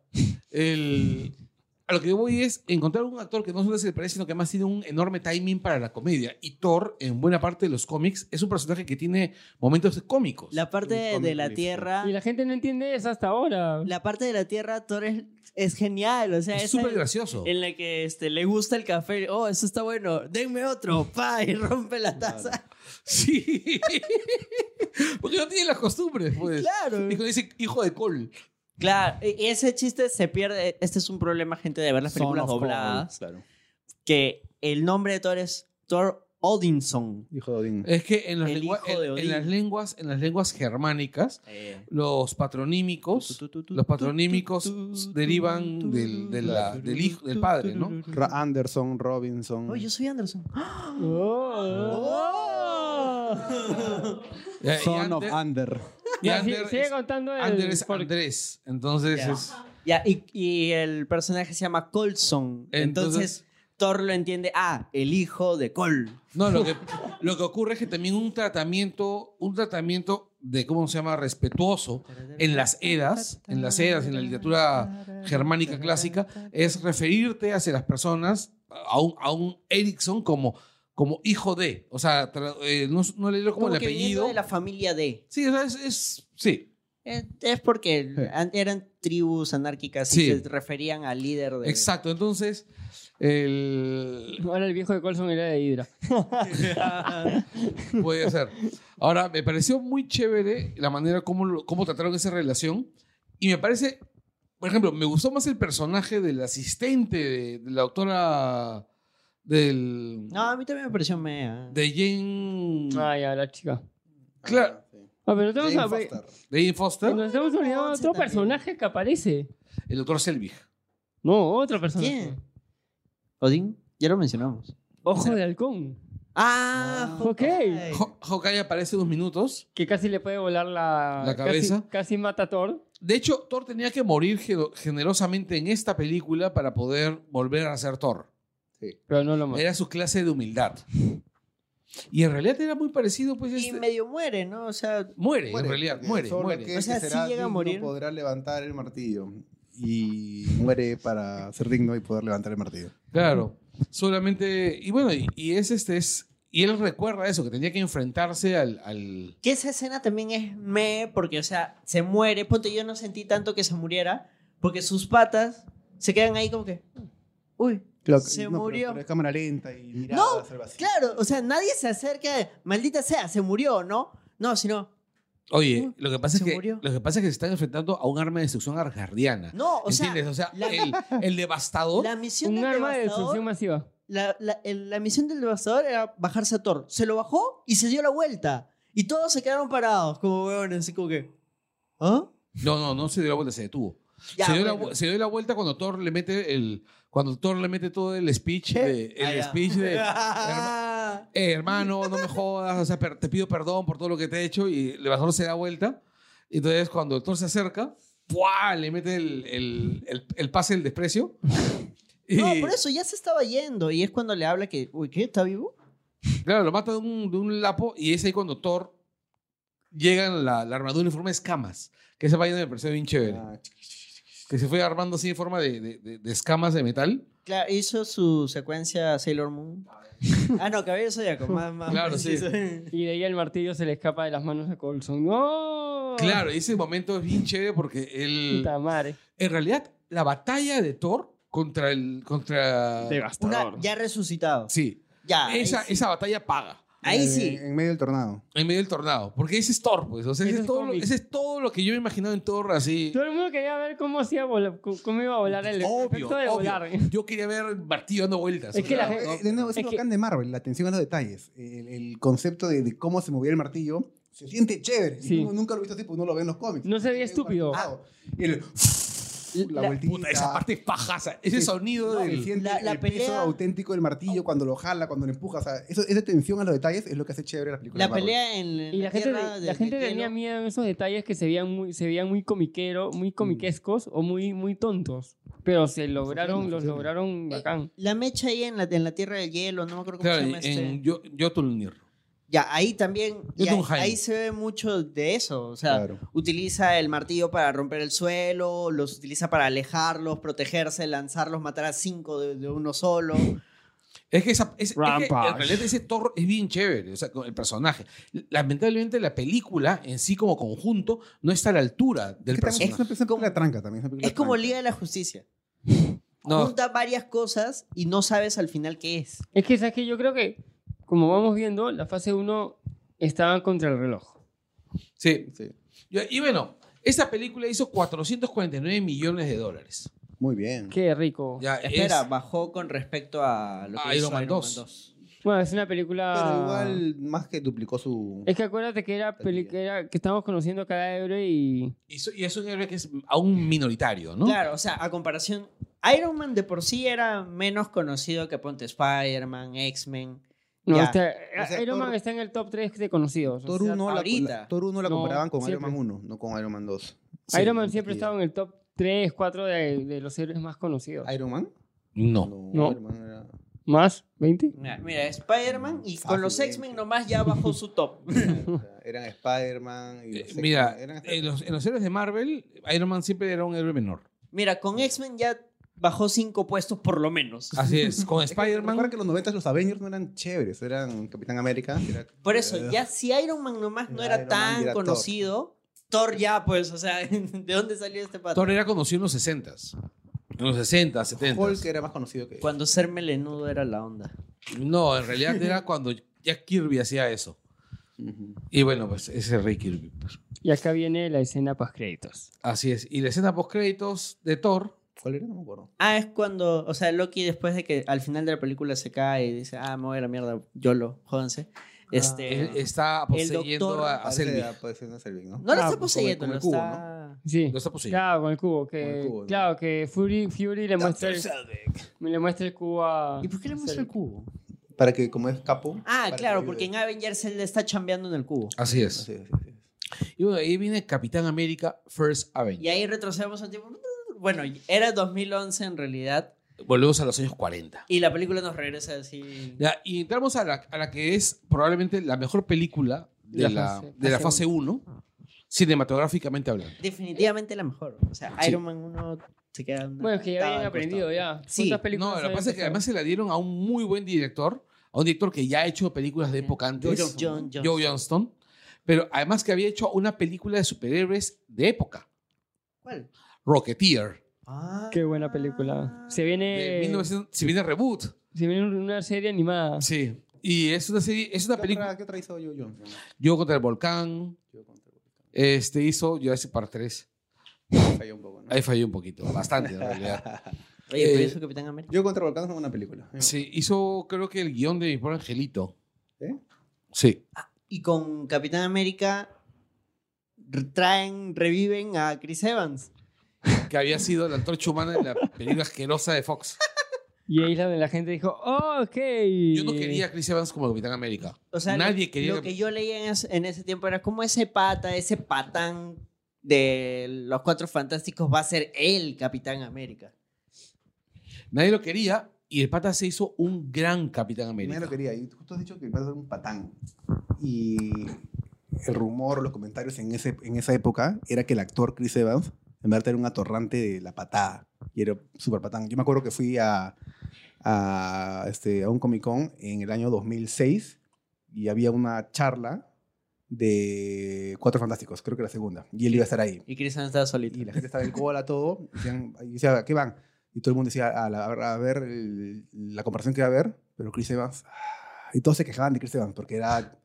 Speaker 2: el- a lo que voy es encontrar un actor que no solo se le parece, sino que además tiene un enorme timing para la comedia. Y Thor, en buena parte de los cómics, es un personaje que tiene momentos cómicos.
Speaker 5: La parte de la tierra.
Speaker 3: Y la gente no entiende eso hasta ahora.
Speaker 5: La parte de la tierra, Thor es, es genial. O sea,
Speaker 2: Es
Speaker 5: esa
Speaker 2: súper gracioso.
Speaker 5: En la que este, le gusta el café. Oh, eso está bueno. Denme otro. Pa, y rompe la taza.
Speaker 2: Sí. Porque no tiene las costumbres, pues.
Speaker 5: Claro.
Speaker 2: Y cuando dice hijo de Cole.
Speaker 5: Claro, y ese chiste se pierde. Este es un problema, gente, de ver las películas dobladas. Que el nombre de Thor es Thor Odinson.
Speaker 6: Hijo de Odín.
Speaker 2: Es que en, los
Speaker 5: El
Speaker 2: lengua-
Speaker 5: hijo de
Speaker 2: en- en
Speaker 5: Odín.
Speaker 2: las lenguas, en las lenguas germánicas, los patronímicos,
Speaker 5: Tu, tu, tu, tu,
Speaker 2: los
Speaker 5: tu,
Speaker 2: patronímicos
Speaker 5: tu, tu, tu,
Speaker 2: derivan
Speaker 5: tu,
Speaker 2: del, de la-
Speaker 5: tu,
Speaker 2: del
Speaker 5: tu,
Speaker 2: hijo, del
Speaker 5: tu,
Speaker 2: padre,
Speaker 5: tu,
Speaker 2: ¿no?
Speaker 5: tu, tu.
Speaker 6: Ra Anderson, Robinson.
Speaker 5: Oh, yo soy Anderson.
Speaker 3: Oh.
Speaker 5: Oh.
Speaker 2: Eh, y
Speaker 6: Son of
Speaker 2: Ander-
Speaker 6: Under.
Speaker 2: y
Speaker 3: Ya,
Speaker 2: Ander
Speaker 3: si- sigue
Speaker 2: es-
Speaker 3: contando el...
Speaker 2: Ander es
Speaker 3: por-
Speaker 2: Andrés, entonces
Speaker 5: Ya.
Speaker 2: es...
Speaker 5: Ya, y, y el personaje se llama Colson.
Speaker 2: Entonces-
Speaker 5: Entonces, Thor lo entiende. Ah, el hijo de Col.
Speaker 2: No, lo que, lo que ocurre es que también un tratamiento, un tratamiento de, ¿cómo se llama?, respetuoso en las edas, en las edas, en la literatura germánica clásica, es referirte hacia las personas, a un, a un Erickson como, como hijo de, o sea, tra- eh, no, no leerlo como,
Speaker 5: Como
Speaker 2: el
Speaker 5: que viniendo
Speaker 2: apellido.
Speaker 5: de la familia de.
Speaker 2: Sí, o sea, es, es- sí,
Speaker 5: Eh, Es porque
Speaker 2: Sí.
Speaker 5: an- eran tribus anárquicas
Speaker 2: Sí.
Speaker 5: y se referían al líder de.
Speaker 2: exacto. Entonces, el,
Speaker 3: Ahora el viejo de Colson era de Hydra.
Speaker 2: Puede ser. Ahora, me pareció muy chévere la manera como, lo- como trataron esa relación. Y me parece, por ejemplo, me gustó más el personaje del asistente de, de la autora del,
Speaker 5: No, a mí también me pareció ¿eh? mea.
Speaker 2: de Jane.
Speaker 3: Ah, ya, la chica.
Speaker 2: Claro.
Speaker 3: Ah, pero estamos,
Speaker 6: Jane
Speaker 3: a-
Speaker 6: Foster.
Speaker 2: de Jane Foster,
Speaker 3: nos estamos olvidando de
Speaker 5: Once
Speaker 3: otro
Speaker 5: también.
Speaker 3: personaje que aparece.
Speaker 2: el doctor Selvig.
Speaker 3: No, otro personaje.
Speaker 5: ¿Quién? Odín, ya lo mencionamos.
Speaker 3: Ojo de halcón. Ah,
Speaker 5: Ah, Hawkeye.
Speaker 2: Ho- Hawkeye aparece unos minutos.
Speaker 3: Que casi le puede volar la...
Speaker 2: La
Speaker 3: casi-
Speaker 2: cabeza.
Speaker 3: Casi, mata a Thor.
Speaker 2: De hecho, Thor tenía que morir ge- generosamente en esta película para poder volver a ser Thor.
Speaker 3: Pero no lo mata.
Speaker 2: Era su clase de humildad. Y en realidad era muy parecido, pues.
Speaker 5: Y
Speaker 2: este-
Speaker 5: medio muere, ¿no? O sea,
Speaker 2: Muere, en realidad,
Speaker 6: porque
Speaker 2: muere,
Speaker 6: solo
Speaker 2: muere.
Speaker 6: aquel
Speaker 5: O sea,
Speaker 6: que
Speaker 5: sí
Speaker 6: será
Speaker 5: llega a
Speaker 6: digno
Speaker 5: morir.
Speaker 6: podrá levantar el martillo. Y muere para ser digno y poder levantar el martillo.
Speaker 2: Claro. Solamente, y bueno, y, y es este, es, y él recuerda eso, que tenía que enfrentarse al, al-
Speaker 5: Que esa escena también es me, porque, o sea, se muere. Ponte, yo no sentí tanto que se muriera, porque sus patas se quedan ahí como que. "Mm, Uy, se
Speaker 6: no, pero-
Speaker 5: murió.
Speaker 6: pero es cámara lenta y mirada
Speaker 5: No,
Speaker 6: hacia el vacío.
Speaker 5: claro, o sea, nadie se acerca, maldita sea, se murió, ¿no? No, sino.
Speaker 2: Oye, lo que pasa es
Speaker 5: Se
Speaker 2: que
Speaker 5: murió.
Speaker 2: lo que pasa es que se están enfrentando a un arma de destrucción argardiana.
Speaker 5: No, o sea,
Speaker 2: ¿Entiendes? O sea,
Speaker 5: la-
Speaker 2: el, el devastador.
Speaker 5: la misión
Speaker 3: Un
Speaker 5: del
Speaker 3: arma de
Speaker 5: devastador.
Speaker 3: destrucción masiva.
Speaker 5: la, la- el- la misión del devastador era bajarse a Thor. Se lo bajó y se dio la vuelta. Y todos se quedaron parados, como huevones, así como que. ¿Ah?
Speaker 2: No, no, no se dio la vuelta, se detuvo.
Speaker 5: Ya,
Speaker 2: se, dio la,
Speaker 5: bueno.
Speaker 2: vu- se dio la vuelta cuando Thor le mete el cuando Thor le mete todo el speech de, el
Speaker 5: ¿Eh? Ah, ya.
Speaker 2: speech de
Speaker 5: Ah,
Speaker 2: eh, hermano, no me jodas, o sea, per- te pido perdón por todo lo que te he hecho y el evasor se da vuelta. Y entonces cuando el doctor se acerca, ¡buah! le mete el, el, el- el pase del desprecio. Y,
Speaker 8: No, por eso ya se estaba yendo y es cuando le habla que, uy, ¿qué? ¿Está vivo?
Speaker 2: Ah, Claro, lo mata de un, de un lapo y es ahí cuando Thor llega en la, la armadura uniforme de escamas. Que esa vaina me pareció bien chévere.
Speaker 6: Ah,
Speaker 2: Que se fue armando así en forma de, de- de- de escamas de metal.
Speaker 8: Claro, hizo su secuencia Sailor Moon. ah, no, Caballero Zodíaco, más, más.
Speaker 2: Claro, sí.
Speaker 3: Y de ahí el martillo se le escapa de las manos a Colson. ¡No!
Speaker 8: Oh.
Speaker 2: Claro, ese momento es bien chévere porque él...
Speaker 3: Puta madre.
Speaker 2: En realidad, la batalla de Thor contra el... Contra...
Speaker 8: Una, ya resucitado.
Speaker 2: Sí.
Speaker 8: Ya.
Speaker 2: Esa,
Speaker 8: ahí sí.
Speaker 2: esa batalla paga
Speaker 8: Ahí
Speaker 6: en-
Speaker 8: sí.
Speaker 6: En medio del tornado.
Speaker 2: en medio del tornado. Porque ese es Thor, pues. O sea, ese,
Speaker 3: Ese
Speaker 2: es
Speaker 3: es
Speaker 2: todo, lo-
Speaker 3: cómic.
Speaker 2: ese es todo lo que yo me imaginaba en Thor así...
Speaker 3: Todo el mundo quería ver cómo, hacía vola- cómo- cómo iba a volar el
Speaker 2: Obvio,
Speaker 3: efecto de
Speaker 2: obvio.
Speaker 3: volar.
Speaker 2: Yo quería ver Martillo dando vueltas.
Speaker 3: Es que la gente-
Speaker 6: Eh, de nuevo, es,
Speaker 3: Es
Speaker 6: lo
Speaker 3: que-
Speaker 6: bacán de Marvel, la atención a los detalles. El, el concepto de, de cómo se movía el martillo se siente chévere.
Speaker 3: Sí.
Speaker 6: Uno nunca lo he visto así, pues uno lo ve en los cómics.
Speaker 3: No se veía estúpido.
Speaker 6: Ah, Y el- la,
Speaker 8: La-
Speaker 6: vueltita.
Speaker 2: Puta, esa parte es pajasa. Ese
Speaker 6: Sí.
Speaker 2: sonido
Speaker 6: No,
Speaker 2: del...
Speaker 6: se siente
Speaker 8: La-
Speaker 6: el
Speaker 8: la
Speaker 6: peso
Speaker 8: pelea-
Speaker 6: auténtico del martillo cuando lo jala, cuando lo empuja. O sea, eso- esa atención a los detalles es lo que hace chévere la película.
Speaker 8: La
Speaker 6: de Marvel.
Speaker 8: pelea en, en
Speaker 3: Y la gente,
Speaker 8: tierra
Speaker 3: te-
Speaker 8: de-
Speaker 3: la gente
Speaker 8: de
Speaker 3: tenía
Speaker 8: hielo.
Speaker 3: miedo en esos detalles que se veían muy, se veían muy comiquero, muy comiquescos o muy, muy tontos. Pero se lograron, los lograron bacán.
Speaker 8: La mecha ahí en la, en la tierra del hielo, no me acuerdo cómo
Speaker 2: Claro,
Speaker 8: se llama este.
Speaker 2: en Yo- Jotunir.
Speaker 8: Ya, ahí también. y ahí,
Speaker 2: Jotunheim.
Speaker 8: ahí se ve mucho de eso. O sea,
Speaker 6: Claro.
Speaker 8: utiliza el martillo para romper el suelo, los utiliza para alejarlos, protegerse, lanzarlos, matar a cinco de, de uno solo.
Speaker 2: Es que, esa, es, es que
Speaker 3: Rampage.
Speaker 2: en realidad ese Thor es bien chévere, o sea, con el personaje. Lamentablemente la película en sí como conjunto no está a la altura del
Speaker 6: Es que también es
Speaker 2: personaje.
Speaker 6: una es una película tranca también. una película
Speaker 8: Es como
Speaker 6: tranca.
Speaker 8: Liga de la Justicia.
Speaker 2: No,
Speaker 8: Junta varias cosas y no sabes al final qué es.
Speaker 3: Es que, ¿sabes qué? Yo creo que, como vamos viendo, la fase 1 estaba contra el reloj.
Speaker 2: sí, sí. Yo- Y bueno, esta película hizo 449 millones de dólares.
Speaker 6: Muy bien.
Speaker 3: Qué rico.
Speaker 2: Ya, es-
Speaker 8: Espera, bajó con respecto a lo que
Speaker 2: A
Speaker 8: hizo
Speaker 2: Iron Man 2.
Speaker 3: Bueno, es una película...
Speaker 6: Pero igual, más que duplicó su.
Speaker 3: ah. Es que acuérdate que era, peli- que era- que estábamos conociendo a cada héroe y...
Speaker 2: y, so- y es un héroe que es aún minoritario, ¿no?
Speaker 8: Claro, o sea, a comparación, Iron Man de por sí era menos conocido que Ponte Spider-Man, X-Men.
Speaker 3: No,
Speaker 8: Ya.
Speaker 3: está-
Speaker 6: O sea,
Speaker 3: Iron
Speaker 6: Thor-
Speaker 3: Man está en el top 3 de conocidos.
Speaker 6: Thor
Speaker 3: O sea,
Speaker 6: 1 la,
Speaker 8: ahorita.
Speaker 6: la- Thor 1 la
Speaker 3: No,
Speaker 6: comparaban con
Speaker 3: siempre.
Speaker 6: Iron Man 1, no con Iron Man 2.
Speaker 3: Iron Man siempre ha
Speaker 6: estaba
Speaker 3: estado en el top 3, 4 de, de los héroes más conocidos.
Speaker 6: ¿Iron Man?
Speaker 2: No.
Speaker 3: No.
Speaker 6: Iron Man era-
Speaker 3: ¿Más? ¿20?
Speaker 8: Mira, mira, Spider-Man y
Speaker 6: Fácil,
Speaker 8: con los
Speaker 6: ¿eh?
Speaker 8: X-Men nomás ya bajó su top.
Speaker 6: o sea, eran Spider-Man. y
Speaker 2: Eh,
Speaker 6: los X-Men,
Speaker 2: mira,
Speaker 6: eran-
Speaker 2: en los, en los héroes de Marvel, Iron Man siempre era un héroe menor.
Speaker 8: Mira, con X-Men ya bajó cinco puestos por lo menos.
Speaker 2: Así es, con
Speaker 6: Es que Recuerda
Speaker 2: Spider-Man.
Speaker 6: que en los 90 los Avengers no eran chéveres, eran Capitán América. era-
Speaker 8: Por eso,
Speaker 6: Ugh.
Speaker 8: ya si Iron Man nomás no
Speaker 6: Ya
Speaker 8: era
Speaker 6: Eh, Iron Man
Speaker 8: tan
Speaker 6: ya era Thor.
Speaker 8: conocido, Thor. ya pues, o sea, ¿de dónde salió este pato?
Speaker 2: Thor era conocido en los 60s. En los 60s, 70s.
Speaker 6: Hulk era más conocido que.
Speaker 8: Cuando ser melenudo era la onda.
Speaker 2: No, en realidad era cuando Jack Kirby hacía eso.
Speaker 6: Ujú.
Speaker 2: Y bueno, pues ese Ray Kirby. pues.
Speaker 3: Y acá viene la escena post créditos.
Speaker 2: Así es. Y la escena post créditos de Thor.
Speaker 6: ¿Cuál era? No me acuerdo.
Speaker 8: Ah, es cuando, o sea, Loki después de que al final de la película se cae y dice, ah, me voy a la mierda, YOLO, jódense.
Speaker 6: Ah,
Speaker 8: Este,
Speaker 2: él está poseyendo
Speaker 8: doctor
Speaker 2: a, a Selvig.
Speaker 6: Parece pues, una Selvig, ¿no?
Speaker 8: no lo
Speaker 3: Ah,
Speaker 8: está
Speaker 3: como
Speaker 8: poseyendo,
Speaker 6: pues, como
Speaker 8: lo
Speaker 6: el cubo,
Speaker 8: está...
Speaker 3: Sí.
Speaker 2: Lo está poseyendo.
Speaker 3: Claro, con el cubo.
Speaker 6: Con
Speaker 3: Que,
Speaker 6: el cubo, ¿no?
Speaker 3: Claro, que Fury, Fury le, muestra el, le muestra el cubo a...
Speaker 8: ¿Y por qué le muestra el cubo?
Speaker 6: Para que, como es capo.
Speaker 8: Ah,
Speaker 6: para
Speaker 8: claro,
Speaker 6: que
Speaker 8: porque en
Speaker 6: ayude.
Speaker 8: Avengers él está chambeando en el cubo.
Speaker 2: Así
Speaker 6: Ah,
Speaker 2: es.
Speaker 6: sí, sí, sí.
Speaker 2: Y bueno, ahí viene Capitán América First
Speaker 8: Y
Speaker 2: Avenger.
Speaker 8: ahí retrocedemos al tiempo. Bueno, era 2011 en realidad.
Speaker 2: Volvemos a los años 40.
Speaker 8: Y la película nos regresa así.
Speaker 2: Ya, y entramos a la, a la que es probablemente la mejor película de
Speaker 3: La
Speaker 2: la,
Speaker 3: fase-
Speaker 2: de la
Speaker 3: fase
Speaker 2: fase 1, cinematográficamente hablando.
Speaker 8: Definitivamente la mejor. O sea,
Speaker 2: Sí.
Speaker 8: Iron Man 1 se queda.
Speaker 3: Bueno, es que ya habían
Speaker 8: estaba
Speaker 3: aprendido
Speaker 8: al costado.
Speaker 3: ya.
Speaker 8: Sí.
Speaker 3: ¿Cuántas películas
Speaker 2: No, lo que
Speaker 3: habían
Speaker 2: pasa es que
Speaker 3: pasado?
Speaker 2: además se la dieron a un muy buen director, a un director que ya ha hecho películas de época antes,
Speaker 8: John Johnston.
Speaker 2: Joe Johnston, pero además que había hecho una película de superhéroes de época,
Speaker 8: ¿Cuál?
Speaker 2: Rocketeer,
Speaker 8: Ah.
Speaker 3: Qué buena película. Se
Speaker 2: de
Speaker 3: viene,
Speaker 2: 1900 se viene reboot.
Speaker 3: se viene una serie animada.
Speaker 2: Sí. Y es una serie, es una
Speaker 6: ¿Qué
Speaker 2: película.
Speaker 6: otra- ¿Qué otra hizo yo, Johnson?
Speaker 2: Yo contra el volcán,
Speaker 6: Yo contra el volcán.
Speaker 2: este hizo Jurassic Park 3.
Speaker 6: Falló un poco, ¿no?
Speaker 2: Ahí falló un poquito, bastante en realidad.
Speaker 8: Oye, pero
Speaker 2: Eh,
Speaker 8: eso Capitán América.
Speaker 6: Yo contra el volcán es una buena película.
Speaker 2: Sí, hizo creo que el guión de mi pobre angelito.
Speaker 6: ¿Eh?
Speaker 2: Sí.
Speaker 8: Y con Capitán América re- traen, reviven a Chris Evans.
Speaker 2: Que había sido la antorcha humana en la película asquerosa de Fox.
Speaker 3: Y ahí es donde la gente dijo, "Oh, ok.
Speaker 2: Yo no quería a Chris Evans como Capitán América.
Speaker 8: O sea,
Speaker 2: Nadie
Speaker 8: lo,
Speaker 2: quería.
Speaker 8: lo que yo leía en, es- en ese tiempo era como ese pata, ese patán de los Cuatro Fantásticos va a ser el Capitán América.
Speaker 2: Nadie lo quería y el pata se hizo un gran Capitán América.
Speaker 6: Nadie lo quería. Y justo has dicho que vas a ser un patán. Y el rumor, los comentarios en, ese, en esa época era que el actor Chris Evans, en verdad, era un atorrante de la patada. Y era súper patán. Yo me acuerdo que fui a, a, este, a un Comic Con en el año 2006 y había una charla de Cuatro Fantásticos, creo que la segunda. Y él iba a estar ahí.
Speaker 8: Y Chris Evans estaba solito.
Speaker 6: Y la gente estaba en cola, todo. y Decían, y decía, ¿a qué van? Y todo el mundo decía, a, la- a ver el- la comparación que va a haber, pero Chris Evans. ah, Y todos se quejaban de Chris Evans porque era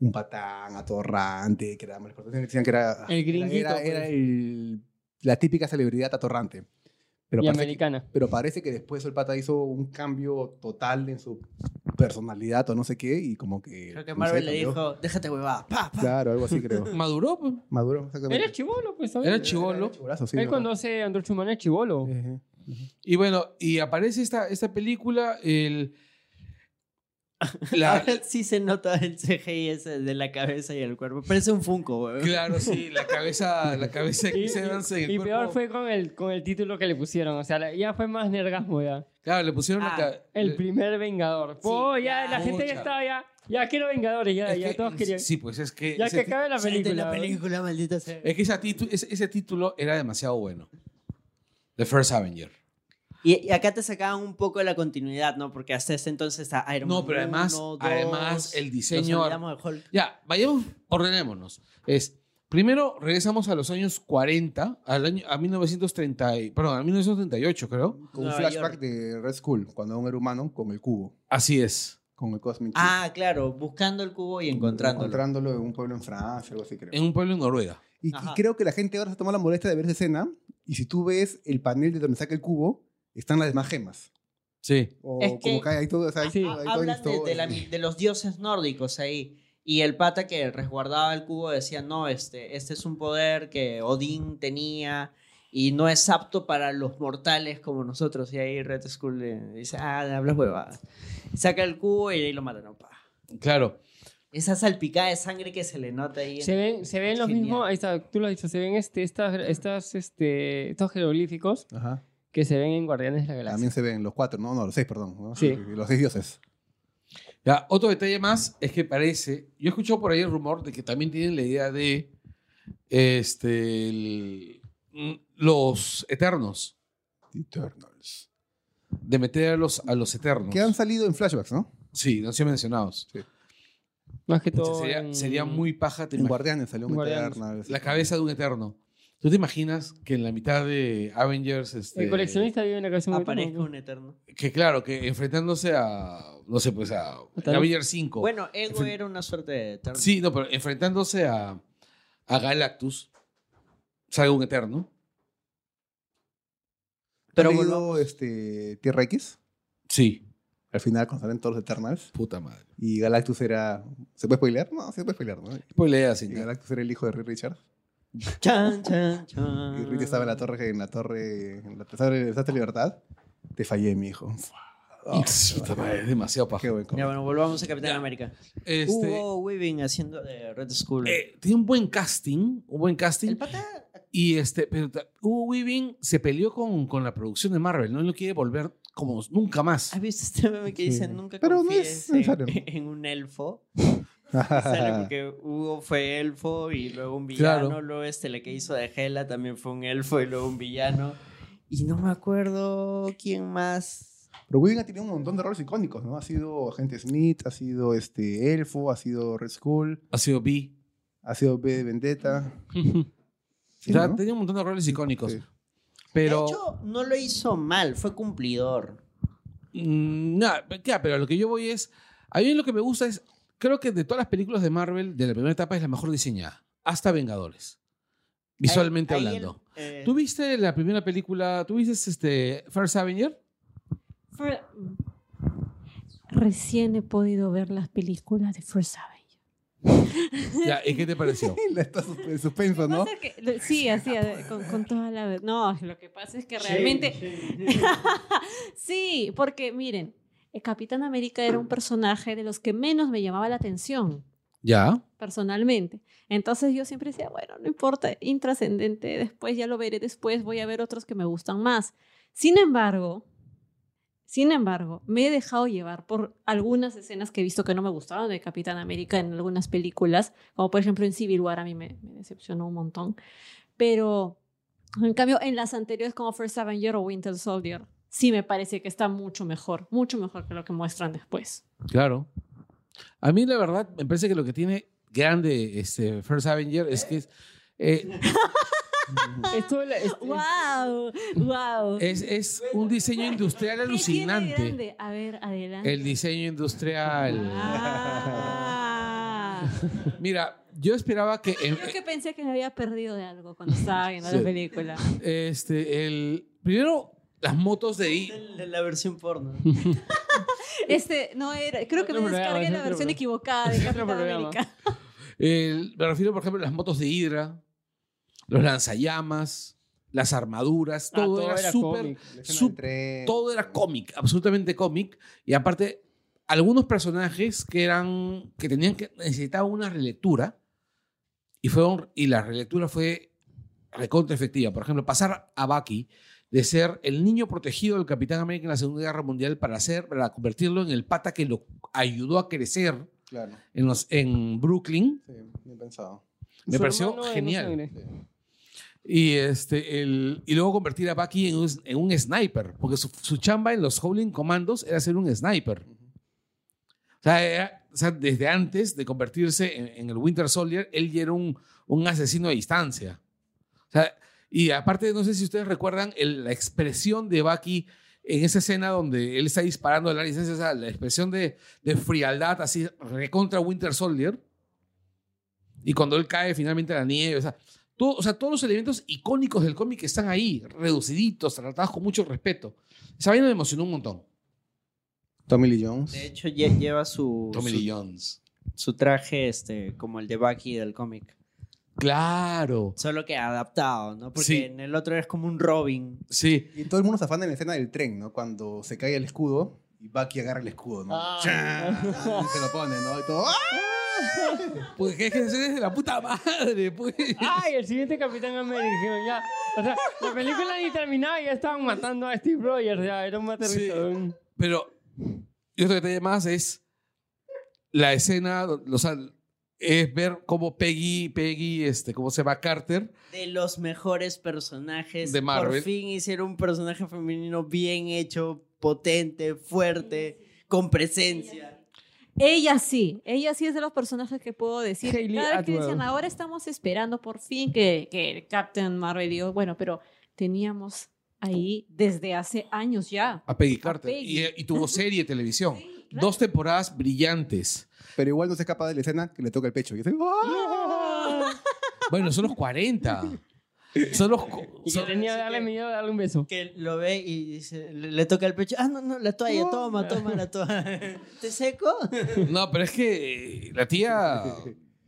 Speaker 6: un patán, atorrante, que era mal exportación, Decían que era.
Speaker 3: El gringuito,
Speaker 6: Era,
Speaker 3: pues.
Speaker 6: era el- la típica celebridad atorrante. Pero
Speaker 3: Y
Speaker 6: parece que-
Speaker 3: americana.
Speaker 6: pero parece que después el pata hizo un cambio total en su personalidad o no sé qué, y como que.
Speaker 8: Creo que
Speaker 6: no
Speaker 8: Marvel
Speaker 6: sé,
Speaker 8: le
Speaker 6: cambió.
Speaker 8: dijo, déjate huevada. Pa, pa.
Speaker 6: Claro, algo así creo.
Speaker 2: Maduró, pues.
Speaker 6: Maduro, exactamente.
Speaker 3: Era chivolo, pues. ¿sabes?
Speaker 2: Era chivolo.
Speaker 6: chivolazo, sí,
Speaker 3: Él
Speaker 6: ¿no?
Speaker 3: cuando hace Andrew Schumann es chivolo.
Speaker 6: Ejé.
Speaker 2: Y bueno, y aparece esta, esta película, el. La,
Speaker 8: Ahora sí se nota el CGI ese de la cabeza y el cuerpo. Parece un Funko, weón.
Speaker 2: claro, sí, la cabeza, la cabeza de
Speaker 3: Y,
Speaker 2: Chris Evans en el
Speaker 3: y- y
Speaker 2: cuerpo.
Speaker 3: peor fue con el, con el título que le pusieron. O sea, la- ya fue más nergasmo ya.
Speaker 2: Claro, le pusieron la
Speaker 8: Ah,
Speaker 2: ca-
Speaker 3: El
Speaker 2: le-
Speaker 3: primer Vengador.
Speaker 8: Sí,
Speaker 3: Oh, ya,
Speaker 8: ya,
Speaker 3: la gente ya
Speaker 2: mucha.
Speaker 3: estaba ya. Ya quiero Vengadores, ya,
Speaker 2: es
Speaker 3: ya
Speaker 2: que-
Speaker 3: todos querían.
Speaker 2: Sí, pues es que.
Speaker 3: ya
Speaker 2: ese
Speaker 3: que
Speaker 2: ti-
Speaker 3: acabe la
Speaker 8: Gente,
Speaker 3: película.
Speaker 8: la
Speaker 3: ¿verdad?
Speaker 8: película, maldita sea.
Speaker 2: Es que esa titu- ese, ese título era demasiado bueno. The First Avenger.
Speaker 8: Y, y acá te sacaban un poco de la continuidad, ¿no? Porque hasta ese entonces está Iron Man.
Speaker 2: No, pero además-
Speaker 8: uno,
Speaker 2: además
Speaker 8: dos,
Speaker 2: el diseño-
Speaker 8: nos olvidamos de Hulk.
Speaker 2: Ya, vayamos, ordenémonos. Es, primero regresamos a los años 40, al año, a 1930, y- perdón, a 1938 creo.
Speaker 6: Con un
Speaker 8: Nueva
Speaker 6: flashback
Speaker 8: York.
Speaker 6: de Red Skull, cuando aún era humano, con el cubo,
Speaker 2: Así es.
Speaker 6: con el Cosmic Cube.
Speaker 8: Ah, claro, buscando el cubo y encontrándolo.
Speaker 6: Encontrándolo en un pueblo en Francia, algo así creo.
Speaker 2: En un pueblo en Noruega.
Speaker 6: Y, y
Speaker 8: Ajá.
Speaker 6: creo que la gente ahora se toma la molestia de ver esa escena, y si tú ves el panel de donde saca el cubo, están las demás gemas.
Speaker 2: Sí.
Speaker 6: O
Speaker 8: Es
Speaker 6: como
Speaker 8: que-
Speaker 6: cae ahí todo, o sea, ahí
Speaker 3: Sí.
Speaker 6: todo- ahí todo
Speaker 8: Ah, Hablan de,
Speaker 6: listo.
Speaker 8: de la- de los dioses nórdicos ahí. Y el pata que resguardaba el cubo decía, no, este, este es un poder que Odín tenía y no es apto para los mortales como nosotros. Y ahí Red Skull le dice, ah, hablas huevadas. Saca el cubo y de ahí lo matan. opa.
Speaker 2: Claro.
Speaker 8: Esa salpicada de sangre que se le nota ahí.
Speaker 3: Se ven, se ven los
Speaker 8: Genial.
Speaker 3: mismos, ahí está, tú lo has dicho, se ven este, estas, estas, este, estos jeroglíficos
Speaker 6: Ajá.
Speaker 3: que se ven en Guardianes de la Galaxia.
Speaker 6: También se ven los cuatro, no, no, los seis, perdón. ¿no?
Speaker 3: Sí.
Speaker 6: Los seis dioses.
Speaker 2: Ya, otro detalle más es que parece, yo he escuchado por ahí el rumor de que también tienen la idea de este, el- mm, los eternos,
Speaker 6: Eternals.
Speaker 2: de meter a los, a los eternos.
Speaker 6: Que han salido en flashbacks, ¿no?
Speaker 2: Sí, no se han mencionados.
Speaker 3: Más que todo.
Speaker 2: Sería,
Speaker 3: en-
Speaker 2: sería muy paja. te
Speaker 6: En
Speaker 2: imag-
Speaker 6: Guardianes salió un
Speaker 3: Guardianes.
Speaker 6: Eternals.
Speaker 2: la cabeza de un eterno. ¿Tú te imaginas que en la mitad de Avengers... Este,
Speaker 3: El coleccionista vive en la casa
Speaker 8: Aparezca un eterno.
Speaker 2: Que claro, que enfrentándose a, no sé, pues a
Speaker 3: Tal-
Speaker 2: Avengers 5.
Speaker 8: Bueno, Ego
Speaker 2: Enfren-
Speaker 8: era una suerte de eterno.
Speaker 2: Sí, no, pero enfrentándose a, a Galactus, sale un eterno.
Speaker 6: Pero
Speaker 8: pero
Speaker 6: voló este, Tierra X,
Speaker 2: Sí.
Speaker 6: al final cuando salen todos los Eternals.
Speaker 2: Puta madre.
Speaker 6: Y Galactus era... ¿Se puede spoilear? No, se puede spoilear, ¿no?
Speaker 2: Pues le
Speaker 6: Y
Speaker 2: señor.
Speaker 6: Galactus era el hijo de Reed Richards.
Speaker 8: Chan, chan, chan.
Speaker 6: Y Reed estaba
Speaker 2: Ah.
Speaker 6: en la torre, en la torre, en la torre de Santa Libertad. Te fallé, mi hijo. Ah,
Speaker 2: Puta madre, es demasiado
Speaker 6: Qué
Speaker 2: paja.
Speaker 6: buen
Speaker 8: Ya,
Speaker 6: cómic.
Speaker 8: bueno, volvamos a Capitán América.
Speaker 2: Este,
Speaker 8: Hugo Weaving haciendo de Red Skull.
Speaker 2: eh, tiene un buen casting, un buen casting.
Speaker 8: el pata
Speaker 2: Y este, pero ta- Hugo Weaving se peleó con, con la producción de Marvel, no Él lo quiere volver como nunca más.
Speaker 8: ¿Has visto este meme que dice
Speaker 6: Sí.
Speaker 8: nunca
Speaker 6: Pero no
Speaker 8: confíes
Speaker 6: es necesario.
Speaker 8: en, en un elfo? Sale porque Hugo fue elfo y luego un villano,
Speaker 2: Claro.
Speaker 8: luego este la que hizo de Hela también fue un elfo y luego un villano. Y no me acuerdo quién más.
Speaker 6: Pero Wiggin ha tenido un montón de roles icónicos, ¿no? Ha sido Agente Smith, ha sido este Elfo, ha sido Red Skull,
Speaker 2: Ha sido B.
Speaker 6: ha sido B de Vendetta. Sí,
Speaker 2: o sea,
Speaker 6: ¿no?
Speaker 2: tenía un montón de roles icónicos.
Speaker 6: Sí.
Speaker 2: Pero.
Speaker 8: De hecho, no lo hizo mal, fue cumplidor.
Speaker 2: Mm, nah, pe- ya, pero a lo que yo voy es. A mí lo que me gusta es. Creo que de todas las películas de Marvel, de la primera etapa es la mejor diseñada. Hasta Vengadores. Visualmente
Speaker 8: Ahí- ahí
Speaker 2: hablando.
Speaker 8: el- eh,
Speaker 2: ¿Tú viste la primera película? ¿Tú viste este First Avenger?
Speaker 4: Fir- Recién he podido ver las películas de First Avenger.
Speaker 2: Ya, ¿y qué te pareció?
Speaker 6: La está sus- el suspenso,
Speaker 4: Lo
Speaker 6: ¿no?
Speaker 4: que pasa es que- sí, así, eh, con, con toda la... No, lo que pasa es que realmente... sí, porque miren, el Capitán América era un personaje de los que menos me llamaba la atención,
Speaker 2: Ya.
Speaker 4: personalmente. Entonces yo siempre decía, bueno, no importa, intrascendente, después ya lo veré después, voy a ver otros que me gustan más. Sin embargo, sin embargo, me he dejado llevar por algunas escenas que he visto que no me gustaron de Capitán América en algunas películas, como por ejemplo en Civil War, a mí me, me decepcionó un montón. Pero en cambio, en las anteriores, como First Avenger o Winter Soldier, sí me parece que está mucho mejor, mucho mejor que lo que muestran después.
Speaker 2: Claro. A mí, la verdad, me parece que lo que tiene grande este First Avenger es que es, eh,
Speaker 3: Esto es la- es-
Speaker 4: ¡Wow! ¡Wow!
Speaker 2: es, es un diseño industrial
Speaker 4: ¿Qué tiene
Speaker 2: alucinante.
Speaker 4: grande? A ver, adelante.
Speaker 2: El diseño industrial.
Speaker 4: Ah.
Speaker 2: Mira, yo esperaba que em, en-
Speaker 4: Yo que pensé que me había perdido de algo cuando estaba viendo
Speaker 2: Sí.
Speaker 4: la película.
Speaker 2: este el primero las motos de I-
Speaker 5: De la versión porno.
Speaker 4: Este, no era, creo que
Speaker 3: Otro
Speaker 4: me
Speaker 3: programa,
Speaker 4: descargué
Speaker 3: es
Speaker 4: la
Speaker 3: otro
Speaker 4: versión
Speaker 3: programa.
Speaker 4: equivocada de
Speaker 3: Es otro
Speaker 4: Capitán
Speaker 3: programa.
Speaker 4: América.
Speaker 2: el- me refiero, por ejemplo, a las motos de Hydra, los lanzallamas, las armaduras,
Speaker 3: Ah,
Speaker 2: todo, era súper
Speaker 3: cómic.
Speaker 6: La escena
Speaker 2: Su-
Speaker 6: del tren.
Speaker 2: todo era cómic, absolutamente cómic. Y aparte, algunos personajes que eran, que tenían que, necesitaban una relectura. Y, fueron, y la relectura fue recontra efectiva. Por ejemplo, pasar a Bucky de ser el niño protegido del Capitán América en la Segunda Guerra Mundial para, hacer, para convertirlo en el pata que lo ayudó a crecer
Speaker 6: Claro,
Speaker 2: en, los, en Brooklyn.
Speaker 6: sí, bien pensado.
Speaker 2: Me
Speaker 3: Su
Speaker 2: pareció
Speaker 3: hermano de no
Speaker 2: genial.
Speaker 3: sangre.
Speaker 2: Y, este, el, y luego convertir a Bucky en un, en un sniper, porque su, su chamba en los Howling Commandos era ser un sniper. O sea, era- o sea, desde antes de convertirse en, en el Winter Soldier, él ya era un, un asesino a distancia. O sea, y aparte, no sé si ustedes recuerdan el- la expresión de Bucky en esa escena donde él está disparando a la licencia, o sea, la expresión de, de frialdad, así, recontra Winter Soldier. Y cuando él cae finalmente a la nieve, o sea, todo- o sea, todos los elementos icónicos del cómic están ahí, reduciditos, tratados con mucho respeto. Esa vaina me emocionó un montón.
Speaker 6: Tommy Lee Jones.
Speaker 5: De hecho, lle- lleva su,
Speaker 2: Tommy
Speaker 5: su,
Speaker 2: Lee Jones.
Speaker 5: su traje este, como el de Bucky del cómic.
Speaker 2: Claro.
Speaker 5: Solo que adaptado, ¿no? Porque
Speaker 2: Sí.
Speaker 5: en el otro es como un Robin.
Speaker 2: Sí.
Speaker 6: Y todo el mundo se afana en la escena del tren, ¿no? Cuando se cae el escudo y Bucky agarra el escudo, ¿no?
Speaker 3: Ah.
Speaker 6: ¡Chan! Y se lo pone, ¿no? Y todo. ¡ah!
Speaker 2: Pues que es que eres de la puta madre, pues.
Speaker 3: Ay, el siguiente Capitán América. dijeron, ya. O sea, la película ni terminaba y ya estaban matando a Steve Rogers. Ya, era un materrizón.
Speaker 2: Pero, y otro detalle más es la escena, o sea, es ver cómo Peggy, Peggy, este, cómo se va Carter.
Speaker 5: De los mejores personajes.
Speaker 2: De Marvel.
Speaker 5: Por fin hicieron un personaje femenino bien hecho, potente, fuerte, con presencia.
Speaker 4: Ella sí, ella sí es de los personajes que puedo decir.
Speaker 3: Hayley
Speaker 4: Cada vez que
Speaker 3: Atwell.
Speaker 4: dicen, ahora estamos esperando por fin que, que el Captain Marvel dijo, bueno, pero teníamos ahí desde hace años ya.
Speaker 2: A Peggy Carter.
Speaker 4: Peggy.
Speaker 2: Y, y tuvo serie de televisión.
Speaker 4: claro.
Speaker 2: Dos temporadas brillantes.
Speaker 6: Pero igual no se escapa de la escena que le toca el pecho. Y dice, ¡ah!
Speaker 2: Ah. Bueno, son los 40. Son los. cu-
Speaker 3: Y que
Speaker 5: Solo
Speaker 3: tenía
Speaker 5: decir
Speaker 3: que darle
Speaker 5: que-
Speaker 3: miedo a darle un beso.
Speaker 5: Que lo ve y dice- le, le toca el pecho. Ah, no, no, la toalla, toma, toma la toalla. ¿Te seco?
Speaker 2: No, pero es que eh, la tía.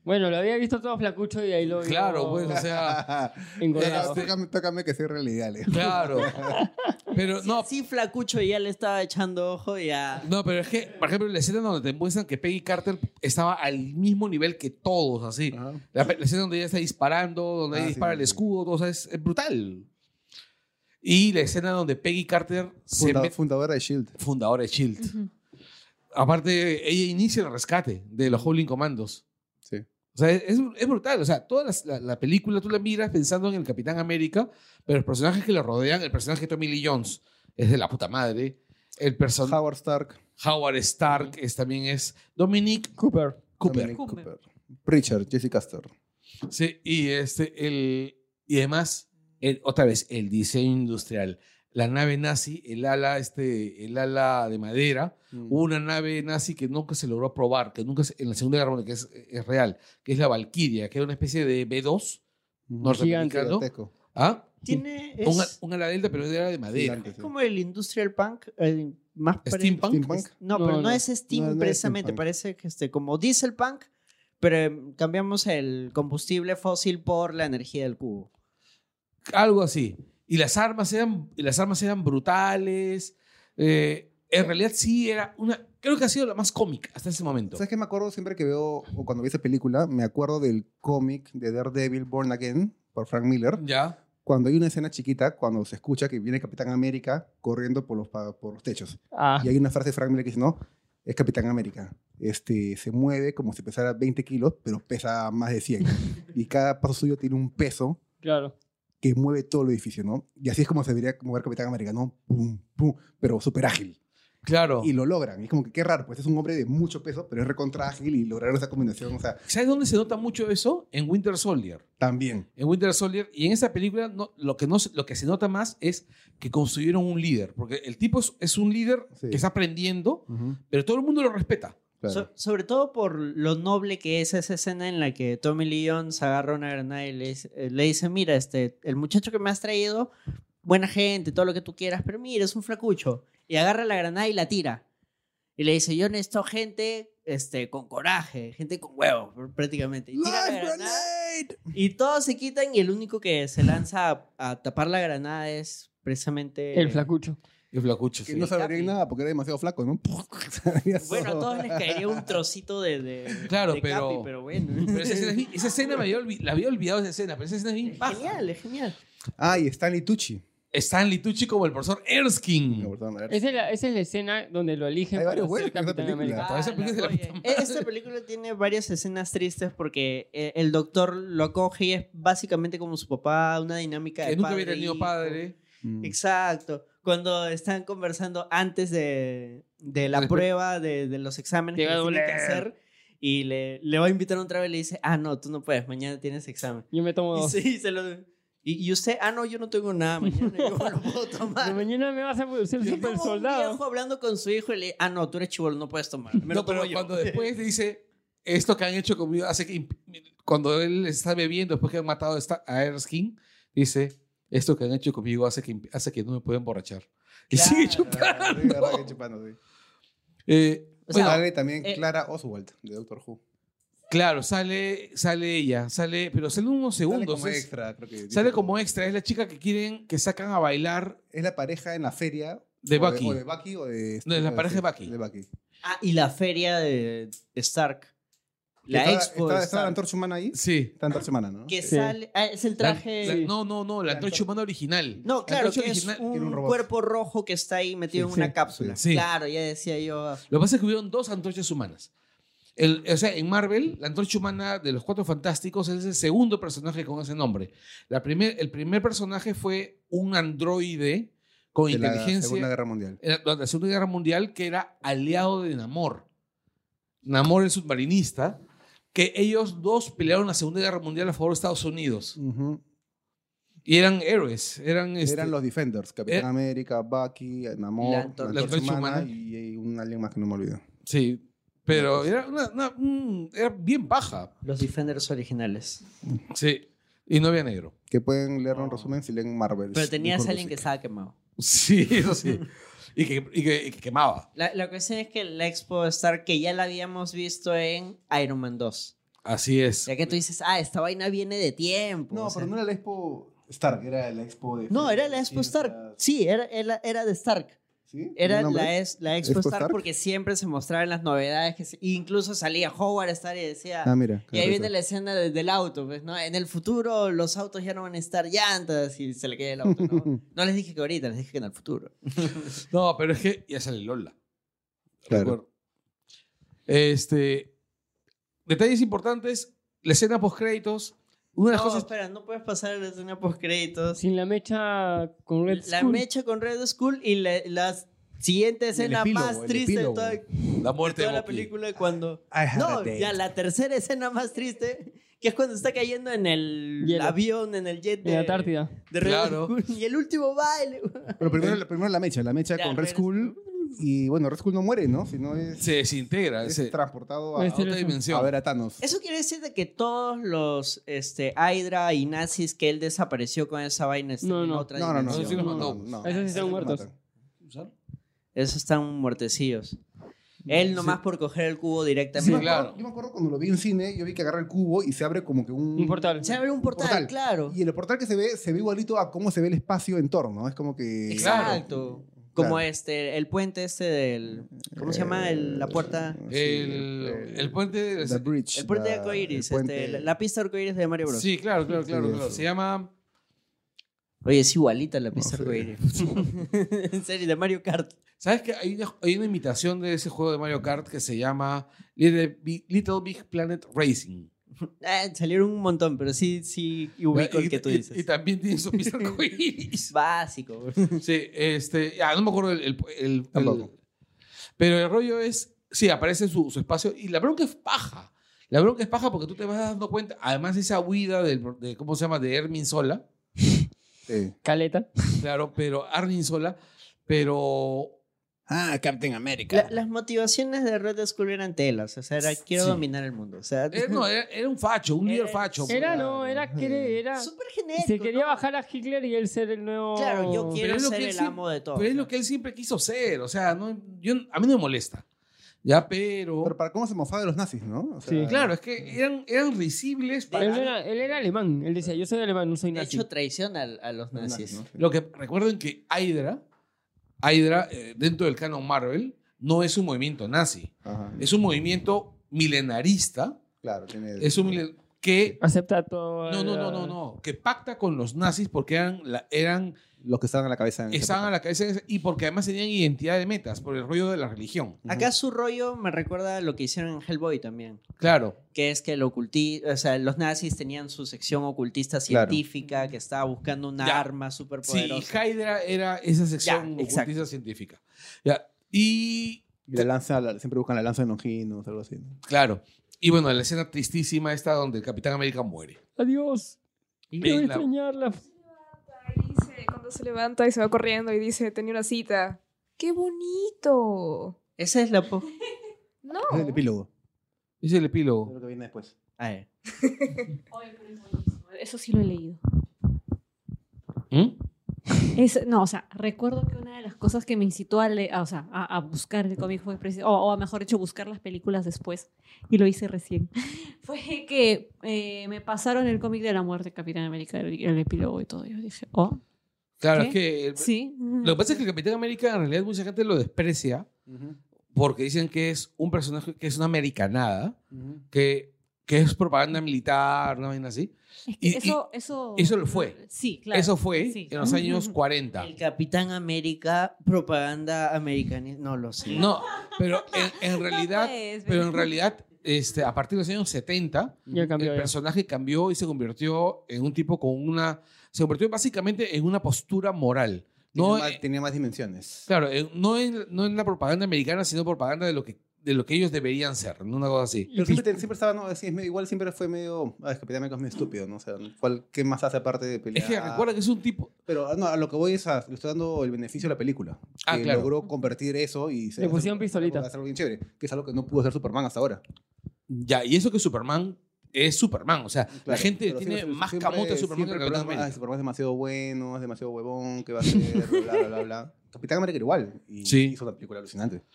Speaker 3: Bueno, lo había visto todo flacucho y ahí lo vio
Speaker 2: Claro, pues, o sea.
Speaker 3: engordado.
Speaker 2: Este-
Speaker 6: Eh, tócame, tócame que cierre el ideal. eh".
Speaker 2: Claro. Pero no,
Speaker 5: Sí, flacucho ya le estaba echando ojo ya.
Speaker 2: no, pero es que, por ejemplo, la escena donde te muestran que Peggy Carter estaba al mismo nivel que todos, así.
Speaker 6: Ajá.
Speaker 2: La, pe- la escena donde ella está disparando, donde
Speaker 6: Ah,
Speaker 2: ella
Speaker 6: sí,
Speaker 2: dispara
Speaker 6: sí,
Speaker 2: el
Speaker 6: sí.
Speaker 2: escudo, todo, o sea, es, es brutal. Y la escena donde Peggy Carter se
Speaker 6: Funda-
Speaker 2: mete-
Speaker 6: fundadora de Shield.
Speaker 2: fundadora de Shield.
Speaker 4: Ujú.
Speaker 2: Aparte, ella inicia el rescate de los Howling Commandos.
Speaker 6: Sí.
Speaker 2: O sea, es, es brutal. O sea, toda las- la, la película tú la miras pensando en el Capitán América, pero los personajes que lo rodean, el personaje de Tommy Lee Jones es de la puta madre. El personaje
Speaker 6: Howard Stark.
Speaker 2: Howard Stark es, también es Dominic
Speaker 3: Cooper.
Speaker 2: Cooper.
Speaker 6: Dominic Cooper. Richard, Jesse Castor.
Speaker 2: Sí, y este, el, y además, el- otra vez, el diseño industrial. La nave nazi, el ala, este, el ala de madera, Hubo una nave nazi que nunca se logró probar, que nunca se- en la Segunda Guerra Mundial, que es, es real, que es la Valkyria, que era una especie de B2, norteamericano.
Speaker 6: Mm. Gigantesco.
Speaker 2: ¿ah?
Speaker 5: Tiene. Es,
Speaker 2: Un, a- un ala delta, pero era de madera.
Speaker 6: Gigante,
Speaker 5: es
Speaker 6: sí.
Speaker 5: como el industrial punk. el más pare-
Speaker 2: Steampunk.
Speaker 6: Steampunk.
Speaker 5: No,
Speaker 3: No,
Speaker 5: pero no,
Speaker 3: no.
Speaker 5: es Steam
Speaker 6: No, no es
Speaker 5: precisamente,
Speaker 6: steampunk.
Speaker 5: parece que este, como Diesel Punk,
Speaker 8: pero em, cambiamos el combustible fósil por la energía del cubo.
Speaker 2: Algo así. Y las armas eran, y las armas eran brutales. Eh, en realidad sí era una... Creo que ha sido la más cómica hasta ese momento.
Speaker 6: ¿Sabes qué me acuerdo siempre que veo, o cuando vi esa película, me acuerdo del cómic de Daredevil Born Again por Frank Miller?
Speaker 2: Ya.
Speaker 6: Cuando hay una escena chiquita, cuando se escucha que viene Capitán América corriendo por los, pa- por los techos.
Speaker 3: Ah,
Speaker 6: Y hay una frase de Frank Miller que dice, no, es Capitán América. Este, se mueve como si pesara 20 kilos, pero pesa más de 100. y cada paso suyo tiene un peso
Speaker 3: claro.
Speaker 6: que mueve todo el edificio, ¿no? Y así es como se debería mover Capitán América, ¿no? Pum, pum, pero súper ágil.
Speaker 2: Claro.
Speaker 6: Y lo logran. Y es como que qué raro, pues es un hombre de mucho peso, pero es recontra ágil y lograron esa combinación, o sea,
Speaker 2: ¿Sabes dónde se nota mucho eso? En Winter Soldier.
Speaker 6: también.
Speaker 2: En Winter Soldier y en esa película no- lo, que no, se- lo que se nota más es que construyeron un líder. Porque el tipo es, es un líder
Speaker 6: Sí.
Speaker 2: que está aprendiendo, pero todo el mundo lo respeta.
Speaker 6: Claro.
Speaker 8: So- sobre todo por lo noble que es esa escena en la que Tommy Lee Jones agarra una granada y le, dice- eh, le dice, mira, este, el muchacho que me has traído, buena gente, todo lo que tú quieras, pero mira, es un flacucho. Y agarra la granada y la tira. Y le dice, yo necesito gente este, con coraje, gente con huevos, pr- prácticamente. Y, tira la
Speaker 6: ¡Life
Speaker 8: granada,
Speaker 6: grenade!
Speaker 8: y todos se quitan y el único que se lanza a, a tapar la granada es precisamente...
Speaker 3: El flacucho.
Speaker 2: El flacucho,
Speaker 6: Que
Speaker 2: sí.
Speaker 6: no sabría nada porque era demasiado flaco, ¿no?
Speaker 8: Bueno, a todos les caería un trocito de, de-
Speaker 2: Claro,
Speaker 8: de
Speaker 2: pero-
Speaker 8: capi, pero bueno.
Speaker 2: Pero esa escena, es bien- esa escena me había, olvi- la había olvidado esa escena, pero esa escena es bien paja.
Speaker 8: Genial, es genial.
Speaker 6: Ah, y Stanley Tucci.
Speaker 2: Stanley Tucci como el profesor Erskine.
Speaker 6: No, perdón, a ver.
Speaker 3: Esa es, la, esa es la escena donde lo eligen
Speaker 6: Hay
Speaker 3: para
Speaker 6: varios
Speaker 3: ser
Speaker 6: buenos en esa
Speaker 3: Capitán
Speaker 6: película.
Speaker 3: América.
Speaker 2: Toda esa
Speaker 8: Ah,
Speaker 2: película es de la
Speaker 8: oye,
Speaker 2: puta
Speaker 8: Esta película tiene varias escenas tristes porque eh, el doctor lo acoge y es básicamente como su papá, una dinámica de
Speaker 2: Que nunca había
Speaker 8: padre, e
Speaker 2: tenido
Speaker 8: hijo.
Speaker 2: padre.
Speaker 6: Mm.
Speaker 8: Exacto. Cuando están conversando antes de, de la
Speaker 2: Después-
Speaker 8: prueba de, de los exámenes
Speaker 3: Te
Speaker 8: que
Speaker 3: va a
Speaker 8: les tienen que
Speaker 3: doler.
Speaker 8: hacer y le, le va a invitar otra vez y le dice, ah, no, tú no puedes, mañana tienes examen.
Speaker 3: Yo me tomo
Speaker 2: Oh.
Speaker 8: Y,
Speaker 3: dos.
Speaker 8: sí, se lo- y- y usted, ah, no, yo no tengo nada mañana, ¿cómo lo puedo tomar?
Speaker 3: Pero mañana me vas a producir el
Speaker 8: Y
Speaker 3: super
Speaker 8: como un
Speaker 3: soldado.
Speaker 8: viejo hablando con su hijo y le ah, no, tú eres chivolo, no puedes tomar. me lo
Speaker 2: No, pero
Speaker 8: tomo yo".
Speaker 2: cuando después le dice esto que han hecho conmigo, hace que imp- cuando él está bebiendo después que han matado a esta- a Erskine, dice esto que han hecho conmigo hace que, imp- hace que no me pueda emborrachar. Y
Speaker 8: Claro.
Speaker 2: sigue
Speaker 6: Ah, sí, verdad que
Speaker 2: chupando.
Speaker 6: chupando, sí.
Speaker 2: Eh,
Speaker 8: O sea,
Speaker 6: Sale también
Speaker 8: eh,
Speaker 6: Clara Oswald de Doctor Who.
Speaker 2: claro, sale, sale ella, sale, pero sale unos
Speaker 6: Sale
Speaker 2: segundos.
Speaker 6: como
Speaker 2: es-
Speaker 6: extra, creo que.
Speaker 2: sale como extra, es la chica que quieren que sacan a bailar
Speaker 6: Es la pareja en la feria.
Speaker 2: de
Speaker 6: o
Speaker 2: Bucky.
Speaker 6: O de Bucky o de. este,
Speaker 2: No, es la
Speaker 6: o
Speaker 2: pareja de Bucky.
Speaker 6: De Bucky.
Speaker 8: ah, y la feria de Stark. La
Speaker 6: Estaba-
Speaker 8: expo. de
Speaker 6: Estaba, estaba
Speaker 8: Stark,
Speaker 6: la antorcha humana ahí.
Speaker 2: Sí.
Speaker 6: Está la antorcha humana, ¿no?
Speaker 8: que
Speaker 3: Sí.
Speaker 8: sale. ah, es el
Speaker 2: La-
Speaker 8: traje.
Speaker 2: la- no, no, no, la antorcha humana original.
Speaker 8: no,
Speaker 2: La
Speaker 8: claro,
Speaker 2: antorcha
Speaker 8: que es
Speaker 2: original-
Speaker 6: tiene
Speaker 8: un,
Speaker 6: un robot.
Speaker 8: cuerpo rojo que está ahí metido
Speaker 6: Sí,
Speaker 8: en una
Speaker 6: sí,
Speaker 8: cápsula.
Speaker 2: sí.
Speaker 8: Claro, ya decía yo.
Speaker 2: Lo que pasa es que hubieron dos antorchas humanas. El- o sea, en Marvel, la antorcha humana de los Cuatro Fantásticos es el segundo personaje con ese nombre. La primer, el primer personaje fue un androide con
Speaker 6: De la
Speaker 2: inteligencia
Speaker 6: Segunda Guerra Mundial.
Speaker 2: en eh, la- durante la Segunda Guerra Mundial que era aliado de Namor. Namor, el submarinista, que ellos dos pelearon la Segunda Guerra Mundial a favor de Estados Unidos.
Speaker 6: Ujú.
Speaker 2: Y eran héroes, eran... este-
Speaker 6: Eran los Defenders, Capitán
Speaker 2: eh,
Speaker 6: América, Bucky, Namor,
Speaker 8: La
Speaker 6: la
Speaker 8: Antorcha
Speaker 6: Antorcha,
Speaker 2: Humana.
Speaker 6: humana, y, y un alien más que no me olvido.
Speaker 2: Sí, pero era, una- una- un- era bien baja.
Speaker 8: Los Defenders originales.
Speaker 2: Pues, Sí, y no había negro.
Speaker 6: Que pueden leer
Speaker 8: Oh.
Speaker 6: un resumen si leen Marvel.
Speaker 8: Pero tenías
Speaker 6: Mejor
Speaker 8: a alguien que estaba quemado.
Speaker 2: Sí, eso sí. Y que, y que- y que quemaba.
Speaker 8: La, la cuestión es que la expo de Stark, que ya la habíamos visto en Iron Man 2.
Speaker 2: Así es.
Speaker 8: Ya que tú dices, ah, esta vaina viene de tiempo.
Speaker 6: No,
Speaker 8: o sea,
Speaker 6: pero no era la expo Stark, era la expo de.
Speaker 8: No, era la Expo Stark. Sí, era, era, era de Stark.
Speaker 6: ¿Sí?
Speaker 8: Era
Speaker 6: ¿Tiene nombre?
Speaker 8: la, es- la Expo,
Speaker 6: ¿Expo
Speaker 8: Stark,
Speaker 6: Stark?
Speaker 8: porque siempre se mostraban las novedades. que se- incluso salía Howard Stark y decía...
Speaker 6: Ah, mira.
Speaker 8: y ahí
Speaker 6: claro,
Speaker 8: viene
Speaker 6: claro.
Speaker 8: la escena de- del auto, pues, ¿no? En el futuro los autos ya no van a estar llantas y se le queda el auto, ¿no? No les dije que ahorita, les dije que en el futuro.
Speaker 2: No, pero es que ya sale Lola.
Speaker 6: Claro.
Speaker 2: Recuerdo. Este. Detalles importantes: la escena post-créditos. Una de las
Speaker 8: No,
Speaker 2: cosas.
Speaker 8: espera, no puedes pasar la escena post-créditos.
Speaker 3: Sin la mecha con Red
Speaker 8: La
Speaker 3: Skull.
Speaker 8: mecha con Red School y la, la siguiente escena
Speaker 6: epílogo,
Speaker 8: más
Speaker 6: el
Speaker 8: triste de
Speaker 6: epílogo.
Speaker 8: toda,
Speaker 2: La muerte
Speaker 8: de
Speaker 2: de
Speaker 8: toda la
Speaker 2: Bucky.
Speaker 8: película cuando...
Speaker 6: I had a
Speaker 8: No,
Speaker 6: date.
Speaker 8: ya la tercera escena más triste, que es cuando está cayendo en el
Speaker 3: Hielo.
Speaker 8: avión, en el jet
Speaker 3: en
Speaker 8: de,
Speaker 3: la Antártida.
Speaker 8: de Red
Speaker 2: Claro.
Speaker 8: Skull, Y el último baile. güey.
Speaker 6: Pero primero, la- primero la mecha, la mecha
Speaker 8: Ya,
Speaker 6: con Red
Speaker 8: Red
Speaker 6: Skull. Y bueno, Red Skull no muere, ¿no? Sino es,
Speaker 2: Se desintegra.
Speaker 6: es
Speaker 2: se-
Speaker 6: transportado a,
Speaker 2: a otra
Speaker 3: Este-
Speaker 2: dimensión.
Speaker 6: a ver a Thanos.
Speaker 8: Eso quiere decir de que todos los este, Hydra y nazis que él desapareció con esa vaina están
Speaker 3: No,
Speaker 8: en
Speaker 3: no.
Speaker 8: otra
Speaker 6: No, no, no.
Speaker 8: dimensión.
Speaker 2: sí los mató.
Speaker 6: no, no.
Speaker 3: Esos sí están
Speaker 6: Esos
Speaker 3: muertos.
Speaker 6: matan.
Speaker 8: Esos están muertecillos. Él nomás por coger el cubo
Speaker 6: Yo
Speaker 8: directamente.
Speaker 6: me acuerdo-
Speaker 2: claro.
Speaker 6: Yo me acuerdo cuando lo vi en cine, yo vi que agarra el cubo y se abre como que un...
Speaker 3: Un portal.
Speaker 8: Se abre un portal,
Speaker 6: Portal.
Speaker 8: claro.
Speaker 6: Y en el portal que se ve, se ve igualito a cómo se ve el espacio en torno. Es como que...
Speaker 8: Exacto. Como
Speaker 6: Claro.
Speaker 8: este, el puente este del. ¿Cómo se llama? El- la puerta.
Speaker 6: Sí, este,
Speaker 2: El, el puente de
Speaker 6: The Bridge.
Speaker 8: El puente de
Speaker 6: la-
Speaker 8: arcoíris,
Speaker 6: el puente-
Speaker 8: este, la, la pista arcoíris de Mario Bros.
Speaker 2: Sí, claro, claro, claro.
Speaker 6: Sí,
Speaker 2: claro.
Speaker 6: eso.
Speaker 2: Se llama.
Speaker 8: Oye, es igualita la pista
Speaker 6: sé.
Speaker 8: arcoíris. en serio, de Mario Kart.
Speaker 2: ¿Sabes que hay una, hay una imitación de ese juego de Mario Kart que se llama Little Big, Little Big Planet Racing?
Speaker 8: Ah, salieron un montón, pero sí, sí ubico
Speaker 2: Y-
Speaker 8: el que tú
Speaker 2: y-
Speaker 8: dices.
Speaker 2: Y, también tiene su pista arcoíris.
Speaker 8: Básico.
Speaker 2: Sí, este, ya, no me acuerdo el, el- el-
Speaker 6: Tampoco.
Speaker 2: el- Pero el rollo es, sí, aparece su, su espacio y la bronca es paja. La bronca es paja porque tú te vas dando cuenta, además esa huida del, de, ¿cómo se llama? De Ermin Sola,
Speaker 6: Sí.
Speaker 3: Caleta.
Speaker 2: claro, pero Armin Sola, pero...
Speaker 9: Ah, Captain America.
Speaker 8: La- las motivaciones de Red Skull eran telas. O sea, era quiero
Speaker 2: Sí.
Speaker 8: dominar el mundo. O sea,
Speaker 2: Era, no, era, era un facho, un líder facho.
Speaker 3: Era, no, era que era.
Speaker 8: súper genérico.
Speaker 3: Se quería
Speaker 8: ¿no?
Speaker 3: bajar a Hitler y él ser el nuevo.
Speaker 8: Claro, yo
Speaker 2: Pero
Speaker 8: quiero
Speaker 2: es lo
Speaker 8: ser
Speaker 2: que
Speaker 8: el
Speaker 2: sí-
Speaker 8: amo de todo.
Speaker 2: Pero es lo que él siempre quiso ser, o sea, no, yo, a mí no me molesta. Ya, pero...
Speaker 6: Pero para cómo se mofaba de los nazis, ¿no? O sea,
Speaker 3: Sí.
Speaker 2: claro, es que eran, eran risibles para...
Speaker 3: Él era, él era alemán. Él decía, yo soy alemán, no soy
Speaker 8: De
Speaker 3: nazi.
Speaker 8: hecho, traición al- a, los
Speaker 6: los
Speaker 8: nazis.
Speaker 6: nazis, ¿no?
Speaker 2: Lo que recuerden que Hydra, Hydra eh, dentro del canon Marvel, no es un movimiento nazi,
Speaker 6: Ajá.
Speaker 2: es un movimiento milenarista,
Speaker 6: Claro, tiene...
Speaker 2: es un milen- que
Speaker 3: Acepta todo.
Speaker 2: no, no, no, no, no, que pacta con los nazis porque eran, la- eran
Speaker 6: Los que estaban a la cabeza. en esa
Speaker 2: estaban a
Speaker 6: época.
Speaker 2: la cabeza de- y porque además tenían identidad de metas por el rollo de la religión.
Speaker 8: Acá su rollo me recuerda a lo que hicieron en Hellboy también.
Speaker 2: Claro,
Speaker 8: Que es que el oculti o sea, los nazis tenían su sección ocultista
Speaker 6: Claro.
Speaker 8: científica que estaba buscando una
Speaker 2: Ya.
Speaker 8: arma súper
Speaker 2: sí, y
Speaker 8: poderosa.
Speaker 2: Hydra era esa sección
Speaker 8: Ya, exacto.
Speaker 2: ocultista científica. Ya, y
Speaker 6: Y la lanza, la- siempre buscan la lanza de Longinos, algo así. ¿no?
Speaker 2: claro, y bueno, la escena tristísima esta donde el Capitán América muere.
Speaker 3: Adiós. Te voy a
Speaker 2: En la-
Speaker 3: extrañarla.
Speaker 7: Ahí se- Cuando se levanta y se va corriendo y dice, tenía una cita. ¡Qué bonito!
Speaker 8: Esa es la... po-
Speaker 7: No.
Speaker 6: Es el epílogo.
Speaker 2: es el epílogo.
Speaker 6: Es lo que viene después.
Speaker 8: Ah, eh.
Speaker 4: Ay, pero es buenísimo. Eso sí lo he leído.
Speaker 2: ¿Mm?
Speaker 4: Es- no, o sea, recuerdo que una de las cosas que me incitó a, le- a, o sea, a, a buscar el cómic fue preci- o, o a mejor dicho, buscar las películas después, y lo hice recién, fue que eh, me pasaron el cómic de la muerte de Capitán América, el, el epílogo y todo. Yo dije, oh,
Speaker 2: Claro,
Speaker 4: ¿Qué?
Speaker 2: es que el-
Speaker 4: sí.
Speaker 2: Lo que pasa es que el Capitán América en realidad mucha gente lo desprecia porque dicen que es un personaje que es una americanada, que, que es propaganda militar, una vaina así.
Speaker 4: Es que
Speaker 2: y-
Speaker 4: eso, eso,
Speaker 2: eso lo fue.
Speaker 4: Sí, claro.
Speaker 2: Eso fue
Speaker 4: Sí.
Speaker 2: en los años 40.
Speaker 8: El Capitán América, propaganda americanista. No lo sé.
Speaker 2: No, pero en, en
Speaker 4: No
Speaker 2: realidad,
Speaker 4: puedes,
Speaker 2: pero en
Speaker 4: Benito.
Speaker 2: realidad este, a partir de los años 70
Speaker 3: Ya cambió.
Speaker 2: el
Speaker 3: ya.
Speaker 2: personaje cambió y se convirtió en un tipo con una... Se convirtió básicamente en una postura moral.
Speaker 6: Tenía,
Speaker 2: No,
Speaker 6: más,
Speaker 2: eh,
Speaker 6: tenía más dimensiones.
Speaker 2: claro, eh, no, en, no en la propaganda americana, sino propaganda de lo que, de lo que ellos deberían ser, ¿no? una cosa así.
Speaker 6: Pero siempre, te- siempre estaba, no, así es medio- igual siempre fue medio, ah, es que Capitán América es medio estúpido, ¿no? O sea, ¿cuál, ¿qué más hace aparte de
Speaker 2: Es
Speaker 6: pelear?
Speaker 2: que recuerda que es un tipo...
Speaker 6: Pero ah, no, a lo que voy es a, le estoy dando el beneficio a la película.
Speaker 2: Ah,
Speaker 6: que
Speaker 2: claro.
Speaker 6: logró convertir eso y se
Speaker 3: Le pusieron
Speaker 6: hacer-
Speaker 3: pistolita.
Speaker 6: hacer algo bien chévere, que es algo que no pudo hacer Superman hasta ahora.
Speaker 2: Ya, y eso que Superman es Superman. O sea, la
Speaker 6: Claro,
Speaker 2: gente
Speaker 6: pero
Speaker 2: tiene
Speaker 6: siempre-
Speaker 2: más
Speaker 6: siempre-
Speaker 2: camote de Superman que
Speaker 6: siempre
Speaker 2: el
Speaker 6: el
Speaker 2: Capitán
Speaker 6: programa, "Ah,
Speaker 2: América.
Speaker 6: Superman es demasiado bueno, es demasiado huevón, ¿qué va a hacer? bla, bla, bla, bla. Capitán América era igual. Y
Speaker 2: Sí.
Speaker 6: hizo una película alucinante.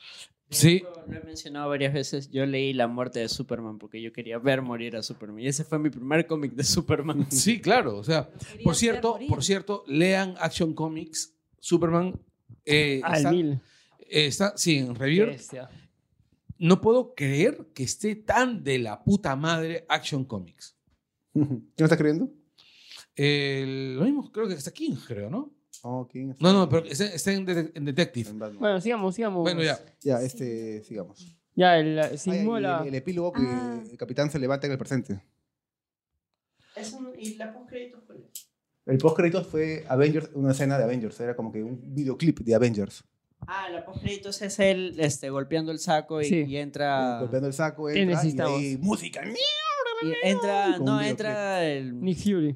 Speaker 2: Sí,
Speaker 8: Lo he mencionado varias veces. Yo leí La muerte de Superman porque yo quería ver morir a Superman. Y ese fue mi primer cómic de Superman.
Speaker 2: sí, claro. O sea,
Speaker 4: Quería
Speaker 2: por
Speaker 4: hacer
Speaker 2: cierto,
Speaker 4: morir.
Speaker 2: por cierto, lean Action Comics, Superman. eh,
Speaker 3: Al
Speaker 2: está,
Speaker 3: mil.
Speaker 2: eh, está- sí, en Review.
Speaker 3: Bestia.
Speaker 2: No puedo creer que esté tan de la puta madre Action Comics.
Speaker 6: ¿Quién me estás creyendo?
Speaker 2: El- lo mismo creo que está King, creo, ¿no?
Speaker 6: Oh, ¿quién está?
Speaker 2: No, no, pero está, está en, Dete- en Detective.
Speaker 6: En Batman.
Speaker 3: Bueno, sigamos, sigamos.
Speaker 2: Bueno, ya.
Speaker 6: ya, este, sigamos.
Speaker 3: Ya, el,
Speaker 6: Ah, y
Speaker 3: simula.
Speaker 6: el, el epílogo que
Speaker 4: Ah.
Speaker 6: el capitán se levanta en el presente.
Speaker 8: ¿Y la post-créditos cuál es?
Speaker 6: El post créditos fue Avengers, una escena de Avengers, era como que un videoclip de Avengers.
Speaker 8: Ah, la post-créditos es él este, golpeando el saco y,
Speaker 3: Sí.
Speaker 8: y
Speaker 2: Ah.
Speaker 8: entra...
Speaker 6: Golpeando el saco,
Speaker 3: Te
Speaker 6: entra y
Speaker 3: necesitamos.
Speaker 6: ahí, música.
Speaker 8: Y entra,
Speaker 6: Con
Speaker 8: no,
Speaker 6: videoclip.
Speaker 8: entra el,
Speaker 3: Nick Fury.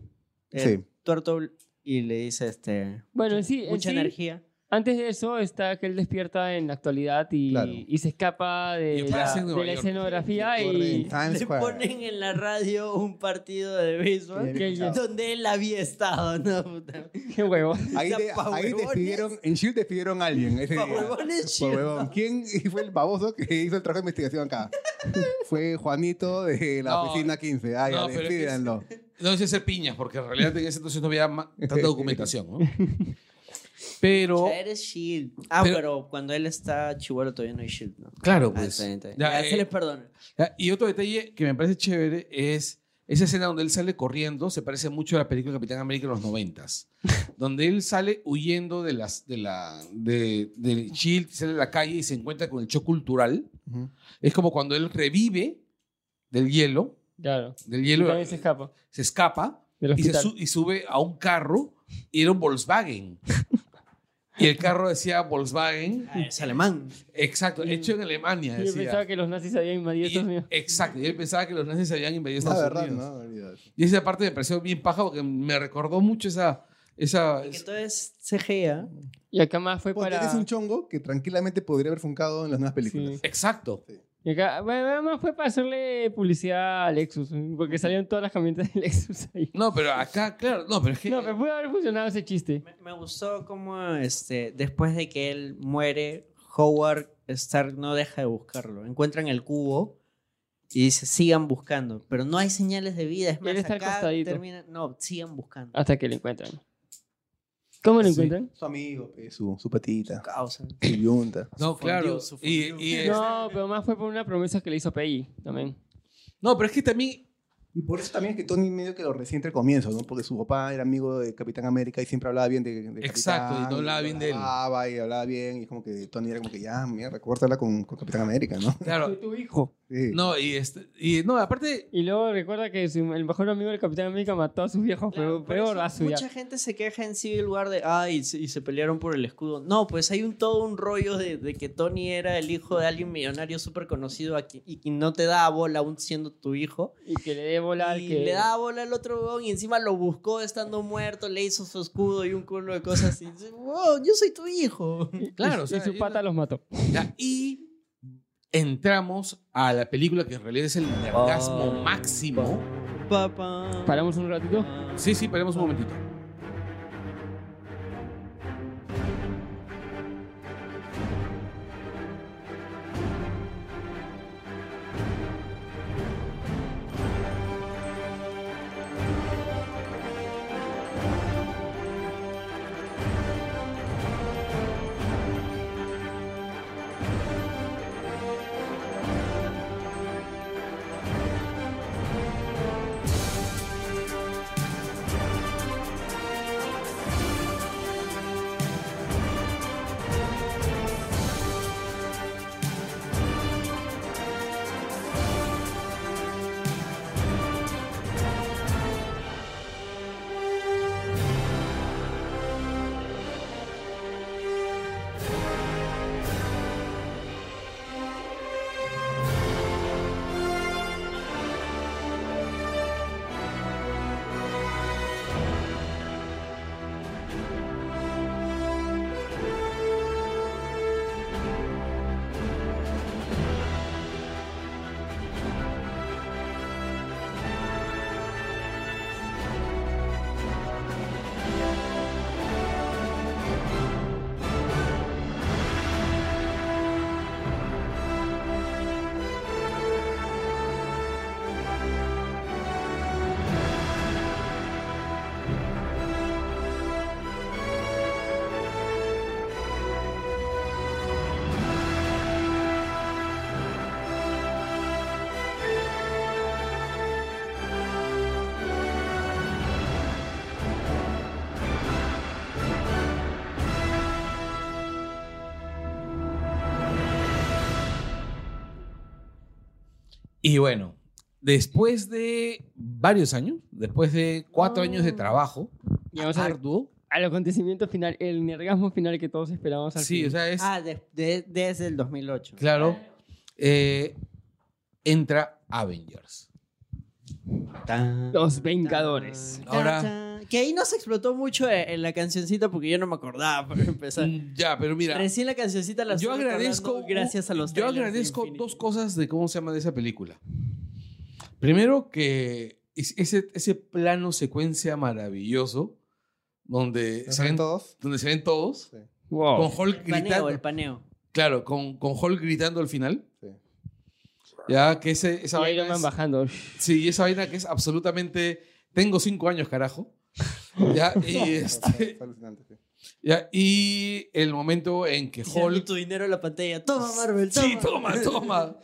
Speaker 8: el
Speaker 6: Sí.
Speaker 8: tuerto y le dice este
Speaker 3: Bueno, en sí, en
Speaker 8: mucha
Speaker 3: sí,
Speaker 8: energía.
Speaker 3: Antes de eso está que él despierta en la actualidad y,
Speaker 6: Claro.
Speaker 3: y se escapa de,
Speaker 2: Y
Speaker 3: la,
Speaker 2: aparece en Nueva
Speaker 3: de la
Speaker 2: York.
Speaker 3: escenografía
Speaker 2: Y corre
Speaker 3: y...
Speaker 2: en
Speaker 6: Times
Speaker 8: Le
Speaker 6: Square.
Speaker 8: ponen en la radio un partido de béisbol
Speaker 3: Que ya-
Speaker 8: donde él había estado. ¿no? Puta.
Speaker 3: ¡Qué huevo!
Speaker 6: Ahí,
Speaker 8: O sea,
Speaker 6: de,
Speaker 8: pa'
Speaker 6: ahí
Speaker 8: huevones.
Speaker 6: despidieron, en Shield despidieron a alguien. Ese
Speaker 8: Pa'
Speaker 6: día.
Speaker 8: huevones,
Speaker 6: Pa'
Speaker 8: Shield.
Speaker 6: huevón. ¿Quién fue el baboso que hizo el trabajo de investigación acá? fue Juanito de la
Speaker 2: No.
Speaker 6: oficina 15. Ay,
Speaker 2: No,
Speaker 6: no,
Speaker 2: pero es que-
Speaker 6: despídanlo.
Speaker 2: No sé ser piñas, porque en realidad en ese entonces no había ma- tanta documentación, ¿no? Pero,
Speaker 8: Ya eres Shield. Ah,
Speaker 2: Pero-
Speaker 8: pero, cuando él está chivolo todavía no hay Shield, ¿no?
Speaker 2: claro,
Speaker 8: Ah,
Speaker 2: pues.
Speaker 8: está bien, está bien.
Speaker 2: Ya,
Speaker 8: Ya,
Speaker 2: eh,
Speaker 8: se les perdona.
Speaker 2: Ah, Y otro detalle que me parece chévere es esa escena donde él sale corriendo, se parece mucho a la película Capitán América de los noventas, donde él sale huyendo de las, de la, de, del Shield, sale a la calle y se encuentra con el shock cultural.
Speaker 6: Ujú.
Speaker 2: Es como cuando él revive del hielo,
Speaker 3: Claro.
Speaker 2: del
Speaker 3: Y
Speaker 2: hielo,
Speaker 3: también se escapa
Speaker 2: se escapa
Speaker 3: del
Speaker 2: y, se
Speaker 3: hospital.
Speaker 2: su- y sube a un carro y era un Volkswagen. Y el carro decía Volkswagen,
Speaker 8: Ah, es alemán.
Speaker 2: pues, exacto, hecho en Alemania.
Speaker 3: Y yo
Speaker 2: Decía.
Speaker 3: pensaba que los nazis habían invadido
Speaker 2: Y-
Speaker 3: Estados Unidos.
Speaker 2: exacto, y él pensaba que los nazis habían invadido
Speaker 6: La
Speaker 2: Estados
Speaker 6: verdad,
Speaker 2: Unidos.
Speaker 6: no, olvídate.
Speaker 2: Y esa parte me pareció bien paja porque me recordó mucho esa... esa
Speaker 8: Y que todo es CGI, ¿ah?
Speaker 3: Y acá más fue
Speaker 6: Ponte,
Speaker 3: para...
Speaker 6: eres un chongo que tranquilamente podría haber funcado en las nuevas películas.
Speaker 2: exacto.
Speaker 3: Y acá, bueno, además fue para hacerle publicidad a Lexus, porque salieron todas las camionetas de Lexus ahí.
Speaker 2: No, pero acá, claro, no, pero es que...
Speaker 3: No, pero pudo haber funcionado ese chiste.
Speaker 8: Me, me gustó cómo este, después de que él muere, Howard Stark no deja de buscarlo. Encuentran el cubo y dice, sigan buscando. Pero no hay señales de vida. Es
Speaker 3: Él
Speaker 8: más,
Speaker 3: está al
Speaker 8: acá
Speaker 3: costadito. Ah.
Speaker 8: termina... No, sigan buscando.
Speaker 3: Hasta que lo encuentran. ¿Cómo lo
Speaker 2: Sí.
Speaker 3: encuentran?
Speaker 6: Su amigo, pe, su, su patita,
Speaker 8: Causa.
Speaker 6: su yunta.
Speaker 2: no,
Speaker 8: Su
Speaker 2: claro.
Speaker 8: fundió, su
Speaker 2: Y,
Speaker 8: fundió.
Speaker 2: y es- no.
Speaker 3: No, pero más fue por una promesa que le hizo Peggy también.
Speaker 2: pero es que también...
Speaker 6: Y por eso también es que Tony medio que lo resiente al comienzo, ¿no? Porque su papá era amigo de Capitán América y siempre hablaba bien de, de
Speaker 2: Exacto,
Speaker 6: Capitán,
Speaker 2: y no hablaba
Speaker 6: lo
Speaker 2: bien de él.
Speaker 6: alababa y hablaba bien, y como que Tony era como que ya, mierda, córtala con, con Capitán América, ¿no?
Speaker 2: Claro.
Speaker 3: tu hijo.
Speaker 6: Sí.
Speaker 2: No, y, este, y no, aparte...
Speaker 3: Y luego recuerda que su- el mejor amigo del Capitán América mató a sus viejos, pero
Speaker 8: Claro, por
Speaker 3: peor
Speaker 8: eso
Speaker 3: a su ya.
Speaker 8: Mucha gente se queja en Civil War de, ay, se- y se pelearon por el escudo. No, pues hay un todo un rollo de, de que Tony era el hijo de alguien millonario súper conocido aquí, y que no te da bola aún siendo tu hijo.
Speaker 3: Y que le dé bola al
Speaker 8: y
Speaker 3: que...
Speaker 8: le daba bola al otro huevón y encima lo buscó estando muerto, le hizo su escudo y un culo de cosas así. Dice, Wow, yo soy tu hijo.
Speaker 3: y-
Speaker 2: Claro,
Speaker 3: y,
Speaker 2: o sea,
Speaker 3: y su
Speaker 2: yo-
Speaker 3: pata los mató.
Speaker 2: Ya, y entramos a la película que en realidad es el orgasmo máximo.
Speaker 8: Papá.
Speaker 3: Paramos Oh. un ratito.
Speaker 2: Sí, sí, paremos un momentito. Y bueno, después de varios años, después de cuatro
Speaker 3: Ah.
Speaker 2: años de trabajo, ah,
Speaker 3: Llegamos al,
Speaker 2: arduo,
Speaker 3: al acontecimiento final, el nergasmo final que todos esperábamos al
Speaker 2: sí,
Speaker 3: fin.
Speaker 2: o sea, es
Speaker 8: Ah, de- de- desde el 2008.
Speaker 2: claro, eh, entra Avengers.
Speaker 8: Tan,
Speaker 3: Los Vengadores.
Speaker 8: tan,
Speaker 2: Ahora-
Speaker 8: tan. Que ahí no se explotó mucho eh, en la cancioncita porque yo no me acordaba para empezar.
Speaker 2: Mm, Ya, pero mira.
Speaker 8: Recién la cancioncita la
Speaker 2: yo
Speaker 8: estoy
Speaker 2: agradezco uh,
Speaker 8: recordando gracias a los
Speaker 2: yo
Speaker 8: trailers de
Speaker 2: agradezco
Speaker 8: Infinity.
Speaker 2: dos cosas de cómo se llama de esa película primero que es- ese, ese plano secuencia maravilloso donde se
Speaker 6: ¿Saben
Speaker 2: ven,
Speaker 6: todos?
Speaker 2: donde se ven todos
Speaker 6: Sí.
Speaker 2: con
Speaker 3: Wow.
Speaker 2: Hulk
Speaker 8: el paneo, Oh, el
Speaker 2: gritando
Speaker 8: paneo.
Speaker 2: claro con, con Hulk gritando al final
Speaker 6: Sí.
Speaker 2: ya que ese, esa
Speaker 3: Y
Speaker 2: vaina
Speaker 3: Iron Man
Speaker 2: es,
Speaker 3: bajando.
Speaker 2: sí esa vaina que es absolutamente tengo cinco años carajo ya y este
Speaker 6: Fue alucinante, sí.
Speaker 2: ya, y el momento en que
Speaker 8: Hulk.
Speaker 2: Hulk
Speaker 8: tu dinero en la pantalla. Toma, Marvel, toma.
Speaker 2: Sí, toma, toma.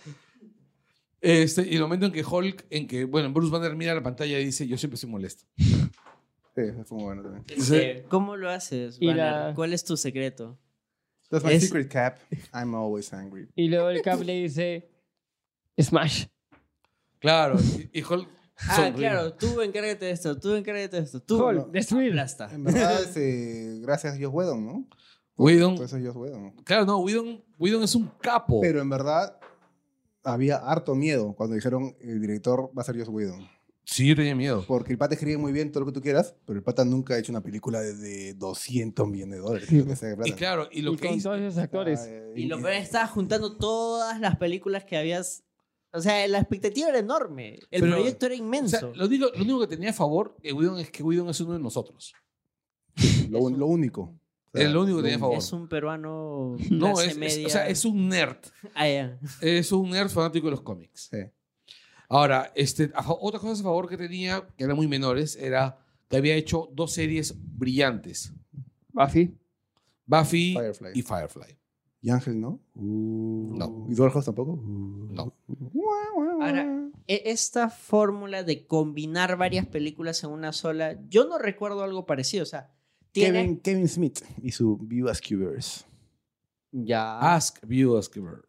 Speaker 2: Este, y el momento en que Hulk, en que, bueno, Bruce Banner mira la pantalla y dice, yo siempre soy molesto.
Speaker 6: Sí, fue muy bueno también.
Speaker 8: Este, ¿Cómo lo haces,
Speaker 3: Y
Speaker 8: Banner?
Speaker 3: la-
Speaker 8: ¿Cuál es tu secreto?
Speaker 6: That's my
Speaker 8: Es-
Speaker 6: secret cap. I'm always angry.
Speaker 3: Y luego el Cap le dice: Smash.
Speaker 2: Claro, y, y Hulk
Speaker 8: Ah,
Speaker 2: sonríe.
Speaker 8: claro, tú encárgate de esto, tú encárgate de esto, tú.
Speaker 3: Hulk, destruir.
Speaker 8: Aplasta.
Speaker 2: Ah.
Speaker 6: En verdad, es, eh, gracias a Joss Whedon, ¿no?
Speaker 2: Whedon,
Speaker 6: Todo eso es Joss Whedon.
Speaker 2: claro, no, Whedon, Whedon es un capo.
Speaker 6: Pues- Pero en verdad, había harto miedo cuando dijeron el director va a ser Joss Whedon.
Speaker 2: sí, yo tenía miedo.
Speaker 6: Porque el pata escribe muy bien todo lo que tú quieras, pero el pata nunca ha hecho una película de, de 200 millones de dólares.
Speaker 3: Sí.
Speaker 6: Creo que sea de plata.
Speaker 2: Y claro, y lo
Speaker 3: y
Speaker 2: que
Speaker 3: con
Speaker 2: hizo-
Speaker 3: todos esos
Speaker 6: Ah,
Speaker 3: actores.
Speaker 6: eh,
Speaker 8: Y lo peor es que estabas juntando todas las películas que habías. O sea, la expectativa era enorme. El
Speaker 2: Pero-
Speaker 8: proyecto era
Speaker 2: o sea,
Speaker 8: inmenso.
Speaker 2: lo, único, lo único que tenía a favor de Whedon es que Whedon es uno de nosotros.
Speaker 6: lo, un- lo único. O
Speaker 2: Es lo único que tenía a favor.
Speaker 8: Es un peruano.
Speaker 2: No,
Speaker 8: clase
Speaker 2: es, es-
Speaker 8: media.
Speaker 2: o sea, es un nerd.
Speaker 8: Ah, ya.
Speaker 2: Es un nerd fanático de los cómics.
Speaker 6: Sí.
Speaker 2: Ahora, este, a fa- otra cosa a favor que tenía, que eran muy menores, era que había hecho dos series brillantes:
Speaker 3: Buffy.
Speaker 2: Buffy
Speaker 6: Firefly.
Speaker 2: y Firefly.
Speaker 6: ¿Y Ángel no? Uh,
Speaker 2: No.
Speaker 6: ¿Y Dolhouse tampoco? Uh,
Speaker 2: No.
Speaker 8: Ahora, e- esta fórmula de combinar varias películas en una sola, yo no recuerdo algo parecido. O sea, tiene.
Speaker 6: Kevin, Kevin Smith y su View as Cubers.
Speaker 8: Ya.
Speaker 2: Ask Viewers Giver.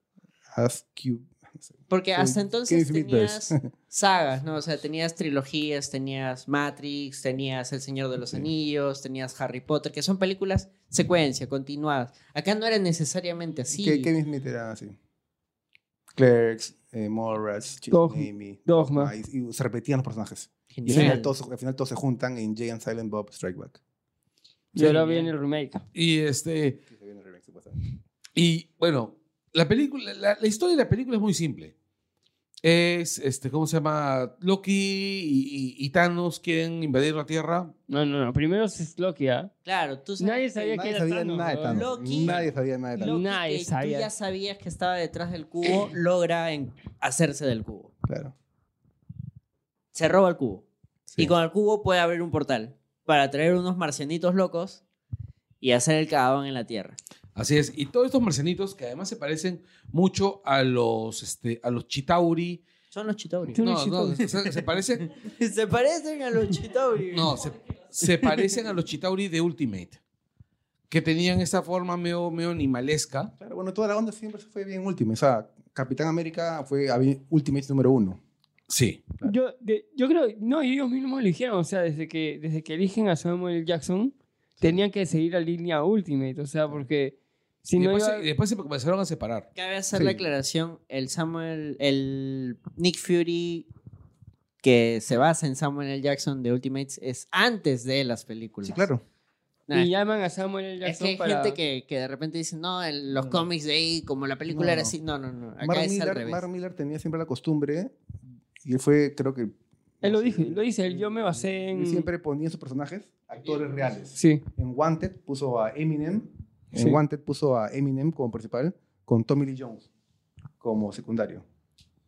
Speaker 6: As Cube.
Speaker 8: Porque hasta
Speaker 6: Kevin
Speaker 8: entonces
Speaker 6: Smithverse.
Speaker 8: tenías sagas, ¿no? O sea, tenías trilogías, tenías Matrix, tenías El Señor de los Anillos, tenías Harry Potter, que son películas secuencia, continuadas. Acá no era necesariamente así.
Speaker 6: Ke- Kevin Smith era así. Clerks, eh, Morras,
Speaker 3: Dog-
Speaker 6: Amy.
Speaker 3: Dogma.
Speaker 6: Y se repetían los personajes. Y al,
Speaker 8: Genial.
Speaker 6: final todos, al final todos se juntan en Jay and Silent Bob Strike Back.
Speaker 3: Y ahora viene el remake.
Speaker 2: Y este. Y bueno, la película, la, la historia de la película es muy simple. Es, este, ¿cómo se llama? Loki y, y- y Thanos quieren invadir la Tierra.
Speaker 3: No, no, no. Primero es Loki, ¿ah?
Speaker 8: Claro, tú sabes.
Speaker 3: Nadie
Speaker 8: que-
Speaker 3: sabía que
Speaker 6: Nadie
Speaker 3: era
Speaker 6: sabía
Speaker 3: Thanos,
Speaker 6: nada de
Speaker 3: weón.
Speaker 6: Thanos.
Speaker 8: Loki.
Speaker 6: Nadie sabía nada de Thanos.
Speaker 8: Loki,
Speaker 3: Nadie
Speaker 8: que tú
Speaker 3: sabía.
Speaker 8: ya sabías que estaba detrás del cubo, logra en- hacerse del cubo.
Speaker 6: Claro.
Speaker 8: Se roba el cubo.
Speaker 6: Sí.
Speaker 8: Y con el cubo puede abrir un portal para traer unos marcianitos locos y hacer el cagabón en la Tierra.
Speaker 2: Así es. Y todos estos marcianitos que además se parecen mucho a los, este, a los Chitauri.
Speaker 8: Son los Chitauri.
Speaker 3: Son los
Speaker 2: No, no, o sea, se parecen,
Speaker 8: Se parecen a los Chitauri.
Speaker 2: no, se, se parecen a los Chitauri de Ultimate, que tenían esa forma medio, medio animalesca.
Speaker 6: Claro, bueno, toda la onda siempre se fue bien última. O sea, Capitán América fue a- Ultimate número uno.
Speaker 2: Sí.
Speaker 3: Yo, de- yo creo, no, ellos mismos eligieron, o sea, desde que, desde que eligen a Samuel L. Jackson, tenían que seguir la línea Ultimate, o sea, porque si
Speaker 2: Y
Speaker 3: no
Speaker 2: después,
Speaker 3: iba-
Speaker 2: se- y después se comenzaron a separar.
Speaker 8: Cabe hacer
Speaker 6: Sí.
Speaker 8: la aclaración, el Samuel, el Nick Fury que se basa en Samuel L. Jackson de Ultimates es antes de las películas.
Speaker 6: Sí, claro.
Speaker 8: Nah,
Speaker 3: y llaman a Samuel L.
Speaker 8: es
Speaker 3: Jackson
Speaker 8: que hay
Speaker 3: para...
Speaker 8: gente que, que de repente dice, no, el- los cómics de ahí, como la película
Speaker 6: No,
Speaker 8: era
Speaker 6: no.
Speaker 8: así. No, no, no. Acá
Speaker 6: Mark
Speaker 8: es al
Speaker 6: Miller,
Speaker 8: revés.
Speaker 6: Mark Miller tenía siempre la costumbre, y él fue, creo que...
Speaker 3: Él lo
Speaker 6: no sé,
Speaker 3: dijo, lo dice, él, yo me basé en...
Speaker 6: él siempre ponía en sus personajes actores reales.
Speaker 3: Sí,
Speaker 6: En Wanted puso a Eminem. En
Speaker 3: Sí.
Speaker 6: Wanted puso a Eminem como principal, con Tommy Lee Jones como secundario.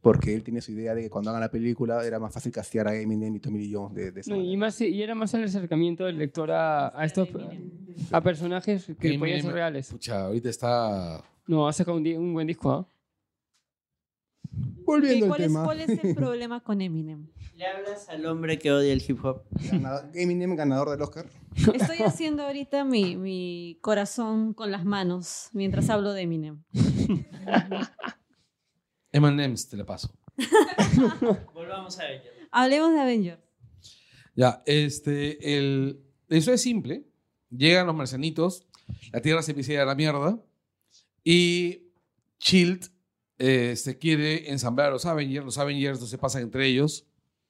Speaker 6: Porque él tiene su idea de que cuando hagan la película era más fácil castear a Eminem y Tommy Lee Jones de, de esa
Speaker 3: no, y,
Speaker 6: manera.
Speaker 3: más, y era más el acercamiento del lector a, a estos... A personajes que
Speaker 2: Eminem.
Speaker 3: podían ser reales.
Speaker 2: Pucha, ahorita está...
Speaker 3: No, ha sacado un, di- un buen disco, ¿ah?
Speaker 6: Volviendo al
Speaker 4: ¿Cuál es,
Speaker 6: tema.
Speaker 4: ¿Cuál es el problema con Eminem?
Speaker 8: Le hablas al hombre que odia el hip hop.
Speaker 6: Ganado- Eminem ganador del Oscar.
Speaker 4: Estoy haciendo ahorita mi, mi corazón con las manos mientras hablo de Eminem.
Speaker 2: M&M's, te la paso.
Speaker 8: Volvamos a ello.
Speaker 4: Hablemos de Avengers.
Speaker 2: Ya, este, el, eso es simple. Llegan los marcianitos, la Tierra se empieza a ir a la mierda y Shield eh, se quiere ensamblar a los Avengers. Los Avengers no se pasan entre ellos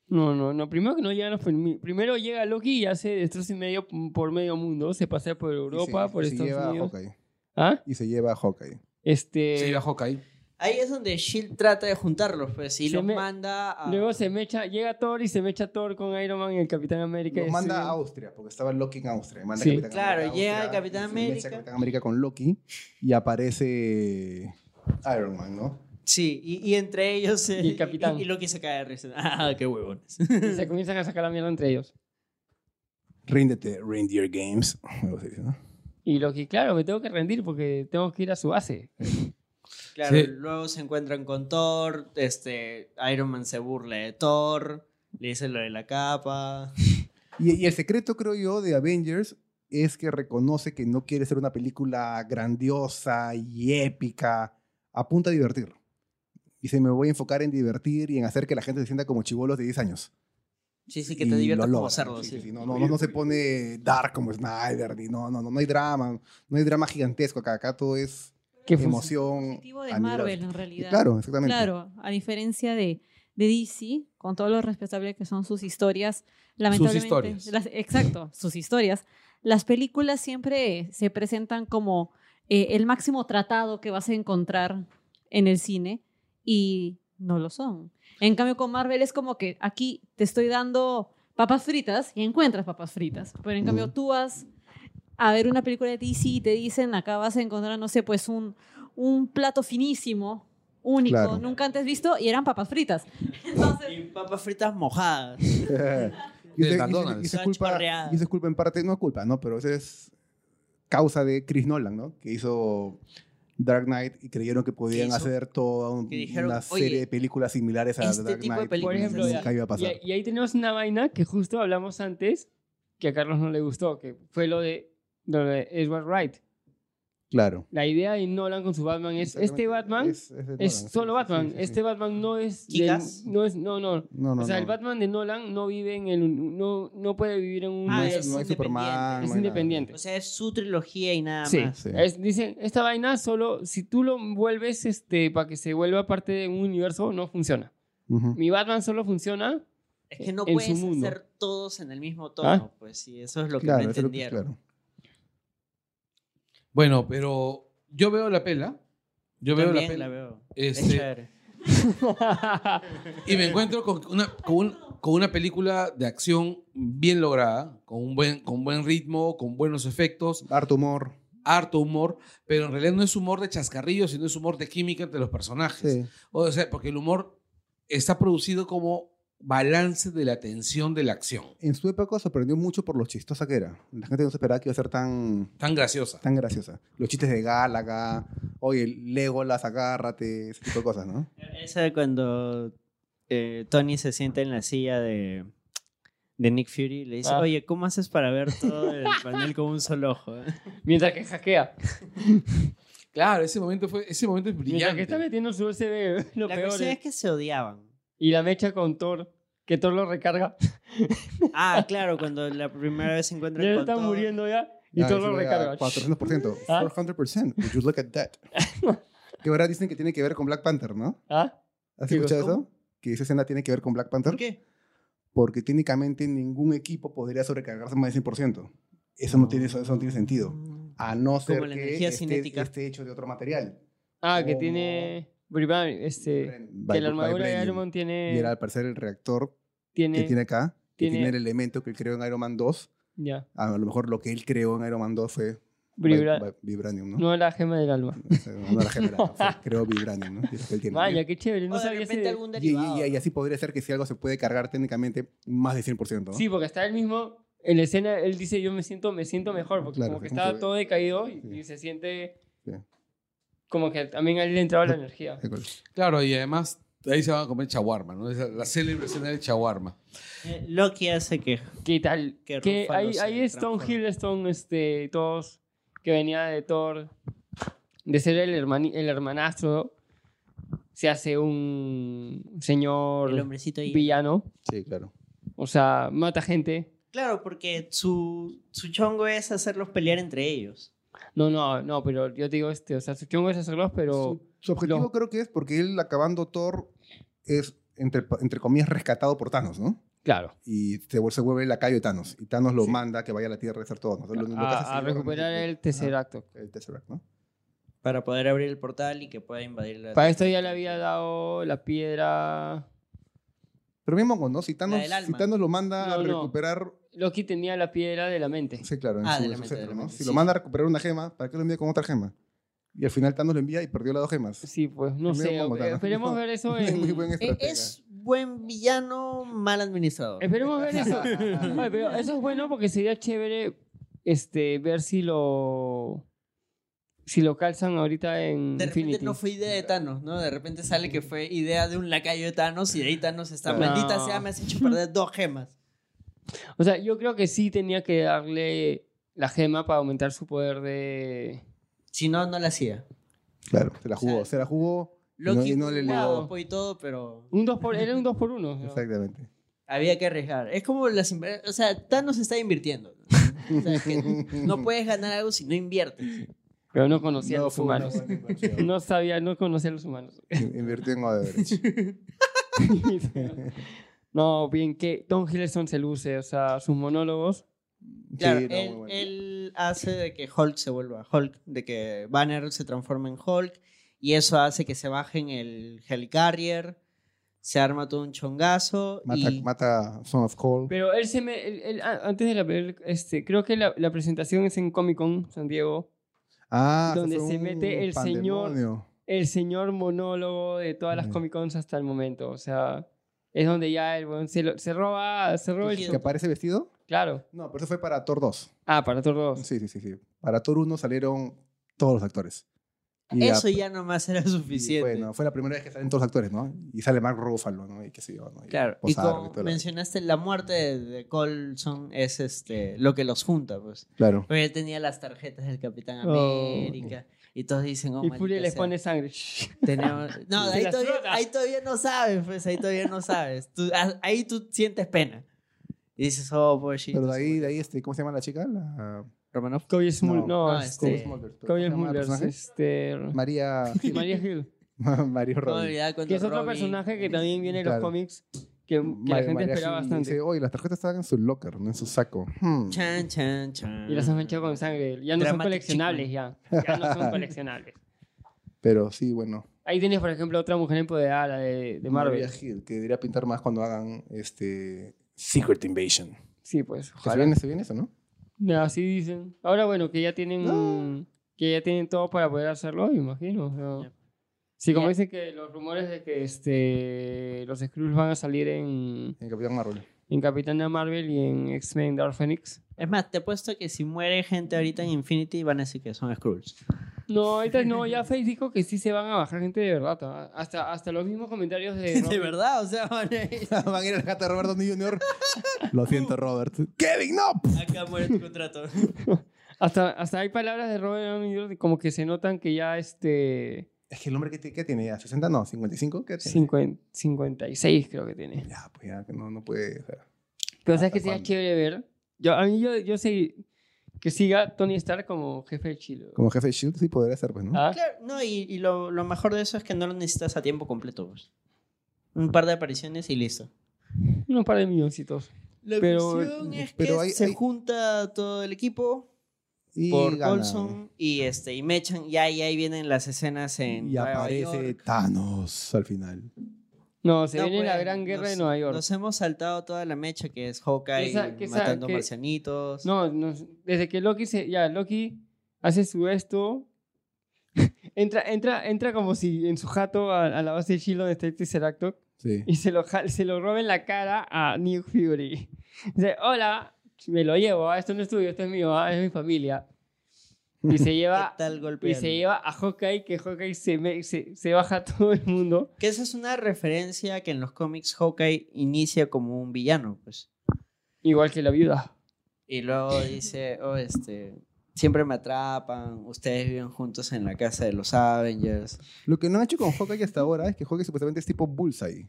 Speaker 3: No, no, no. Primero que no llegan los prim- Primero llega Loki y hace destrozo y medio p- por medio mundo. Se pasea por Europa,
Speaker 6: Y se-
Speaker 3: por
Speaker 6: se
Speaker 3: Estados
Speaker 6: lleva a
Speaker 3: Unidos.
Speaker 6: Hawkeye.
Speaker 3: ¿Ah?
Speaker 6: Y se lleva a Hawkeye.
Speaker 3: Este.
Speaker 2: Se iba Hawkeye.
Speaker 8: Ahí es donde Shield trata de juntarlos, pues, y
Speaker 3: Se
Speaker 8: los
Speaker 3: me-
Speaker 8: manda a.
Speaker 3: Luego se mecha, llega Thor y se mecha Thor con Iron Man y el Capitán América.
Speaker 6: Lo
Speaker 3: y
Speaker 6: manda
Speaker 3: así.
Speaker 6: a Austria, porque estaba Loki en Austria. y Manda
Speaker 3: Sí.
Speaker 6: a Capitán
Speaker 8: Claro,
Speaker 6: América a
Speaker 8: llega
Speaker 6: Austria, y se
Speaker 8: Capitán
Speaker 6: mete
Speaker 8: América.
Speaker 6: a Capitán América con Loki y aparece Iron Man, ¿no?
Speaker 8: Sí, y, y entre ellos. eh,
Speaker 3: Y el capitán.
Speaker 8: Y, y Loki se cae de risa. Ah, qué huevones.
Speaker 3: Y se comienzan a sacar la mierda entre ellos.
Speaker 6: Ríndete, Reindeer Games. Algo así, ¿no?
Speaker 3: Y Loki, claro, me tengo que rendir porque tengo que ir a su base.
Speaker 8: Claro,
Speaker 2: Sí.
Speaker 8: luego se encuentran con Thor. Este, Iron Man se burla de Thor. Le dice lo de la capa.
Speaker 6: Y, y el secreto, creo yo, de Avengers es que reconoce que no quiere ser una película grandiosa y épica. Apunta a divertir. Y se me voy a enfocar en divertir y en hacer que la gente se sienta como chivolos de 10 años.
Speaker 8: Sí, sí, que
Speaker 6: Y
Speaker 8: te
Speaker 6: lo
Speaker 8: diviertas como
Speaker 6: logra,
Speaker 8: cerdo.
Speaker 6: sí,
Speaker 8: sí.
Speaker 6: sí, no, no, no, no se pone dark como Snyder. Ni, no, no, no, no hay drama. No hay drama gigantesco acá. Acá todo es
Speaker 3: Que fun-
Speaker 4: El
Speaker 6: emoción.
Speaker 4: objetivo de
Speaker 6: a nivel-
Speaker 4: Marvel, en realidad.
Speaker 6: Claro, exactamente.
Speaker 4: Claro, a diferencia de, de DC, con todo lo respetable que son sus historias, lamentablemente.
Speaker 2: historias.
Speaker 4: las- exacto, sus historias. Las películas siempre se presentan como eh, el máximo tratado que vas a encontrar en el cine y no lo son. En cambio, con Marvel es como que aquí te estoy dando papas fritas y encuentras papas fritas. Pero en cambio, tú vas a ver una película de DC y te dicen acá vas a encontrar, no sé, pues un, un plato finísimo, único,
Speaker 6: Claro.
Speaker 4: nunca antes visto y eran papas fritas.
Speaker 8: Y papas fritas mojadas.
Speaker 6: y,
Speaker 2: Del
Speaker 6: eso, y eso-
Speaker 2: McDonald's.
Speaker 6: y eso es
Speaker 8: Son
Speaker 6: culpa,
Speaker 8: chorreadas.
Speaker 6: y eso es culpa en parte, no es culpa, ¿no? Pero eso es causa de Chris Nolan, ¿no? Que hizo Dark Knight y creyeron que podían
Speaker 8: hizo?
Speaker 6: hacer toda un-
Speaker 8: Que dijeron,
Speaker 6: una
Speaker 8: "Oye,
Speaker 6: serie de películas similares a
Speaker 8: este
Speaker 6: Dark
Speaker 8: tipo de
Speaker 6: Knight.
Speaker 8: películas
Speaker 3: Por
Speaker 6: y
Speaker 3: ejemplo,
Speaker 6: nunca iba a
Speaker 3: Y,
Speaker 6: pasar.
Speaker 3: y ahí tenemos una vaina que justo hablamos antes, que a Carlos no le gustó, que fue lo de, lo de Edward Wright.
Speaker 6: claro.
Speaker 3: La idea de Nolan con su Batman es, este Batman es,
Speaker 6: Es- es de Nolan,
Speaker 3: solo
Speaker 6: sí, sí,
Speaker 3: Batman,
Speaker 6: sí, sí, sí.
Speaker 3: este Batman no es... del-
Speaker 8: Kick-Ass.
Speaker 3: no es... No, no.
Speaker 6: No, no,
Speaker 3: o sea,
Speaker 6: no.
Speaker 3: el Batman de Nolan no vive en el... No, no puede vivir en un...
Speaker 6: No
Speaker 8: Ah,
Speaker 6: hay-
Speaker 8: es
Speaker 6: no hay
Speaker 8: independiente.
Speaker 6: Superman.
Speaker 3: es
Speaker 6: no hay nada.
Speaker 3: independiente.
Speaker 8: O sea, es su trilogía y nada
Speaker 3: Sí,
Speaker 8: más.
Speaker 6: Sí.
Speaker 3: Es- dicen, esta vaina solo, si tú lo vuelves este, para que se vuelva parte de un universo, no funciona.
Speaker 6: Ujú.
Speaker 3: Mi Batman solo funciona.
Speaker 8: Es
Speaker 6: E
Speaker 8: que no
Speaker 3: en su
Speaker 8: puedes
Speaker 3: mundo.
Speaker 8: hacer todos en el mismo tono, pues sí, eso es lo que
Speaker 6: Ah. Claro,
Speaker 8: no
Speaker 6: eso es lo que-
Speaker 8: entendieron.
Speaker 6: claro.
Speaker 2: Bueno, pero yo veo la pela. Yo veo la
Speaker 8: También
Speaker 2: pela.
Speaker 8: la veo. Es
Speaker 2: Este,
Speaker 8: chévere.
Speaker 2: y me encuentro con una, con, un- con una película de acción bien lograda, con un buen, con buen ritmo, con buenos efectos,
Speaker 6: Harto humor.
Speaker 2: harto humor, pero en realidad no es humor de chascarrillo, sino es humor de química entre los personajes.
Speaker 6: Sí.
Speaker 2: O sea, porque el humor está producido como balance de la tensión de la acción.
Speaker 6: En su época sorprendió mucho por lo chistosa que era. La gente no se esperaba que iba a ser tan
Speaker 2: Tan graciosa.
Speaker 6: tan graciosa. Los chistes de Gálaga, oye, Legolas, agárrate, ese tipo de cosas, ¿no?
Speaker 8: Esa de cuando eh, Tony se sienta en la silla de, de Nick Fury y le dice,
Speaker 3: Ah.
Speaker 8: oye, ¿cómo haces para ver todo el panel con un solo ojo? eh?"
Speaker 3: Mientras que hackea.
Speaker 2: Claro, ese momento, fue, ese momento es
Speaker 3: Mientras que
Speaker 2: brillante.
Speaker 3: está metiendo su USB, lo
Speaker 8: La
Speaker 3: peor.
Speaker 8: cuestión
Speaker 3: es-
Speaker 8: es que se odiaban.
Speaker 3: Y la mecha con Thor, que Thor lo recarga.
Speaker 8: Ah, claro, cuando la primera vez se
Speaker 3: Ya
Speaker 8: encuentran
Speaker 3: él
Speaker 8: con
Speaker 3: está
Speaker 8: todo-
Speaker 3: muriendo ya. Y
Speaker 6: Ah,
Speaker 3: Thor
Speaker 6: eso
Speaker 3: lo
Speaker 6: era
Speaker 3: recarga.
Speaker 6: 400%.
Speaker 3: ¿Ah?
Speaker 6: 400%. Would you look at that? que ahora dicen que tiene que ver con Black Panther, ¿no?
Speaker 3: ¿Ah?
Speaker 6: ¿Has
Speaker 3: ¿Qué
Speaker 6: escuchado
Speaker 3: cosa?
Speaker 6: eso? Que esa escena tiene que ver con Black Panther.
Speaker 8: ¿Por qué?
Speaker 6: Porque técnicamente ningún equipo podría sobrecargarse más del 100%. Eso no tiene, eso no tiene
Speaker 8: Mm.
Speaker 6: sentido. A no ser
Speaker 8: la
Speaker 6: que
Speaker 8: energía
Speaker 6: esté,
Speaker 8: cinética.
Speaker 6: esté hecho de otro material.
Speaker 3: Ah, que
Speaker 6: Como-
Speaker 3: tiene. Briban, este.
Speaker 6: By-
Speaker 3: que la
Speaker 6: by
Speaker 3: armadura de
Speaker 6: Brennan.
Speaker 3: Iron Man
Speaker 6: Y era
Speaker 3: tiene.
Speaker 6: al parecer el reactor
Speaker 3: Tiene.
Speaker 6: que tiene acá, que
Speaker 3: tiene-
Speaker 6: tiene, el elemento que él creó en Iron Man 2.
Speaker 3: Ya.
Speaker 6: A lo mejor lo que él creó en Iron Man 2 fue
Speaker 3: Vibra-
Speaker 6: vi- vi- Vibranium, ¿no?
Speaker 3: No la gema del alma.
Speaker 6: O sea, no era general, fue- creo Vibranium, ¿no? Y es lo que él tiene.
Speaker 3: Vaya, qué chévere. No
Speaker 8: O de
Speaker 3: sabía
Speaker 8: repente
Speaker 3: ese-
Speaker 8: algún
Speaker 6: Y,
Speaker 8: derivado.
Speaker 6: y- y- y así podría ser que si algo se puede cargar técnicamente más de 100%. ¿no?
Speaker 3: Sí, porque está él mismo. En la escena, él dice, yo me siento, me siento mejor, porque
Speaker 6: Claro,
Speaker 3: como que
Speaker 6: como
Speaker 3: estaba
Speaker 6: que-
Speaker 3: todo decaído y,
Speaker 6: Sí.
Speaker 3: y se siente
Speaker 6: Sí.
Speaker 3: como que también a él le entraba la energía.
Speaker 6: Qué cool.
Speaker 2: Claro, y además ahí se van a comer chaguarma, ¿no? Esa- La célebre escena del chaguarma.
Speaker 8: Eh, Loki hace que...
Speaker 3: ¿Qué tal?
Speaker 8: Que
Speaker 3: Que
Speaker 8: Ruffalo
Speaker 3: ahí,
Speaker 8: se
Speaker 3: ahí Stone
Speaker 8: transforma.
Speaker 3: Hiddleston, este, todos, que venía de Thor, de ser el, hermani- el hermanastro, se hace un
Speaker 8: El
Speaker 3: señor
Speaker 8: hombrecito ahí.
Speaker 3: villano,
Speaker 6: Sí, claro.
Speaker 3: o sea, mata gente.
Speaker 8: Claro, porque su, su chongo es hacerlos pelear entre ellos.
Speaker 3: No, no, no, pero yo te digo este, o sea, su chongo es hacerlos, pero...
Speaker 6: su, su objetivo
Speaker 3: no.
Speaker 6: creo que es porque él acabando Thor es entre, entre comillas, rescatado por Thanos, ¿no?
Speaker 3: Claro.
Speaker 6: Y se, vuel- se vuelve el lacayo de Thanos. Y Thanos lo manda que vaya a la Tierra a hacer todo. ¿no? Lo- lo que hace es
Speaker 3: A, a
Speaker 6: llevarlo
Speaker 3: recuperar
Speaker 6: realmente-
Speaker 3: el Tesseract.
Speaker 6: Ah, el Tesseract, ¿no?
Speaker 8: Para poder abrir el portal y que pueda invadir la.
Speaker 3: Para esto ya le había dado la piedra.
Speaker 6: Pero mismo, ¿no? Si
Speaker 8: La
Speaker 6: Thanos,
Speaker 8: del alma.
Speaker 6: si Thanos lo manda a
Speaker 3: No, no.
Speaker 6: recuperar...
Speaker 3: Loki tenía la piedra de la mente.
Speaker 6: Sí, claro, en
Speaker 8: Ah,
Speaker 6: su-
Speaker 8: de la
Speaker 6: en su
Speaker 8: mente, de
Speaker 6: centro,
Speaker 8: la
Speaker 6: ¿no?
Speaker 8: mente,
Speaker 6: Si
Speaker 8: sí.
Speaker 6: lo manda a recuperar una gema, ¿para qué lo envía con otra gema? Y al final Thanos lo envía y perdió las dos gemas.
Speaker 3: Sí, pues no
Speaker 6: Es medio
Speaker 3: sé.
Speaker 6: mongo,
Speaker 3: eh,
Speaker 6: ¿no?
Speaker 3: Esperemos ver eso
Speaker 6: Es
Speaker 3: en.
Speaker 6: muy buen
Speaker 8: Eh,
Speaker 6: estratega.
Speaker 8: Es buen villano, mal administrador.
Speaker 3: Esperemos ver eso. Ay, pero eso es bueno porque sería chévere este, ver si lo. Si lo calzan ahorita en
Speaker 8: De repente
Speaker 3: Infinity.
Speaker 8: no fue idea de Thanos, ¿no? De repente sale que fue idea de un lacayo de Thanos y de ahí Thanos está.
Speaker 3: Claro.
Speaker 8: Maldita
Speaker 3: No.
Speaker 8: sea, me has hecho perder dos gemas.
Speaker 3: O sea, yo creo que sí tenía que darle la gema para aumentar su poder de.
Speaker 8: Si no, no la hacía.
Speaker 6: Claro, se la jugó,
Speaker 8: O sea, pues,
Speaker 6: se la jugó y no-
Speaker 8: Loki
Speaker 6: y no, le
Speaker 8: fue
Speaker 3: ligó.
Speaker 8: guapo y todo, pero
Speaker 3: Un dos por, era un 2 por 1
Speaker 6: Exactamente.
Speaker 8: había que arriesgar. Es como las. inver- O sea, Thanos está invirtiendo. O sea, que no puedes ganar algo si no inviertes.
Speaker 3: Pero no conocía a
Speaker 6: No
Speaker 3: los
Speaker 6: fue una
Speaker 3: humanos.
Speaker 6: buena inversión.
Speaker 3: No sabía, no conocía a los humanos.
Speaker 6: Invirtió en Odebrecht.
Speaker 3: no, bien, que Tom Hiddleston se luce, o sea, sus monólogos.
Speaker 8: Claro,
Speaker 6: Sí, no,
Speaker 8: él,
Speaker 6: muy bueno.
Speaker 8: él hace de que Hulk se vuelva Hulk, de que Banner se transforme en Hulk, y eso hace que se bajen el Hellcarrier, se arma todo un chongazo.
Speaker 6: Mata,
Speaker 8: y...
Speaker 6: mata Son of Cold.
Speaker 3: Pero él se me. él- él- a- antes de la. pel- Este, creo que la, la presentación es en Comic Con, San Diego.
Speaker 6: Ah, eso
Speaker 3: donde
Speaker 6: fue
Speaker 3: se
Speaker 6: un
Speaker 3: mete el señor-
Speaker 6: pandemonio.
Speaker 3: El señor monólogo de todas las
Speaker 6: Ya.
Speaker 3: Comic Cons hasta el momento, o sea. Es donde ya el weón se, lo- se roba, se roba el
Speaker 8: Que
Speaker 6: ¿Que
Speaker 3: show.
Speaker 6: aparece vestido?
Speaker 3: Claro.
Speaker 6: No, pero eso fue para Thor 2.
Speaker 3: Ah, para todos dos.
Speaker 6: Sí, sí, sí, sí. Para Thor 1 salieron todos los actores. Y
Speaker 8: Eso
Speaker 6: a-
Speaker 8: ya nomás era
Speaker 6: y
Speaker 8: suficiente.
Speaker 6: Bueno, fue la primera vez que salen todos los actores, ¿no? Y sale Mark Ruffalo, ¿no? Y qué sé yo, ¿no? Y
Speaker 8: claro, y
Speaker 6: Poz Harvey,
Speaker 8: como
Speaker 6: toda la-
Speaker 8: mencionaste, la muerte de, de Colson es este, lo que los junta, pues.
Speaker 6: Claro.
Speaker 8: Porque él tenía las tarjetas del Capitán
Speaker 3: Oh.
Speaker 8: América. Y todos dicen, oh,
Speaker 3: y
Speaker 8: maldita
Speaker 3: Furia les
Speaker 8: sea,
Speaker 3: pone sangre.
Speaker 8: tenemos- No,
Speaker 3: Se
Speaker 8: ahí
Speaker 3: las
Speaker 8: todavía,
Speaker 3: frota.
Speaker 8: ahí todavía no sabes, pues, ahí todavía no sabes. Tú- a- ahí tú sientes pena. Y dices, oh, pobrecito.
Speaker 6: Pero de ahí, de ahí, este, ¿cómo se llama la chica? La...
Speaker 8: Romanoff.
Speaker 3: Cody Smul-
Speaker 6: No,
Speaker 3: No,
Speaker 8: no,
Speaker 3: este.
Speaker 8: Sí.
Speaker 6: Cole Smulders, pero Ah, ¿cómo se
Speaker 3: Cody
Speaker 6: llama el
Speaker 3: Smulders,
Speaker 6: personaje?
Speaker 3: este.
Speaker 6: María...
Speaker 3: María Hill.
Speaker 6: Mario
Speaker 8: ¿Cómo
Speaker 6: Rodríguez.
Speaker 8: olvidar cuando
Speaker 3: Que es otro
Speaker 8: Robin-
Speaker 3: personaje que también viene de los
Speaker 6: Claro.
Speaker 3: cómics que, que la
Speaker 6: María-
Speaker 3: gente
Speaker 6: María
Speaker 3: esperaba
Speaker 6: Gil
Speaker 3: bastante.
Speaker 6: Dice, oye, las tarjetas estaban en su locker, no en su saco. Hmm.
Speaker 8: Chan, chan, chan.
Speaker 3: Y las
Speaker 6: "Mm,
Speaker 3: han manchado con sangre. Ya no son
Speaker 8: Dramatic
Speaker 3: coleccionables, ya. Ya no son coleccionables.
Speaker 6: Pero sí, bueno.
Speaker 3: Ahí tienes, por ejemplo, otra mujer empoderada, la de, de Marvel.
Speaker 6: María Hill, que debería pintar más cuando hagan este Secret Invasion.
Speaker 3: Sí, pues.
Speaker 6: ¿Que ¿Se
Speaker 3: Ojalá.
Speaker 6: viene, se viene eso, no?
Speaker 3: No, Así dicen. Ahora, bueno, que ya tienen. Que ya tienen todo para poder hacerlo, me imagino. o sea.
Speaker 8: Ya.
Speaker 3: Sí, como
Speaker 8: Ya.
Speaker 3: dicen que los rumores de que este, los Skrulls van a salir en,
Speaker 6: En Capitán Marvel.
Speaker 3: en Capitana Marvel y en X-Men Dark Phoenix.
Speaker 8: Es más, te he puesto que si muere gente ahorita en Infinity van a decir que son Skrulls.
Speaker 3: No, ahorita no, ya Face dijo que sí se van a bajar gente de verdad. ¿ah? Hasta, hasta los mismos comentarios de.
Speaker 8: De
Speaker 3: Robin.
Speaker 8: verdad, o sea, van a ir-
Speaker 6: Van a ir al gato de Robert Downey Jr. Lo siento, Robert. ¡Kevin, no!
Speaker 8: acá muere tu contrato.
Speaker 3: Hasta, hasta hay palabras de Robert Downey Jr. como que se notan que ya este.
Speaker 6: Es que el hombre que, te- que tiene ya, 60, no, 55, ¿qué tiene?
Speaker 3: 50 56 creo que tiene.
Speaker 6: Ya, pues ya, que no, no puede. o sea.
Speaker 3: Pero sabes
Speaker 8: Ah,
Speaker 6: ¿Hasta
Speaker 3: que sería
Speaker 6: cuándo?
Speaker 3: chévere ver. Yo, a mí yo, yo sé que siga Tony Stark como jefe de Chile.
Speaker 6: Como jefe de Shield sí podría ser, pues, ¿no?
Speaker 3: ¿Ah?
Speaker 8: Claro, no, y, y lo, lo mejor de eso es que no lo necesitas a tiempo completo. pues. Un par de apariciones y listo.
Speaker 3: Unos par de milloncitos.
Speaker 8: La
Speaker 3: Pero-
Speaker 8: cuestión es que
Speaker 6: pero hay-
Speaker 8: se
Speaker 6: hay-
Speaker 8: junta todo el equipo
Speaker 6: Y
Speaker 8: por
Speaker 6: ganan.
Speaker 8: Colson y este y Mechan y ahí, ahí vienen las escenas en
Speaker 6: Y
Speaker 8: Nueva
Speaker 6: aparece
Speaker 8: York.
Speaker 6: Thanos al final.
Speaker 3: No, se
Speaker 8: No,
Speaker 3: viene la
Speaker 8: pues,
Speaker 3: gran guerra
Speaker 8: nos-
Speaker 3: de Nueva York.
Speaker 8: Nos hemos saltado toda la mecha que es Hawkeye
Speaker 3: Que esa- que esa-
Speaker 8: matando
Speaker 3: que-
Speaker 8: marcianitos.
Speaker 3: No, no, desde que Loki se. Ya, Loki hace su esto. entra, entra, entra como si en su jato a, a la base de Shield donde está el Tesseract
Speaker 6: Sí.
Speaker 3: y se lo, ja- se lo roba en la cara a Nick Fury. Dice: Hola, me lo llevo, ah, esto no es tuyo, esto es mío, ah, es mi familia. Y se
Speaker 8: ¿Qué
Speaker 3: lleva.
Speaker 8: tal golpe?
Speaker 3: Y se lleva a Hawkeye, que Hawkeye se, me- se, se baja a todo el mundo.
Speaker 8: Que esa es una referencia que en los cómics Hawkeye inicia como un villano, pues.
Speaker 3: Igual que la viuda.
Speaker 8: Y luego dice, oh, este, siempre me atrapan, ustedes viven juntos en la casa de los Avengers.
Speaker 6: Lo que no han hecho con Hawkeye hasta ahora es que Hawkeye supuestamente es tipo Bullseye,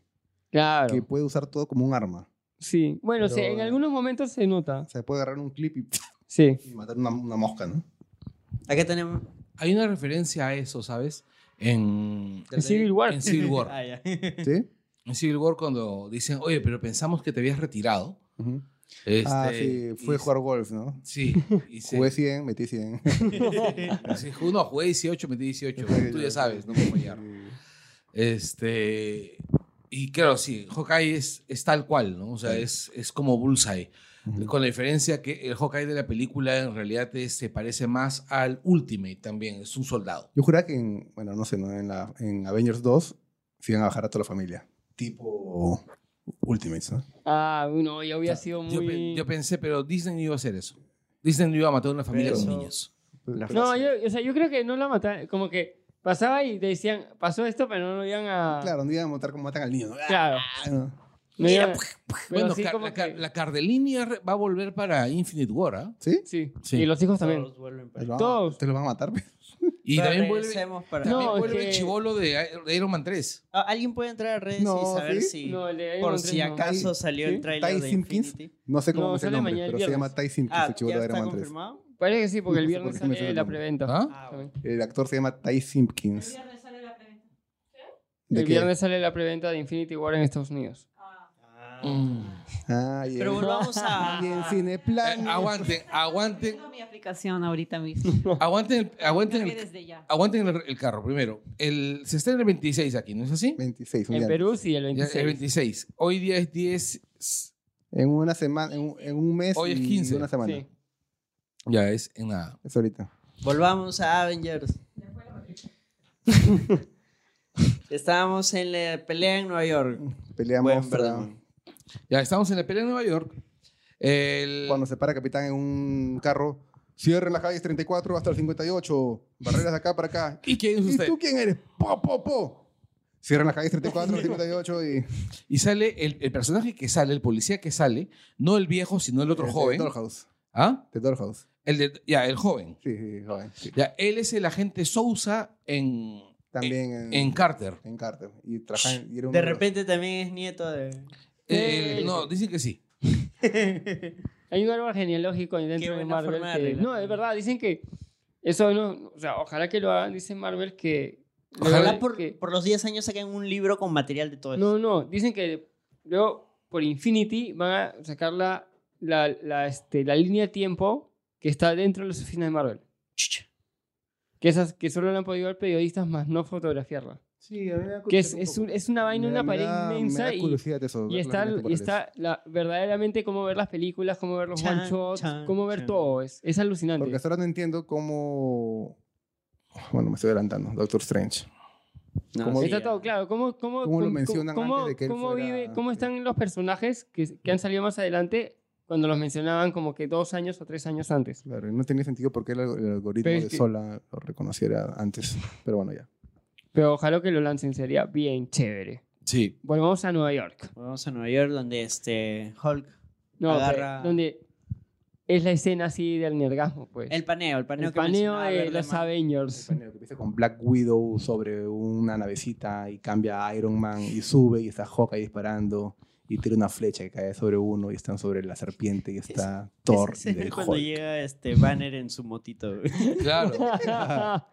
Speaker 3: Claro.
Speaker 6: que puede usar todo como un arma.
Speaker 3: Sí. Bueno,
Speaker 6: Pero-
Speaker 3: se- en algunos momentos se nota.
Speaker 6: O sea, puede agarrar un clip y,
Speaker 3: Sí.
Speaker 6: y matar una, una mosca, ¿no?
Speaker 8: Acá tenemos...
Speaker 2: Hay una referencia a eso, ¿sabes? En,
Speaker 3: En Civil War.
Speaker 2: en Civil War.
Speaker 8: Ah, ya.
Speaker 6: ¿Sí?
Speaker 2: en Civil War cuando dicen, oye, pero pensamos que te habías retirado.
Speaker 6: Ujú.
Speaker 2: Este,
Speaker 6: ah, sí, fue
Speaker 2: y-
Speaker 6: a jugar golf, ¿no?
Speaker 2: Sí, y se-
Speaker 6: Jugué 100, metí 100.
Speaker 2: sí, ju- no, jugué 18, metí 18. Tú ya sabes, no me voy a fallar. Este, y claro, sí, Hawkeye es, es tal cual, ¿no? O sea, es, es como Bullseye. Con la diferencia que el Hawkeye de la película en realidad es- se parece más al Ultimate también, es un soldado.
Speaker 6: Yo juraba que en, bueno, no sé, ¿no? En, la, en Avengers 2 se iban a bajar a toda la familia. Tipo Ultimates, ¿no?
Speaker 3: Ah, uno, ya había sido
Speaker 2: Yo, pe-
Speaker 3: muy...
Speaker 2: yo pensé, pero Disney no iba a hacer eso. Disney no iba a matar a una familia
Speaker 5: Pero
Speaker 2: con
Speaker 5: eso-
Speaker 2: niños.
Speaker 6: Pero-
Speaker 3: No, yo, o sea, yo creo que no la mataron. Como que pasaba y te decían, pasó esto, pero no lo iban a.
Speaker 6: Claro, no iban a montar como matan al niño, ¿no?
Speaker 3: Claro.
Speaker 6: Ah, no.
Speaker 3: No
Speaker 2: Mira,
Speaker 3: iban-
Speaker 5: pues,
Speaker 3: pero
Speaker 2: Bueno,
Speaker 3: sí,
Speaker 2: Car-
Speaker 3: como
Speaker 2: la, Car-
Speaker 3: que-
Speaker 2: la Cardelinia re- va a volver para Infinite War, ¿ah?
Speaker 6: ¿Sí?
Speaker 3: sí.
Speaker 2: Sí.
Speaker 3: Y los hijos también.
Speaker 5: Todos vuelven
Speaker 6: Te
Speaker 5: para-
Speaker 6: lo van-
Speaker 3: Todos.
Speaker 6: Te lo van a matar. pe.
Speaker 2: Y
Speaker 5: Pero
Speaker 2: también vuelve,
Speaker 5: regresemos para-
Speaker 2: también
Speaker 3: No, es
Speaker 2: vuelve
Speaker 3: que-
Speaker 2: el chivolo de, de Iron Man 3.
Speaker 5: Ah, ¿Alguien puede entrar a redes
Speaker 6: No,
Speaker 5: y saber
Speaker 6: ¿sí?
Speaker 5: si
Speaker 3: No, el de Iron
Speaker 5: por
Speaker 3: Man
Speaker 5: si
Speaker 3: tres no.
Speaker 5: acaso salió
Speaker 3: ¿Sí?
Speaker 5: el trailer
Speaker 6: Ty
Speaker 5: de
Speaker 6: Simpkins.
Speaker 5: Infinity?
Speaker 6: No sé cómo
Speaker 3: No,
Speaker 6: es el
Speaker 3: sale
Speaker 6: nombre,
Speaker 3: mañana el
Speaker 6: pero se llama
Speaker 3: viernes.
Speaker 6: Ty Simpkins,
Speaker 5: Ah,
Speaker 6: el
Speaker 5: ¿ya
Speaker 6: chivolo de Iron
Speaker 5: está
Speaker 6: Man 3.
Speaker 5: confirmado?
Speaker 3: Parece que sí, porque el
Speaker 6: No sé
Speaker 3: viernes
Speaker 6: por qué me
Speaker 3: sale
Speaker 6: suena
Speaker 3: la
Speaker 6: el nombre.
Speaker 3: preventa.
Speaker 2: ¿Ah?
Speaker 5: Ah,
Speaker 3: También.
Speaker 6: El actor se llama Ty Simpkins. ¿De
Speaker 3: El
Speaker 6: qué?
Speaker 3: viernes sale la preventa de Infinity War en Estados Unidos. mm.
Speaker 6: Ah,
Speaker 5: Pero
Speaker 6: yeah.
Speaker 5: volvamos a...
Speaker 6: Y en
Speaker 2: Eh,
Speaker 6: Cineplan.
Speaker 2: aguanten, aguanten,
Speaker 4: Tengo mi aplicación ahorita mismo.
Speaker 2: aguanten, el- aguanten,
Speaker 4: Descargué
Speaker 2: el,
Speaker 4: desde ya.
Speaker 2: aguanten el, el carro primero. El, se estrena el 26 aquí, ¿no es así?
Speaker 6: 26, un
Speaker 3: En
Speaker 6: día
Speaker 3: Perú sí, el
Speaker 2: Ya,
Speaker 3: 26.
Speaker 2: El 26. Hoy día es 10. s-
Speaker 6: antes. En una semana, en un, en un mes
Speaker 2: Hoy es
Speaker 6: y
Speaker 2: 15.
Speaker 6: una semana.
Speaker 3: Sí.
Speaker 2: Ya es en nada.
Speaker 6: Es ahorita.
Speaker 5: Volvamos a Avengers. Estábamos en la pelea en Nueva York.
Speaker 6: Peleamos ah,
Speaker 5: Buen perdón.
Speaker 2: Ya estamos en la pelea de Nueva York. El-
Speaker 6: cuando se para Capitán en un carro. Cierren las calles 34 hasta el 58. Barreras de acá para acá.
Speaker 2: ¿Y quién es
Speaker 6: ¿Y
Speaker 2: usted?
Speaker 6: tú quién eres? Po, po, po. Cierren las calles 34 al 58 y...
Speaker 2: Y sale el, el personaje que sale, el policía que sale, no el viejo, sino el otro
Speaker 6: El
Speaker 2: joven.
Speaker 6: De Dollhouse.
Speaker 2: ¿Ah?
Speaker 6: De Dollhouse.
Speaker 2: El de- ya, el joven.
Speaker 6: Sí, sí, joven. sí.
Speaker 2: Ya, él es el agente Sousa en,
Speaker 6: También
Speaker 2: en,
Speaker 6: en,
Speaker 2: en Carter.
Speaker 6: en Carter. Y trabaja en- y era un-
Speaker 5: De repente también es nieto de...
Speaker 2: Eh, no, dicen que sí.
Speaker 3: Hay un árbol genealógico dentro de
Speaker 5: buena
Speaker 3: Marvel.
Speaker 5: forma de
Speaker 3: que-
Speaker 5: arreglar.
Speaker 3: no, es verdad, dicen que. Eso no. O sea, ojalá que lo hagan, dice Marvel que.
Speaker 5: Ojalá
Speaker 3: luego-
Speaker 5: por,
Speaker 3: que-
Speaker 5: por los 10 años saquen un libro con material de todo
Speaker 3: No,
Speaker 5: esto.
Speaker 3: no, dicen que luego por Infinity van a sacar la, la, la, este, la línea de tiempo que está dentro de las oficinas de Marvel. Que, esas, que solo la han podido ver periodistas más no fotografiarla.
Speaker 6: Sí, a mí me da
Speaker 3: Que es,
Speaker 6: curiosidad
Speaker 3: es,
Speaker 6: un
Speaker 3: un- es una
Speaker 6: poco.
Speaker 3: vaina,
Speaker 6: Me da-
Speaker 3: una pared
Speaker 6: me da-
Speaker 3: inmensa
Speaker 6: me da
Speaker 3: y,
Speaker 6: curiosidad eso,
Speaker 3: y
Speaker 6: ver
Speaker 3: está,
Speaker 6: las líneas
Speaker 3: y
Speaker 6: temporales.
Speaker 3: está la, verdaderamente cómo ver las películas, cómo ver los
Speaker 5: Chan,
Speaker 3: one shots,
Speaker 5: chan,
Speaker 3: cómo ver
Speaker 5: chan.
Speaker 3: todo. Es, es alucinante.
Speaker 6: Porque hasta ahora no entiendo cómo... Bueno, me estoy adelantando. Doctor Strange.
Speaker 5: No,
Speaker 6: como-
Speaker 5: sí,
Speaker 3: Está
Speaker 5: ya.
Speaker 3: todo claro. ¿Cómo, cómo,
Speaker 6: ¿Cómo lo mencionan
Speaker 3: cómo-
Speaker 6: antes de que él
Speaker 3: cómo
Speaker 6: fuera-
Speaker 3: vive, cómo están los personajes que, que han salido más adelante cuando los mencionaban como que dos años o tres años antes?
Speaker 6: Claro, y no tenía sentido por qué el, alg- el algoritmo
Speaker 3: Pero es
Speaker 6: de
Speaker 3: que-
Speaker 6: Sola lo reconociera antes. Pero bueno, ya.
Speaker 3: Pero ojalá que lo lancen, sería bien chévere.
Speaker 2: Sí.
Speaker 3: Volvamos a Nueva York.
Speaker 5: Vamos a Nueva York donde este Hulk...
Speaker 3: No,
Speaker 5: Agarra-
Speaker 3: pe- donde es la escena así del nergasmo, pues.
Speaker 5: El paneo, el
Speaker 3: El
Speaker 5: paneo que
Speaker 3: paneo eh,
Speaker 5: mencionaba
Speaker 3: de
Speaker 5: Verde
Speaker 3: los
Speaker 5: Man.
Speaker 3: Avengers.
Speaker 6: Que empieza con Black Widow sobre una navecita y cambia a Iron Man y sube y está Hawkeye disparando y tira una flecha que cae sobre uno y están sobre la serpiente y está Thor
Speaker 5: Ese
Speaker 6: y
Speaker 5: es
Speaker 6: del
Speaker 5: cuando
Speaker 6: Hulk.
Speaker 5: llega este Banner en su motito. güey.
Speaker 2: Claro.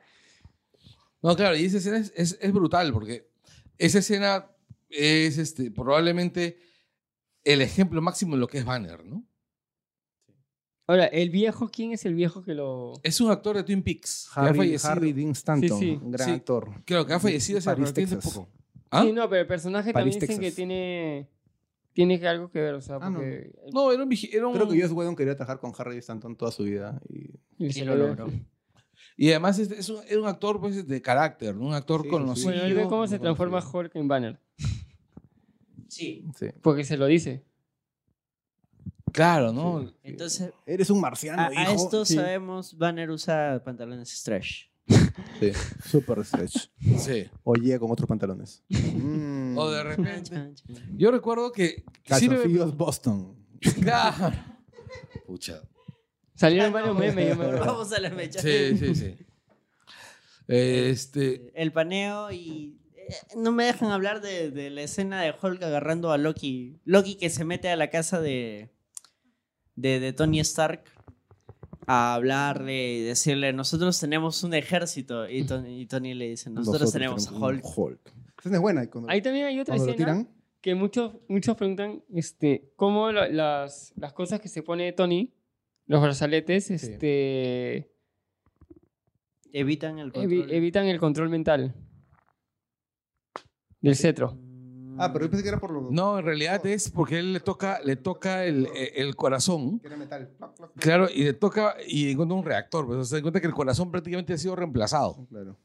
Speaker 2: No, claro, y esa escena es, es- es brutal porque esa escena es este, probablemente el ejemplo máximo de lo que es Banner, ¿no?
Speaker 3: Ahora, el viejo, ¿quién es el viejo que lo...?
Speaker 2: Es un actor de Twin Peaks que ha
Speaker 6: Harry,
Speaker 2: fallecido.
Speaker 6: Harry Dean Stanton,
Speaker 3: Sí, sí.
Speaker 6: un gran
Speaker 2: Sí.
Speaker 6: actor.
Speaker 2: Creo que ha fallecido hace
Speaker 6: París,
Speaker 2: relativamente
Speaker 6: Texas.
Speaker 2: poco. ¿Ah?
Speaker 3: Sí, no, pero el personaje
Speaker 6: París,
Speaker 3: también dicen
Speaker 6: Texas.
Speaker 3: que tiene... Tiene que algo que ver, o sea,
Speaker 6: Ah, no.
Speaker 3: porque...
Speaker 2: No, era un, vigi- era un-
Speaker 6: Creo que Joss Whedon quería trabajar con Harry Dean Stanton toda su vida. Y...
Speaker 3: el
Speaker 5: Y lo
Speaker 3: cerebro-
Speaker 5: logró.
Speaker 2: Y además es, es un, era un actor pues, de carácter, ¿no? un actor
Speaker 6: Sí,
Speaker 2: conocido.
Speaker 3: Bueno, él ve cómo se
Speaker 6: no
Speaker 3: transforma
Speaker 6: conocido.
Speaker 3: Hulk en Banner.
Speaker 5: Sí.
Speaker 6: sí.
Speaker 3: Porque se lo dice.
Speaker 2: Claro, ¿no?
Speaker 5: Entonces,
Speaker 6: Eres un marciano,
Speaker 5: a, a
Speaker 6: hijo.
Speaker 5: esto
Speaker 6: Sí.
Speaker 5: sabemos, Banner usa pantalones stretch.
Speaker 6: Sí, super stretch.
Speaker 2: Sí.
Speaker 6: O llega con otros pantalones. Mm.
Speaker 2: O de repente.
Speaker 5: Chan, chan, chan.
Speaker 2: Yo recuerdo que. sirve-
Speaker 6: Calzoncillos Boston.
Speaker 2: Claro. Pucha.
Speaker 3: Salieron varios memes, yo me acuerdo.
Speaker 5: Vamos a la mecha.
Speaker 2: Sí, sí, sí. Este.
Speaker 5: El paneo y... eh, No me dejan hablar de, de la escena de Hulk agarrando a Loki. Loki que se mete a la casa de, de, de Tony Stark a hablarle y decirle, nosotros tenemos un ejército. Y Tony, y Tony le dice, nosotros, tenemos a
Speaker 6: un
Speaker 5: Hulk.
Speaker 6: Hulk. Esa escena es buena. y Cuando,
Speaker 3: Ahí también hay otra
Speaker 6: cuando lo
Speaker 3: escena
Speaker 6: tiran,
Speaker 3: que muchos, muchos preguntan este, cómo la- las, las cosas que se pone Tony, los brazaletes, este,
Speaker 8: Evitan el
Speaker 3: evi-
Speaker 8: control.
Speaker 3: evitan el control mental del cetro.
Speaker 6: Ah, pero yo pensé que era por los.
Speaker 2: No, en realidad es porque él le toca, le toca el, e, el corazón.
Speaker 6: Que era metal. Plac, plac, plac.
Speaker 2: Claro, y le toca y encuentra un reactor. Pues, o sea, se da cuenta que el corazón prácticamente ha sido reemplazado.
Speaker 6: Claro.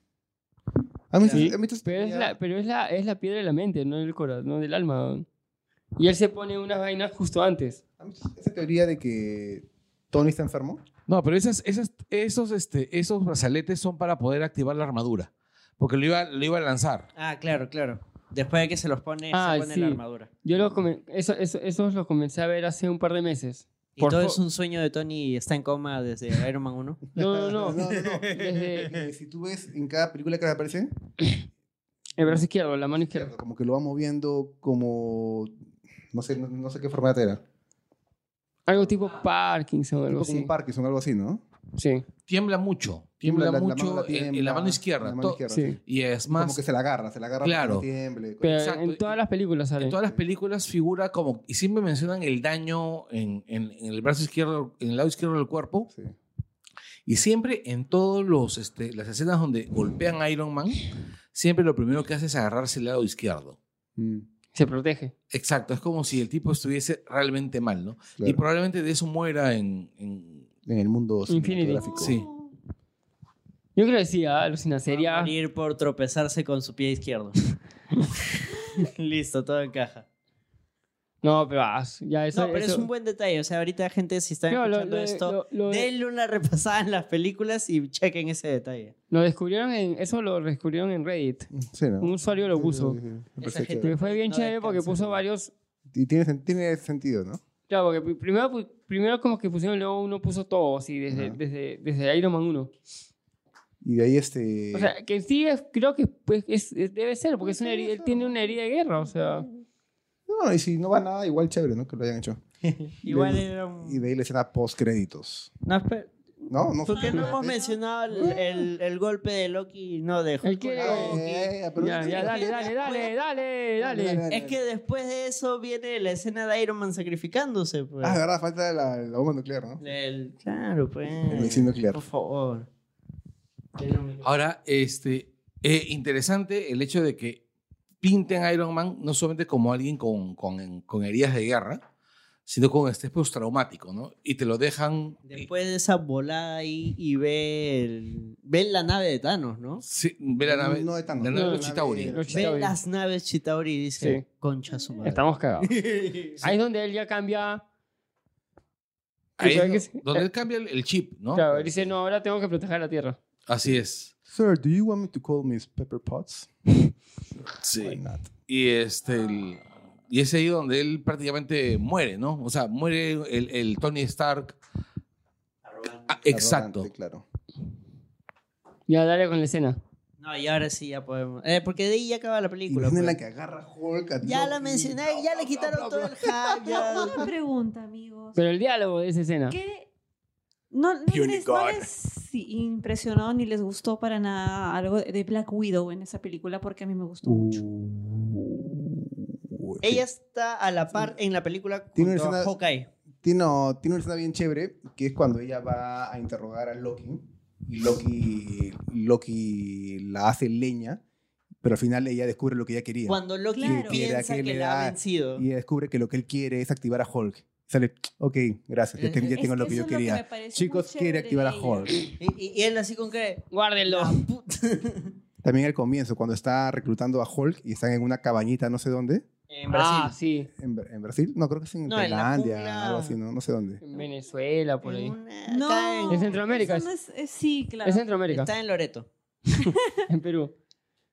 Speaker 6: A mí
Speaker 3: Sí,
Speaker 6: a mí estas-
Speaker 3: Pero, es
Speaker 6: ya-
Speaker 3: la, pero es, la, es la piedra de la mente, no del corazón, no del alma. Y él se pone unas vainas justo antes.
Speaker 6: a mí Esa teoría de que Tony está enfermo.
Speaker 2: No, pero esas, esas, esos, este, esos brazaletes son para poder activar la armadura. Porque lo iba, lo iba a lanzar.
Speaker 8: Ah, claro, claro. Después de que se los pone,
Speaker 3: Ah,
Speaker 8: se pone
Speaker 3: sí.
Speaker 8: la armadura.
Speaker 3: Yo lo comen- eso, eso, esos los comencé a ver hace un par de meses.
Speaker 8: Y
Speaker 3: Por
Speaker 8: todo
Speaker 3: fa-
Speaker 8: es un sueño de Tony y está en coma desde Iron Man 1.
Speaker 3: No, no, no.
Speaker 6: No, no, no.
Speaker 3: Desde
Speaker 6: Eh, si tú ves en cada película que aparece,
Speaker 3: el brazo izquierdo, la mano izquierda.
Speaker 6: como que lo va moviendo como. No sé, no, no sé qué formato era.
Speaker 3: Algo tipo Parkinson, algo
Speaker 6: Tipo como
Speaker 3: así.
Speaker 6: un Parkinson, algo así, ¿no?
Speaker 3: Sí,
Speaker 2: Tiembla mucho. Tiembla,
Speaker 6: la- la mano
Speaker 2: mucho
Speaker 6: la
Speaker 2: en- en, la
Speaker 6: tiembla,
Speaker 2: mano izquierda.
Speaker 6: en la
Speaker 2: to-
Speaker 6: mano izquierda.
Speaker 3: sí.
Speaker 2: Y es
Speaker 6: Como
Speaker 2: más,
Speaker 6: que se la agarra, se la agarra
Speaker 2: Claro.
Speaker 6: para que tiemble.
Speaker 3: Pero
Speaker 2: Exacto.
Speaker 3: en todas las películas sale.
Speaker 2: en todas las películas figura como... Y siempre mencionan el daño en, en- en el brazo izquierdo, en el lado izquierdo del cuerpo.
Speaker 6: Sí.
Speaker 2: Y siempre en todas este, las escenas donde golpean a Iron Man, siempre lo primero que hace es agarrarse el lado izquierdo.
Speaker 6: Mm,
Speaker 3: Se protege.
Speaker 2: Exacto, es como si el tipo estuviese realmente mal, ¿no?
Speaker 6: claro.
Speaker 2: Y probablemente de eso muera en... en-
Speaker 6: En el mundo
Speaker 3: Infinity.
Speaker 6: cinematográfico.
Speaker 2: Sí.
Speaker 3: Yo creo que sí, ah, alucina.
Speaker 8: Va a
Speaker 3: Sería.
Speaker 8: morir por tropezarse con su pie izquierdo. Listo, todo encaja.
Speaker 3: No, pero ah, ya eso.
Speaker 8: No, pero es
Speaker 3: eso-
Speaker 8: un buen detalle. O sea, ahorita, gente, si están
Speaker 3: Claro, lo-
Speaker 8: escuchando
Speaker 3: lo-
Speaker 8: esto,
Speaker 3: lo- lo-
Speaker 8: denle una repasada en las películas y chequen ese detalle.
Speaker 3: Lo descubrieron en. Eso lo descubrieron en Reddit.
Speaker 6: Sí, ¿no?
Speaker 3: Un usuario lo
Speaker 6: Sí,
Speaker 3: puso.
Speaker 6: sí, sí, me
Speaker 8: Esa
Speaker 6: parece
Speaker 8: gente-
Speaker 6: chévere.
Speaker 3: Que fue bien
Speaker 8: No
Speaker 3: chévere porque
Speaker 8: descansa.
Speaker 3: puso varios.
Speaker 6: Y tiene, sen- tiene sentido, ¿no?
Speaker 3: Claro, porque pri- primero, pu- primero como que pusieron, luego uno puso todo, así, desde,
Speaker 6: Ajá.
Speaker 3: desde, desde Iron Man 1.
Speaker 6: Y de ahí este.
Speaker 3: O sea, que sí, es- creo que pues, es- es- debe ser, porque es una herida- él tiene una herida de guerra, o sea.
Speaker 6: No, y si no va nada, igual chévere, ¿no? Que lo hayan hecho.
Speaker 8: Igual
Speaker 6: de-
Speaker 8: era un...
Speaker 6: Y de ahí la escena post-créditos.
Speaker 8: No, espera,
Speaker 6: No, no
Speaker 8: ¿Por qué no hemos
Speaker 6: Eh,
Speaker 8: mencionado el, el- el golpe de Loki? No, de
Speaker 3: El que-
Speaker 8: Hulk.
Speaker 6: eh, eh, pero-
Speaker 3: Ya, ya, dale, dale, dale, dale, dale.
Speaker 8: Es que después de eso viene la escena de Iron Man sacrificándose. Pues.
Speaker 6: Ah, verdad, falta la, la bomba nuclear, ¿no?
Speaker 8: El- claro,
Speaker 6: El
Speaker 8: pues.
Speaker 6: misil nuclear.
Speaker 8: Por favor.
Speaker 2: Ahora, este, eh, interesante el hecho de que pinten a Iron Man no solamente como alguien con, con, con heridas de guerra, sino con estrés postraumático, ¿no? Y te lo dejan... eh,
Speaker 8: Después de esa volada ahí y ve, el- ve la nave de Thanos, ¿no?
Speaker 2: Sí, ve la nave,
Speaker 6: No de Thanos.
Speaker 2: la
Speaker 3: No,
Speaker 2: nave de
Speaker 3: la
Speaker 2: los Chitauri.
Speaker 6: nave-
Speaker 3: Los
Speaker 8: Ve
Speaker 3: Chitauri.
Speaker 8: las naves Chitauri y dice,
Speaker 3: Sí.
Speaker 8: concha su madre.
Speaker 3: Estamos cagados. Ahí es donde él ya cambia.
Speaker 2: Ahí
Speaker 3: Claro que
Speaker 2: es
Speaker 3: sí.
Speaker 2: donde él cambia el, el chip, ¿no?
Speaker 3: Claro, él dice, no, Pues ahora tengo que proteger la Tierra.
Speaker 2: Así es.
Speaker 6: Sir, do you want me to call Miss Pepper Potts? Why
Speaker 2: Sí.
Speaker 6: not?
Speaker 2: Y este... el- y es ahí donde él prácticamente muere, ¿no? O sea, muere el, el Tony Stark. Ah, exacto.
Speaker 6: Arrogante, claro.
Speaker 3: Ya, dale con la escena.
Speaker 8: No, y ahora sí ya podemos. Eh, porque de ahí ya acaba la
Speaker 6: Y la
Speaker 8: película.
Speaker 6: escena en la
Speaker 8: pues.
Speaker 6: que agarra Hulk. a
Speaker 8: Ya la
Speaker 6: Loki,
Speaker 8: mencioné, ya le quitaron todo el hype. ya-
Speaker 4: Una pregunta, amigos.
Speaker 3: Pero el diálogo de esa escena.
Speaker 4: ¿Qué? No, no les, no les impresionó ni les gustó para nada algo de Black Widow en esa película porque a mí me gustó mucho.
Speaker 6: Uh,
Speaker 8: Ella está a la par en la película
Speaker 6: Tiene
Speaker 8: junto
Speaker 6: una
Speaker 8: a
Speaker 6: escena-
Speaker 8: Hawkeye.
Speaker 6: Tiene, no, tiene una escena bien chévere, que es cuando ella va a interrogar a Loki. Y Loki, Loki la hace leña, pero al final ella descubre lo que ella quería.
Speaker 8: Cuando Loki
Speaker 4: Claro.
Speaker 8: piensa
Speaker 6: Que
Speaker 8: que,
Speaker 6: le
Speaker 8: la
Speaker 6: da-
Speaker 8: ha vencido.
Speaker 6: Y ella descubre que lo que él quiere es activar a Hulk. Sale, ok, gracias, ya, te- ya
Speaker 4: Es
Speaker 6: tengo lo que
Speaker 4: eso
Speaker 6: yo
Speaker 4: es
Speaker 6: quería.
Speaker 4: me parece
Speaker 6: Chicos,
Speaker 4: muy
Speaker 6: quiere
Speaker 4: chévere
Speaker 6: activar a
Speaker 4: de ella.
Speaker 6: Hulk.
Speaker 8: Y, y- y él así con que...
Speaker 3: Guárdenlo.
Speaker 8: "La puta".
Speaker 6: También al comienzo, cuando está reclutando a Hulk y están en una cabañita no sé dónde,
Speaker 8: En Brasil.
Speaker 3: Ah, sí.
Speaker 6: en, Br- en Brasil, no, creo que es en
Speaker 8: No, en la
Speaker 6: Tailandia,
Speaker 8: jungla.
Speaker 6: algo así, no, no sé dónde.
Speaker 3: En Venezuela, por ahí.
Speaker 8: En una- acá
Speaker 4: No.
Speaker 3: En
Speaker 8: en-
Speaker 3: Centroamérica
Speaker 4: eso no es- eh, sí, claro.
Speaker 3: Es Centroamérica,
Speaker 8: Está en Loreto.
Speaker 3: en Perú.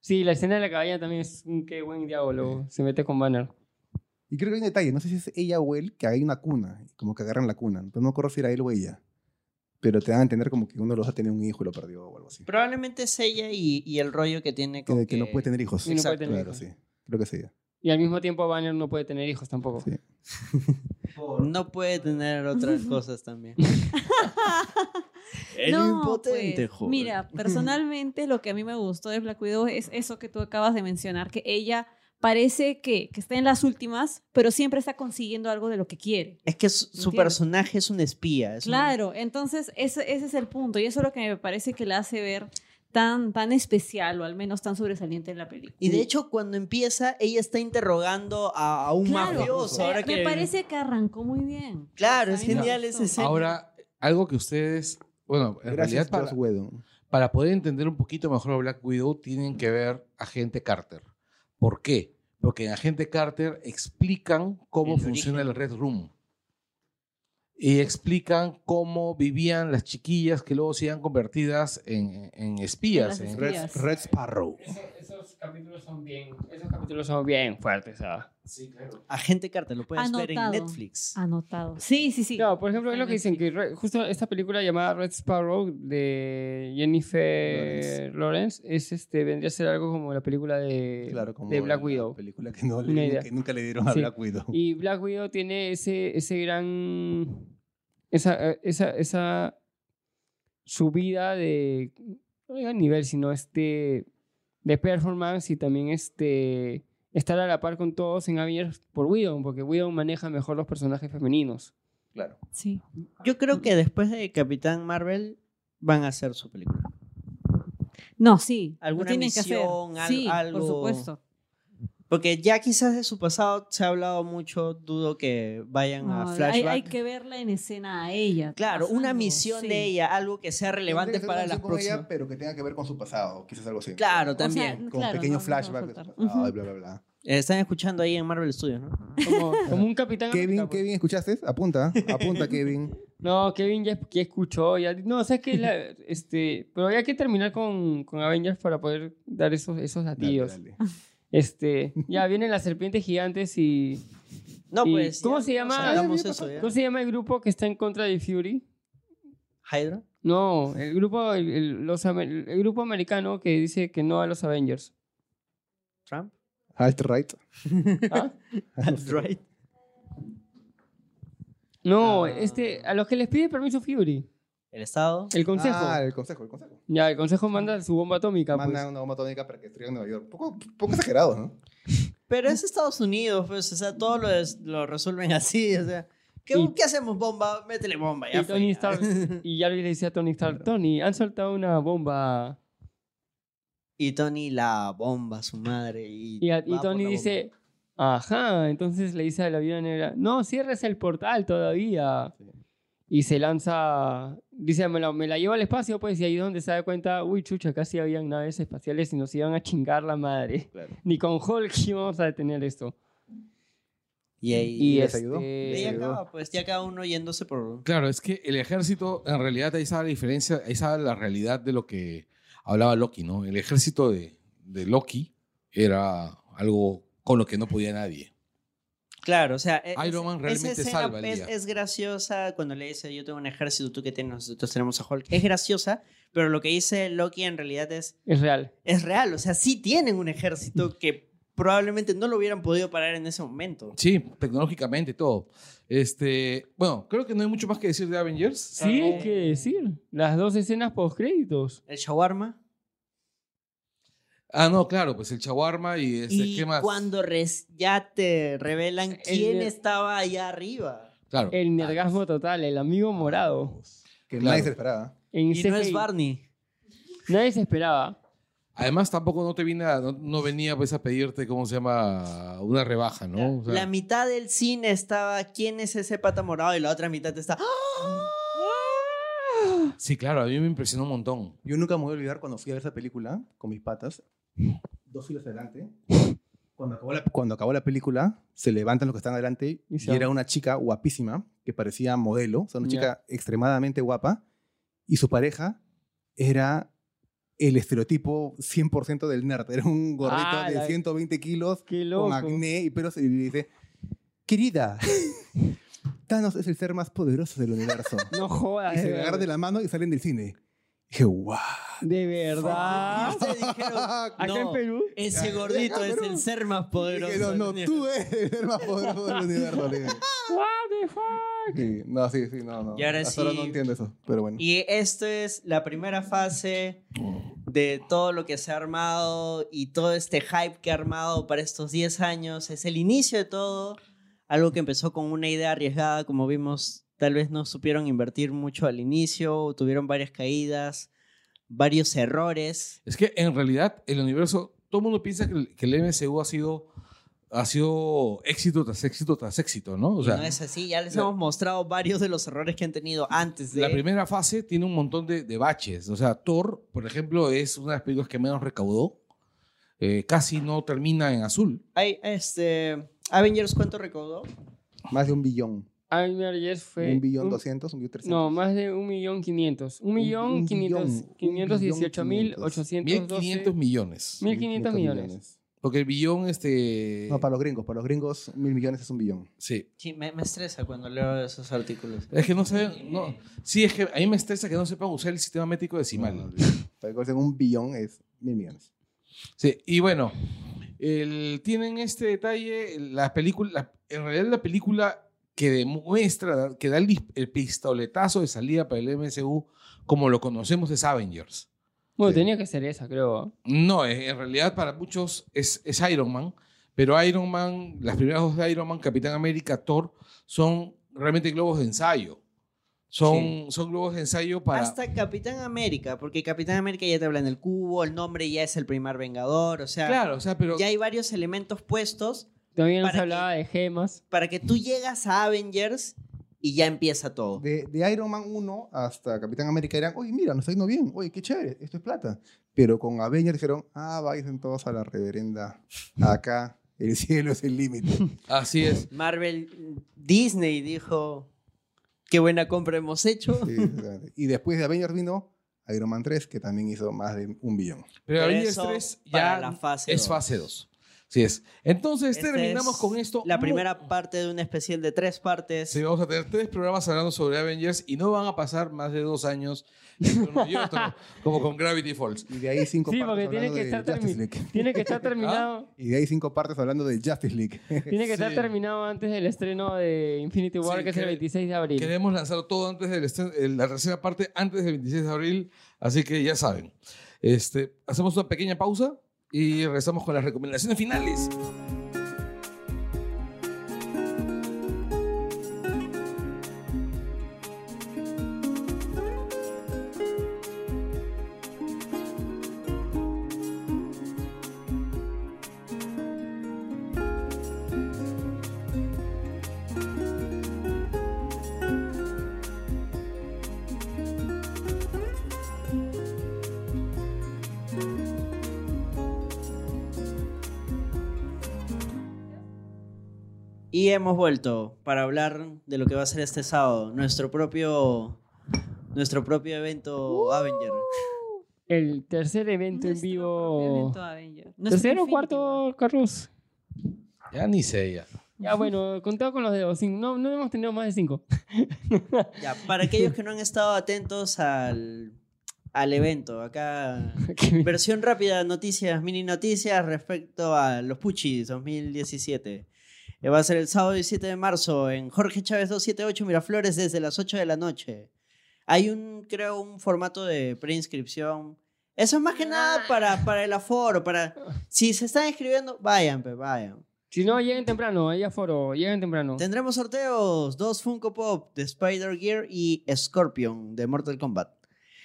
Speaker 3: Sí, la escena de la cabaña también es un qué buen diálogo. Se mete con Banner.
Speaker 6: Y creo que hay un detalle, no sé si es ella o él, que hay una cuna, como que agarran la cuna. Pero no me acuerdo si era él o ella. Pero te dan a entender como que uno de los dos tenía un hijo y lo perdió o algo así.
Speaker 8: Probablemente es ella y, y el rollo que tiene
Speaker 6: Que,
Speaker 8: con
Speaker 6: que no puede tener hijos.
Speaker 3: Y no puede tener
Speaker 6: claro,
Speaker 3: hijos.
Speaker 6: sí. Creo que es ella.
Speaker 3: Y al mismo tiempo Banner no puede tener hijos tampoco.
Speaker 6: Sí.
Speaker 8: No puede tener otras cosas también. el
Speaker 4: No,
Speaker 8: impotente,
Speaker 4: pues,
Speaker 8: joder.
Speaker 4: Mira, personalmente lo que a mí me gustó de Black Widow es eso que tú acabas de mencionar, que ella parece que, que está en las últimas, pero siempre está consiguiendo algo de lo que quiere.
Speaker 8: Es que su, su
Speaker 4: Entiendo.
Speaker 8: personaje es un espía. es un-
Speaker 4: Claro, entonces ese, ese es el punto y eso es lo que me parece que la hace ver tan, tan especial o al menos tan sobresaliente en la película.
Speaker 8: Y de hecho, cuando empieza, ella está interrogando a, a un
Speaker 4: Claro,
Speaker 8: mafioso.
Speaker 4: me-
Speaker 8: Ahora
Speaker 4: me
Speaker 8: que...
Speaker 4: parece que arrancó muy bien.
Speaker 8: Claro,
Speaker 4: A
Speaker 8: es
Speaker 4: mí me
Speaker 8: genial
Speaker 4: gustó.
Speaker 8: esa escena.
Speaker 2: Ahora, algo que ustedes, bueno, en
Speaker 6: Gracias,
Speaker 2: realidad para,
Speaker 6: Joss Whedon.
Speaker 2: para poder entender un poquito mejor a Black Widow tienen que ver Agente Carter. ¿Por qué? Porque en Agente Carter explican cómo
Speaker 8: El
Speaker 2: funciona el Red Room. Y explican cómo vivían las chiquillas que luego se iban convertidas en, en espías.
Speaker 4: En las
Speaker 2: en-
Speaker 4: espías.
Speaker 6: Red, Red Sparrow.
Speaker 3: esos capítulos son bien, esos capítulos son bien fuertes, ¿sabes?
Speaker 8: Agente Carter, lo puedes ver en
Speaker 4: Anotado. Ah.
Speaker 8: Netflix.
Speaker 4: Anotado. Sí, sí, sí.
Speaker 3: Claro, por ejemplo, es lo que dicen que re- justo esta película llamada Red Sparrow de Jennifer Lawrence, es este vendría a ser algo como la película de,
Speaker 6: Claro, como
Speaker 3: Eh, de Black
Speaker 6: la
Speaker 3: Widow.
Speaker 6: película que, no
Speaker 3: Una
Speaker 6: le,
Speaker 3: idea.
Speaker 6: que nunca le dieron a
Speaker 3: Sí.
Speaker 6: Black Widow.
Speaker 3: Y Black Widow tiene ese, ese gran. Esa, eh, esa, esa subida de. No digo nivel, sino este. De performance y también este. Estar a la par con todos en Avengers por Widow, porque Widow maneja mejor los personajes femeninos.
Speaker 6: Claro.
Speaker 4: Sí.
Speaker 8: Yo creo que después de Capitán Marvel van a hacer su película.
Speaker 4: No, sí. lo
Speaker 8: Alguna
Speaker 4: tienen que
Speaker 8: misión, al-
Speaker 4: hacer. Sí,
Speaker 8: algo.
Speaker 4: por supuesto.
Speaker 8: Porque ya quizás de su pasado se ha hablado mucho, dudo que vayan
Speaker 4: No,
Speaker 8: a
Speaker 4: hay-
Speaker 8: flashback.
Speaker 4: hay, que verla en escena a ella.
Speaker 8: Claro, una
Speaker 4: pasando,
Speaker 8: misión
Speaker 4: sí.
Speaker 8: de ella, algo que sea relevante
Speaker 6: Tiene que ser
Speaker 8: para
Speaker 6: una
Speaker 8: las
Speaker 6: relación con ella,
Speaker 8: próximas.
Speaker 6: pero que tenga que ver con su pasado, quizás algo así.
Speaker 8: Claro,
Speaker 6: O sea,
Speaker 8: también.
Speaker 6: Con
Speaker 4: Claro,
Speaker 6: pequeño
Speaker 4: no, no se va a
Speaker 6: flashback de su
Speaker 4: soltar.
Speaker 6: pasado y
Speaker 4: Ujú.
Speaker 6: bla, bla, bla.
Speaker 8: Eh, Están escuchando ahí en Marvel Studios, ¿no?
Speaker 3: Como, como un capitán.
Speaker 6: Kevin,
Speaker 3: América, pues.
Speaker 6: Kevin, ¿escuchaste? Apunta, apunta, Kevin.
Speaker 3: No, Kevin ya, ya escuchó. Ya, no, sabes que. este, pero hay que terminar con, con Avengers para poder dar esos, esos
Speaker 6: Dale,
Speaker 3: latidos.
Speaker 6: dale.
Speaker 3: Este, ya vienen las serpientes gigantes y.
Speaker 8: No,
Speaker 3: ¿Y
Speaker 8: pues.
Speaker 3: cómo
Speaker 8: ya
Speaker 3: se llama?
Speaker 8: nos saltamos eso, ya.
Speaker 3: ¿Cómo se llama el grupo que está en contra de Fury?
Speaker 8: ¿Hydra?
Speaker 3: No, el grupo, el, el- los, amer- el grupo americano que dice que no a los Avengers.
Speaker 8: ¿Trump?
Speaker 6: Alt-right.
Speaker 3: ¿Ah?
Speaker 8: Alt-right.
Speaker 3: No,
Speaker 8: Ah.
Speaker 3: este, a los que les pide permiso Fury.
Speaker 8: ¿El Estado?
Speaker 3: El consejo.
Speaker 6: Ah, el consejo, el consejo.
Speaker 3: Ya, el consejo manda su bomba atómica. pues.
Speaker 6: Mandan una bomba atómica para que destruyan Nueva York. Poco, poco exagerado, ¿no?
Speaker 8: Pero es Estados Unidos, pues, o sea, todo lo, es- lo resuelven así, o sea. ¿Qué,
Speaker 3: Y-
Speaker 8: qué hacemos, bomba? Métele bomba, ya.
Speaker 3: Y
Speaker 8: fue,
Speaker 3: Tony
Speaker 8: ya.
Speaker 3: Stark. Y ya le decía a Tony Stark, Tony, han soltado una bomba.
Speaker 8: Y Tony la bomba, su madre. Y,
Speaker 3: Y, a-
Speaker 8: va
Speaker 3: y
Speaker 8: por
Speaker 3: Tony
Speaker 8: la
Speaker 3: dice, ajá. Entonces le dice a la viuda negra, no, cierres el portal todavía. Y se lanza, dice, me la, me la lleva al espacio, pues, y ahí es donde se da cuenta, uy, chucha, casi habían naves espaciales y nos iban a chingar la madre. Ni con Hulk íbamos a detener esto.
Speaker 8: bomba. Y ahí.
Speaker 3: Y,
Speaker 6: les ayudó?
Speaker 8: y
Speaker 3: este,
Speaker 8: ahí acaba, pues, ya cada uno yéndose por.
Speaker 2: Claro, es que el ejército, en realidad, ahí sabe la diferencia, ahí sabe la realidad de lo que hablaba Loki, ¿no? El ejército de, de Loki era algo con lo que no podía nadie.
Speaker 8: Claro, o sea. e-
Speaker 2: Iron
Speaker 8: es-
Speaker 2: Man
Speaker 8: esa
Speaker 2: realmente
Speaker 8: escena,
Speaker 2: salva el día.
Speaker 8: es, es graciosa cuando le dice, yo tengo un ejército, tú que tienes, nosotros tenemos a Hulk. Es graciosa, pero lo que dice Loki en realidad es.
Speaker 3: Es real.
Speaker 8: Es real, o sea, sí tienen un
Speaker 2: Mm.
Speaker 8: ejército que probablemente no lo hubieran podido parar en ese momento.
Speaker 2: Sí, tecnológicamente todo. Este, bueno, creo que no hay mucho más que decir de Avengers.
Speaker 3: Sí,
Speaker 8: Salvo-
Speaker 3: hay que decir. Las dos escenas postcréditos.
Speaker 8: El shawarma.
Speaker 2: Ah, no, claro, pues el chaguarma y este,
Speaker 8: Y
Speaker 2: ¿qué más?
Speaker 8: cuando res- ya te revelan quién
Speaker 3: de-
Speaker 8: estaba allá arriba.
Speaker 2: Claro.
Speaker 6: Ah,
Speaker 3: El nergasmo total, el amigo morado.
Speaker 6: Que
Speaker 2: Claro.
Speaker 6: nadie se lo esperaba.
Speaker 3: En
Speaker 8: Y no es
Speaker 3: CGI.
Speaker 8: Barney.
Speaker 3: Nadie se esperaba.
Speaker 2: Además, tampoco no te vine a- no, no venía pues a pedirte, ¿cómo se llama? Una rebaja, ¿no? O sea,
Speaker 8: La mitad del cine estaba quién es ese pata morado y la otra mitad está "¡Ah!
Speaker 2: sí, claro, a mí me impresionó un montón.
Speaker 6: Yo nunca me voy a olvidar cuando fui a ver esa película con mis patas, dos filas adelante. Cuando acabó la, cuando acabó la película, se levantan los que están adelante
Speaker 3: Y
Speaker 6: y,
Speaker 3: se van.
Speaker 6: era una chica guapísima que parecía modelo, o sea, una
Speaker 3: Ya.
Speaker 6: chica extremadamente guapa y su pareja era el estereotipo 100% del nerd, era un gordito
Speaker 3: Ah,
Speaker 6: de
Speaker 3: la-
Speaker 6: 120 kilos
Speaker 3: Qué loco.
Speaker 6: con acné y pero y dice, querida, Thanos es el ser más poderoso del universo.
Speaker 3: No jodas.
Speaker 6: y se
Speaker 3: de
Speaker 6: le
Speaker 3: verdad.
Speaker 6: agarran de la mano y salen del cine. Dije, wow.
Speaker 3: De verdad.
Speaker 8: Y ustedes dijeron,
Speaker 3: Acá
Speaker 8: No.
Speaker 3: en Perú.
Speaker 8: ese gordito es el ser más poderoso.
Speaker 6: Dije, no, no,
Speaker 8: del
Speaker 6: tú eres el ser más poderoso del universo. le dije.
Speaker 3: What the fuck?
Speaker 6: Sí, no, sí, sí, no, no.
Speaker 8: Y ahora
Speaker 6: Hasta
Speaker 8: sí.
Speaker 6: ahora no entiendo eso, pero bueno.
Speaker 8: Y esto es la primera fase de todo lo que se ha armado y todo este hype que ha armado para estos 10 años. Es el inicio de todo, algo que empezó con una idea arriesgada, como vimos, tal vez no supieron invertir mucho al inicio, tuvieron varias caídas, varios errores.
Speaker 2: Es que en realidad el universo, todo el mundo piensa que el, que el MCU ha sido, ha sido éxito tras éxito tras éxito, ¿no? O sea,
Speaker 8: y no es así, ya les
Speaker 2: la-
Speaker 8: hemos mostrado varios de los errores que han tenido antes de...
Speaker 2: la primera fase tiene un montón de, de baches. O sea, Thor, por ejemplo, es una de las películas que menos recaudó. Eh, casi no termina en azul.
Speaker 8: Ay, este, Avengers, ¿cuánto recaudó?
Speaker 6: Más de un billón.
Speaker 3: Avengers fue...
Speaker 6: un billón
Speaker 3: un-
Speaker 6: doscientos, un billón trescientos.
Speaker 3: No, más de un millón quinientos. Un
Speaker 6: un
Speaker 3: millón quinientos,
Speaker 6: billón,
Speaker 3: quinientos dieciocho
Speaker 6: un
Speaker 3: mil
Speaker 6: billón
Speaker 3: ochocientos
Speaker 2: 1.500
Speaker 3: doce.
Speaker 2: millones.
Speaker 3: Mil quinientos millones.
Speaker 2: Porque el billón, este...
Speaker 6: No, para los gringos. Para los gringos, mil millones es un billón.
Speaker 2: Sí.
Speaker 8: Sí, me, me estresa cuando leo esos artículos.
Speaker 2: Es que no saben... No. Sí, es que a mí me estresa que no sepan usar el sistema métrico decimal.
Speaker 6: Para que conocen, un billón es mil millones.
Speaker 2: Sí, y bueno, el- tienen este detalle, la película, la- en realidad la película que demuestra, que da el, dis- el pistoletazo de salida para el MCU, como lo conocemos, es Avengers.
Speaker 3: Bueno,
Speaker 2: Sí.
Speaker 3: tenía que ser esa, creo.
Speaker 2: No, eh, en realidad para muchos es, es Iron Man, pero Iron Man, las primeras dos de Iron Man, Capitán América, Thor, son realmente globos de ensayo. Son, son globos de ensayo para...
Speaker 8: Hasta Capitán América, porque Capitán América ya te habla en el cubo, el nombre ya es el primer vengador, o sea,
Speaker 2: Claro, o sea, pero...
Speaker 8: ya hay varios elementos puestos
Speaker 3: Todavía no
Speaker 8: ¿Para
Speaker 3: se hablaba de gemas.
Speaker 8: para que tú llegas a Avengers y ya empieza todo.
Speaker 6: De, de Iron Man 1 hasta Capitán América eran, oye, mira, nos está yendo bien. Oye, qué chévere, esto es plata. Pero con Avengers dijeron, ah, vayan todos a la reverenda. Acá, el cielo es el límite.
Speaker 2: Así es.
Speaker 8: Marvel, Disney dijo, qué buena compra hemos hecho.
Speaker 6: Sí, exactamente. y después de Avengers vino Iron Man 3, que también hizo más de un billón.
Speaker 2: Pero
Speaker 8: Pero
Speaker 2: Avengers
Speaker 8: eso
Speaker 2: 3
Speaker 8: para
Speaker 2: ya
Speaker 8: la fase
Speaker 2: es
Speaker 8: dos.
Speaker 2: fase 2. Así es. Entonces
Speaker 8: Esta
Speaker 2: terminamos
Speaker 8: es
Speaker 2: con esto.
Speaker 8: La
Speaker 2: Mu-
Speaker 8: primera parte de un especial de tres partes.
Speaker 2: Sí, vamos a tener tres programas hablando sobre Avengers y no van a pasar más de dos años entre uno y otro, como con Gravity Falls.
Speaker 6: Y de ahí cinco
Speaker 3: Sí,
Speaker 6: partes
Speaker 3: porque tiene
Speaker 6: hablando
Speaker 3: que,
Speaker 6: de
Speaker 3: estar
Speaker 6: Justice
Speaker 3: termi-
Speaker 6: League.
Speaker 3: tiene que estar terminado.
Speaker 6: Y de ahí cinco partes hablando de Justice League.
Speaker 3: Tiene que estar
Speaker 2: Sí.
Speaker 3: terminado antes del estreno de Infinity War,
Speaker 2: Sí,
Speaker 3: que es el
Speaker 2: que-
Speaker 3: 26 de abril.
Speaker 2: Queremos lanzar todo antes del estren- eh, la tercera parte antes del 26 de abril, así que ya saben. Este, hacemos una pequeña pausa y regresamos con las recomendaciones finales.
Speaker 8: Y hemos vuelto para hablar de lo que va a ser este sábado, nuestro propio, nuestro propio evento Avenger.
Speaker 3: El tercer evento en
Speaker 4: Nuestro propio
Speaker 3: vivo.
Speaker 4: evento Avenger. Nuestro
Speaker 3: ¿Tercero o
Speaker 4: Infinity War.
Speaker 3: cuarto, Carlos?
Speaker 2: Ya ni sé ya.
Speaker 3: Ya bueno, contado con los dedos. cinco. No, no hemos tenido más de cinco.
Speaker 8: Ya, para aquellos que no han estado atentos al, al evento, acá versión rápida, noticias, mini noticias respecto a los Puchis 2017. Eh, Va a ser el sábado 17 de marzo en Jorge Chávez 278 Miraflores desde las 8 de la noche. Hay un, creo, un formato de preinscripción. Eso es más que nada para, para el aforo, para... Si se están inscribiendo, vayan, pues, vayan.
Speaker 3: si no, lleguen temprano, ahí aforo, lleguen temprano.
Speaker 8: Tendremos sorteos, dos Funko Pop de Spider Gear y Scorpion de Mortal Kombat.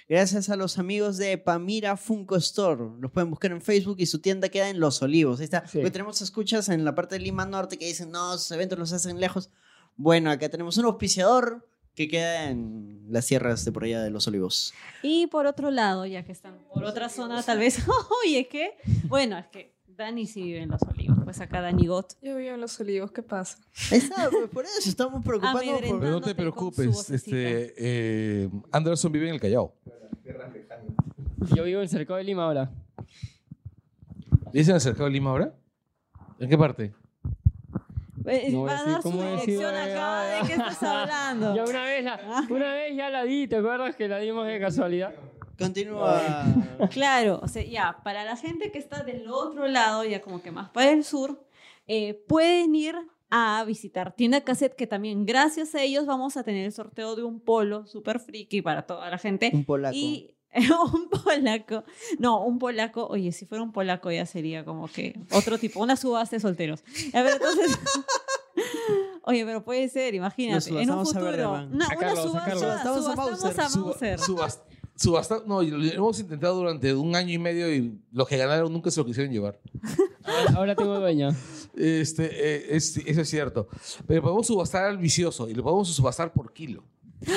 Speaker 8: Gracias a los amigos de Pamira Funko Store. Los pueden buscar en Facebook y su tienda queda en Los Olivos. Ahí está.
Speaker 3: Sí.
Speaker 8: Porque tenemos escuchas en la parte de Lima Norte que dicen, no, esos eventos los hacen lejos. Bueno, acá tenemos un auspiciador que queda en las sierras de por allá de Los Olivos.
Speaker 4: Y por otro lado, ya que están por otra zona, tal vez, oye, es que, bueno, es que Dani sí vive en Los Olivos, pues acá Dani Got.
Speaker 7: Yo vivo en Los Olivos, ¿qué pasa?
Speaker 8: Ahí está, pues, por eso
Speaker 4: Ah,
Speaker 8: estamos preocupándonos por...
Speaker 4: Amedrentado.
Speaker 2: Pero no te
Speaker 4: Dándote con su
Speaker 2: preocupes,
Speaker 4: vocecita.
Speaker 2: este, eh, Anderson vive en el Callao.
Speaker 3: Yo vivo en Cercado de Lima ahora.
Speaker 2: ¿Dicen acercado de Lima ahora? ¿En qué parte?
Speaker 4: Eh,
Speaker 3: No voy a
Speaker 4: va a
Speaker 3: decir
Speaker 4: dar su
Speaker 3: cómo decir,
Speaker 4: dirección
Speaker 3: ay,
Speaker 4: acá,
Speaker 3: ay,
Speaker 4: ¿de qué
Speaker 3: ay.
Speaker 4: estás hablando?
Speaker 3: Ya una vez,
Speaker 4: Ah.
Speaker 3: la, una vez ya la di, ¿te acuerdas que la dimos de casualidad?
Speaker 8: Continúa.
Speaker 4: Claro, o sea, ya, para la gente que está del otro lado, ya como que más para el sur, eh, pueden ir a visitar Tienda Cassette, que también gracias a ellos vamos a tener el sorteo de un polo super friki para toda la gente.
Speaker 8: Un polaco.
Speaker 4: Y un polaco. No, un polaco. Oye, si fuera un polaco ya sería como que otro tipo, una subasta de solteros. A ver, entonces. Oye, pero puede ser, imagínate.
Speaker 8: Lo
Speaker 4: En un
Speaker 8: subastamos a
Speaker 4: futuro.
Speaker 8: Bergman.
Speaker 4: una,
Speaker 2: A
Speaker 4: una
Speaker 2: Carlos, a
Speaker 4: subasta.
Speaker 2: Carlos.
Speaker 4: Subastamos, a
Speaker 2: Suba-
Speaker 4: Bowser.
Speaker 2: subas- subasta- no, lo hemos intentado durante un año y medio y los que ganaron nunca se lo quisieron llevar.
Speaker 3: Ahora tengo dueño.
Speaker 2: Este, eh, es- eso es cierto. Pero podemos subastar al vicioso y lo podemos subastar por kilo.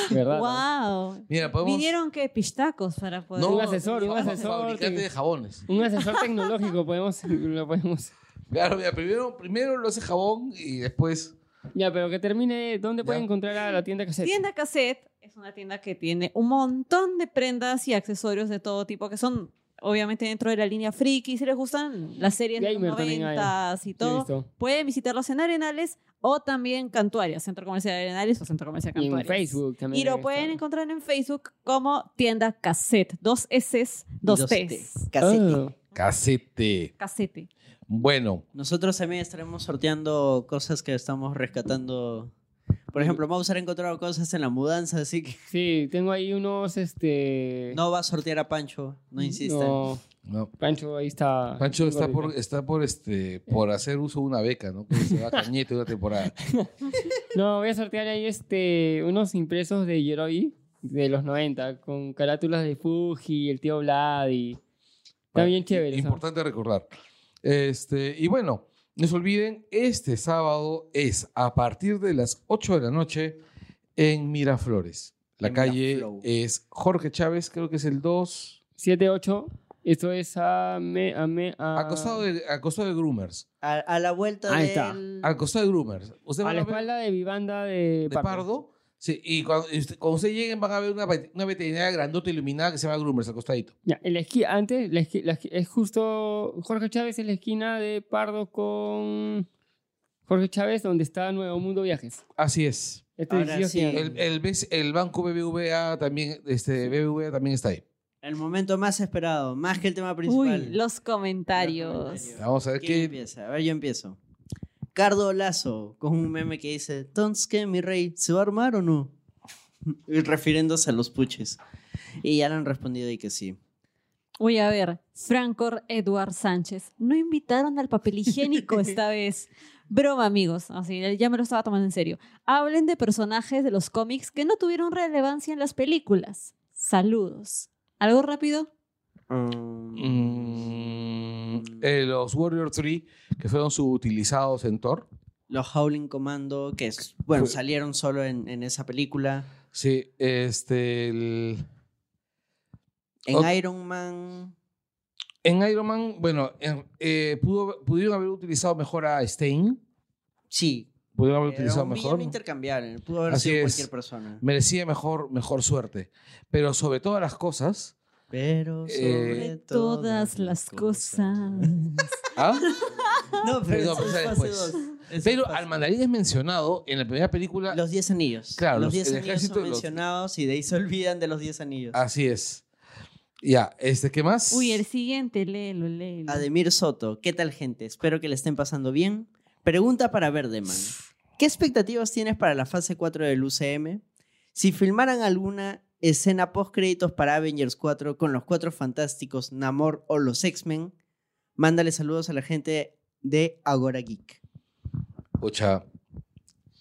Speaker 3: ¿Verdad?
Speaker 4: Wow.
Speaker 2: Mira, podemos.
Speaker 4: Vinieron que pistacos para poder.
Speaker 3: Pues, un asesor, un
Speaker 2: fa-
Speaker 3: asesor
Speaker 2: Fabricante
Speaker 3: que-
Speaker 2: de jabones.
Speaker 3: Un asesor tecnológico podemos, lo podemos.
Speaker 2: Claro, mira, primero, primero lo hace jabón y después.
Speaker 3: Ya, pero que termine. ¿Dónde
Speaker 2: Ya.
Speaker 3: pueden encontrar a la tienda cassette?
Speaker 4: Tienda Cassette es una tienda que tiene un montón de prendas y accesorios de todo tipo que son obviamente dentro de la línea friki. Si les gustan las series de
Speaker 3: Gamer
Speaker 4: los
Speaker 3: también hay.
Speaker 4: noventas y
Speaker 3: Sí,
Speaker 4: todo,
Speaker 3: listo.
Speaker 4: pueden visitarlos en Arenales o también Cantuarias, Centro Comercial Arenales o Centro Comercial
Speaker 3: Y en
Speaker 4: Cantuarias.
Speaker 3: Facebook también.
Speaker 4: Y lo
Speaker 3: debe
Speaker 4: pueden
Speaker 3: estar.
Speaker 4: encontrar en Facebook como Tienda Cassette. Dos S, dos, T's.
Speaker 8: Casete.
Speaker 3: Ah.
Speaker 2: Casete.
Speaker 4: Cassette.
Speaker 2: Bueno,
Speaker 8: Nosotros también estaremos sorteando cosas que estamos rescatando. Por ejemplo, Mauser ha encontrado cosas en la mudanza, así que
Speaker 3: Sí, tengo ahí unos, este...
Speaker 8: no va a sortear a Pancho, no insista.
Speaker 3: No,
Speaker 2: no.
Speaker 3: Pancho ahí está.
Speaker 2: Pancho está por,
Speaker 3: gordito.
Speaker 2: está por este por hacer uso de una beca, ¿no? Que se va a Cañete una temporada.
Speaker 3: No, voy a sortear ahí este, unos impresos de Yeroi de los 90, con carátulas de Fuji, el tío Vlad y... Está bien chévere. eso.
Speaker 2: Importante recordar. Este, y bueno, no se olviden, este sábado es a partir de las 8 de la noche en Miraflores. La
Speaker 8: En
Speaker 2: calle
Speaker 8: Miraflor.
Speaker 2: es Jorge Chávez, creo que es el 2.
Speaker 3: 7-8, esto es a... Me, a, me, a
Speaker 2: Acostado de, al costado de Groomers.
Speaker 8: A, a la vuelta
Speaker 3: Ahí está.
Speaker 8: del...
Speaker 2: Al costado de Groomers. Usted
Speaker 3: A
Speaker 2: van
Speaker 3: la
Speaker 2: a ver
Speaker 3: espalda de Vivanda de,
Speaker 2: de Pardo. Sí, y cuando, y usted- cuando ustedes lleguen van a ver una, vet- una veterinaria grandota iluminada que se llama Groomers al costadito.
Speaker 3: Ya, en la esquina, antes, la esqui- la esqui- es justo Jorge Chávez en la esquina de Pardo con Jorge Chávez, donde está Nuevo Mundo Viajes.
Speaker 2: Así es.
Speaker 3: Este
Speaker 8: Ahora
Speaker 3: edificio
Speaker 8: sí.
Speaker 3: gigante.
Speaker 2: El, el, BC el banco BBVA también, este, BBVA también está ahí.
Speaker 8: El momento más esperado, más que el tema principal.
Speaker 4: Uy, los comentarios.
Speaker 8: comentarios.
Speaker 2: Vamos a ver
Speaker 8: ¿Quién
Speaker 2: qué,
Speaker 8: empieza? A ver, yo empiezo. Cardo Lazo, con un meme que dice, entonces, ¿qué, mi rey? ¿Se va a armar o no? Y refiriéndose a los puches. Y ya le han respondido ahí que sí.
Speaker 4: Voy a ver, Francor Eduard Sánchez. No invitaron al papel higiénico esta vez. Broma, amigos. Así, ya me lo estaba tomando en serio. Hablen de personajes de los cómics que no tuvieron relevancia en las películas. Saludos. ¿Algo rápido?
Speaker 2: Mm, eh, los Warrior 3 que fueron subutilizados en Thor.
Speaker 8: Los Howling Commando, que es, bueno,
Speaker 2: Fue-
Speaker 8: salieron solo en, en esa película.
Speaker 2: Sí, este. el-
Speaker 8: En
Speaker 2: Ok.
Speaker 8: Iron Man.
Speaker 2: en Iron Man, bueno, en- eh, pudo- pudieron haber utilizado mejor a Stein.
Speaker 8: Sí.
Speaker 2: Pudieron haber
Speaker 8: Era
Speaker 2: utilizado
Speaker 8: un villano
Speaker 2: mejor.
Speaker 8: intercambiable. Pudo haber
Speaker 2: Así
Speaker 8: sido
Speaker 2: es.
Speaker 8: cualquier persona.
Speaker 2: Merecía mejor, mejor suerte. Pero sobre todas las cosas. Eh,
Speaker 8: Pero sobre
Speaker 4: De
Speaker 8: todas,
Speaker 4: todas las cosas.
Speaker 2: ¿ah?
Speaker 8: No, pero
Speaker 2: Perdón,
Speaker 8: eso
Speaker 2: pero
Speaker 8: es fase
Speaker 2: después.
Speaker 8: dos. Eso es
Speaker 2: Pero
Speaker 8: fase
Speaker 2: al mandarín es mencionado en la primera película.
Speaker 8: Los 10 anillos.
Speaker 2: Claro,
Speaker 8: los
Speaker 2: los-
Speaker 8: 10
Speaker 2: el
Speaker 8: anillos
Speaker 2: ejército
Speaker 8: son
Speaker 2: de los-
Speaker 8: mencionados y de ahí se olvidan de los 10 anillos.
Speaker 2: Así es. Ya, este, ¿qué más?
Speaker 4: Uy, el siguiente, léelo, léelo.
Speaker 8: Ademir Soto, ¿qué tal gente? Espero que le estén pasando bien. Pregunta para Verdeman. ¿Qué expectativas tienes para la fase 4 del UCM? Si filmaran alguna escena post créditos para Avengers 4 con los Cuatro Fantásticos, Namor o los X-Men, mándale saludos a la gente de Agora Geek.
Speaker 2: Pucha,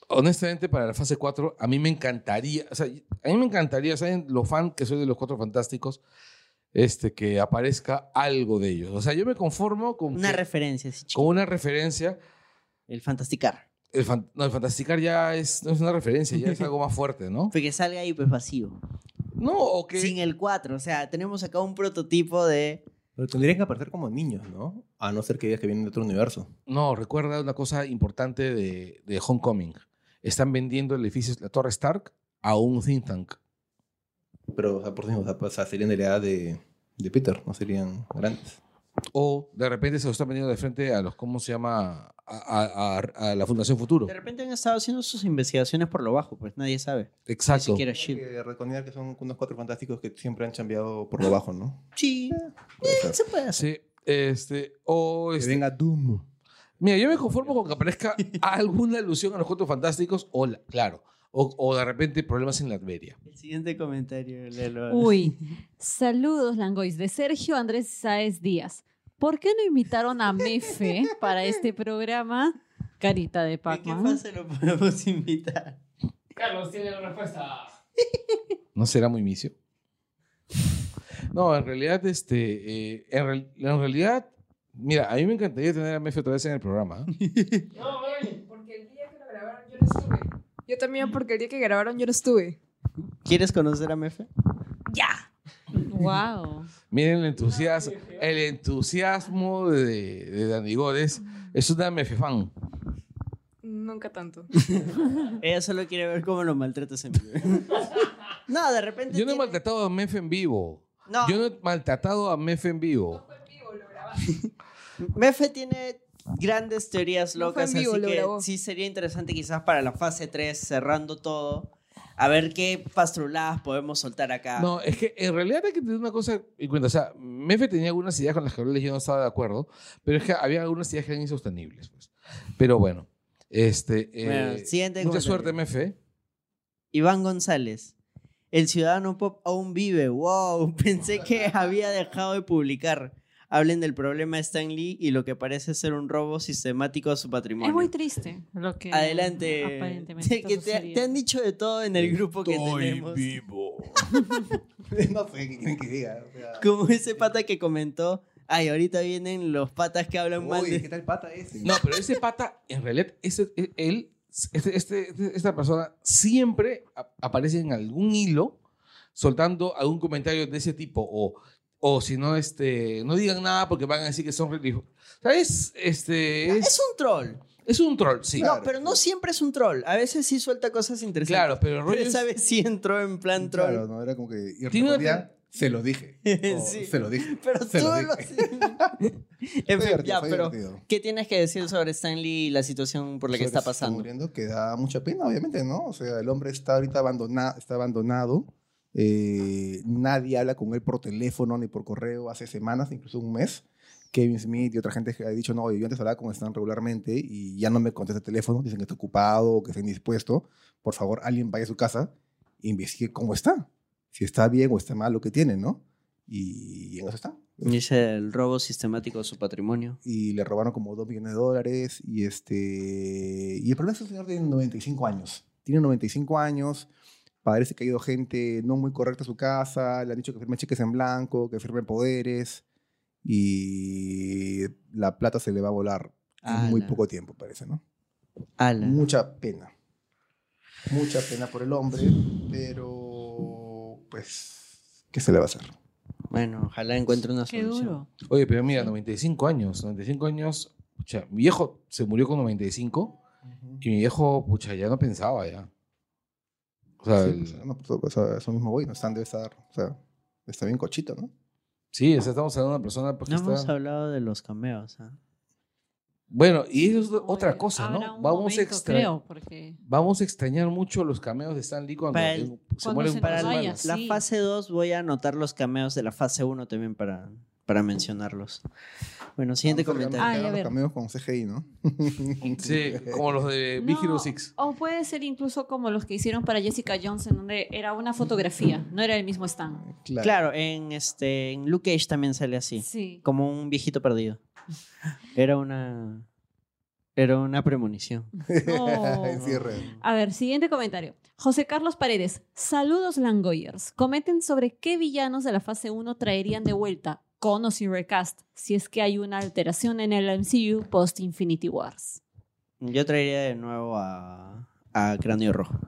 Speaker 2: honestamente para la fase 4 a mí me encantaría, o sea, a mí me encantaría, ¿saben? Lo fan que soy de los Cuatro Fantásticos, este, que aparezca algo de ellos. O sea, yo me conformo con,
Speaker 8: Una
Speaker 2: que-
Speaker 8: referencia, sí, chico.
Speaker 2: con una referencia.
Speaker 8: El Fantasticar.
Speaker 2: El, fan- no, el Fantasticar ya es, no es una referencia, ya es algo más fuerte, ¿no?
Speaker 8: Porque salga ahí pues vacío.
Speaker 2: No, o que...
Speaker 8: Sin el 4. O sea, tenemos acá un prototipo de
Speaker 6: Pero tendrían que aparecer como niños, ¿no? A no ser que digas que vienen de otro universo.
Speaker 2: No, recuerda una cosa importante de, de Homecoming. Están vendiendo el edificio, la Torre Stark, a un think tank.
Speaker 6: Pero, o sea, por sí, o sea, pues, o sea, serían de la edad de, de Peter, no serían grandes.
Speaker 2: O de repente se lo están vendiendo de frente a los, ¿cómo se llama? A, a- a- a la Fundación Futuro.
Speaker 8: De repente han estado haciendo sus investigaciones por lo bajo, pues nadie sabe. Ni
Speaker 2: Exacto.
Speaker 8: siquiera
Speaker 6: Hay
Speaker 8: Shield.
Speaker 6: que reconocer que son unos cuatro fantásticos que siempre han chambeado por lo bajo, ¿no?
Speaker 8: Sí,
Speaker 6: Puede ser.
Speaker 8: se puede hacer.
Speaker 2: Sí, este, o
Speaker 6: Que
Speaker 2: este-
Speaker 6: venga Doom.
Speaker 2: mira, yo me conformo con que aparezca alguna alusión a los Cuatro Fantásticos, o la- claro, O, o de repente problemas en la Adveria.
Speaker 8: El siguiente comentario, Lelo.
Speaker 4: Uy, saludos Langois de Sergio Andrés Sáez Díaz. ¿Por qué no invitaron a Mefe para este programa? Carita de
Speaker 8: ¿En qué
Speaker 4: Pac-Man.
Speaker 8: fase lo podemos invitar?
Speaker 3: Carlos tiene la respuesta.
Speaker 2: ¿No será muy inicio? No, en realidad, este, eh, en, real- en realidad, mira, a mí me encantaría tener a Mefe otra vez en el programa. ¿eh?
Speaker 7: No, porque el día que lo grabaron yo no estuve. Yo también porque el día que grabaron yo no estuve.
Speaker 8: ¿Quieres conocer a Mefe?
Speaker 4: Wow.
Speaker 2: Miren el entusiasmo, el entusiasmo de, de Dani Gómez. Es una Mefe fan.
Speaker 7: Nunca tanto.
Speaker 8: Ella solo quiere ver cómo lo maltratas en vivo. no, de repente.
Speaker 2: Yo no he
Speaker 8: tiene-
Speaker 2: maltratado a Mefe en vivo.
Speaker 8: No,
Speaker 2: Yo no he maltratado a Mefe en vivo.
Speaker 8: Mefe tiene grandes teorías
Speaker 7: No fue
Speaker 8: locas,
Speaker 7: en vivo,
Speaker 8: así
Speaker 7: lo
Speaker 8: que
Speaker 7: grabó.
Speaker 8: sí sería interesante quizás para la fase 3, cerrando todo, a ver qué pastruladas podemos soltar acá.
Speaker 2: No, es que en realidad hay que tener una cosa en cuenta. O sea, Mefe tenía algunas ideas con las que a veces yo no estaba de acuerdo, pero es que había algunas ideas que eran insostenibles. pues. Pero bueno, este, eh,
Speaker 8: Bueno, siguiente
Speaker 2: mucha
Speaker 8: comentario.
Speaker 2: suerte, Mefe.
Speaker 8: Iván González. El ciudadano pop aún vive. Wow, pensé que había dejado de publicar. Hablen del problema de Stan Lee y lo que parece ser un robo sistemático a su patrimonio.
Speaker 4: Es muy triste lo que
Speaker 8: Adelante.
Speaker 4: aparentemente está
Speaker 8: Que te, te han
Speaker 4: sucediendo.
Speaker 8: dicho de todo en el grupo que tenemos.
Speaker 2: vivo.
Speaker 6: no sé qué quieren que diga. o sea.
Speaker 8: Como ese pata que comentó. Ay, ahorita vienen los patas que hablan mal.
Speaker 6: Uy,
Speaker 8: de-
Speaker 6: ¿qué tal pata ese?
Speaker 2: No, pero ese pata, en realidad, ese- e- él, este- este- este- esta persona siempre a- aparece en algún hilo soltando algún comentario de ese tipo o, o si no, este, no digan nada porque van a decir que son religiosos. O sea, es, este,
Speaker 8: Ah,
Speaker 2: es,
Speaker 8: Es un troll.
Speaker 2: es un troll, sí.
Speaker 6: Claro.
Speaker 8: No, pero no siempre es un troll. A veces sí suelta cosas interesantes.
Speaker 2: Claro, pero el rollo
Speaker 8: Pero
Speaker 2: es-
Speaker 8: esa vez sí entró en plan troll.
Speaker 6: Claro, no, era como que y
Speaker 2: Tiene una-
Speaker 6: respondía, se lo dije. O,
Speaker 8: Sí.
Speaker 6: Se lo dije.
Speaker 8: Pero
Speaker 6: se
Speaker 8: tú
Speaker 6: lo
Speaker 8: lo
Speaker 6: dije.
Speaker 8: En
Speaker 6: Fue
Speaker 8: fin,
Speaker 6: divertido,
Speaker 8: ya,
Speaker 6: fue
Speaker 8: pero
Speaker 6: divertido.
Speaker 8: ¿qué tienes que decir sobre Stanley y la situación por la que
Speaker 6: Sobre
Speaker 8: está
Speaker 6: si
Speaker 8: pasando?
Speaker 6: muriendo, que da mucha pena, obviamente, ¿no? O sea, el hombre está ahorita abandonado, está abandonado. eh, nadie habla con él por teléfono ni por correo hace semanas, incluso un mes. Kevin Smith y otra gente que ha dicho, no, oye, yo antes hablaba con Stan regularmente y ya no me contesta el teléfono, dicen que está ocupado o que está indispuesto. Por favor, alguien vaya a su casa e investigue cómo está, si está bien o está mal lo que tiene, ¿no? Y en eso está.
Speaker 8: Dice el robo sistemático de su patrimonio.
Speaker 6: y le robaron como 2 millones de dólares. Y, este, y el problema es que el señor tiene 95 años. Tiene 95 años, parece que ha ido gente no muy correcta a su casa, le han dicho que firme cheques en blanco, que firme poderes, y la plata se le va a volar en muy
Speaker 8: Ala.
Speaker 6: poco tiempo, parece, ¿no?
Speaker 8: Ala.
Speaker 6: Mucha pena. Mucha pena por el hombre, pero pues, ¿qué se le va a hacer?
Speaker 8: Bueno, ojalá encuentre una
Speaker 4: Qué
Speaker 8: solución.
Speaker 4: duro.
Speaker 2: Oye, pero mira, 95 años, 95 años, pucha, mi viejo se murió con 95 y mi viejo, pucha, ya no pensaba ya. O sea,
Speaker 6: Sí,
Speaker 2: el-
Speaker 6: o sea, no, pues, o sea, eso mismo voy, no están debe estar, o sea, está bien cochito, ¿no?
Speaker 2: sí, o sea, estamos hablando de una persona pues,
Speaker 8: No
Speaker 2: que está...
Speaker 8: hemos hablado de los cameos. ¿ah?
Speaker 2: Bueno, y eso es
Speaker 4: Oye,
Speaker 2: otra cosa,
Speaker 4: habrá
Speaker 2: ¿no?
Speaker 4: un
Speaker 2: Vamos a,
Speaker 4: momento,
Speaker 2: extra-
Speaker 4: creo, porque
Speaker 2: vamos a extrañar mucho los cameos de Stan Lee cuando
Speaker 8: Para
Speaker 2: eh,
Speaker 8: el-
Speaker 2: se
Speaker 4: cuando
Speaker 2: muere
Speaker 4: se
Speaker 2: un
Speaker 4: nos
Speaker 2: par de
Speaker 4: vaya,
Speaker 2: semanas.
Speaker 4: sí.
Speaker 8: La fase 2 voy a anotar los cameos de la fase 1 también para, para mencionarlos. Bueno, siguiente
Speaker 6: Vamos a
Speaker 8: comentario.
Speaker 4: Ay,
Speaker 6: cambiar
Speaker 4: a
Speaker 6: los
Speaker 4: ver.
Speaker 6: cameos con CGI, ¿no?
Speaker 2: Sí, como los de Big Hero
Speaker 4: No,
Speaker 2: 6.
Speaker 4: O puede ser incluso como los que hicieron para Jessica Johnson, donde era una fotografía, no era el mismo stand.
Speaker 8: Claro, en, este, en Luke Cage también sale así.
Speaker 4: Sí.
Speaker 8: Como un viejito perdido. Era una. Era una premonición.
Speaker 4: No.
Speaker 6: Cierre.
Speaker 4: A ver, siguiente comentario. José Carlos Paredes. Saludos, Langoyers. Comenten sobre qué villanos de la fase 1 traerían de vuelta, con o sin recast, si es que hay una alteración en el MCU post Infinity Wars.
Speaker 8: Yo traería de nuevo a, a Cráneo Rojo.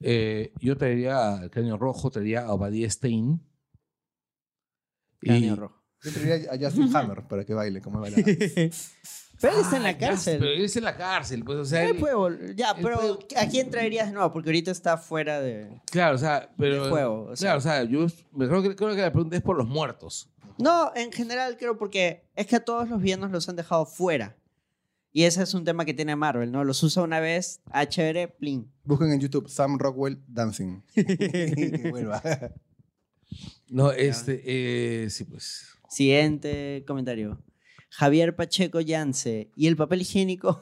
Speaker 2: Eh, yo traería al Cráneo Rojo, traería a Obadiah Stein.
Speaker 8: Cráneo
Speaker 2: Y-
Speaker 8: Rojo.
Speaker 6: Yo traería a Justin Hammer para que baile, como baila.
Speaker 8: Pero él está en
Speaker 2: Ah,
Speaker 8: la
Speaker 2: ya, Pero
Speaker 8: cárcel.
Speaker 2: él está en la cárcel, pues, o sea,
Speaker 8: Él
Speaker 2: él-
Speaker 8: puede vol- ya,
Speaker 2: él
Speaker 8: pero
Speaker 2: puede-
Speaker 8: ¿a quién traerías de nuevo? Porque ahorita está fuera de,
Speaker 2: Claro, o sea, pero.
Speaker 8: de juego. o
Speaker 2: Claro,
Speaker 8: sea.
Speaker 2: o sea, yo me creo, que, creo que la pregunta es por los muertos.
Speaker 8: No, en general creo porque es que a todos los villanos los han dejado fuera. Y ese es un tema que tiene Marvel, ¿no? Los usa una vez, ah, chévere, plin.
Speaker 6: Busquen en YouTube Sam Rockwell Dancing. que vuelva.
Speaker 2: No, este, eh, sí, pues.
Speaker 8: Siguiente comentario. Javier Pacheco Yance y el papel higiénico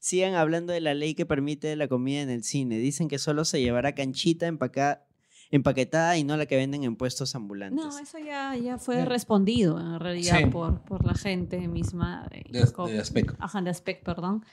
Speaker 8: sigan hablando de la ley que permite la comida en el cine. Dicen que solo se llevará canchita empaca- empaquetada y no la que venden en puestos ambulantes.
Speaker 4: No, eso ya, ya fue respondido en realidad
Speaker 2: Eh. Sí.
Speaker 4: por, por la gente misma. eh,
Speaker 2: De,
Speaker 4: con-
Speaker 2: de aspecto.
Speaker 4: Ajá, de Aspect, perdón.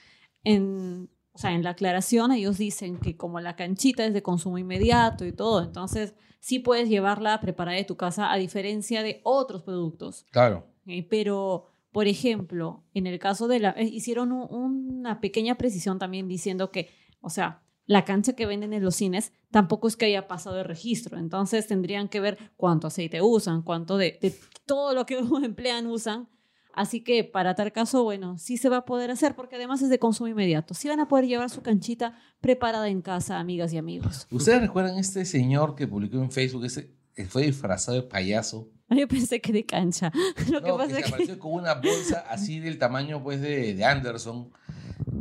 Speaker 4: En, o sea, en la aclaración ellos dicen que como la canchita es de consumo inmediato y todo, entonces sí puedes llevarla preparada de tu casa a diferencia de otros productos.
Speaker 2: Claro.
Speaker 4: Eh, pero, por ejemplo, en el caso de la... eh, hicieron un- una pequeña precisión también diciendo que, o sea, la cancha que venden en los cines tampoco es que haya pasado el registro. Entonces tendrían que ver cuánto aceite usan, cuánto de, de todo lo que emplean usan. Así que para tal caso, bueno, sí se va a poder hacer porque además es de consumo inmediato. Sí van a poder llevar su canchita preparada en casa, amigas y amigos.
Speaker 2: ¿Ustedes recuerdan este señor que publicó en Facebook, ese que fue disfrazado de payaso?
Speaker 4: Yo pensé que de cancha. Lo que
Speaker 2: No,
Speaker 4: pasa
Speaker 2: se
Speaker 4: es que...
Speaker 2: apareció con una bolsa así del tamaño pues de, de Anderson,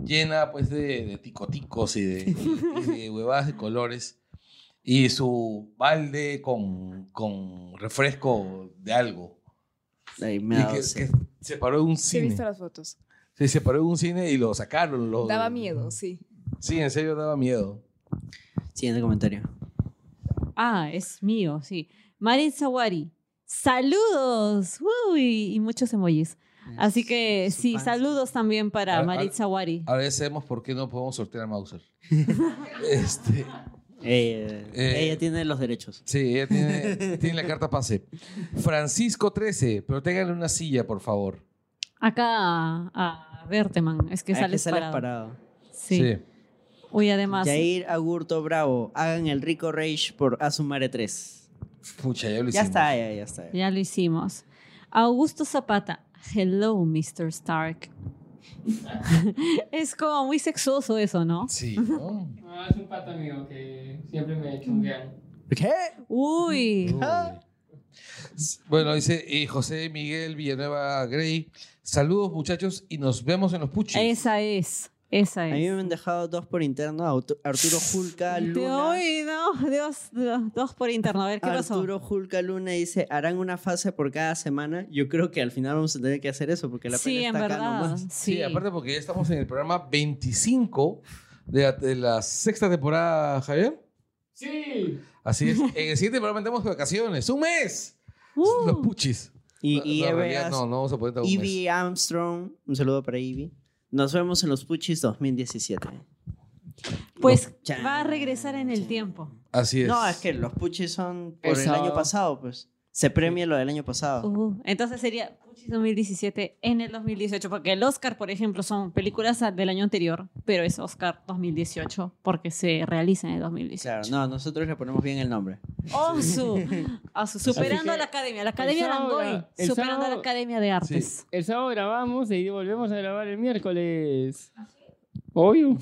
Speaker 2: llena pues de, de ticoticos y de, y de huevadas de colores. Y su balde con, con refresco de algo.
Speaker 8: Ay, me
Speaker 2: Y
Speaker 8: ha dado
Speaker 2: que,
Speaker 8: sed.
Speaker 2: que se paró en un
Speaker 7: Sí, he
Speaker 2: cine.
Speaker 7: visto las fotos.
Speaker 2: Sí, se paró en un cine y lo sacaron. Lo,
Speaker 7: Daba miedo, sí.
Speaker 2: Sí, en serio daba miedo.
Speaker 8: Siguiente comentario.
Speaker 4: Ah, es mío, sí. Marin Sawari. Saludos. Uy, y muchos emojis. Así que
Speaker 8: Su
Speaker 4: sí,
Speaker 8: panza.
Speaker 4: saludos también
Speaker 2: A-
Speaker 4: para
Speaker 2: a-
Speaker 4: Marit Sawari.
Speaker 2: Ahora ya sabemos por qué no podemos sortear a Mauser. este,
Speaker 8: Eh,
Speaker 2: Eh,
Speaker 8: ella tiene los derechos.
Speaker 2: sí, ella tiene, tiene la carta pase. Francisco 13, pero ténganle una silla, por favor.
Speaker 4: Acá a, a Berteman, es que
Speaker 8: Ah,
Speaker 4: sales,
Speaker 8: sales
Speaker 4: parado.
Speaker 8: parado.
Speaker 4: Sí. Uy, además.
Speaker 8: Jair Agurto Bravo, hagan el rico rage por Azumare 3.
Speaker 2: Pucha, ya lo
Speaker 8: Ya
Speaker 2: hicimos.
Speaker 8: está, ya, ya está.
Speaker 4: Ya lo hicimos. Augusto Zapata. Hello, Mr. Stark. es como muy sexoso eso, ¿no?
Speaker 2: Sí, ¿no?
Speaker 3: Ah, es un pato mío que siempre me chunguean.
Speaker 8: ¿Qué?
Speaker 4: Uy.
Speaker 2: Uy. Bueno, dice y José Miguel Villanueva Grey. Saludos, muchachos, y nos vemos en los puchis.
Speaker 4: Esa es. Esa
Speaker 8: A mí me
Speaker 4: es.
Speaker 8: han dejado dos por interno, Autu- Arturo Julca
Speaker 4: Te
Speaker 8: Luna.
Speaker 4: oí, no, Dios, dos, dos por interno. A ver qué pasó.
Speaker 8: Arturo Julca Luna dice, harán una fase por cada semana. Yo creo que al final vamos a tener que hacer eso porque la
Speaker 4: sí, en
Speaker 8: pena está acá
Speaker 4: verdad.
Speaker 8: nomás.
Speaker 2: Sí,
Speaker 4: Sí,
Speaker 2: aparte porque ya estamos en el programa 25 de la, de la sexta temporada, Javier.
Speaker 3: ¡Sí!
Speaker 2: Así es. En el siguiente programa tenemos vacaciones. ¡Un mes!
Speaker 4: Uh,
Speaker 2: Los puchis.
Speaker 8: Y,
Speaker 2: No,
Speaker 8: y
Speaker 2: no, en
Speaker 8: Eve
Speaker 2: realidad
Speaker 8: As-
Speaker 2: no, no vamos a poder estar un mes.
Speaker 8: Ivy Armstrong, un saludo para Ivy. Nos vemos en los Puchis 2017.
Speaker 4: pues
Speaker 8: Chan,
Speaker 4: va a regresar en el
Speaker 8: chan.
Speaker 4: tiempo.
Speaker 2: Así es.
Speaker 8: No, es que los Puchis son por el
Speaker 3: Eso.
Speaker 8: año pasado, pues. Se premia lo del año pasado.
Speaker 4: Uh, entonces sería Puchis 2017 en el 2018, porque el Oscar, por ejemplo, son películas del año anterior, pero es Oscar 2018 porque se realiza en el 2018.
Speaker 8: Claro, no, nosotros le ponemos bien el nombre.
Speaker 4: Oh, su- a su- superando
Speaker 3: que
Speaker 4: a la academia, la academia
Speaker 3: el sábado
Speaker 4: Langoy,
Speaker 3: gra- el
Speaker 4: superando a la
Speaker 3: sábado-
Speaker 4: academia de artes.
Speaker 3: El sábado grabamos y volvemos a grabar el miércoles. Obvio.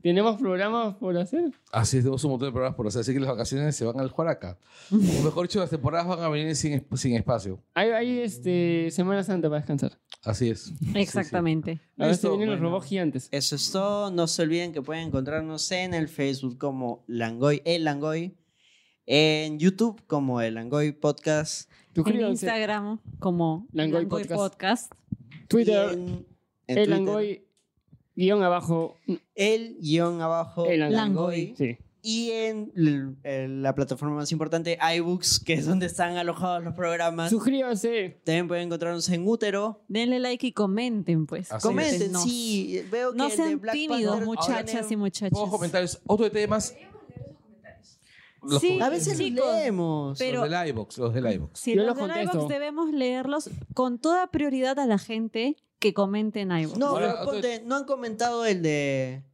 Speaker 3: Tenemos programas por hacer.
Speaker 2: Así es, tenemos un montón de programas por hacer. Así que las vacaciones se van al Juaraca. o mejor dicho, las temporadas van a venir sin, sin espacio.
Speaker 3: Hay, hay, este, Semana Santa para descansar.
Speaker 2: Así es.
Speaker 4: Exactamente.
Speaker 3: Ahora se
Speaker 2: Listo,
Speaker 3: vienen los
Speaker 2: bueno.
Speaker 3: robots gigantes.
Speaker 8: Eso es todo. No se olviden que pueden encontrarnos en el Facebook como Langoy, el Langoy. En YouTube como el Langoy Podcast.
Speaker 4: En
Speaker 3: Suscríbanse.
Speaker 4: Instagram como
Speaker 3: Langoy
Speaker 4: Langoy
Speaker 3: Podcast.
Speaker 4: Podcast.
Speaker 3: Twitter.
Speaker 8: Y en- en
Speaker 3: el
Speaker 8: Twitter,
Speaker 3: Langoy. Guión abajo.
Speaker 8: El guión abajo.
Speaker 3: El Langoy.
Speaker 8: Langoy.
Speaker 3: Sí.
Speaker 8: Y en l- eh, la plataforma más importante, iBooks, que es donde están alojados los programas.
Speaker 3: Suscríbanse.
Speaker 8: También pueden encontrarnos en Útero.
Speaker 4: Denle like y comenten, pues.
Speaker 2: Así es.
Speaker 8: Comenten,
Speaker 4: Coméntenos.
Speaker 8: sí. eh, Veo que
Speaker 4: No
Speaker 8: el de
Speaker 4: sean
Speaker 8: Black
Speaker 4: tímidos,
Speaker 8: Panther
Speaker 4: muchachas
Speaker 8: tiene-
Speaker 4: y muchachos.
Speaker 2: Pocos comentarios. Otro de temas. Los
Speaker 4: Sí,
Speaker 8: A veces
Speaker 4: Chicos,
Speaker 8: leemos.
Speaker 4: pero-
Speaker 2: Los del iVox, los del iVox.
Speaker 4: Si
Speaker 3: Yo
Speaker 4: los
Speaker 3: los
Speaker 4: de
Speaker 3: contesto.
Speaker 4: iVoox debemos leerlos con toda prioridad a la gente que comente en iVoox.
Speaker 8: No,
Speaker 2: Ahora,
Speaker 8: pero
Speaker 2: otro-
Speaker 8: ponte, no han comentado el de.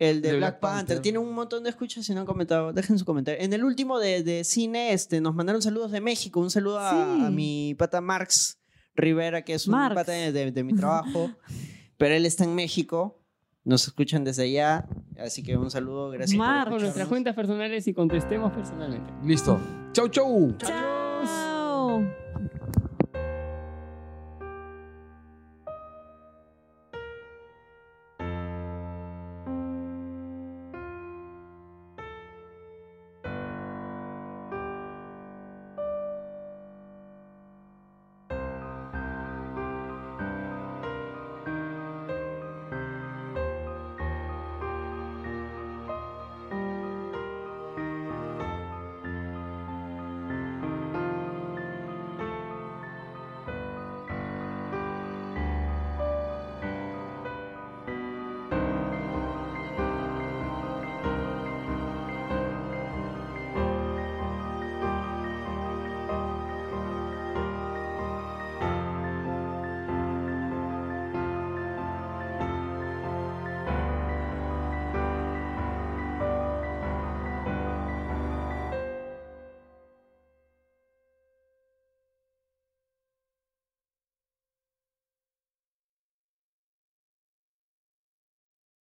Speaker 8: El de,
Speaker 2: De
Speaker 8: Black,
Speaker 2: Black
Speaker 8: Panther.
Speaker 2: Panther.
Speaker 8: Tiene un montón de escuchas y no han comentado. Dejen su comentario. En el último de, de cine, este, nos mandaron saludos de México. Un saludo a,
Speaker 4: Sí.
Speaker 8: a mi pata Marx Rivera, que es un
Speaker 4: Marx.
Speaker 8: pata de, de- de mi trabajo. pero él está en México. Nos escuchan desde allá. Así que un saludo. Gracias. por
Speaker 4: Marx.
Speaker 3: Con nuestras
Speaker 8: escucharnos.
Speaker 3: cuentas personales y contestemos personalmente.
Speaker 2: Listo. Chau, chau.
Speaker 4: ¡Chao!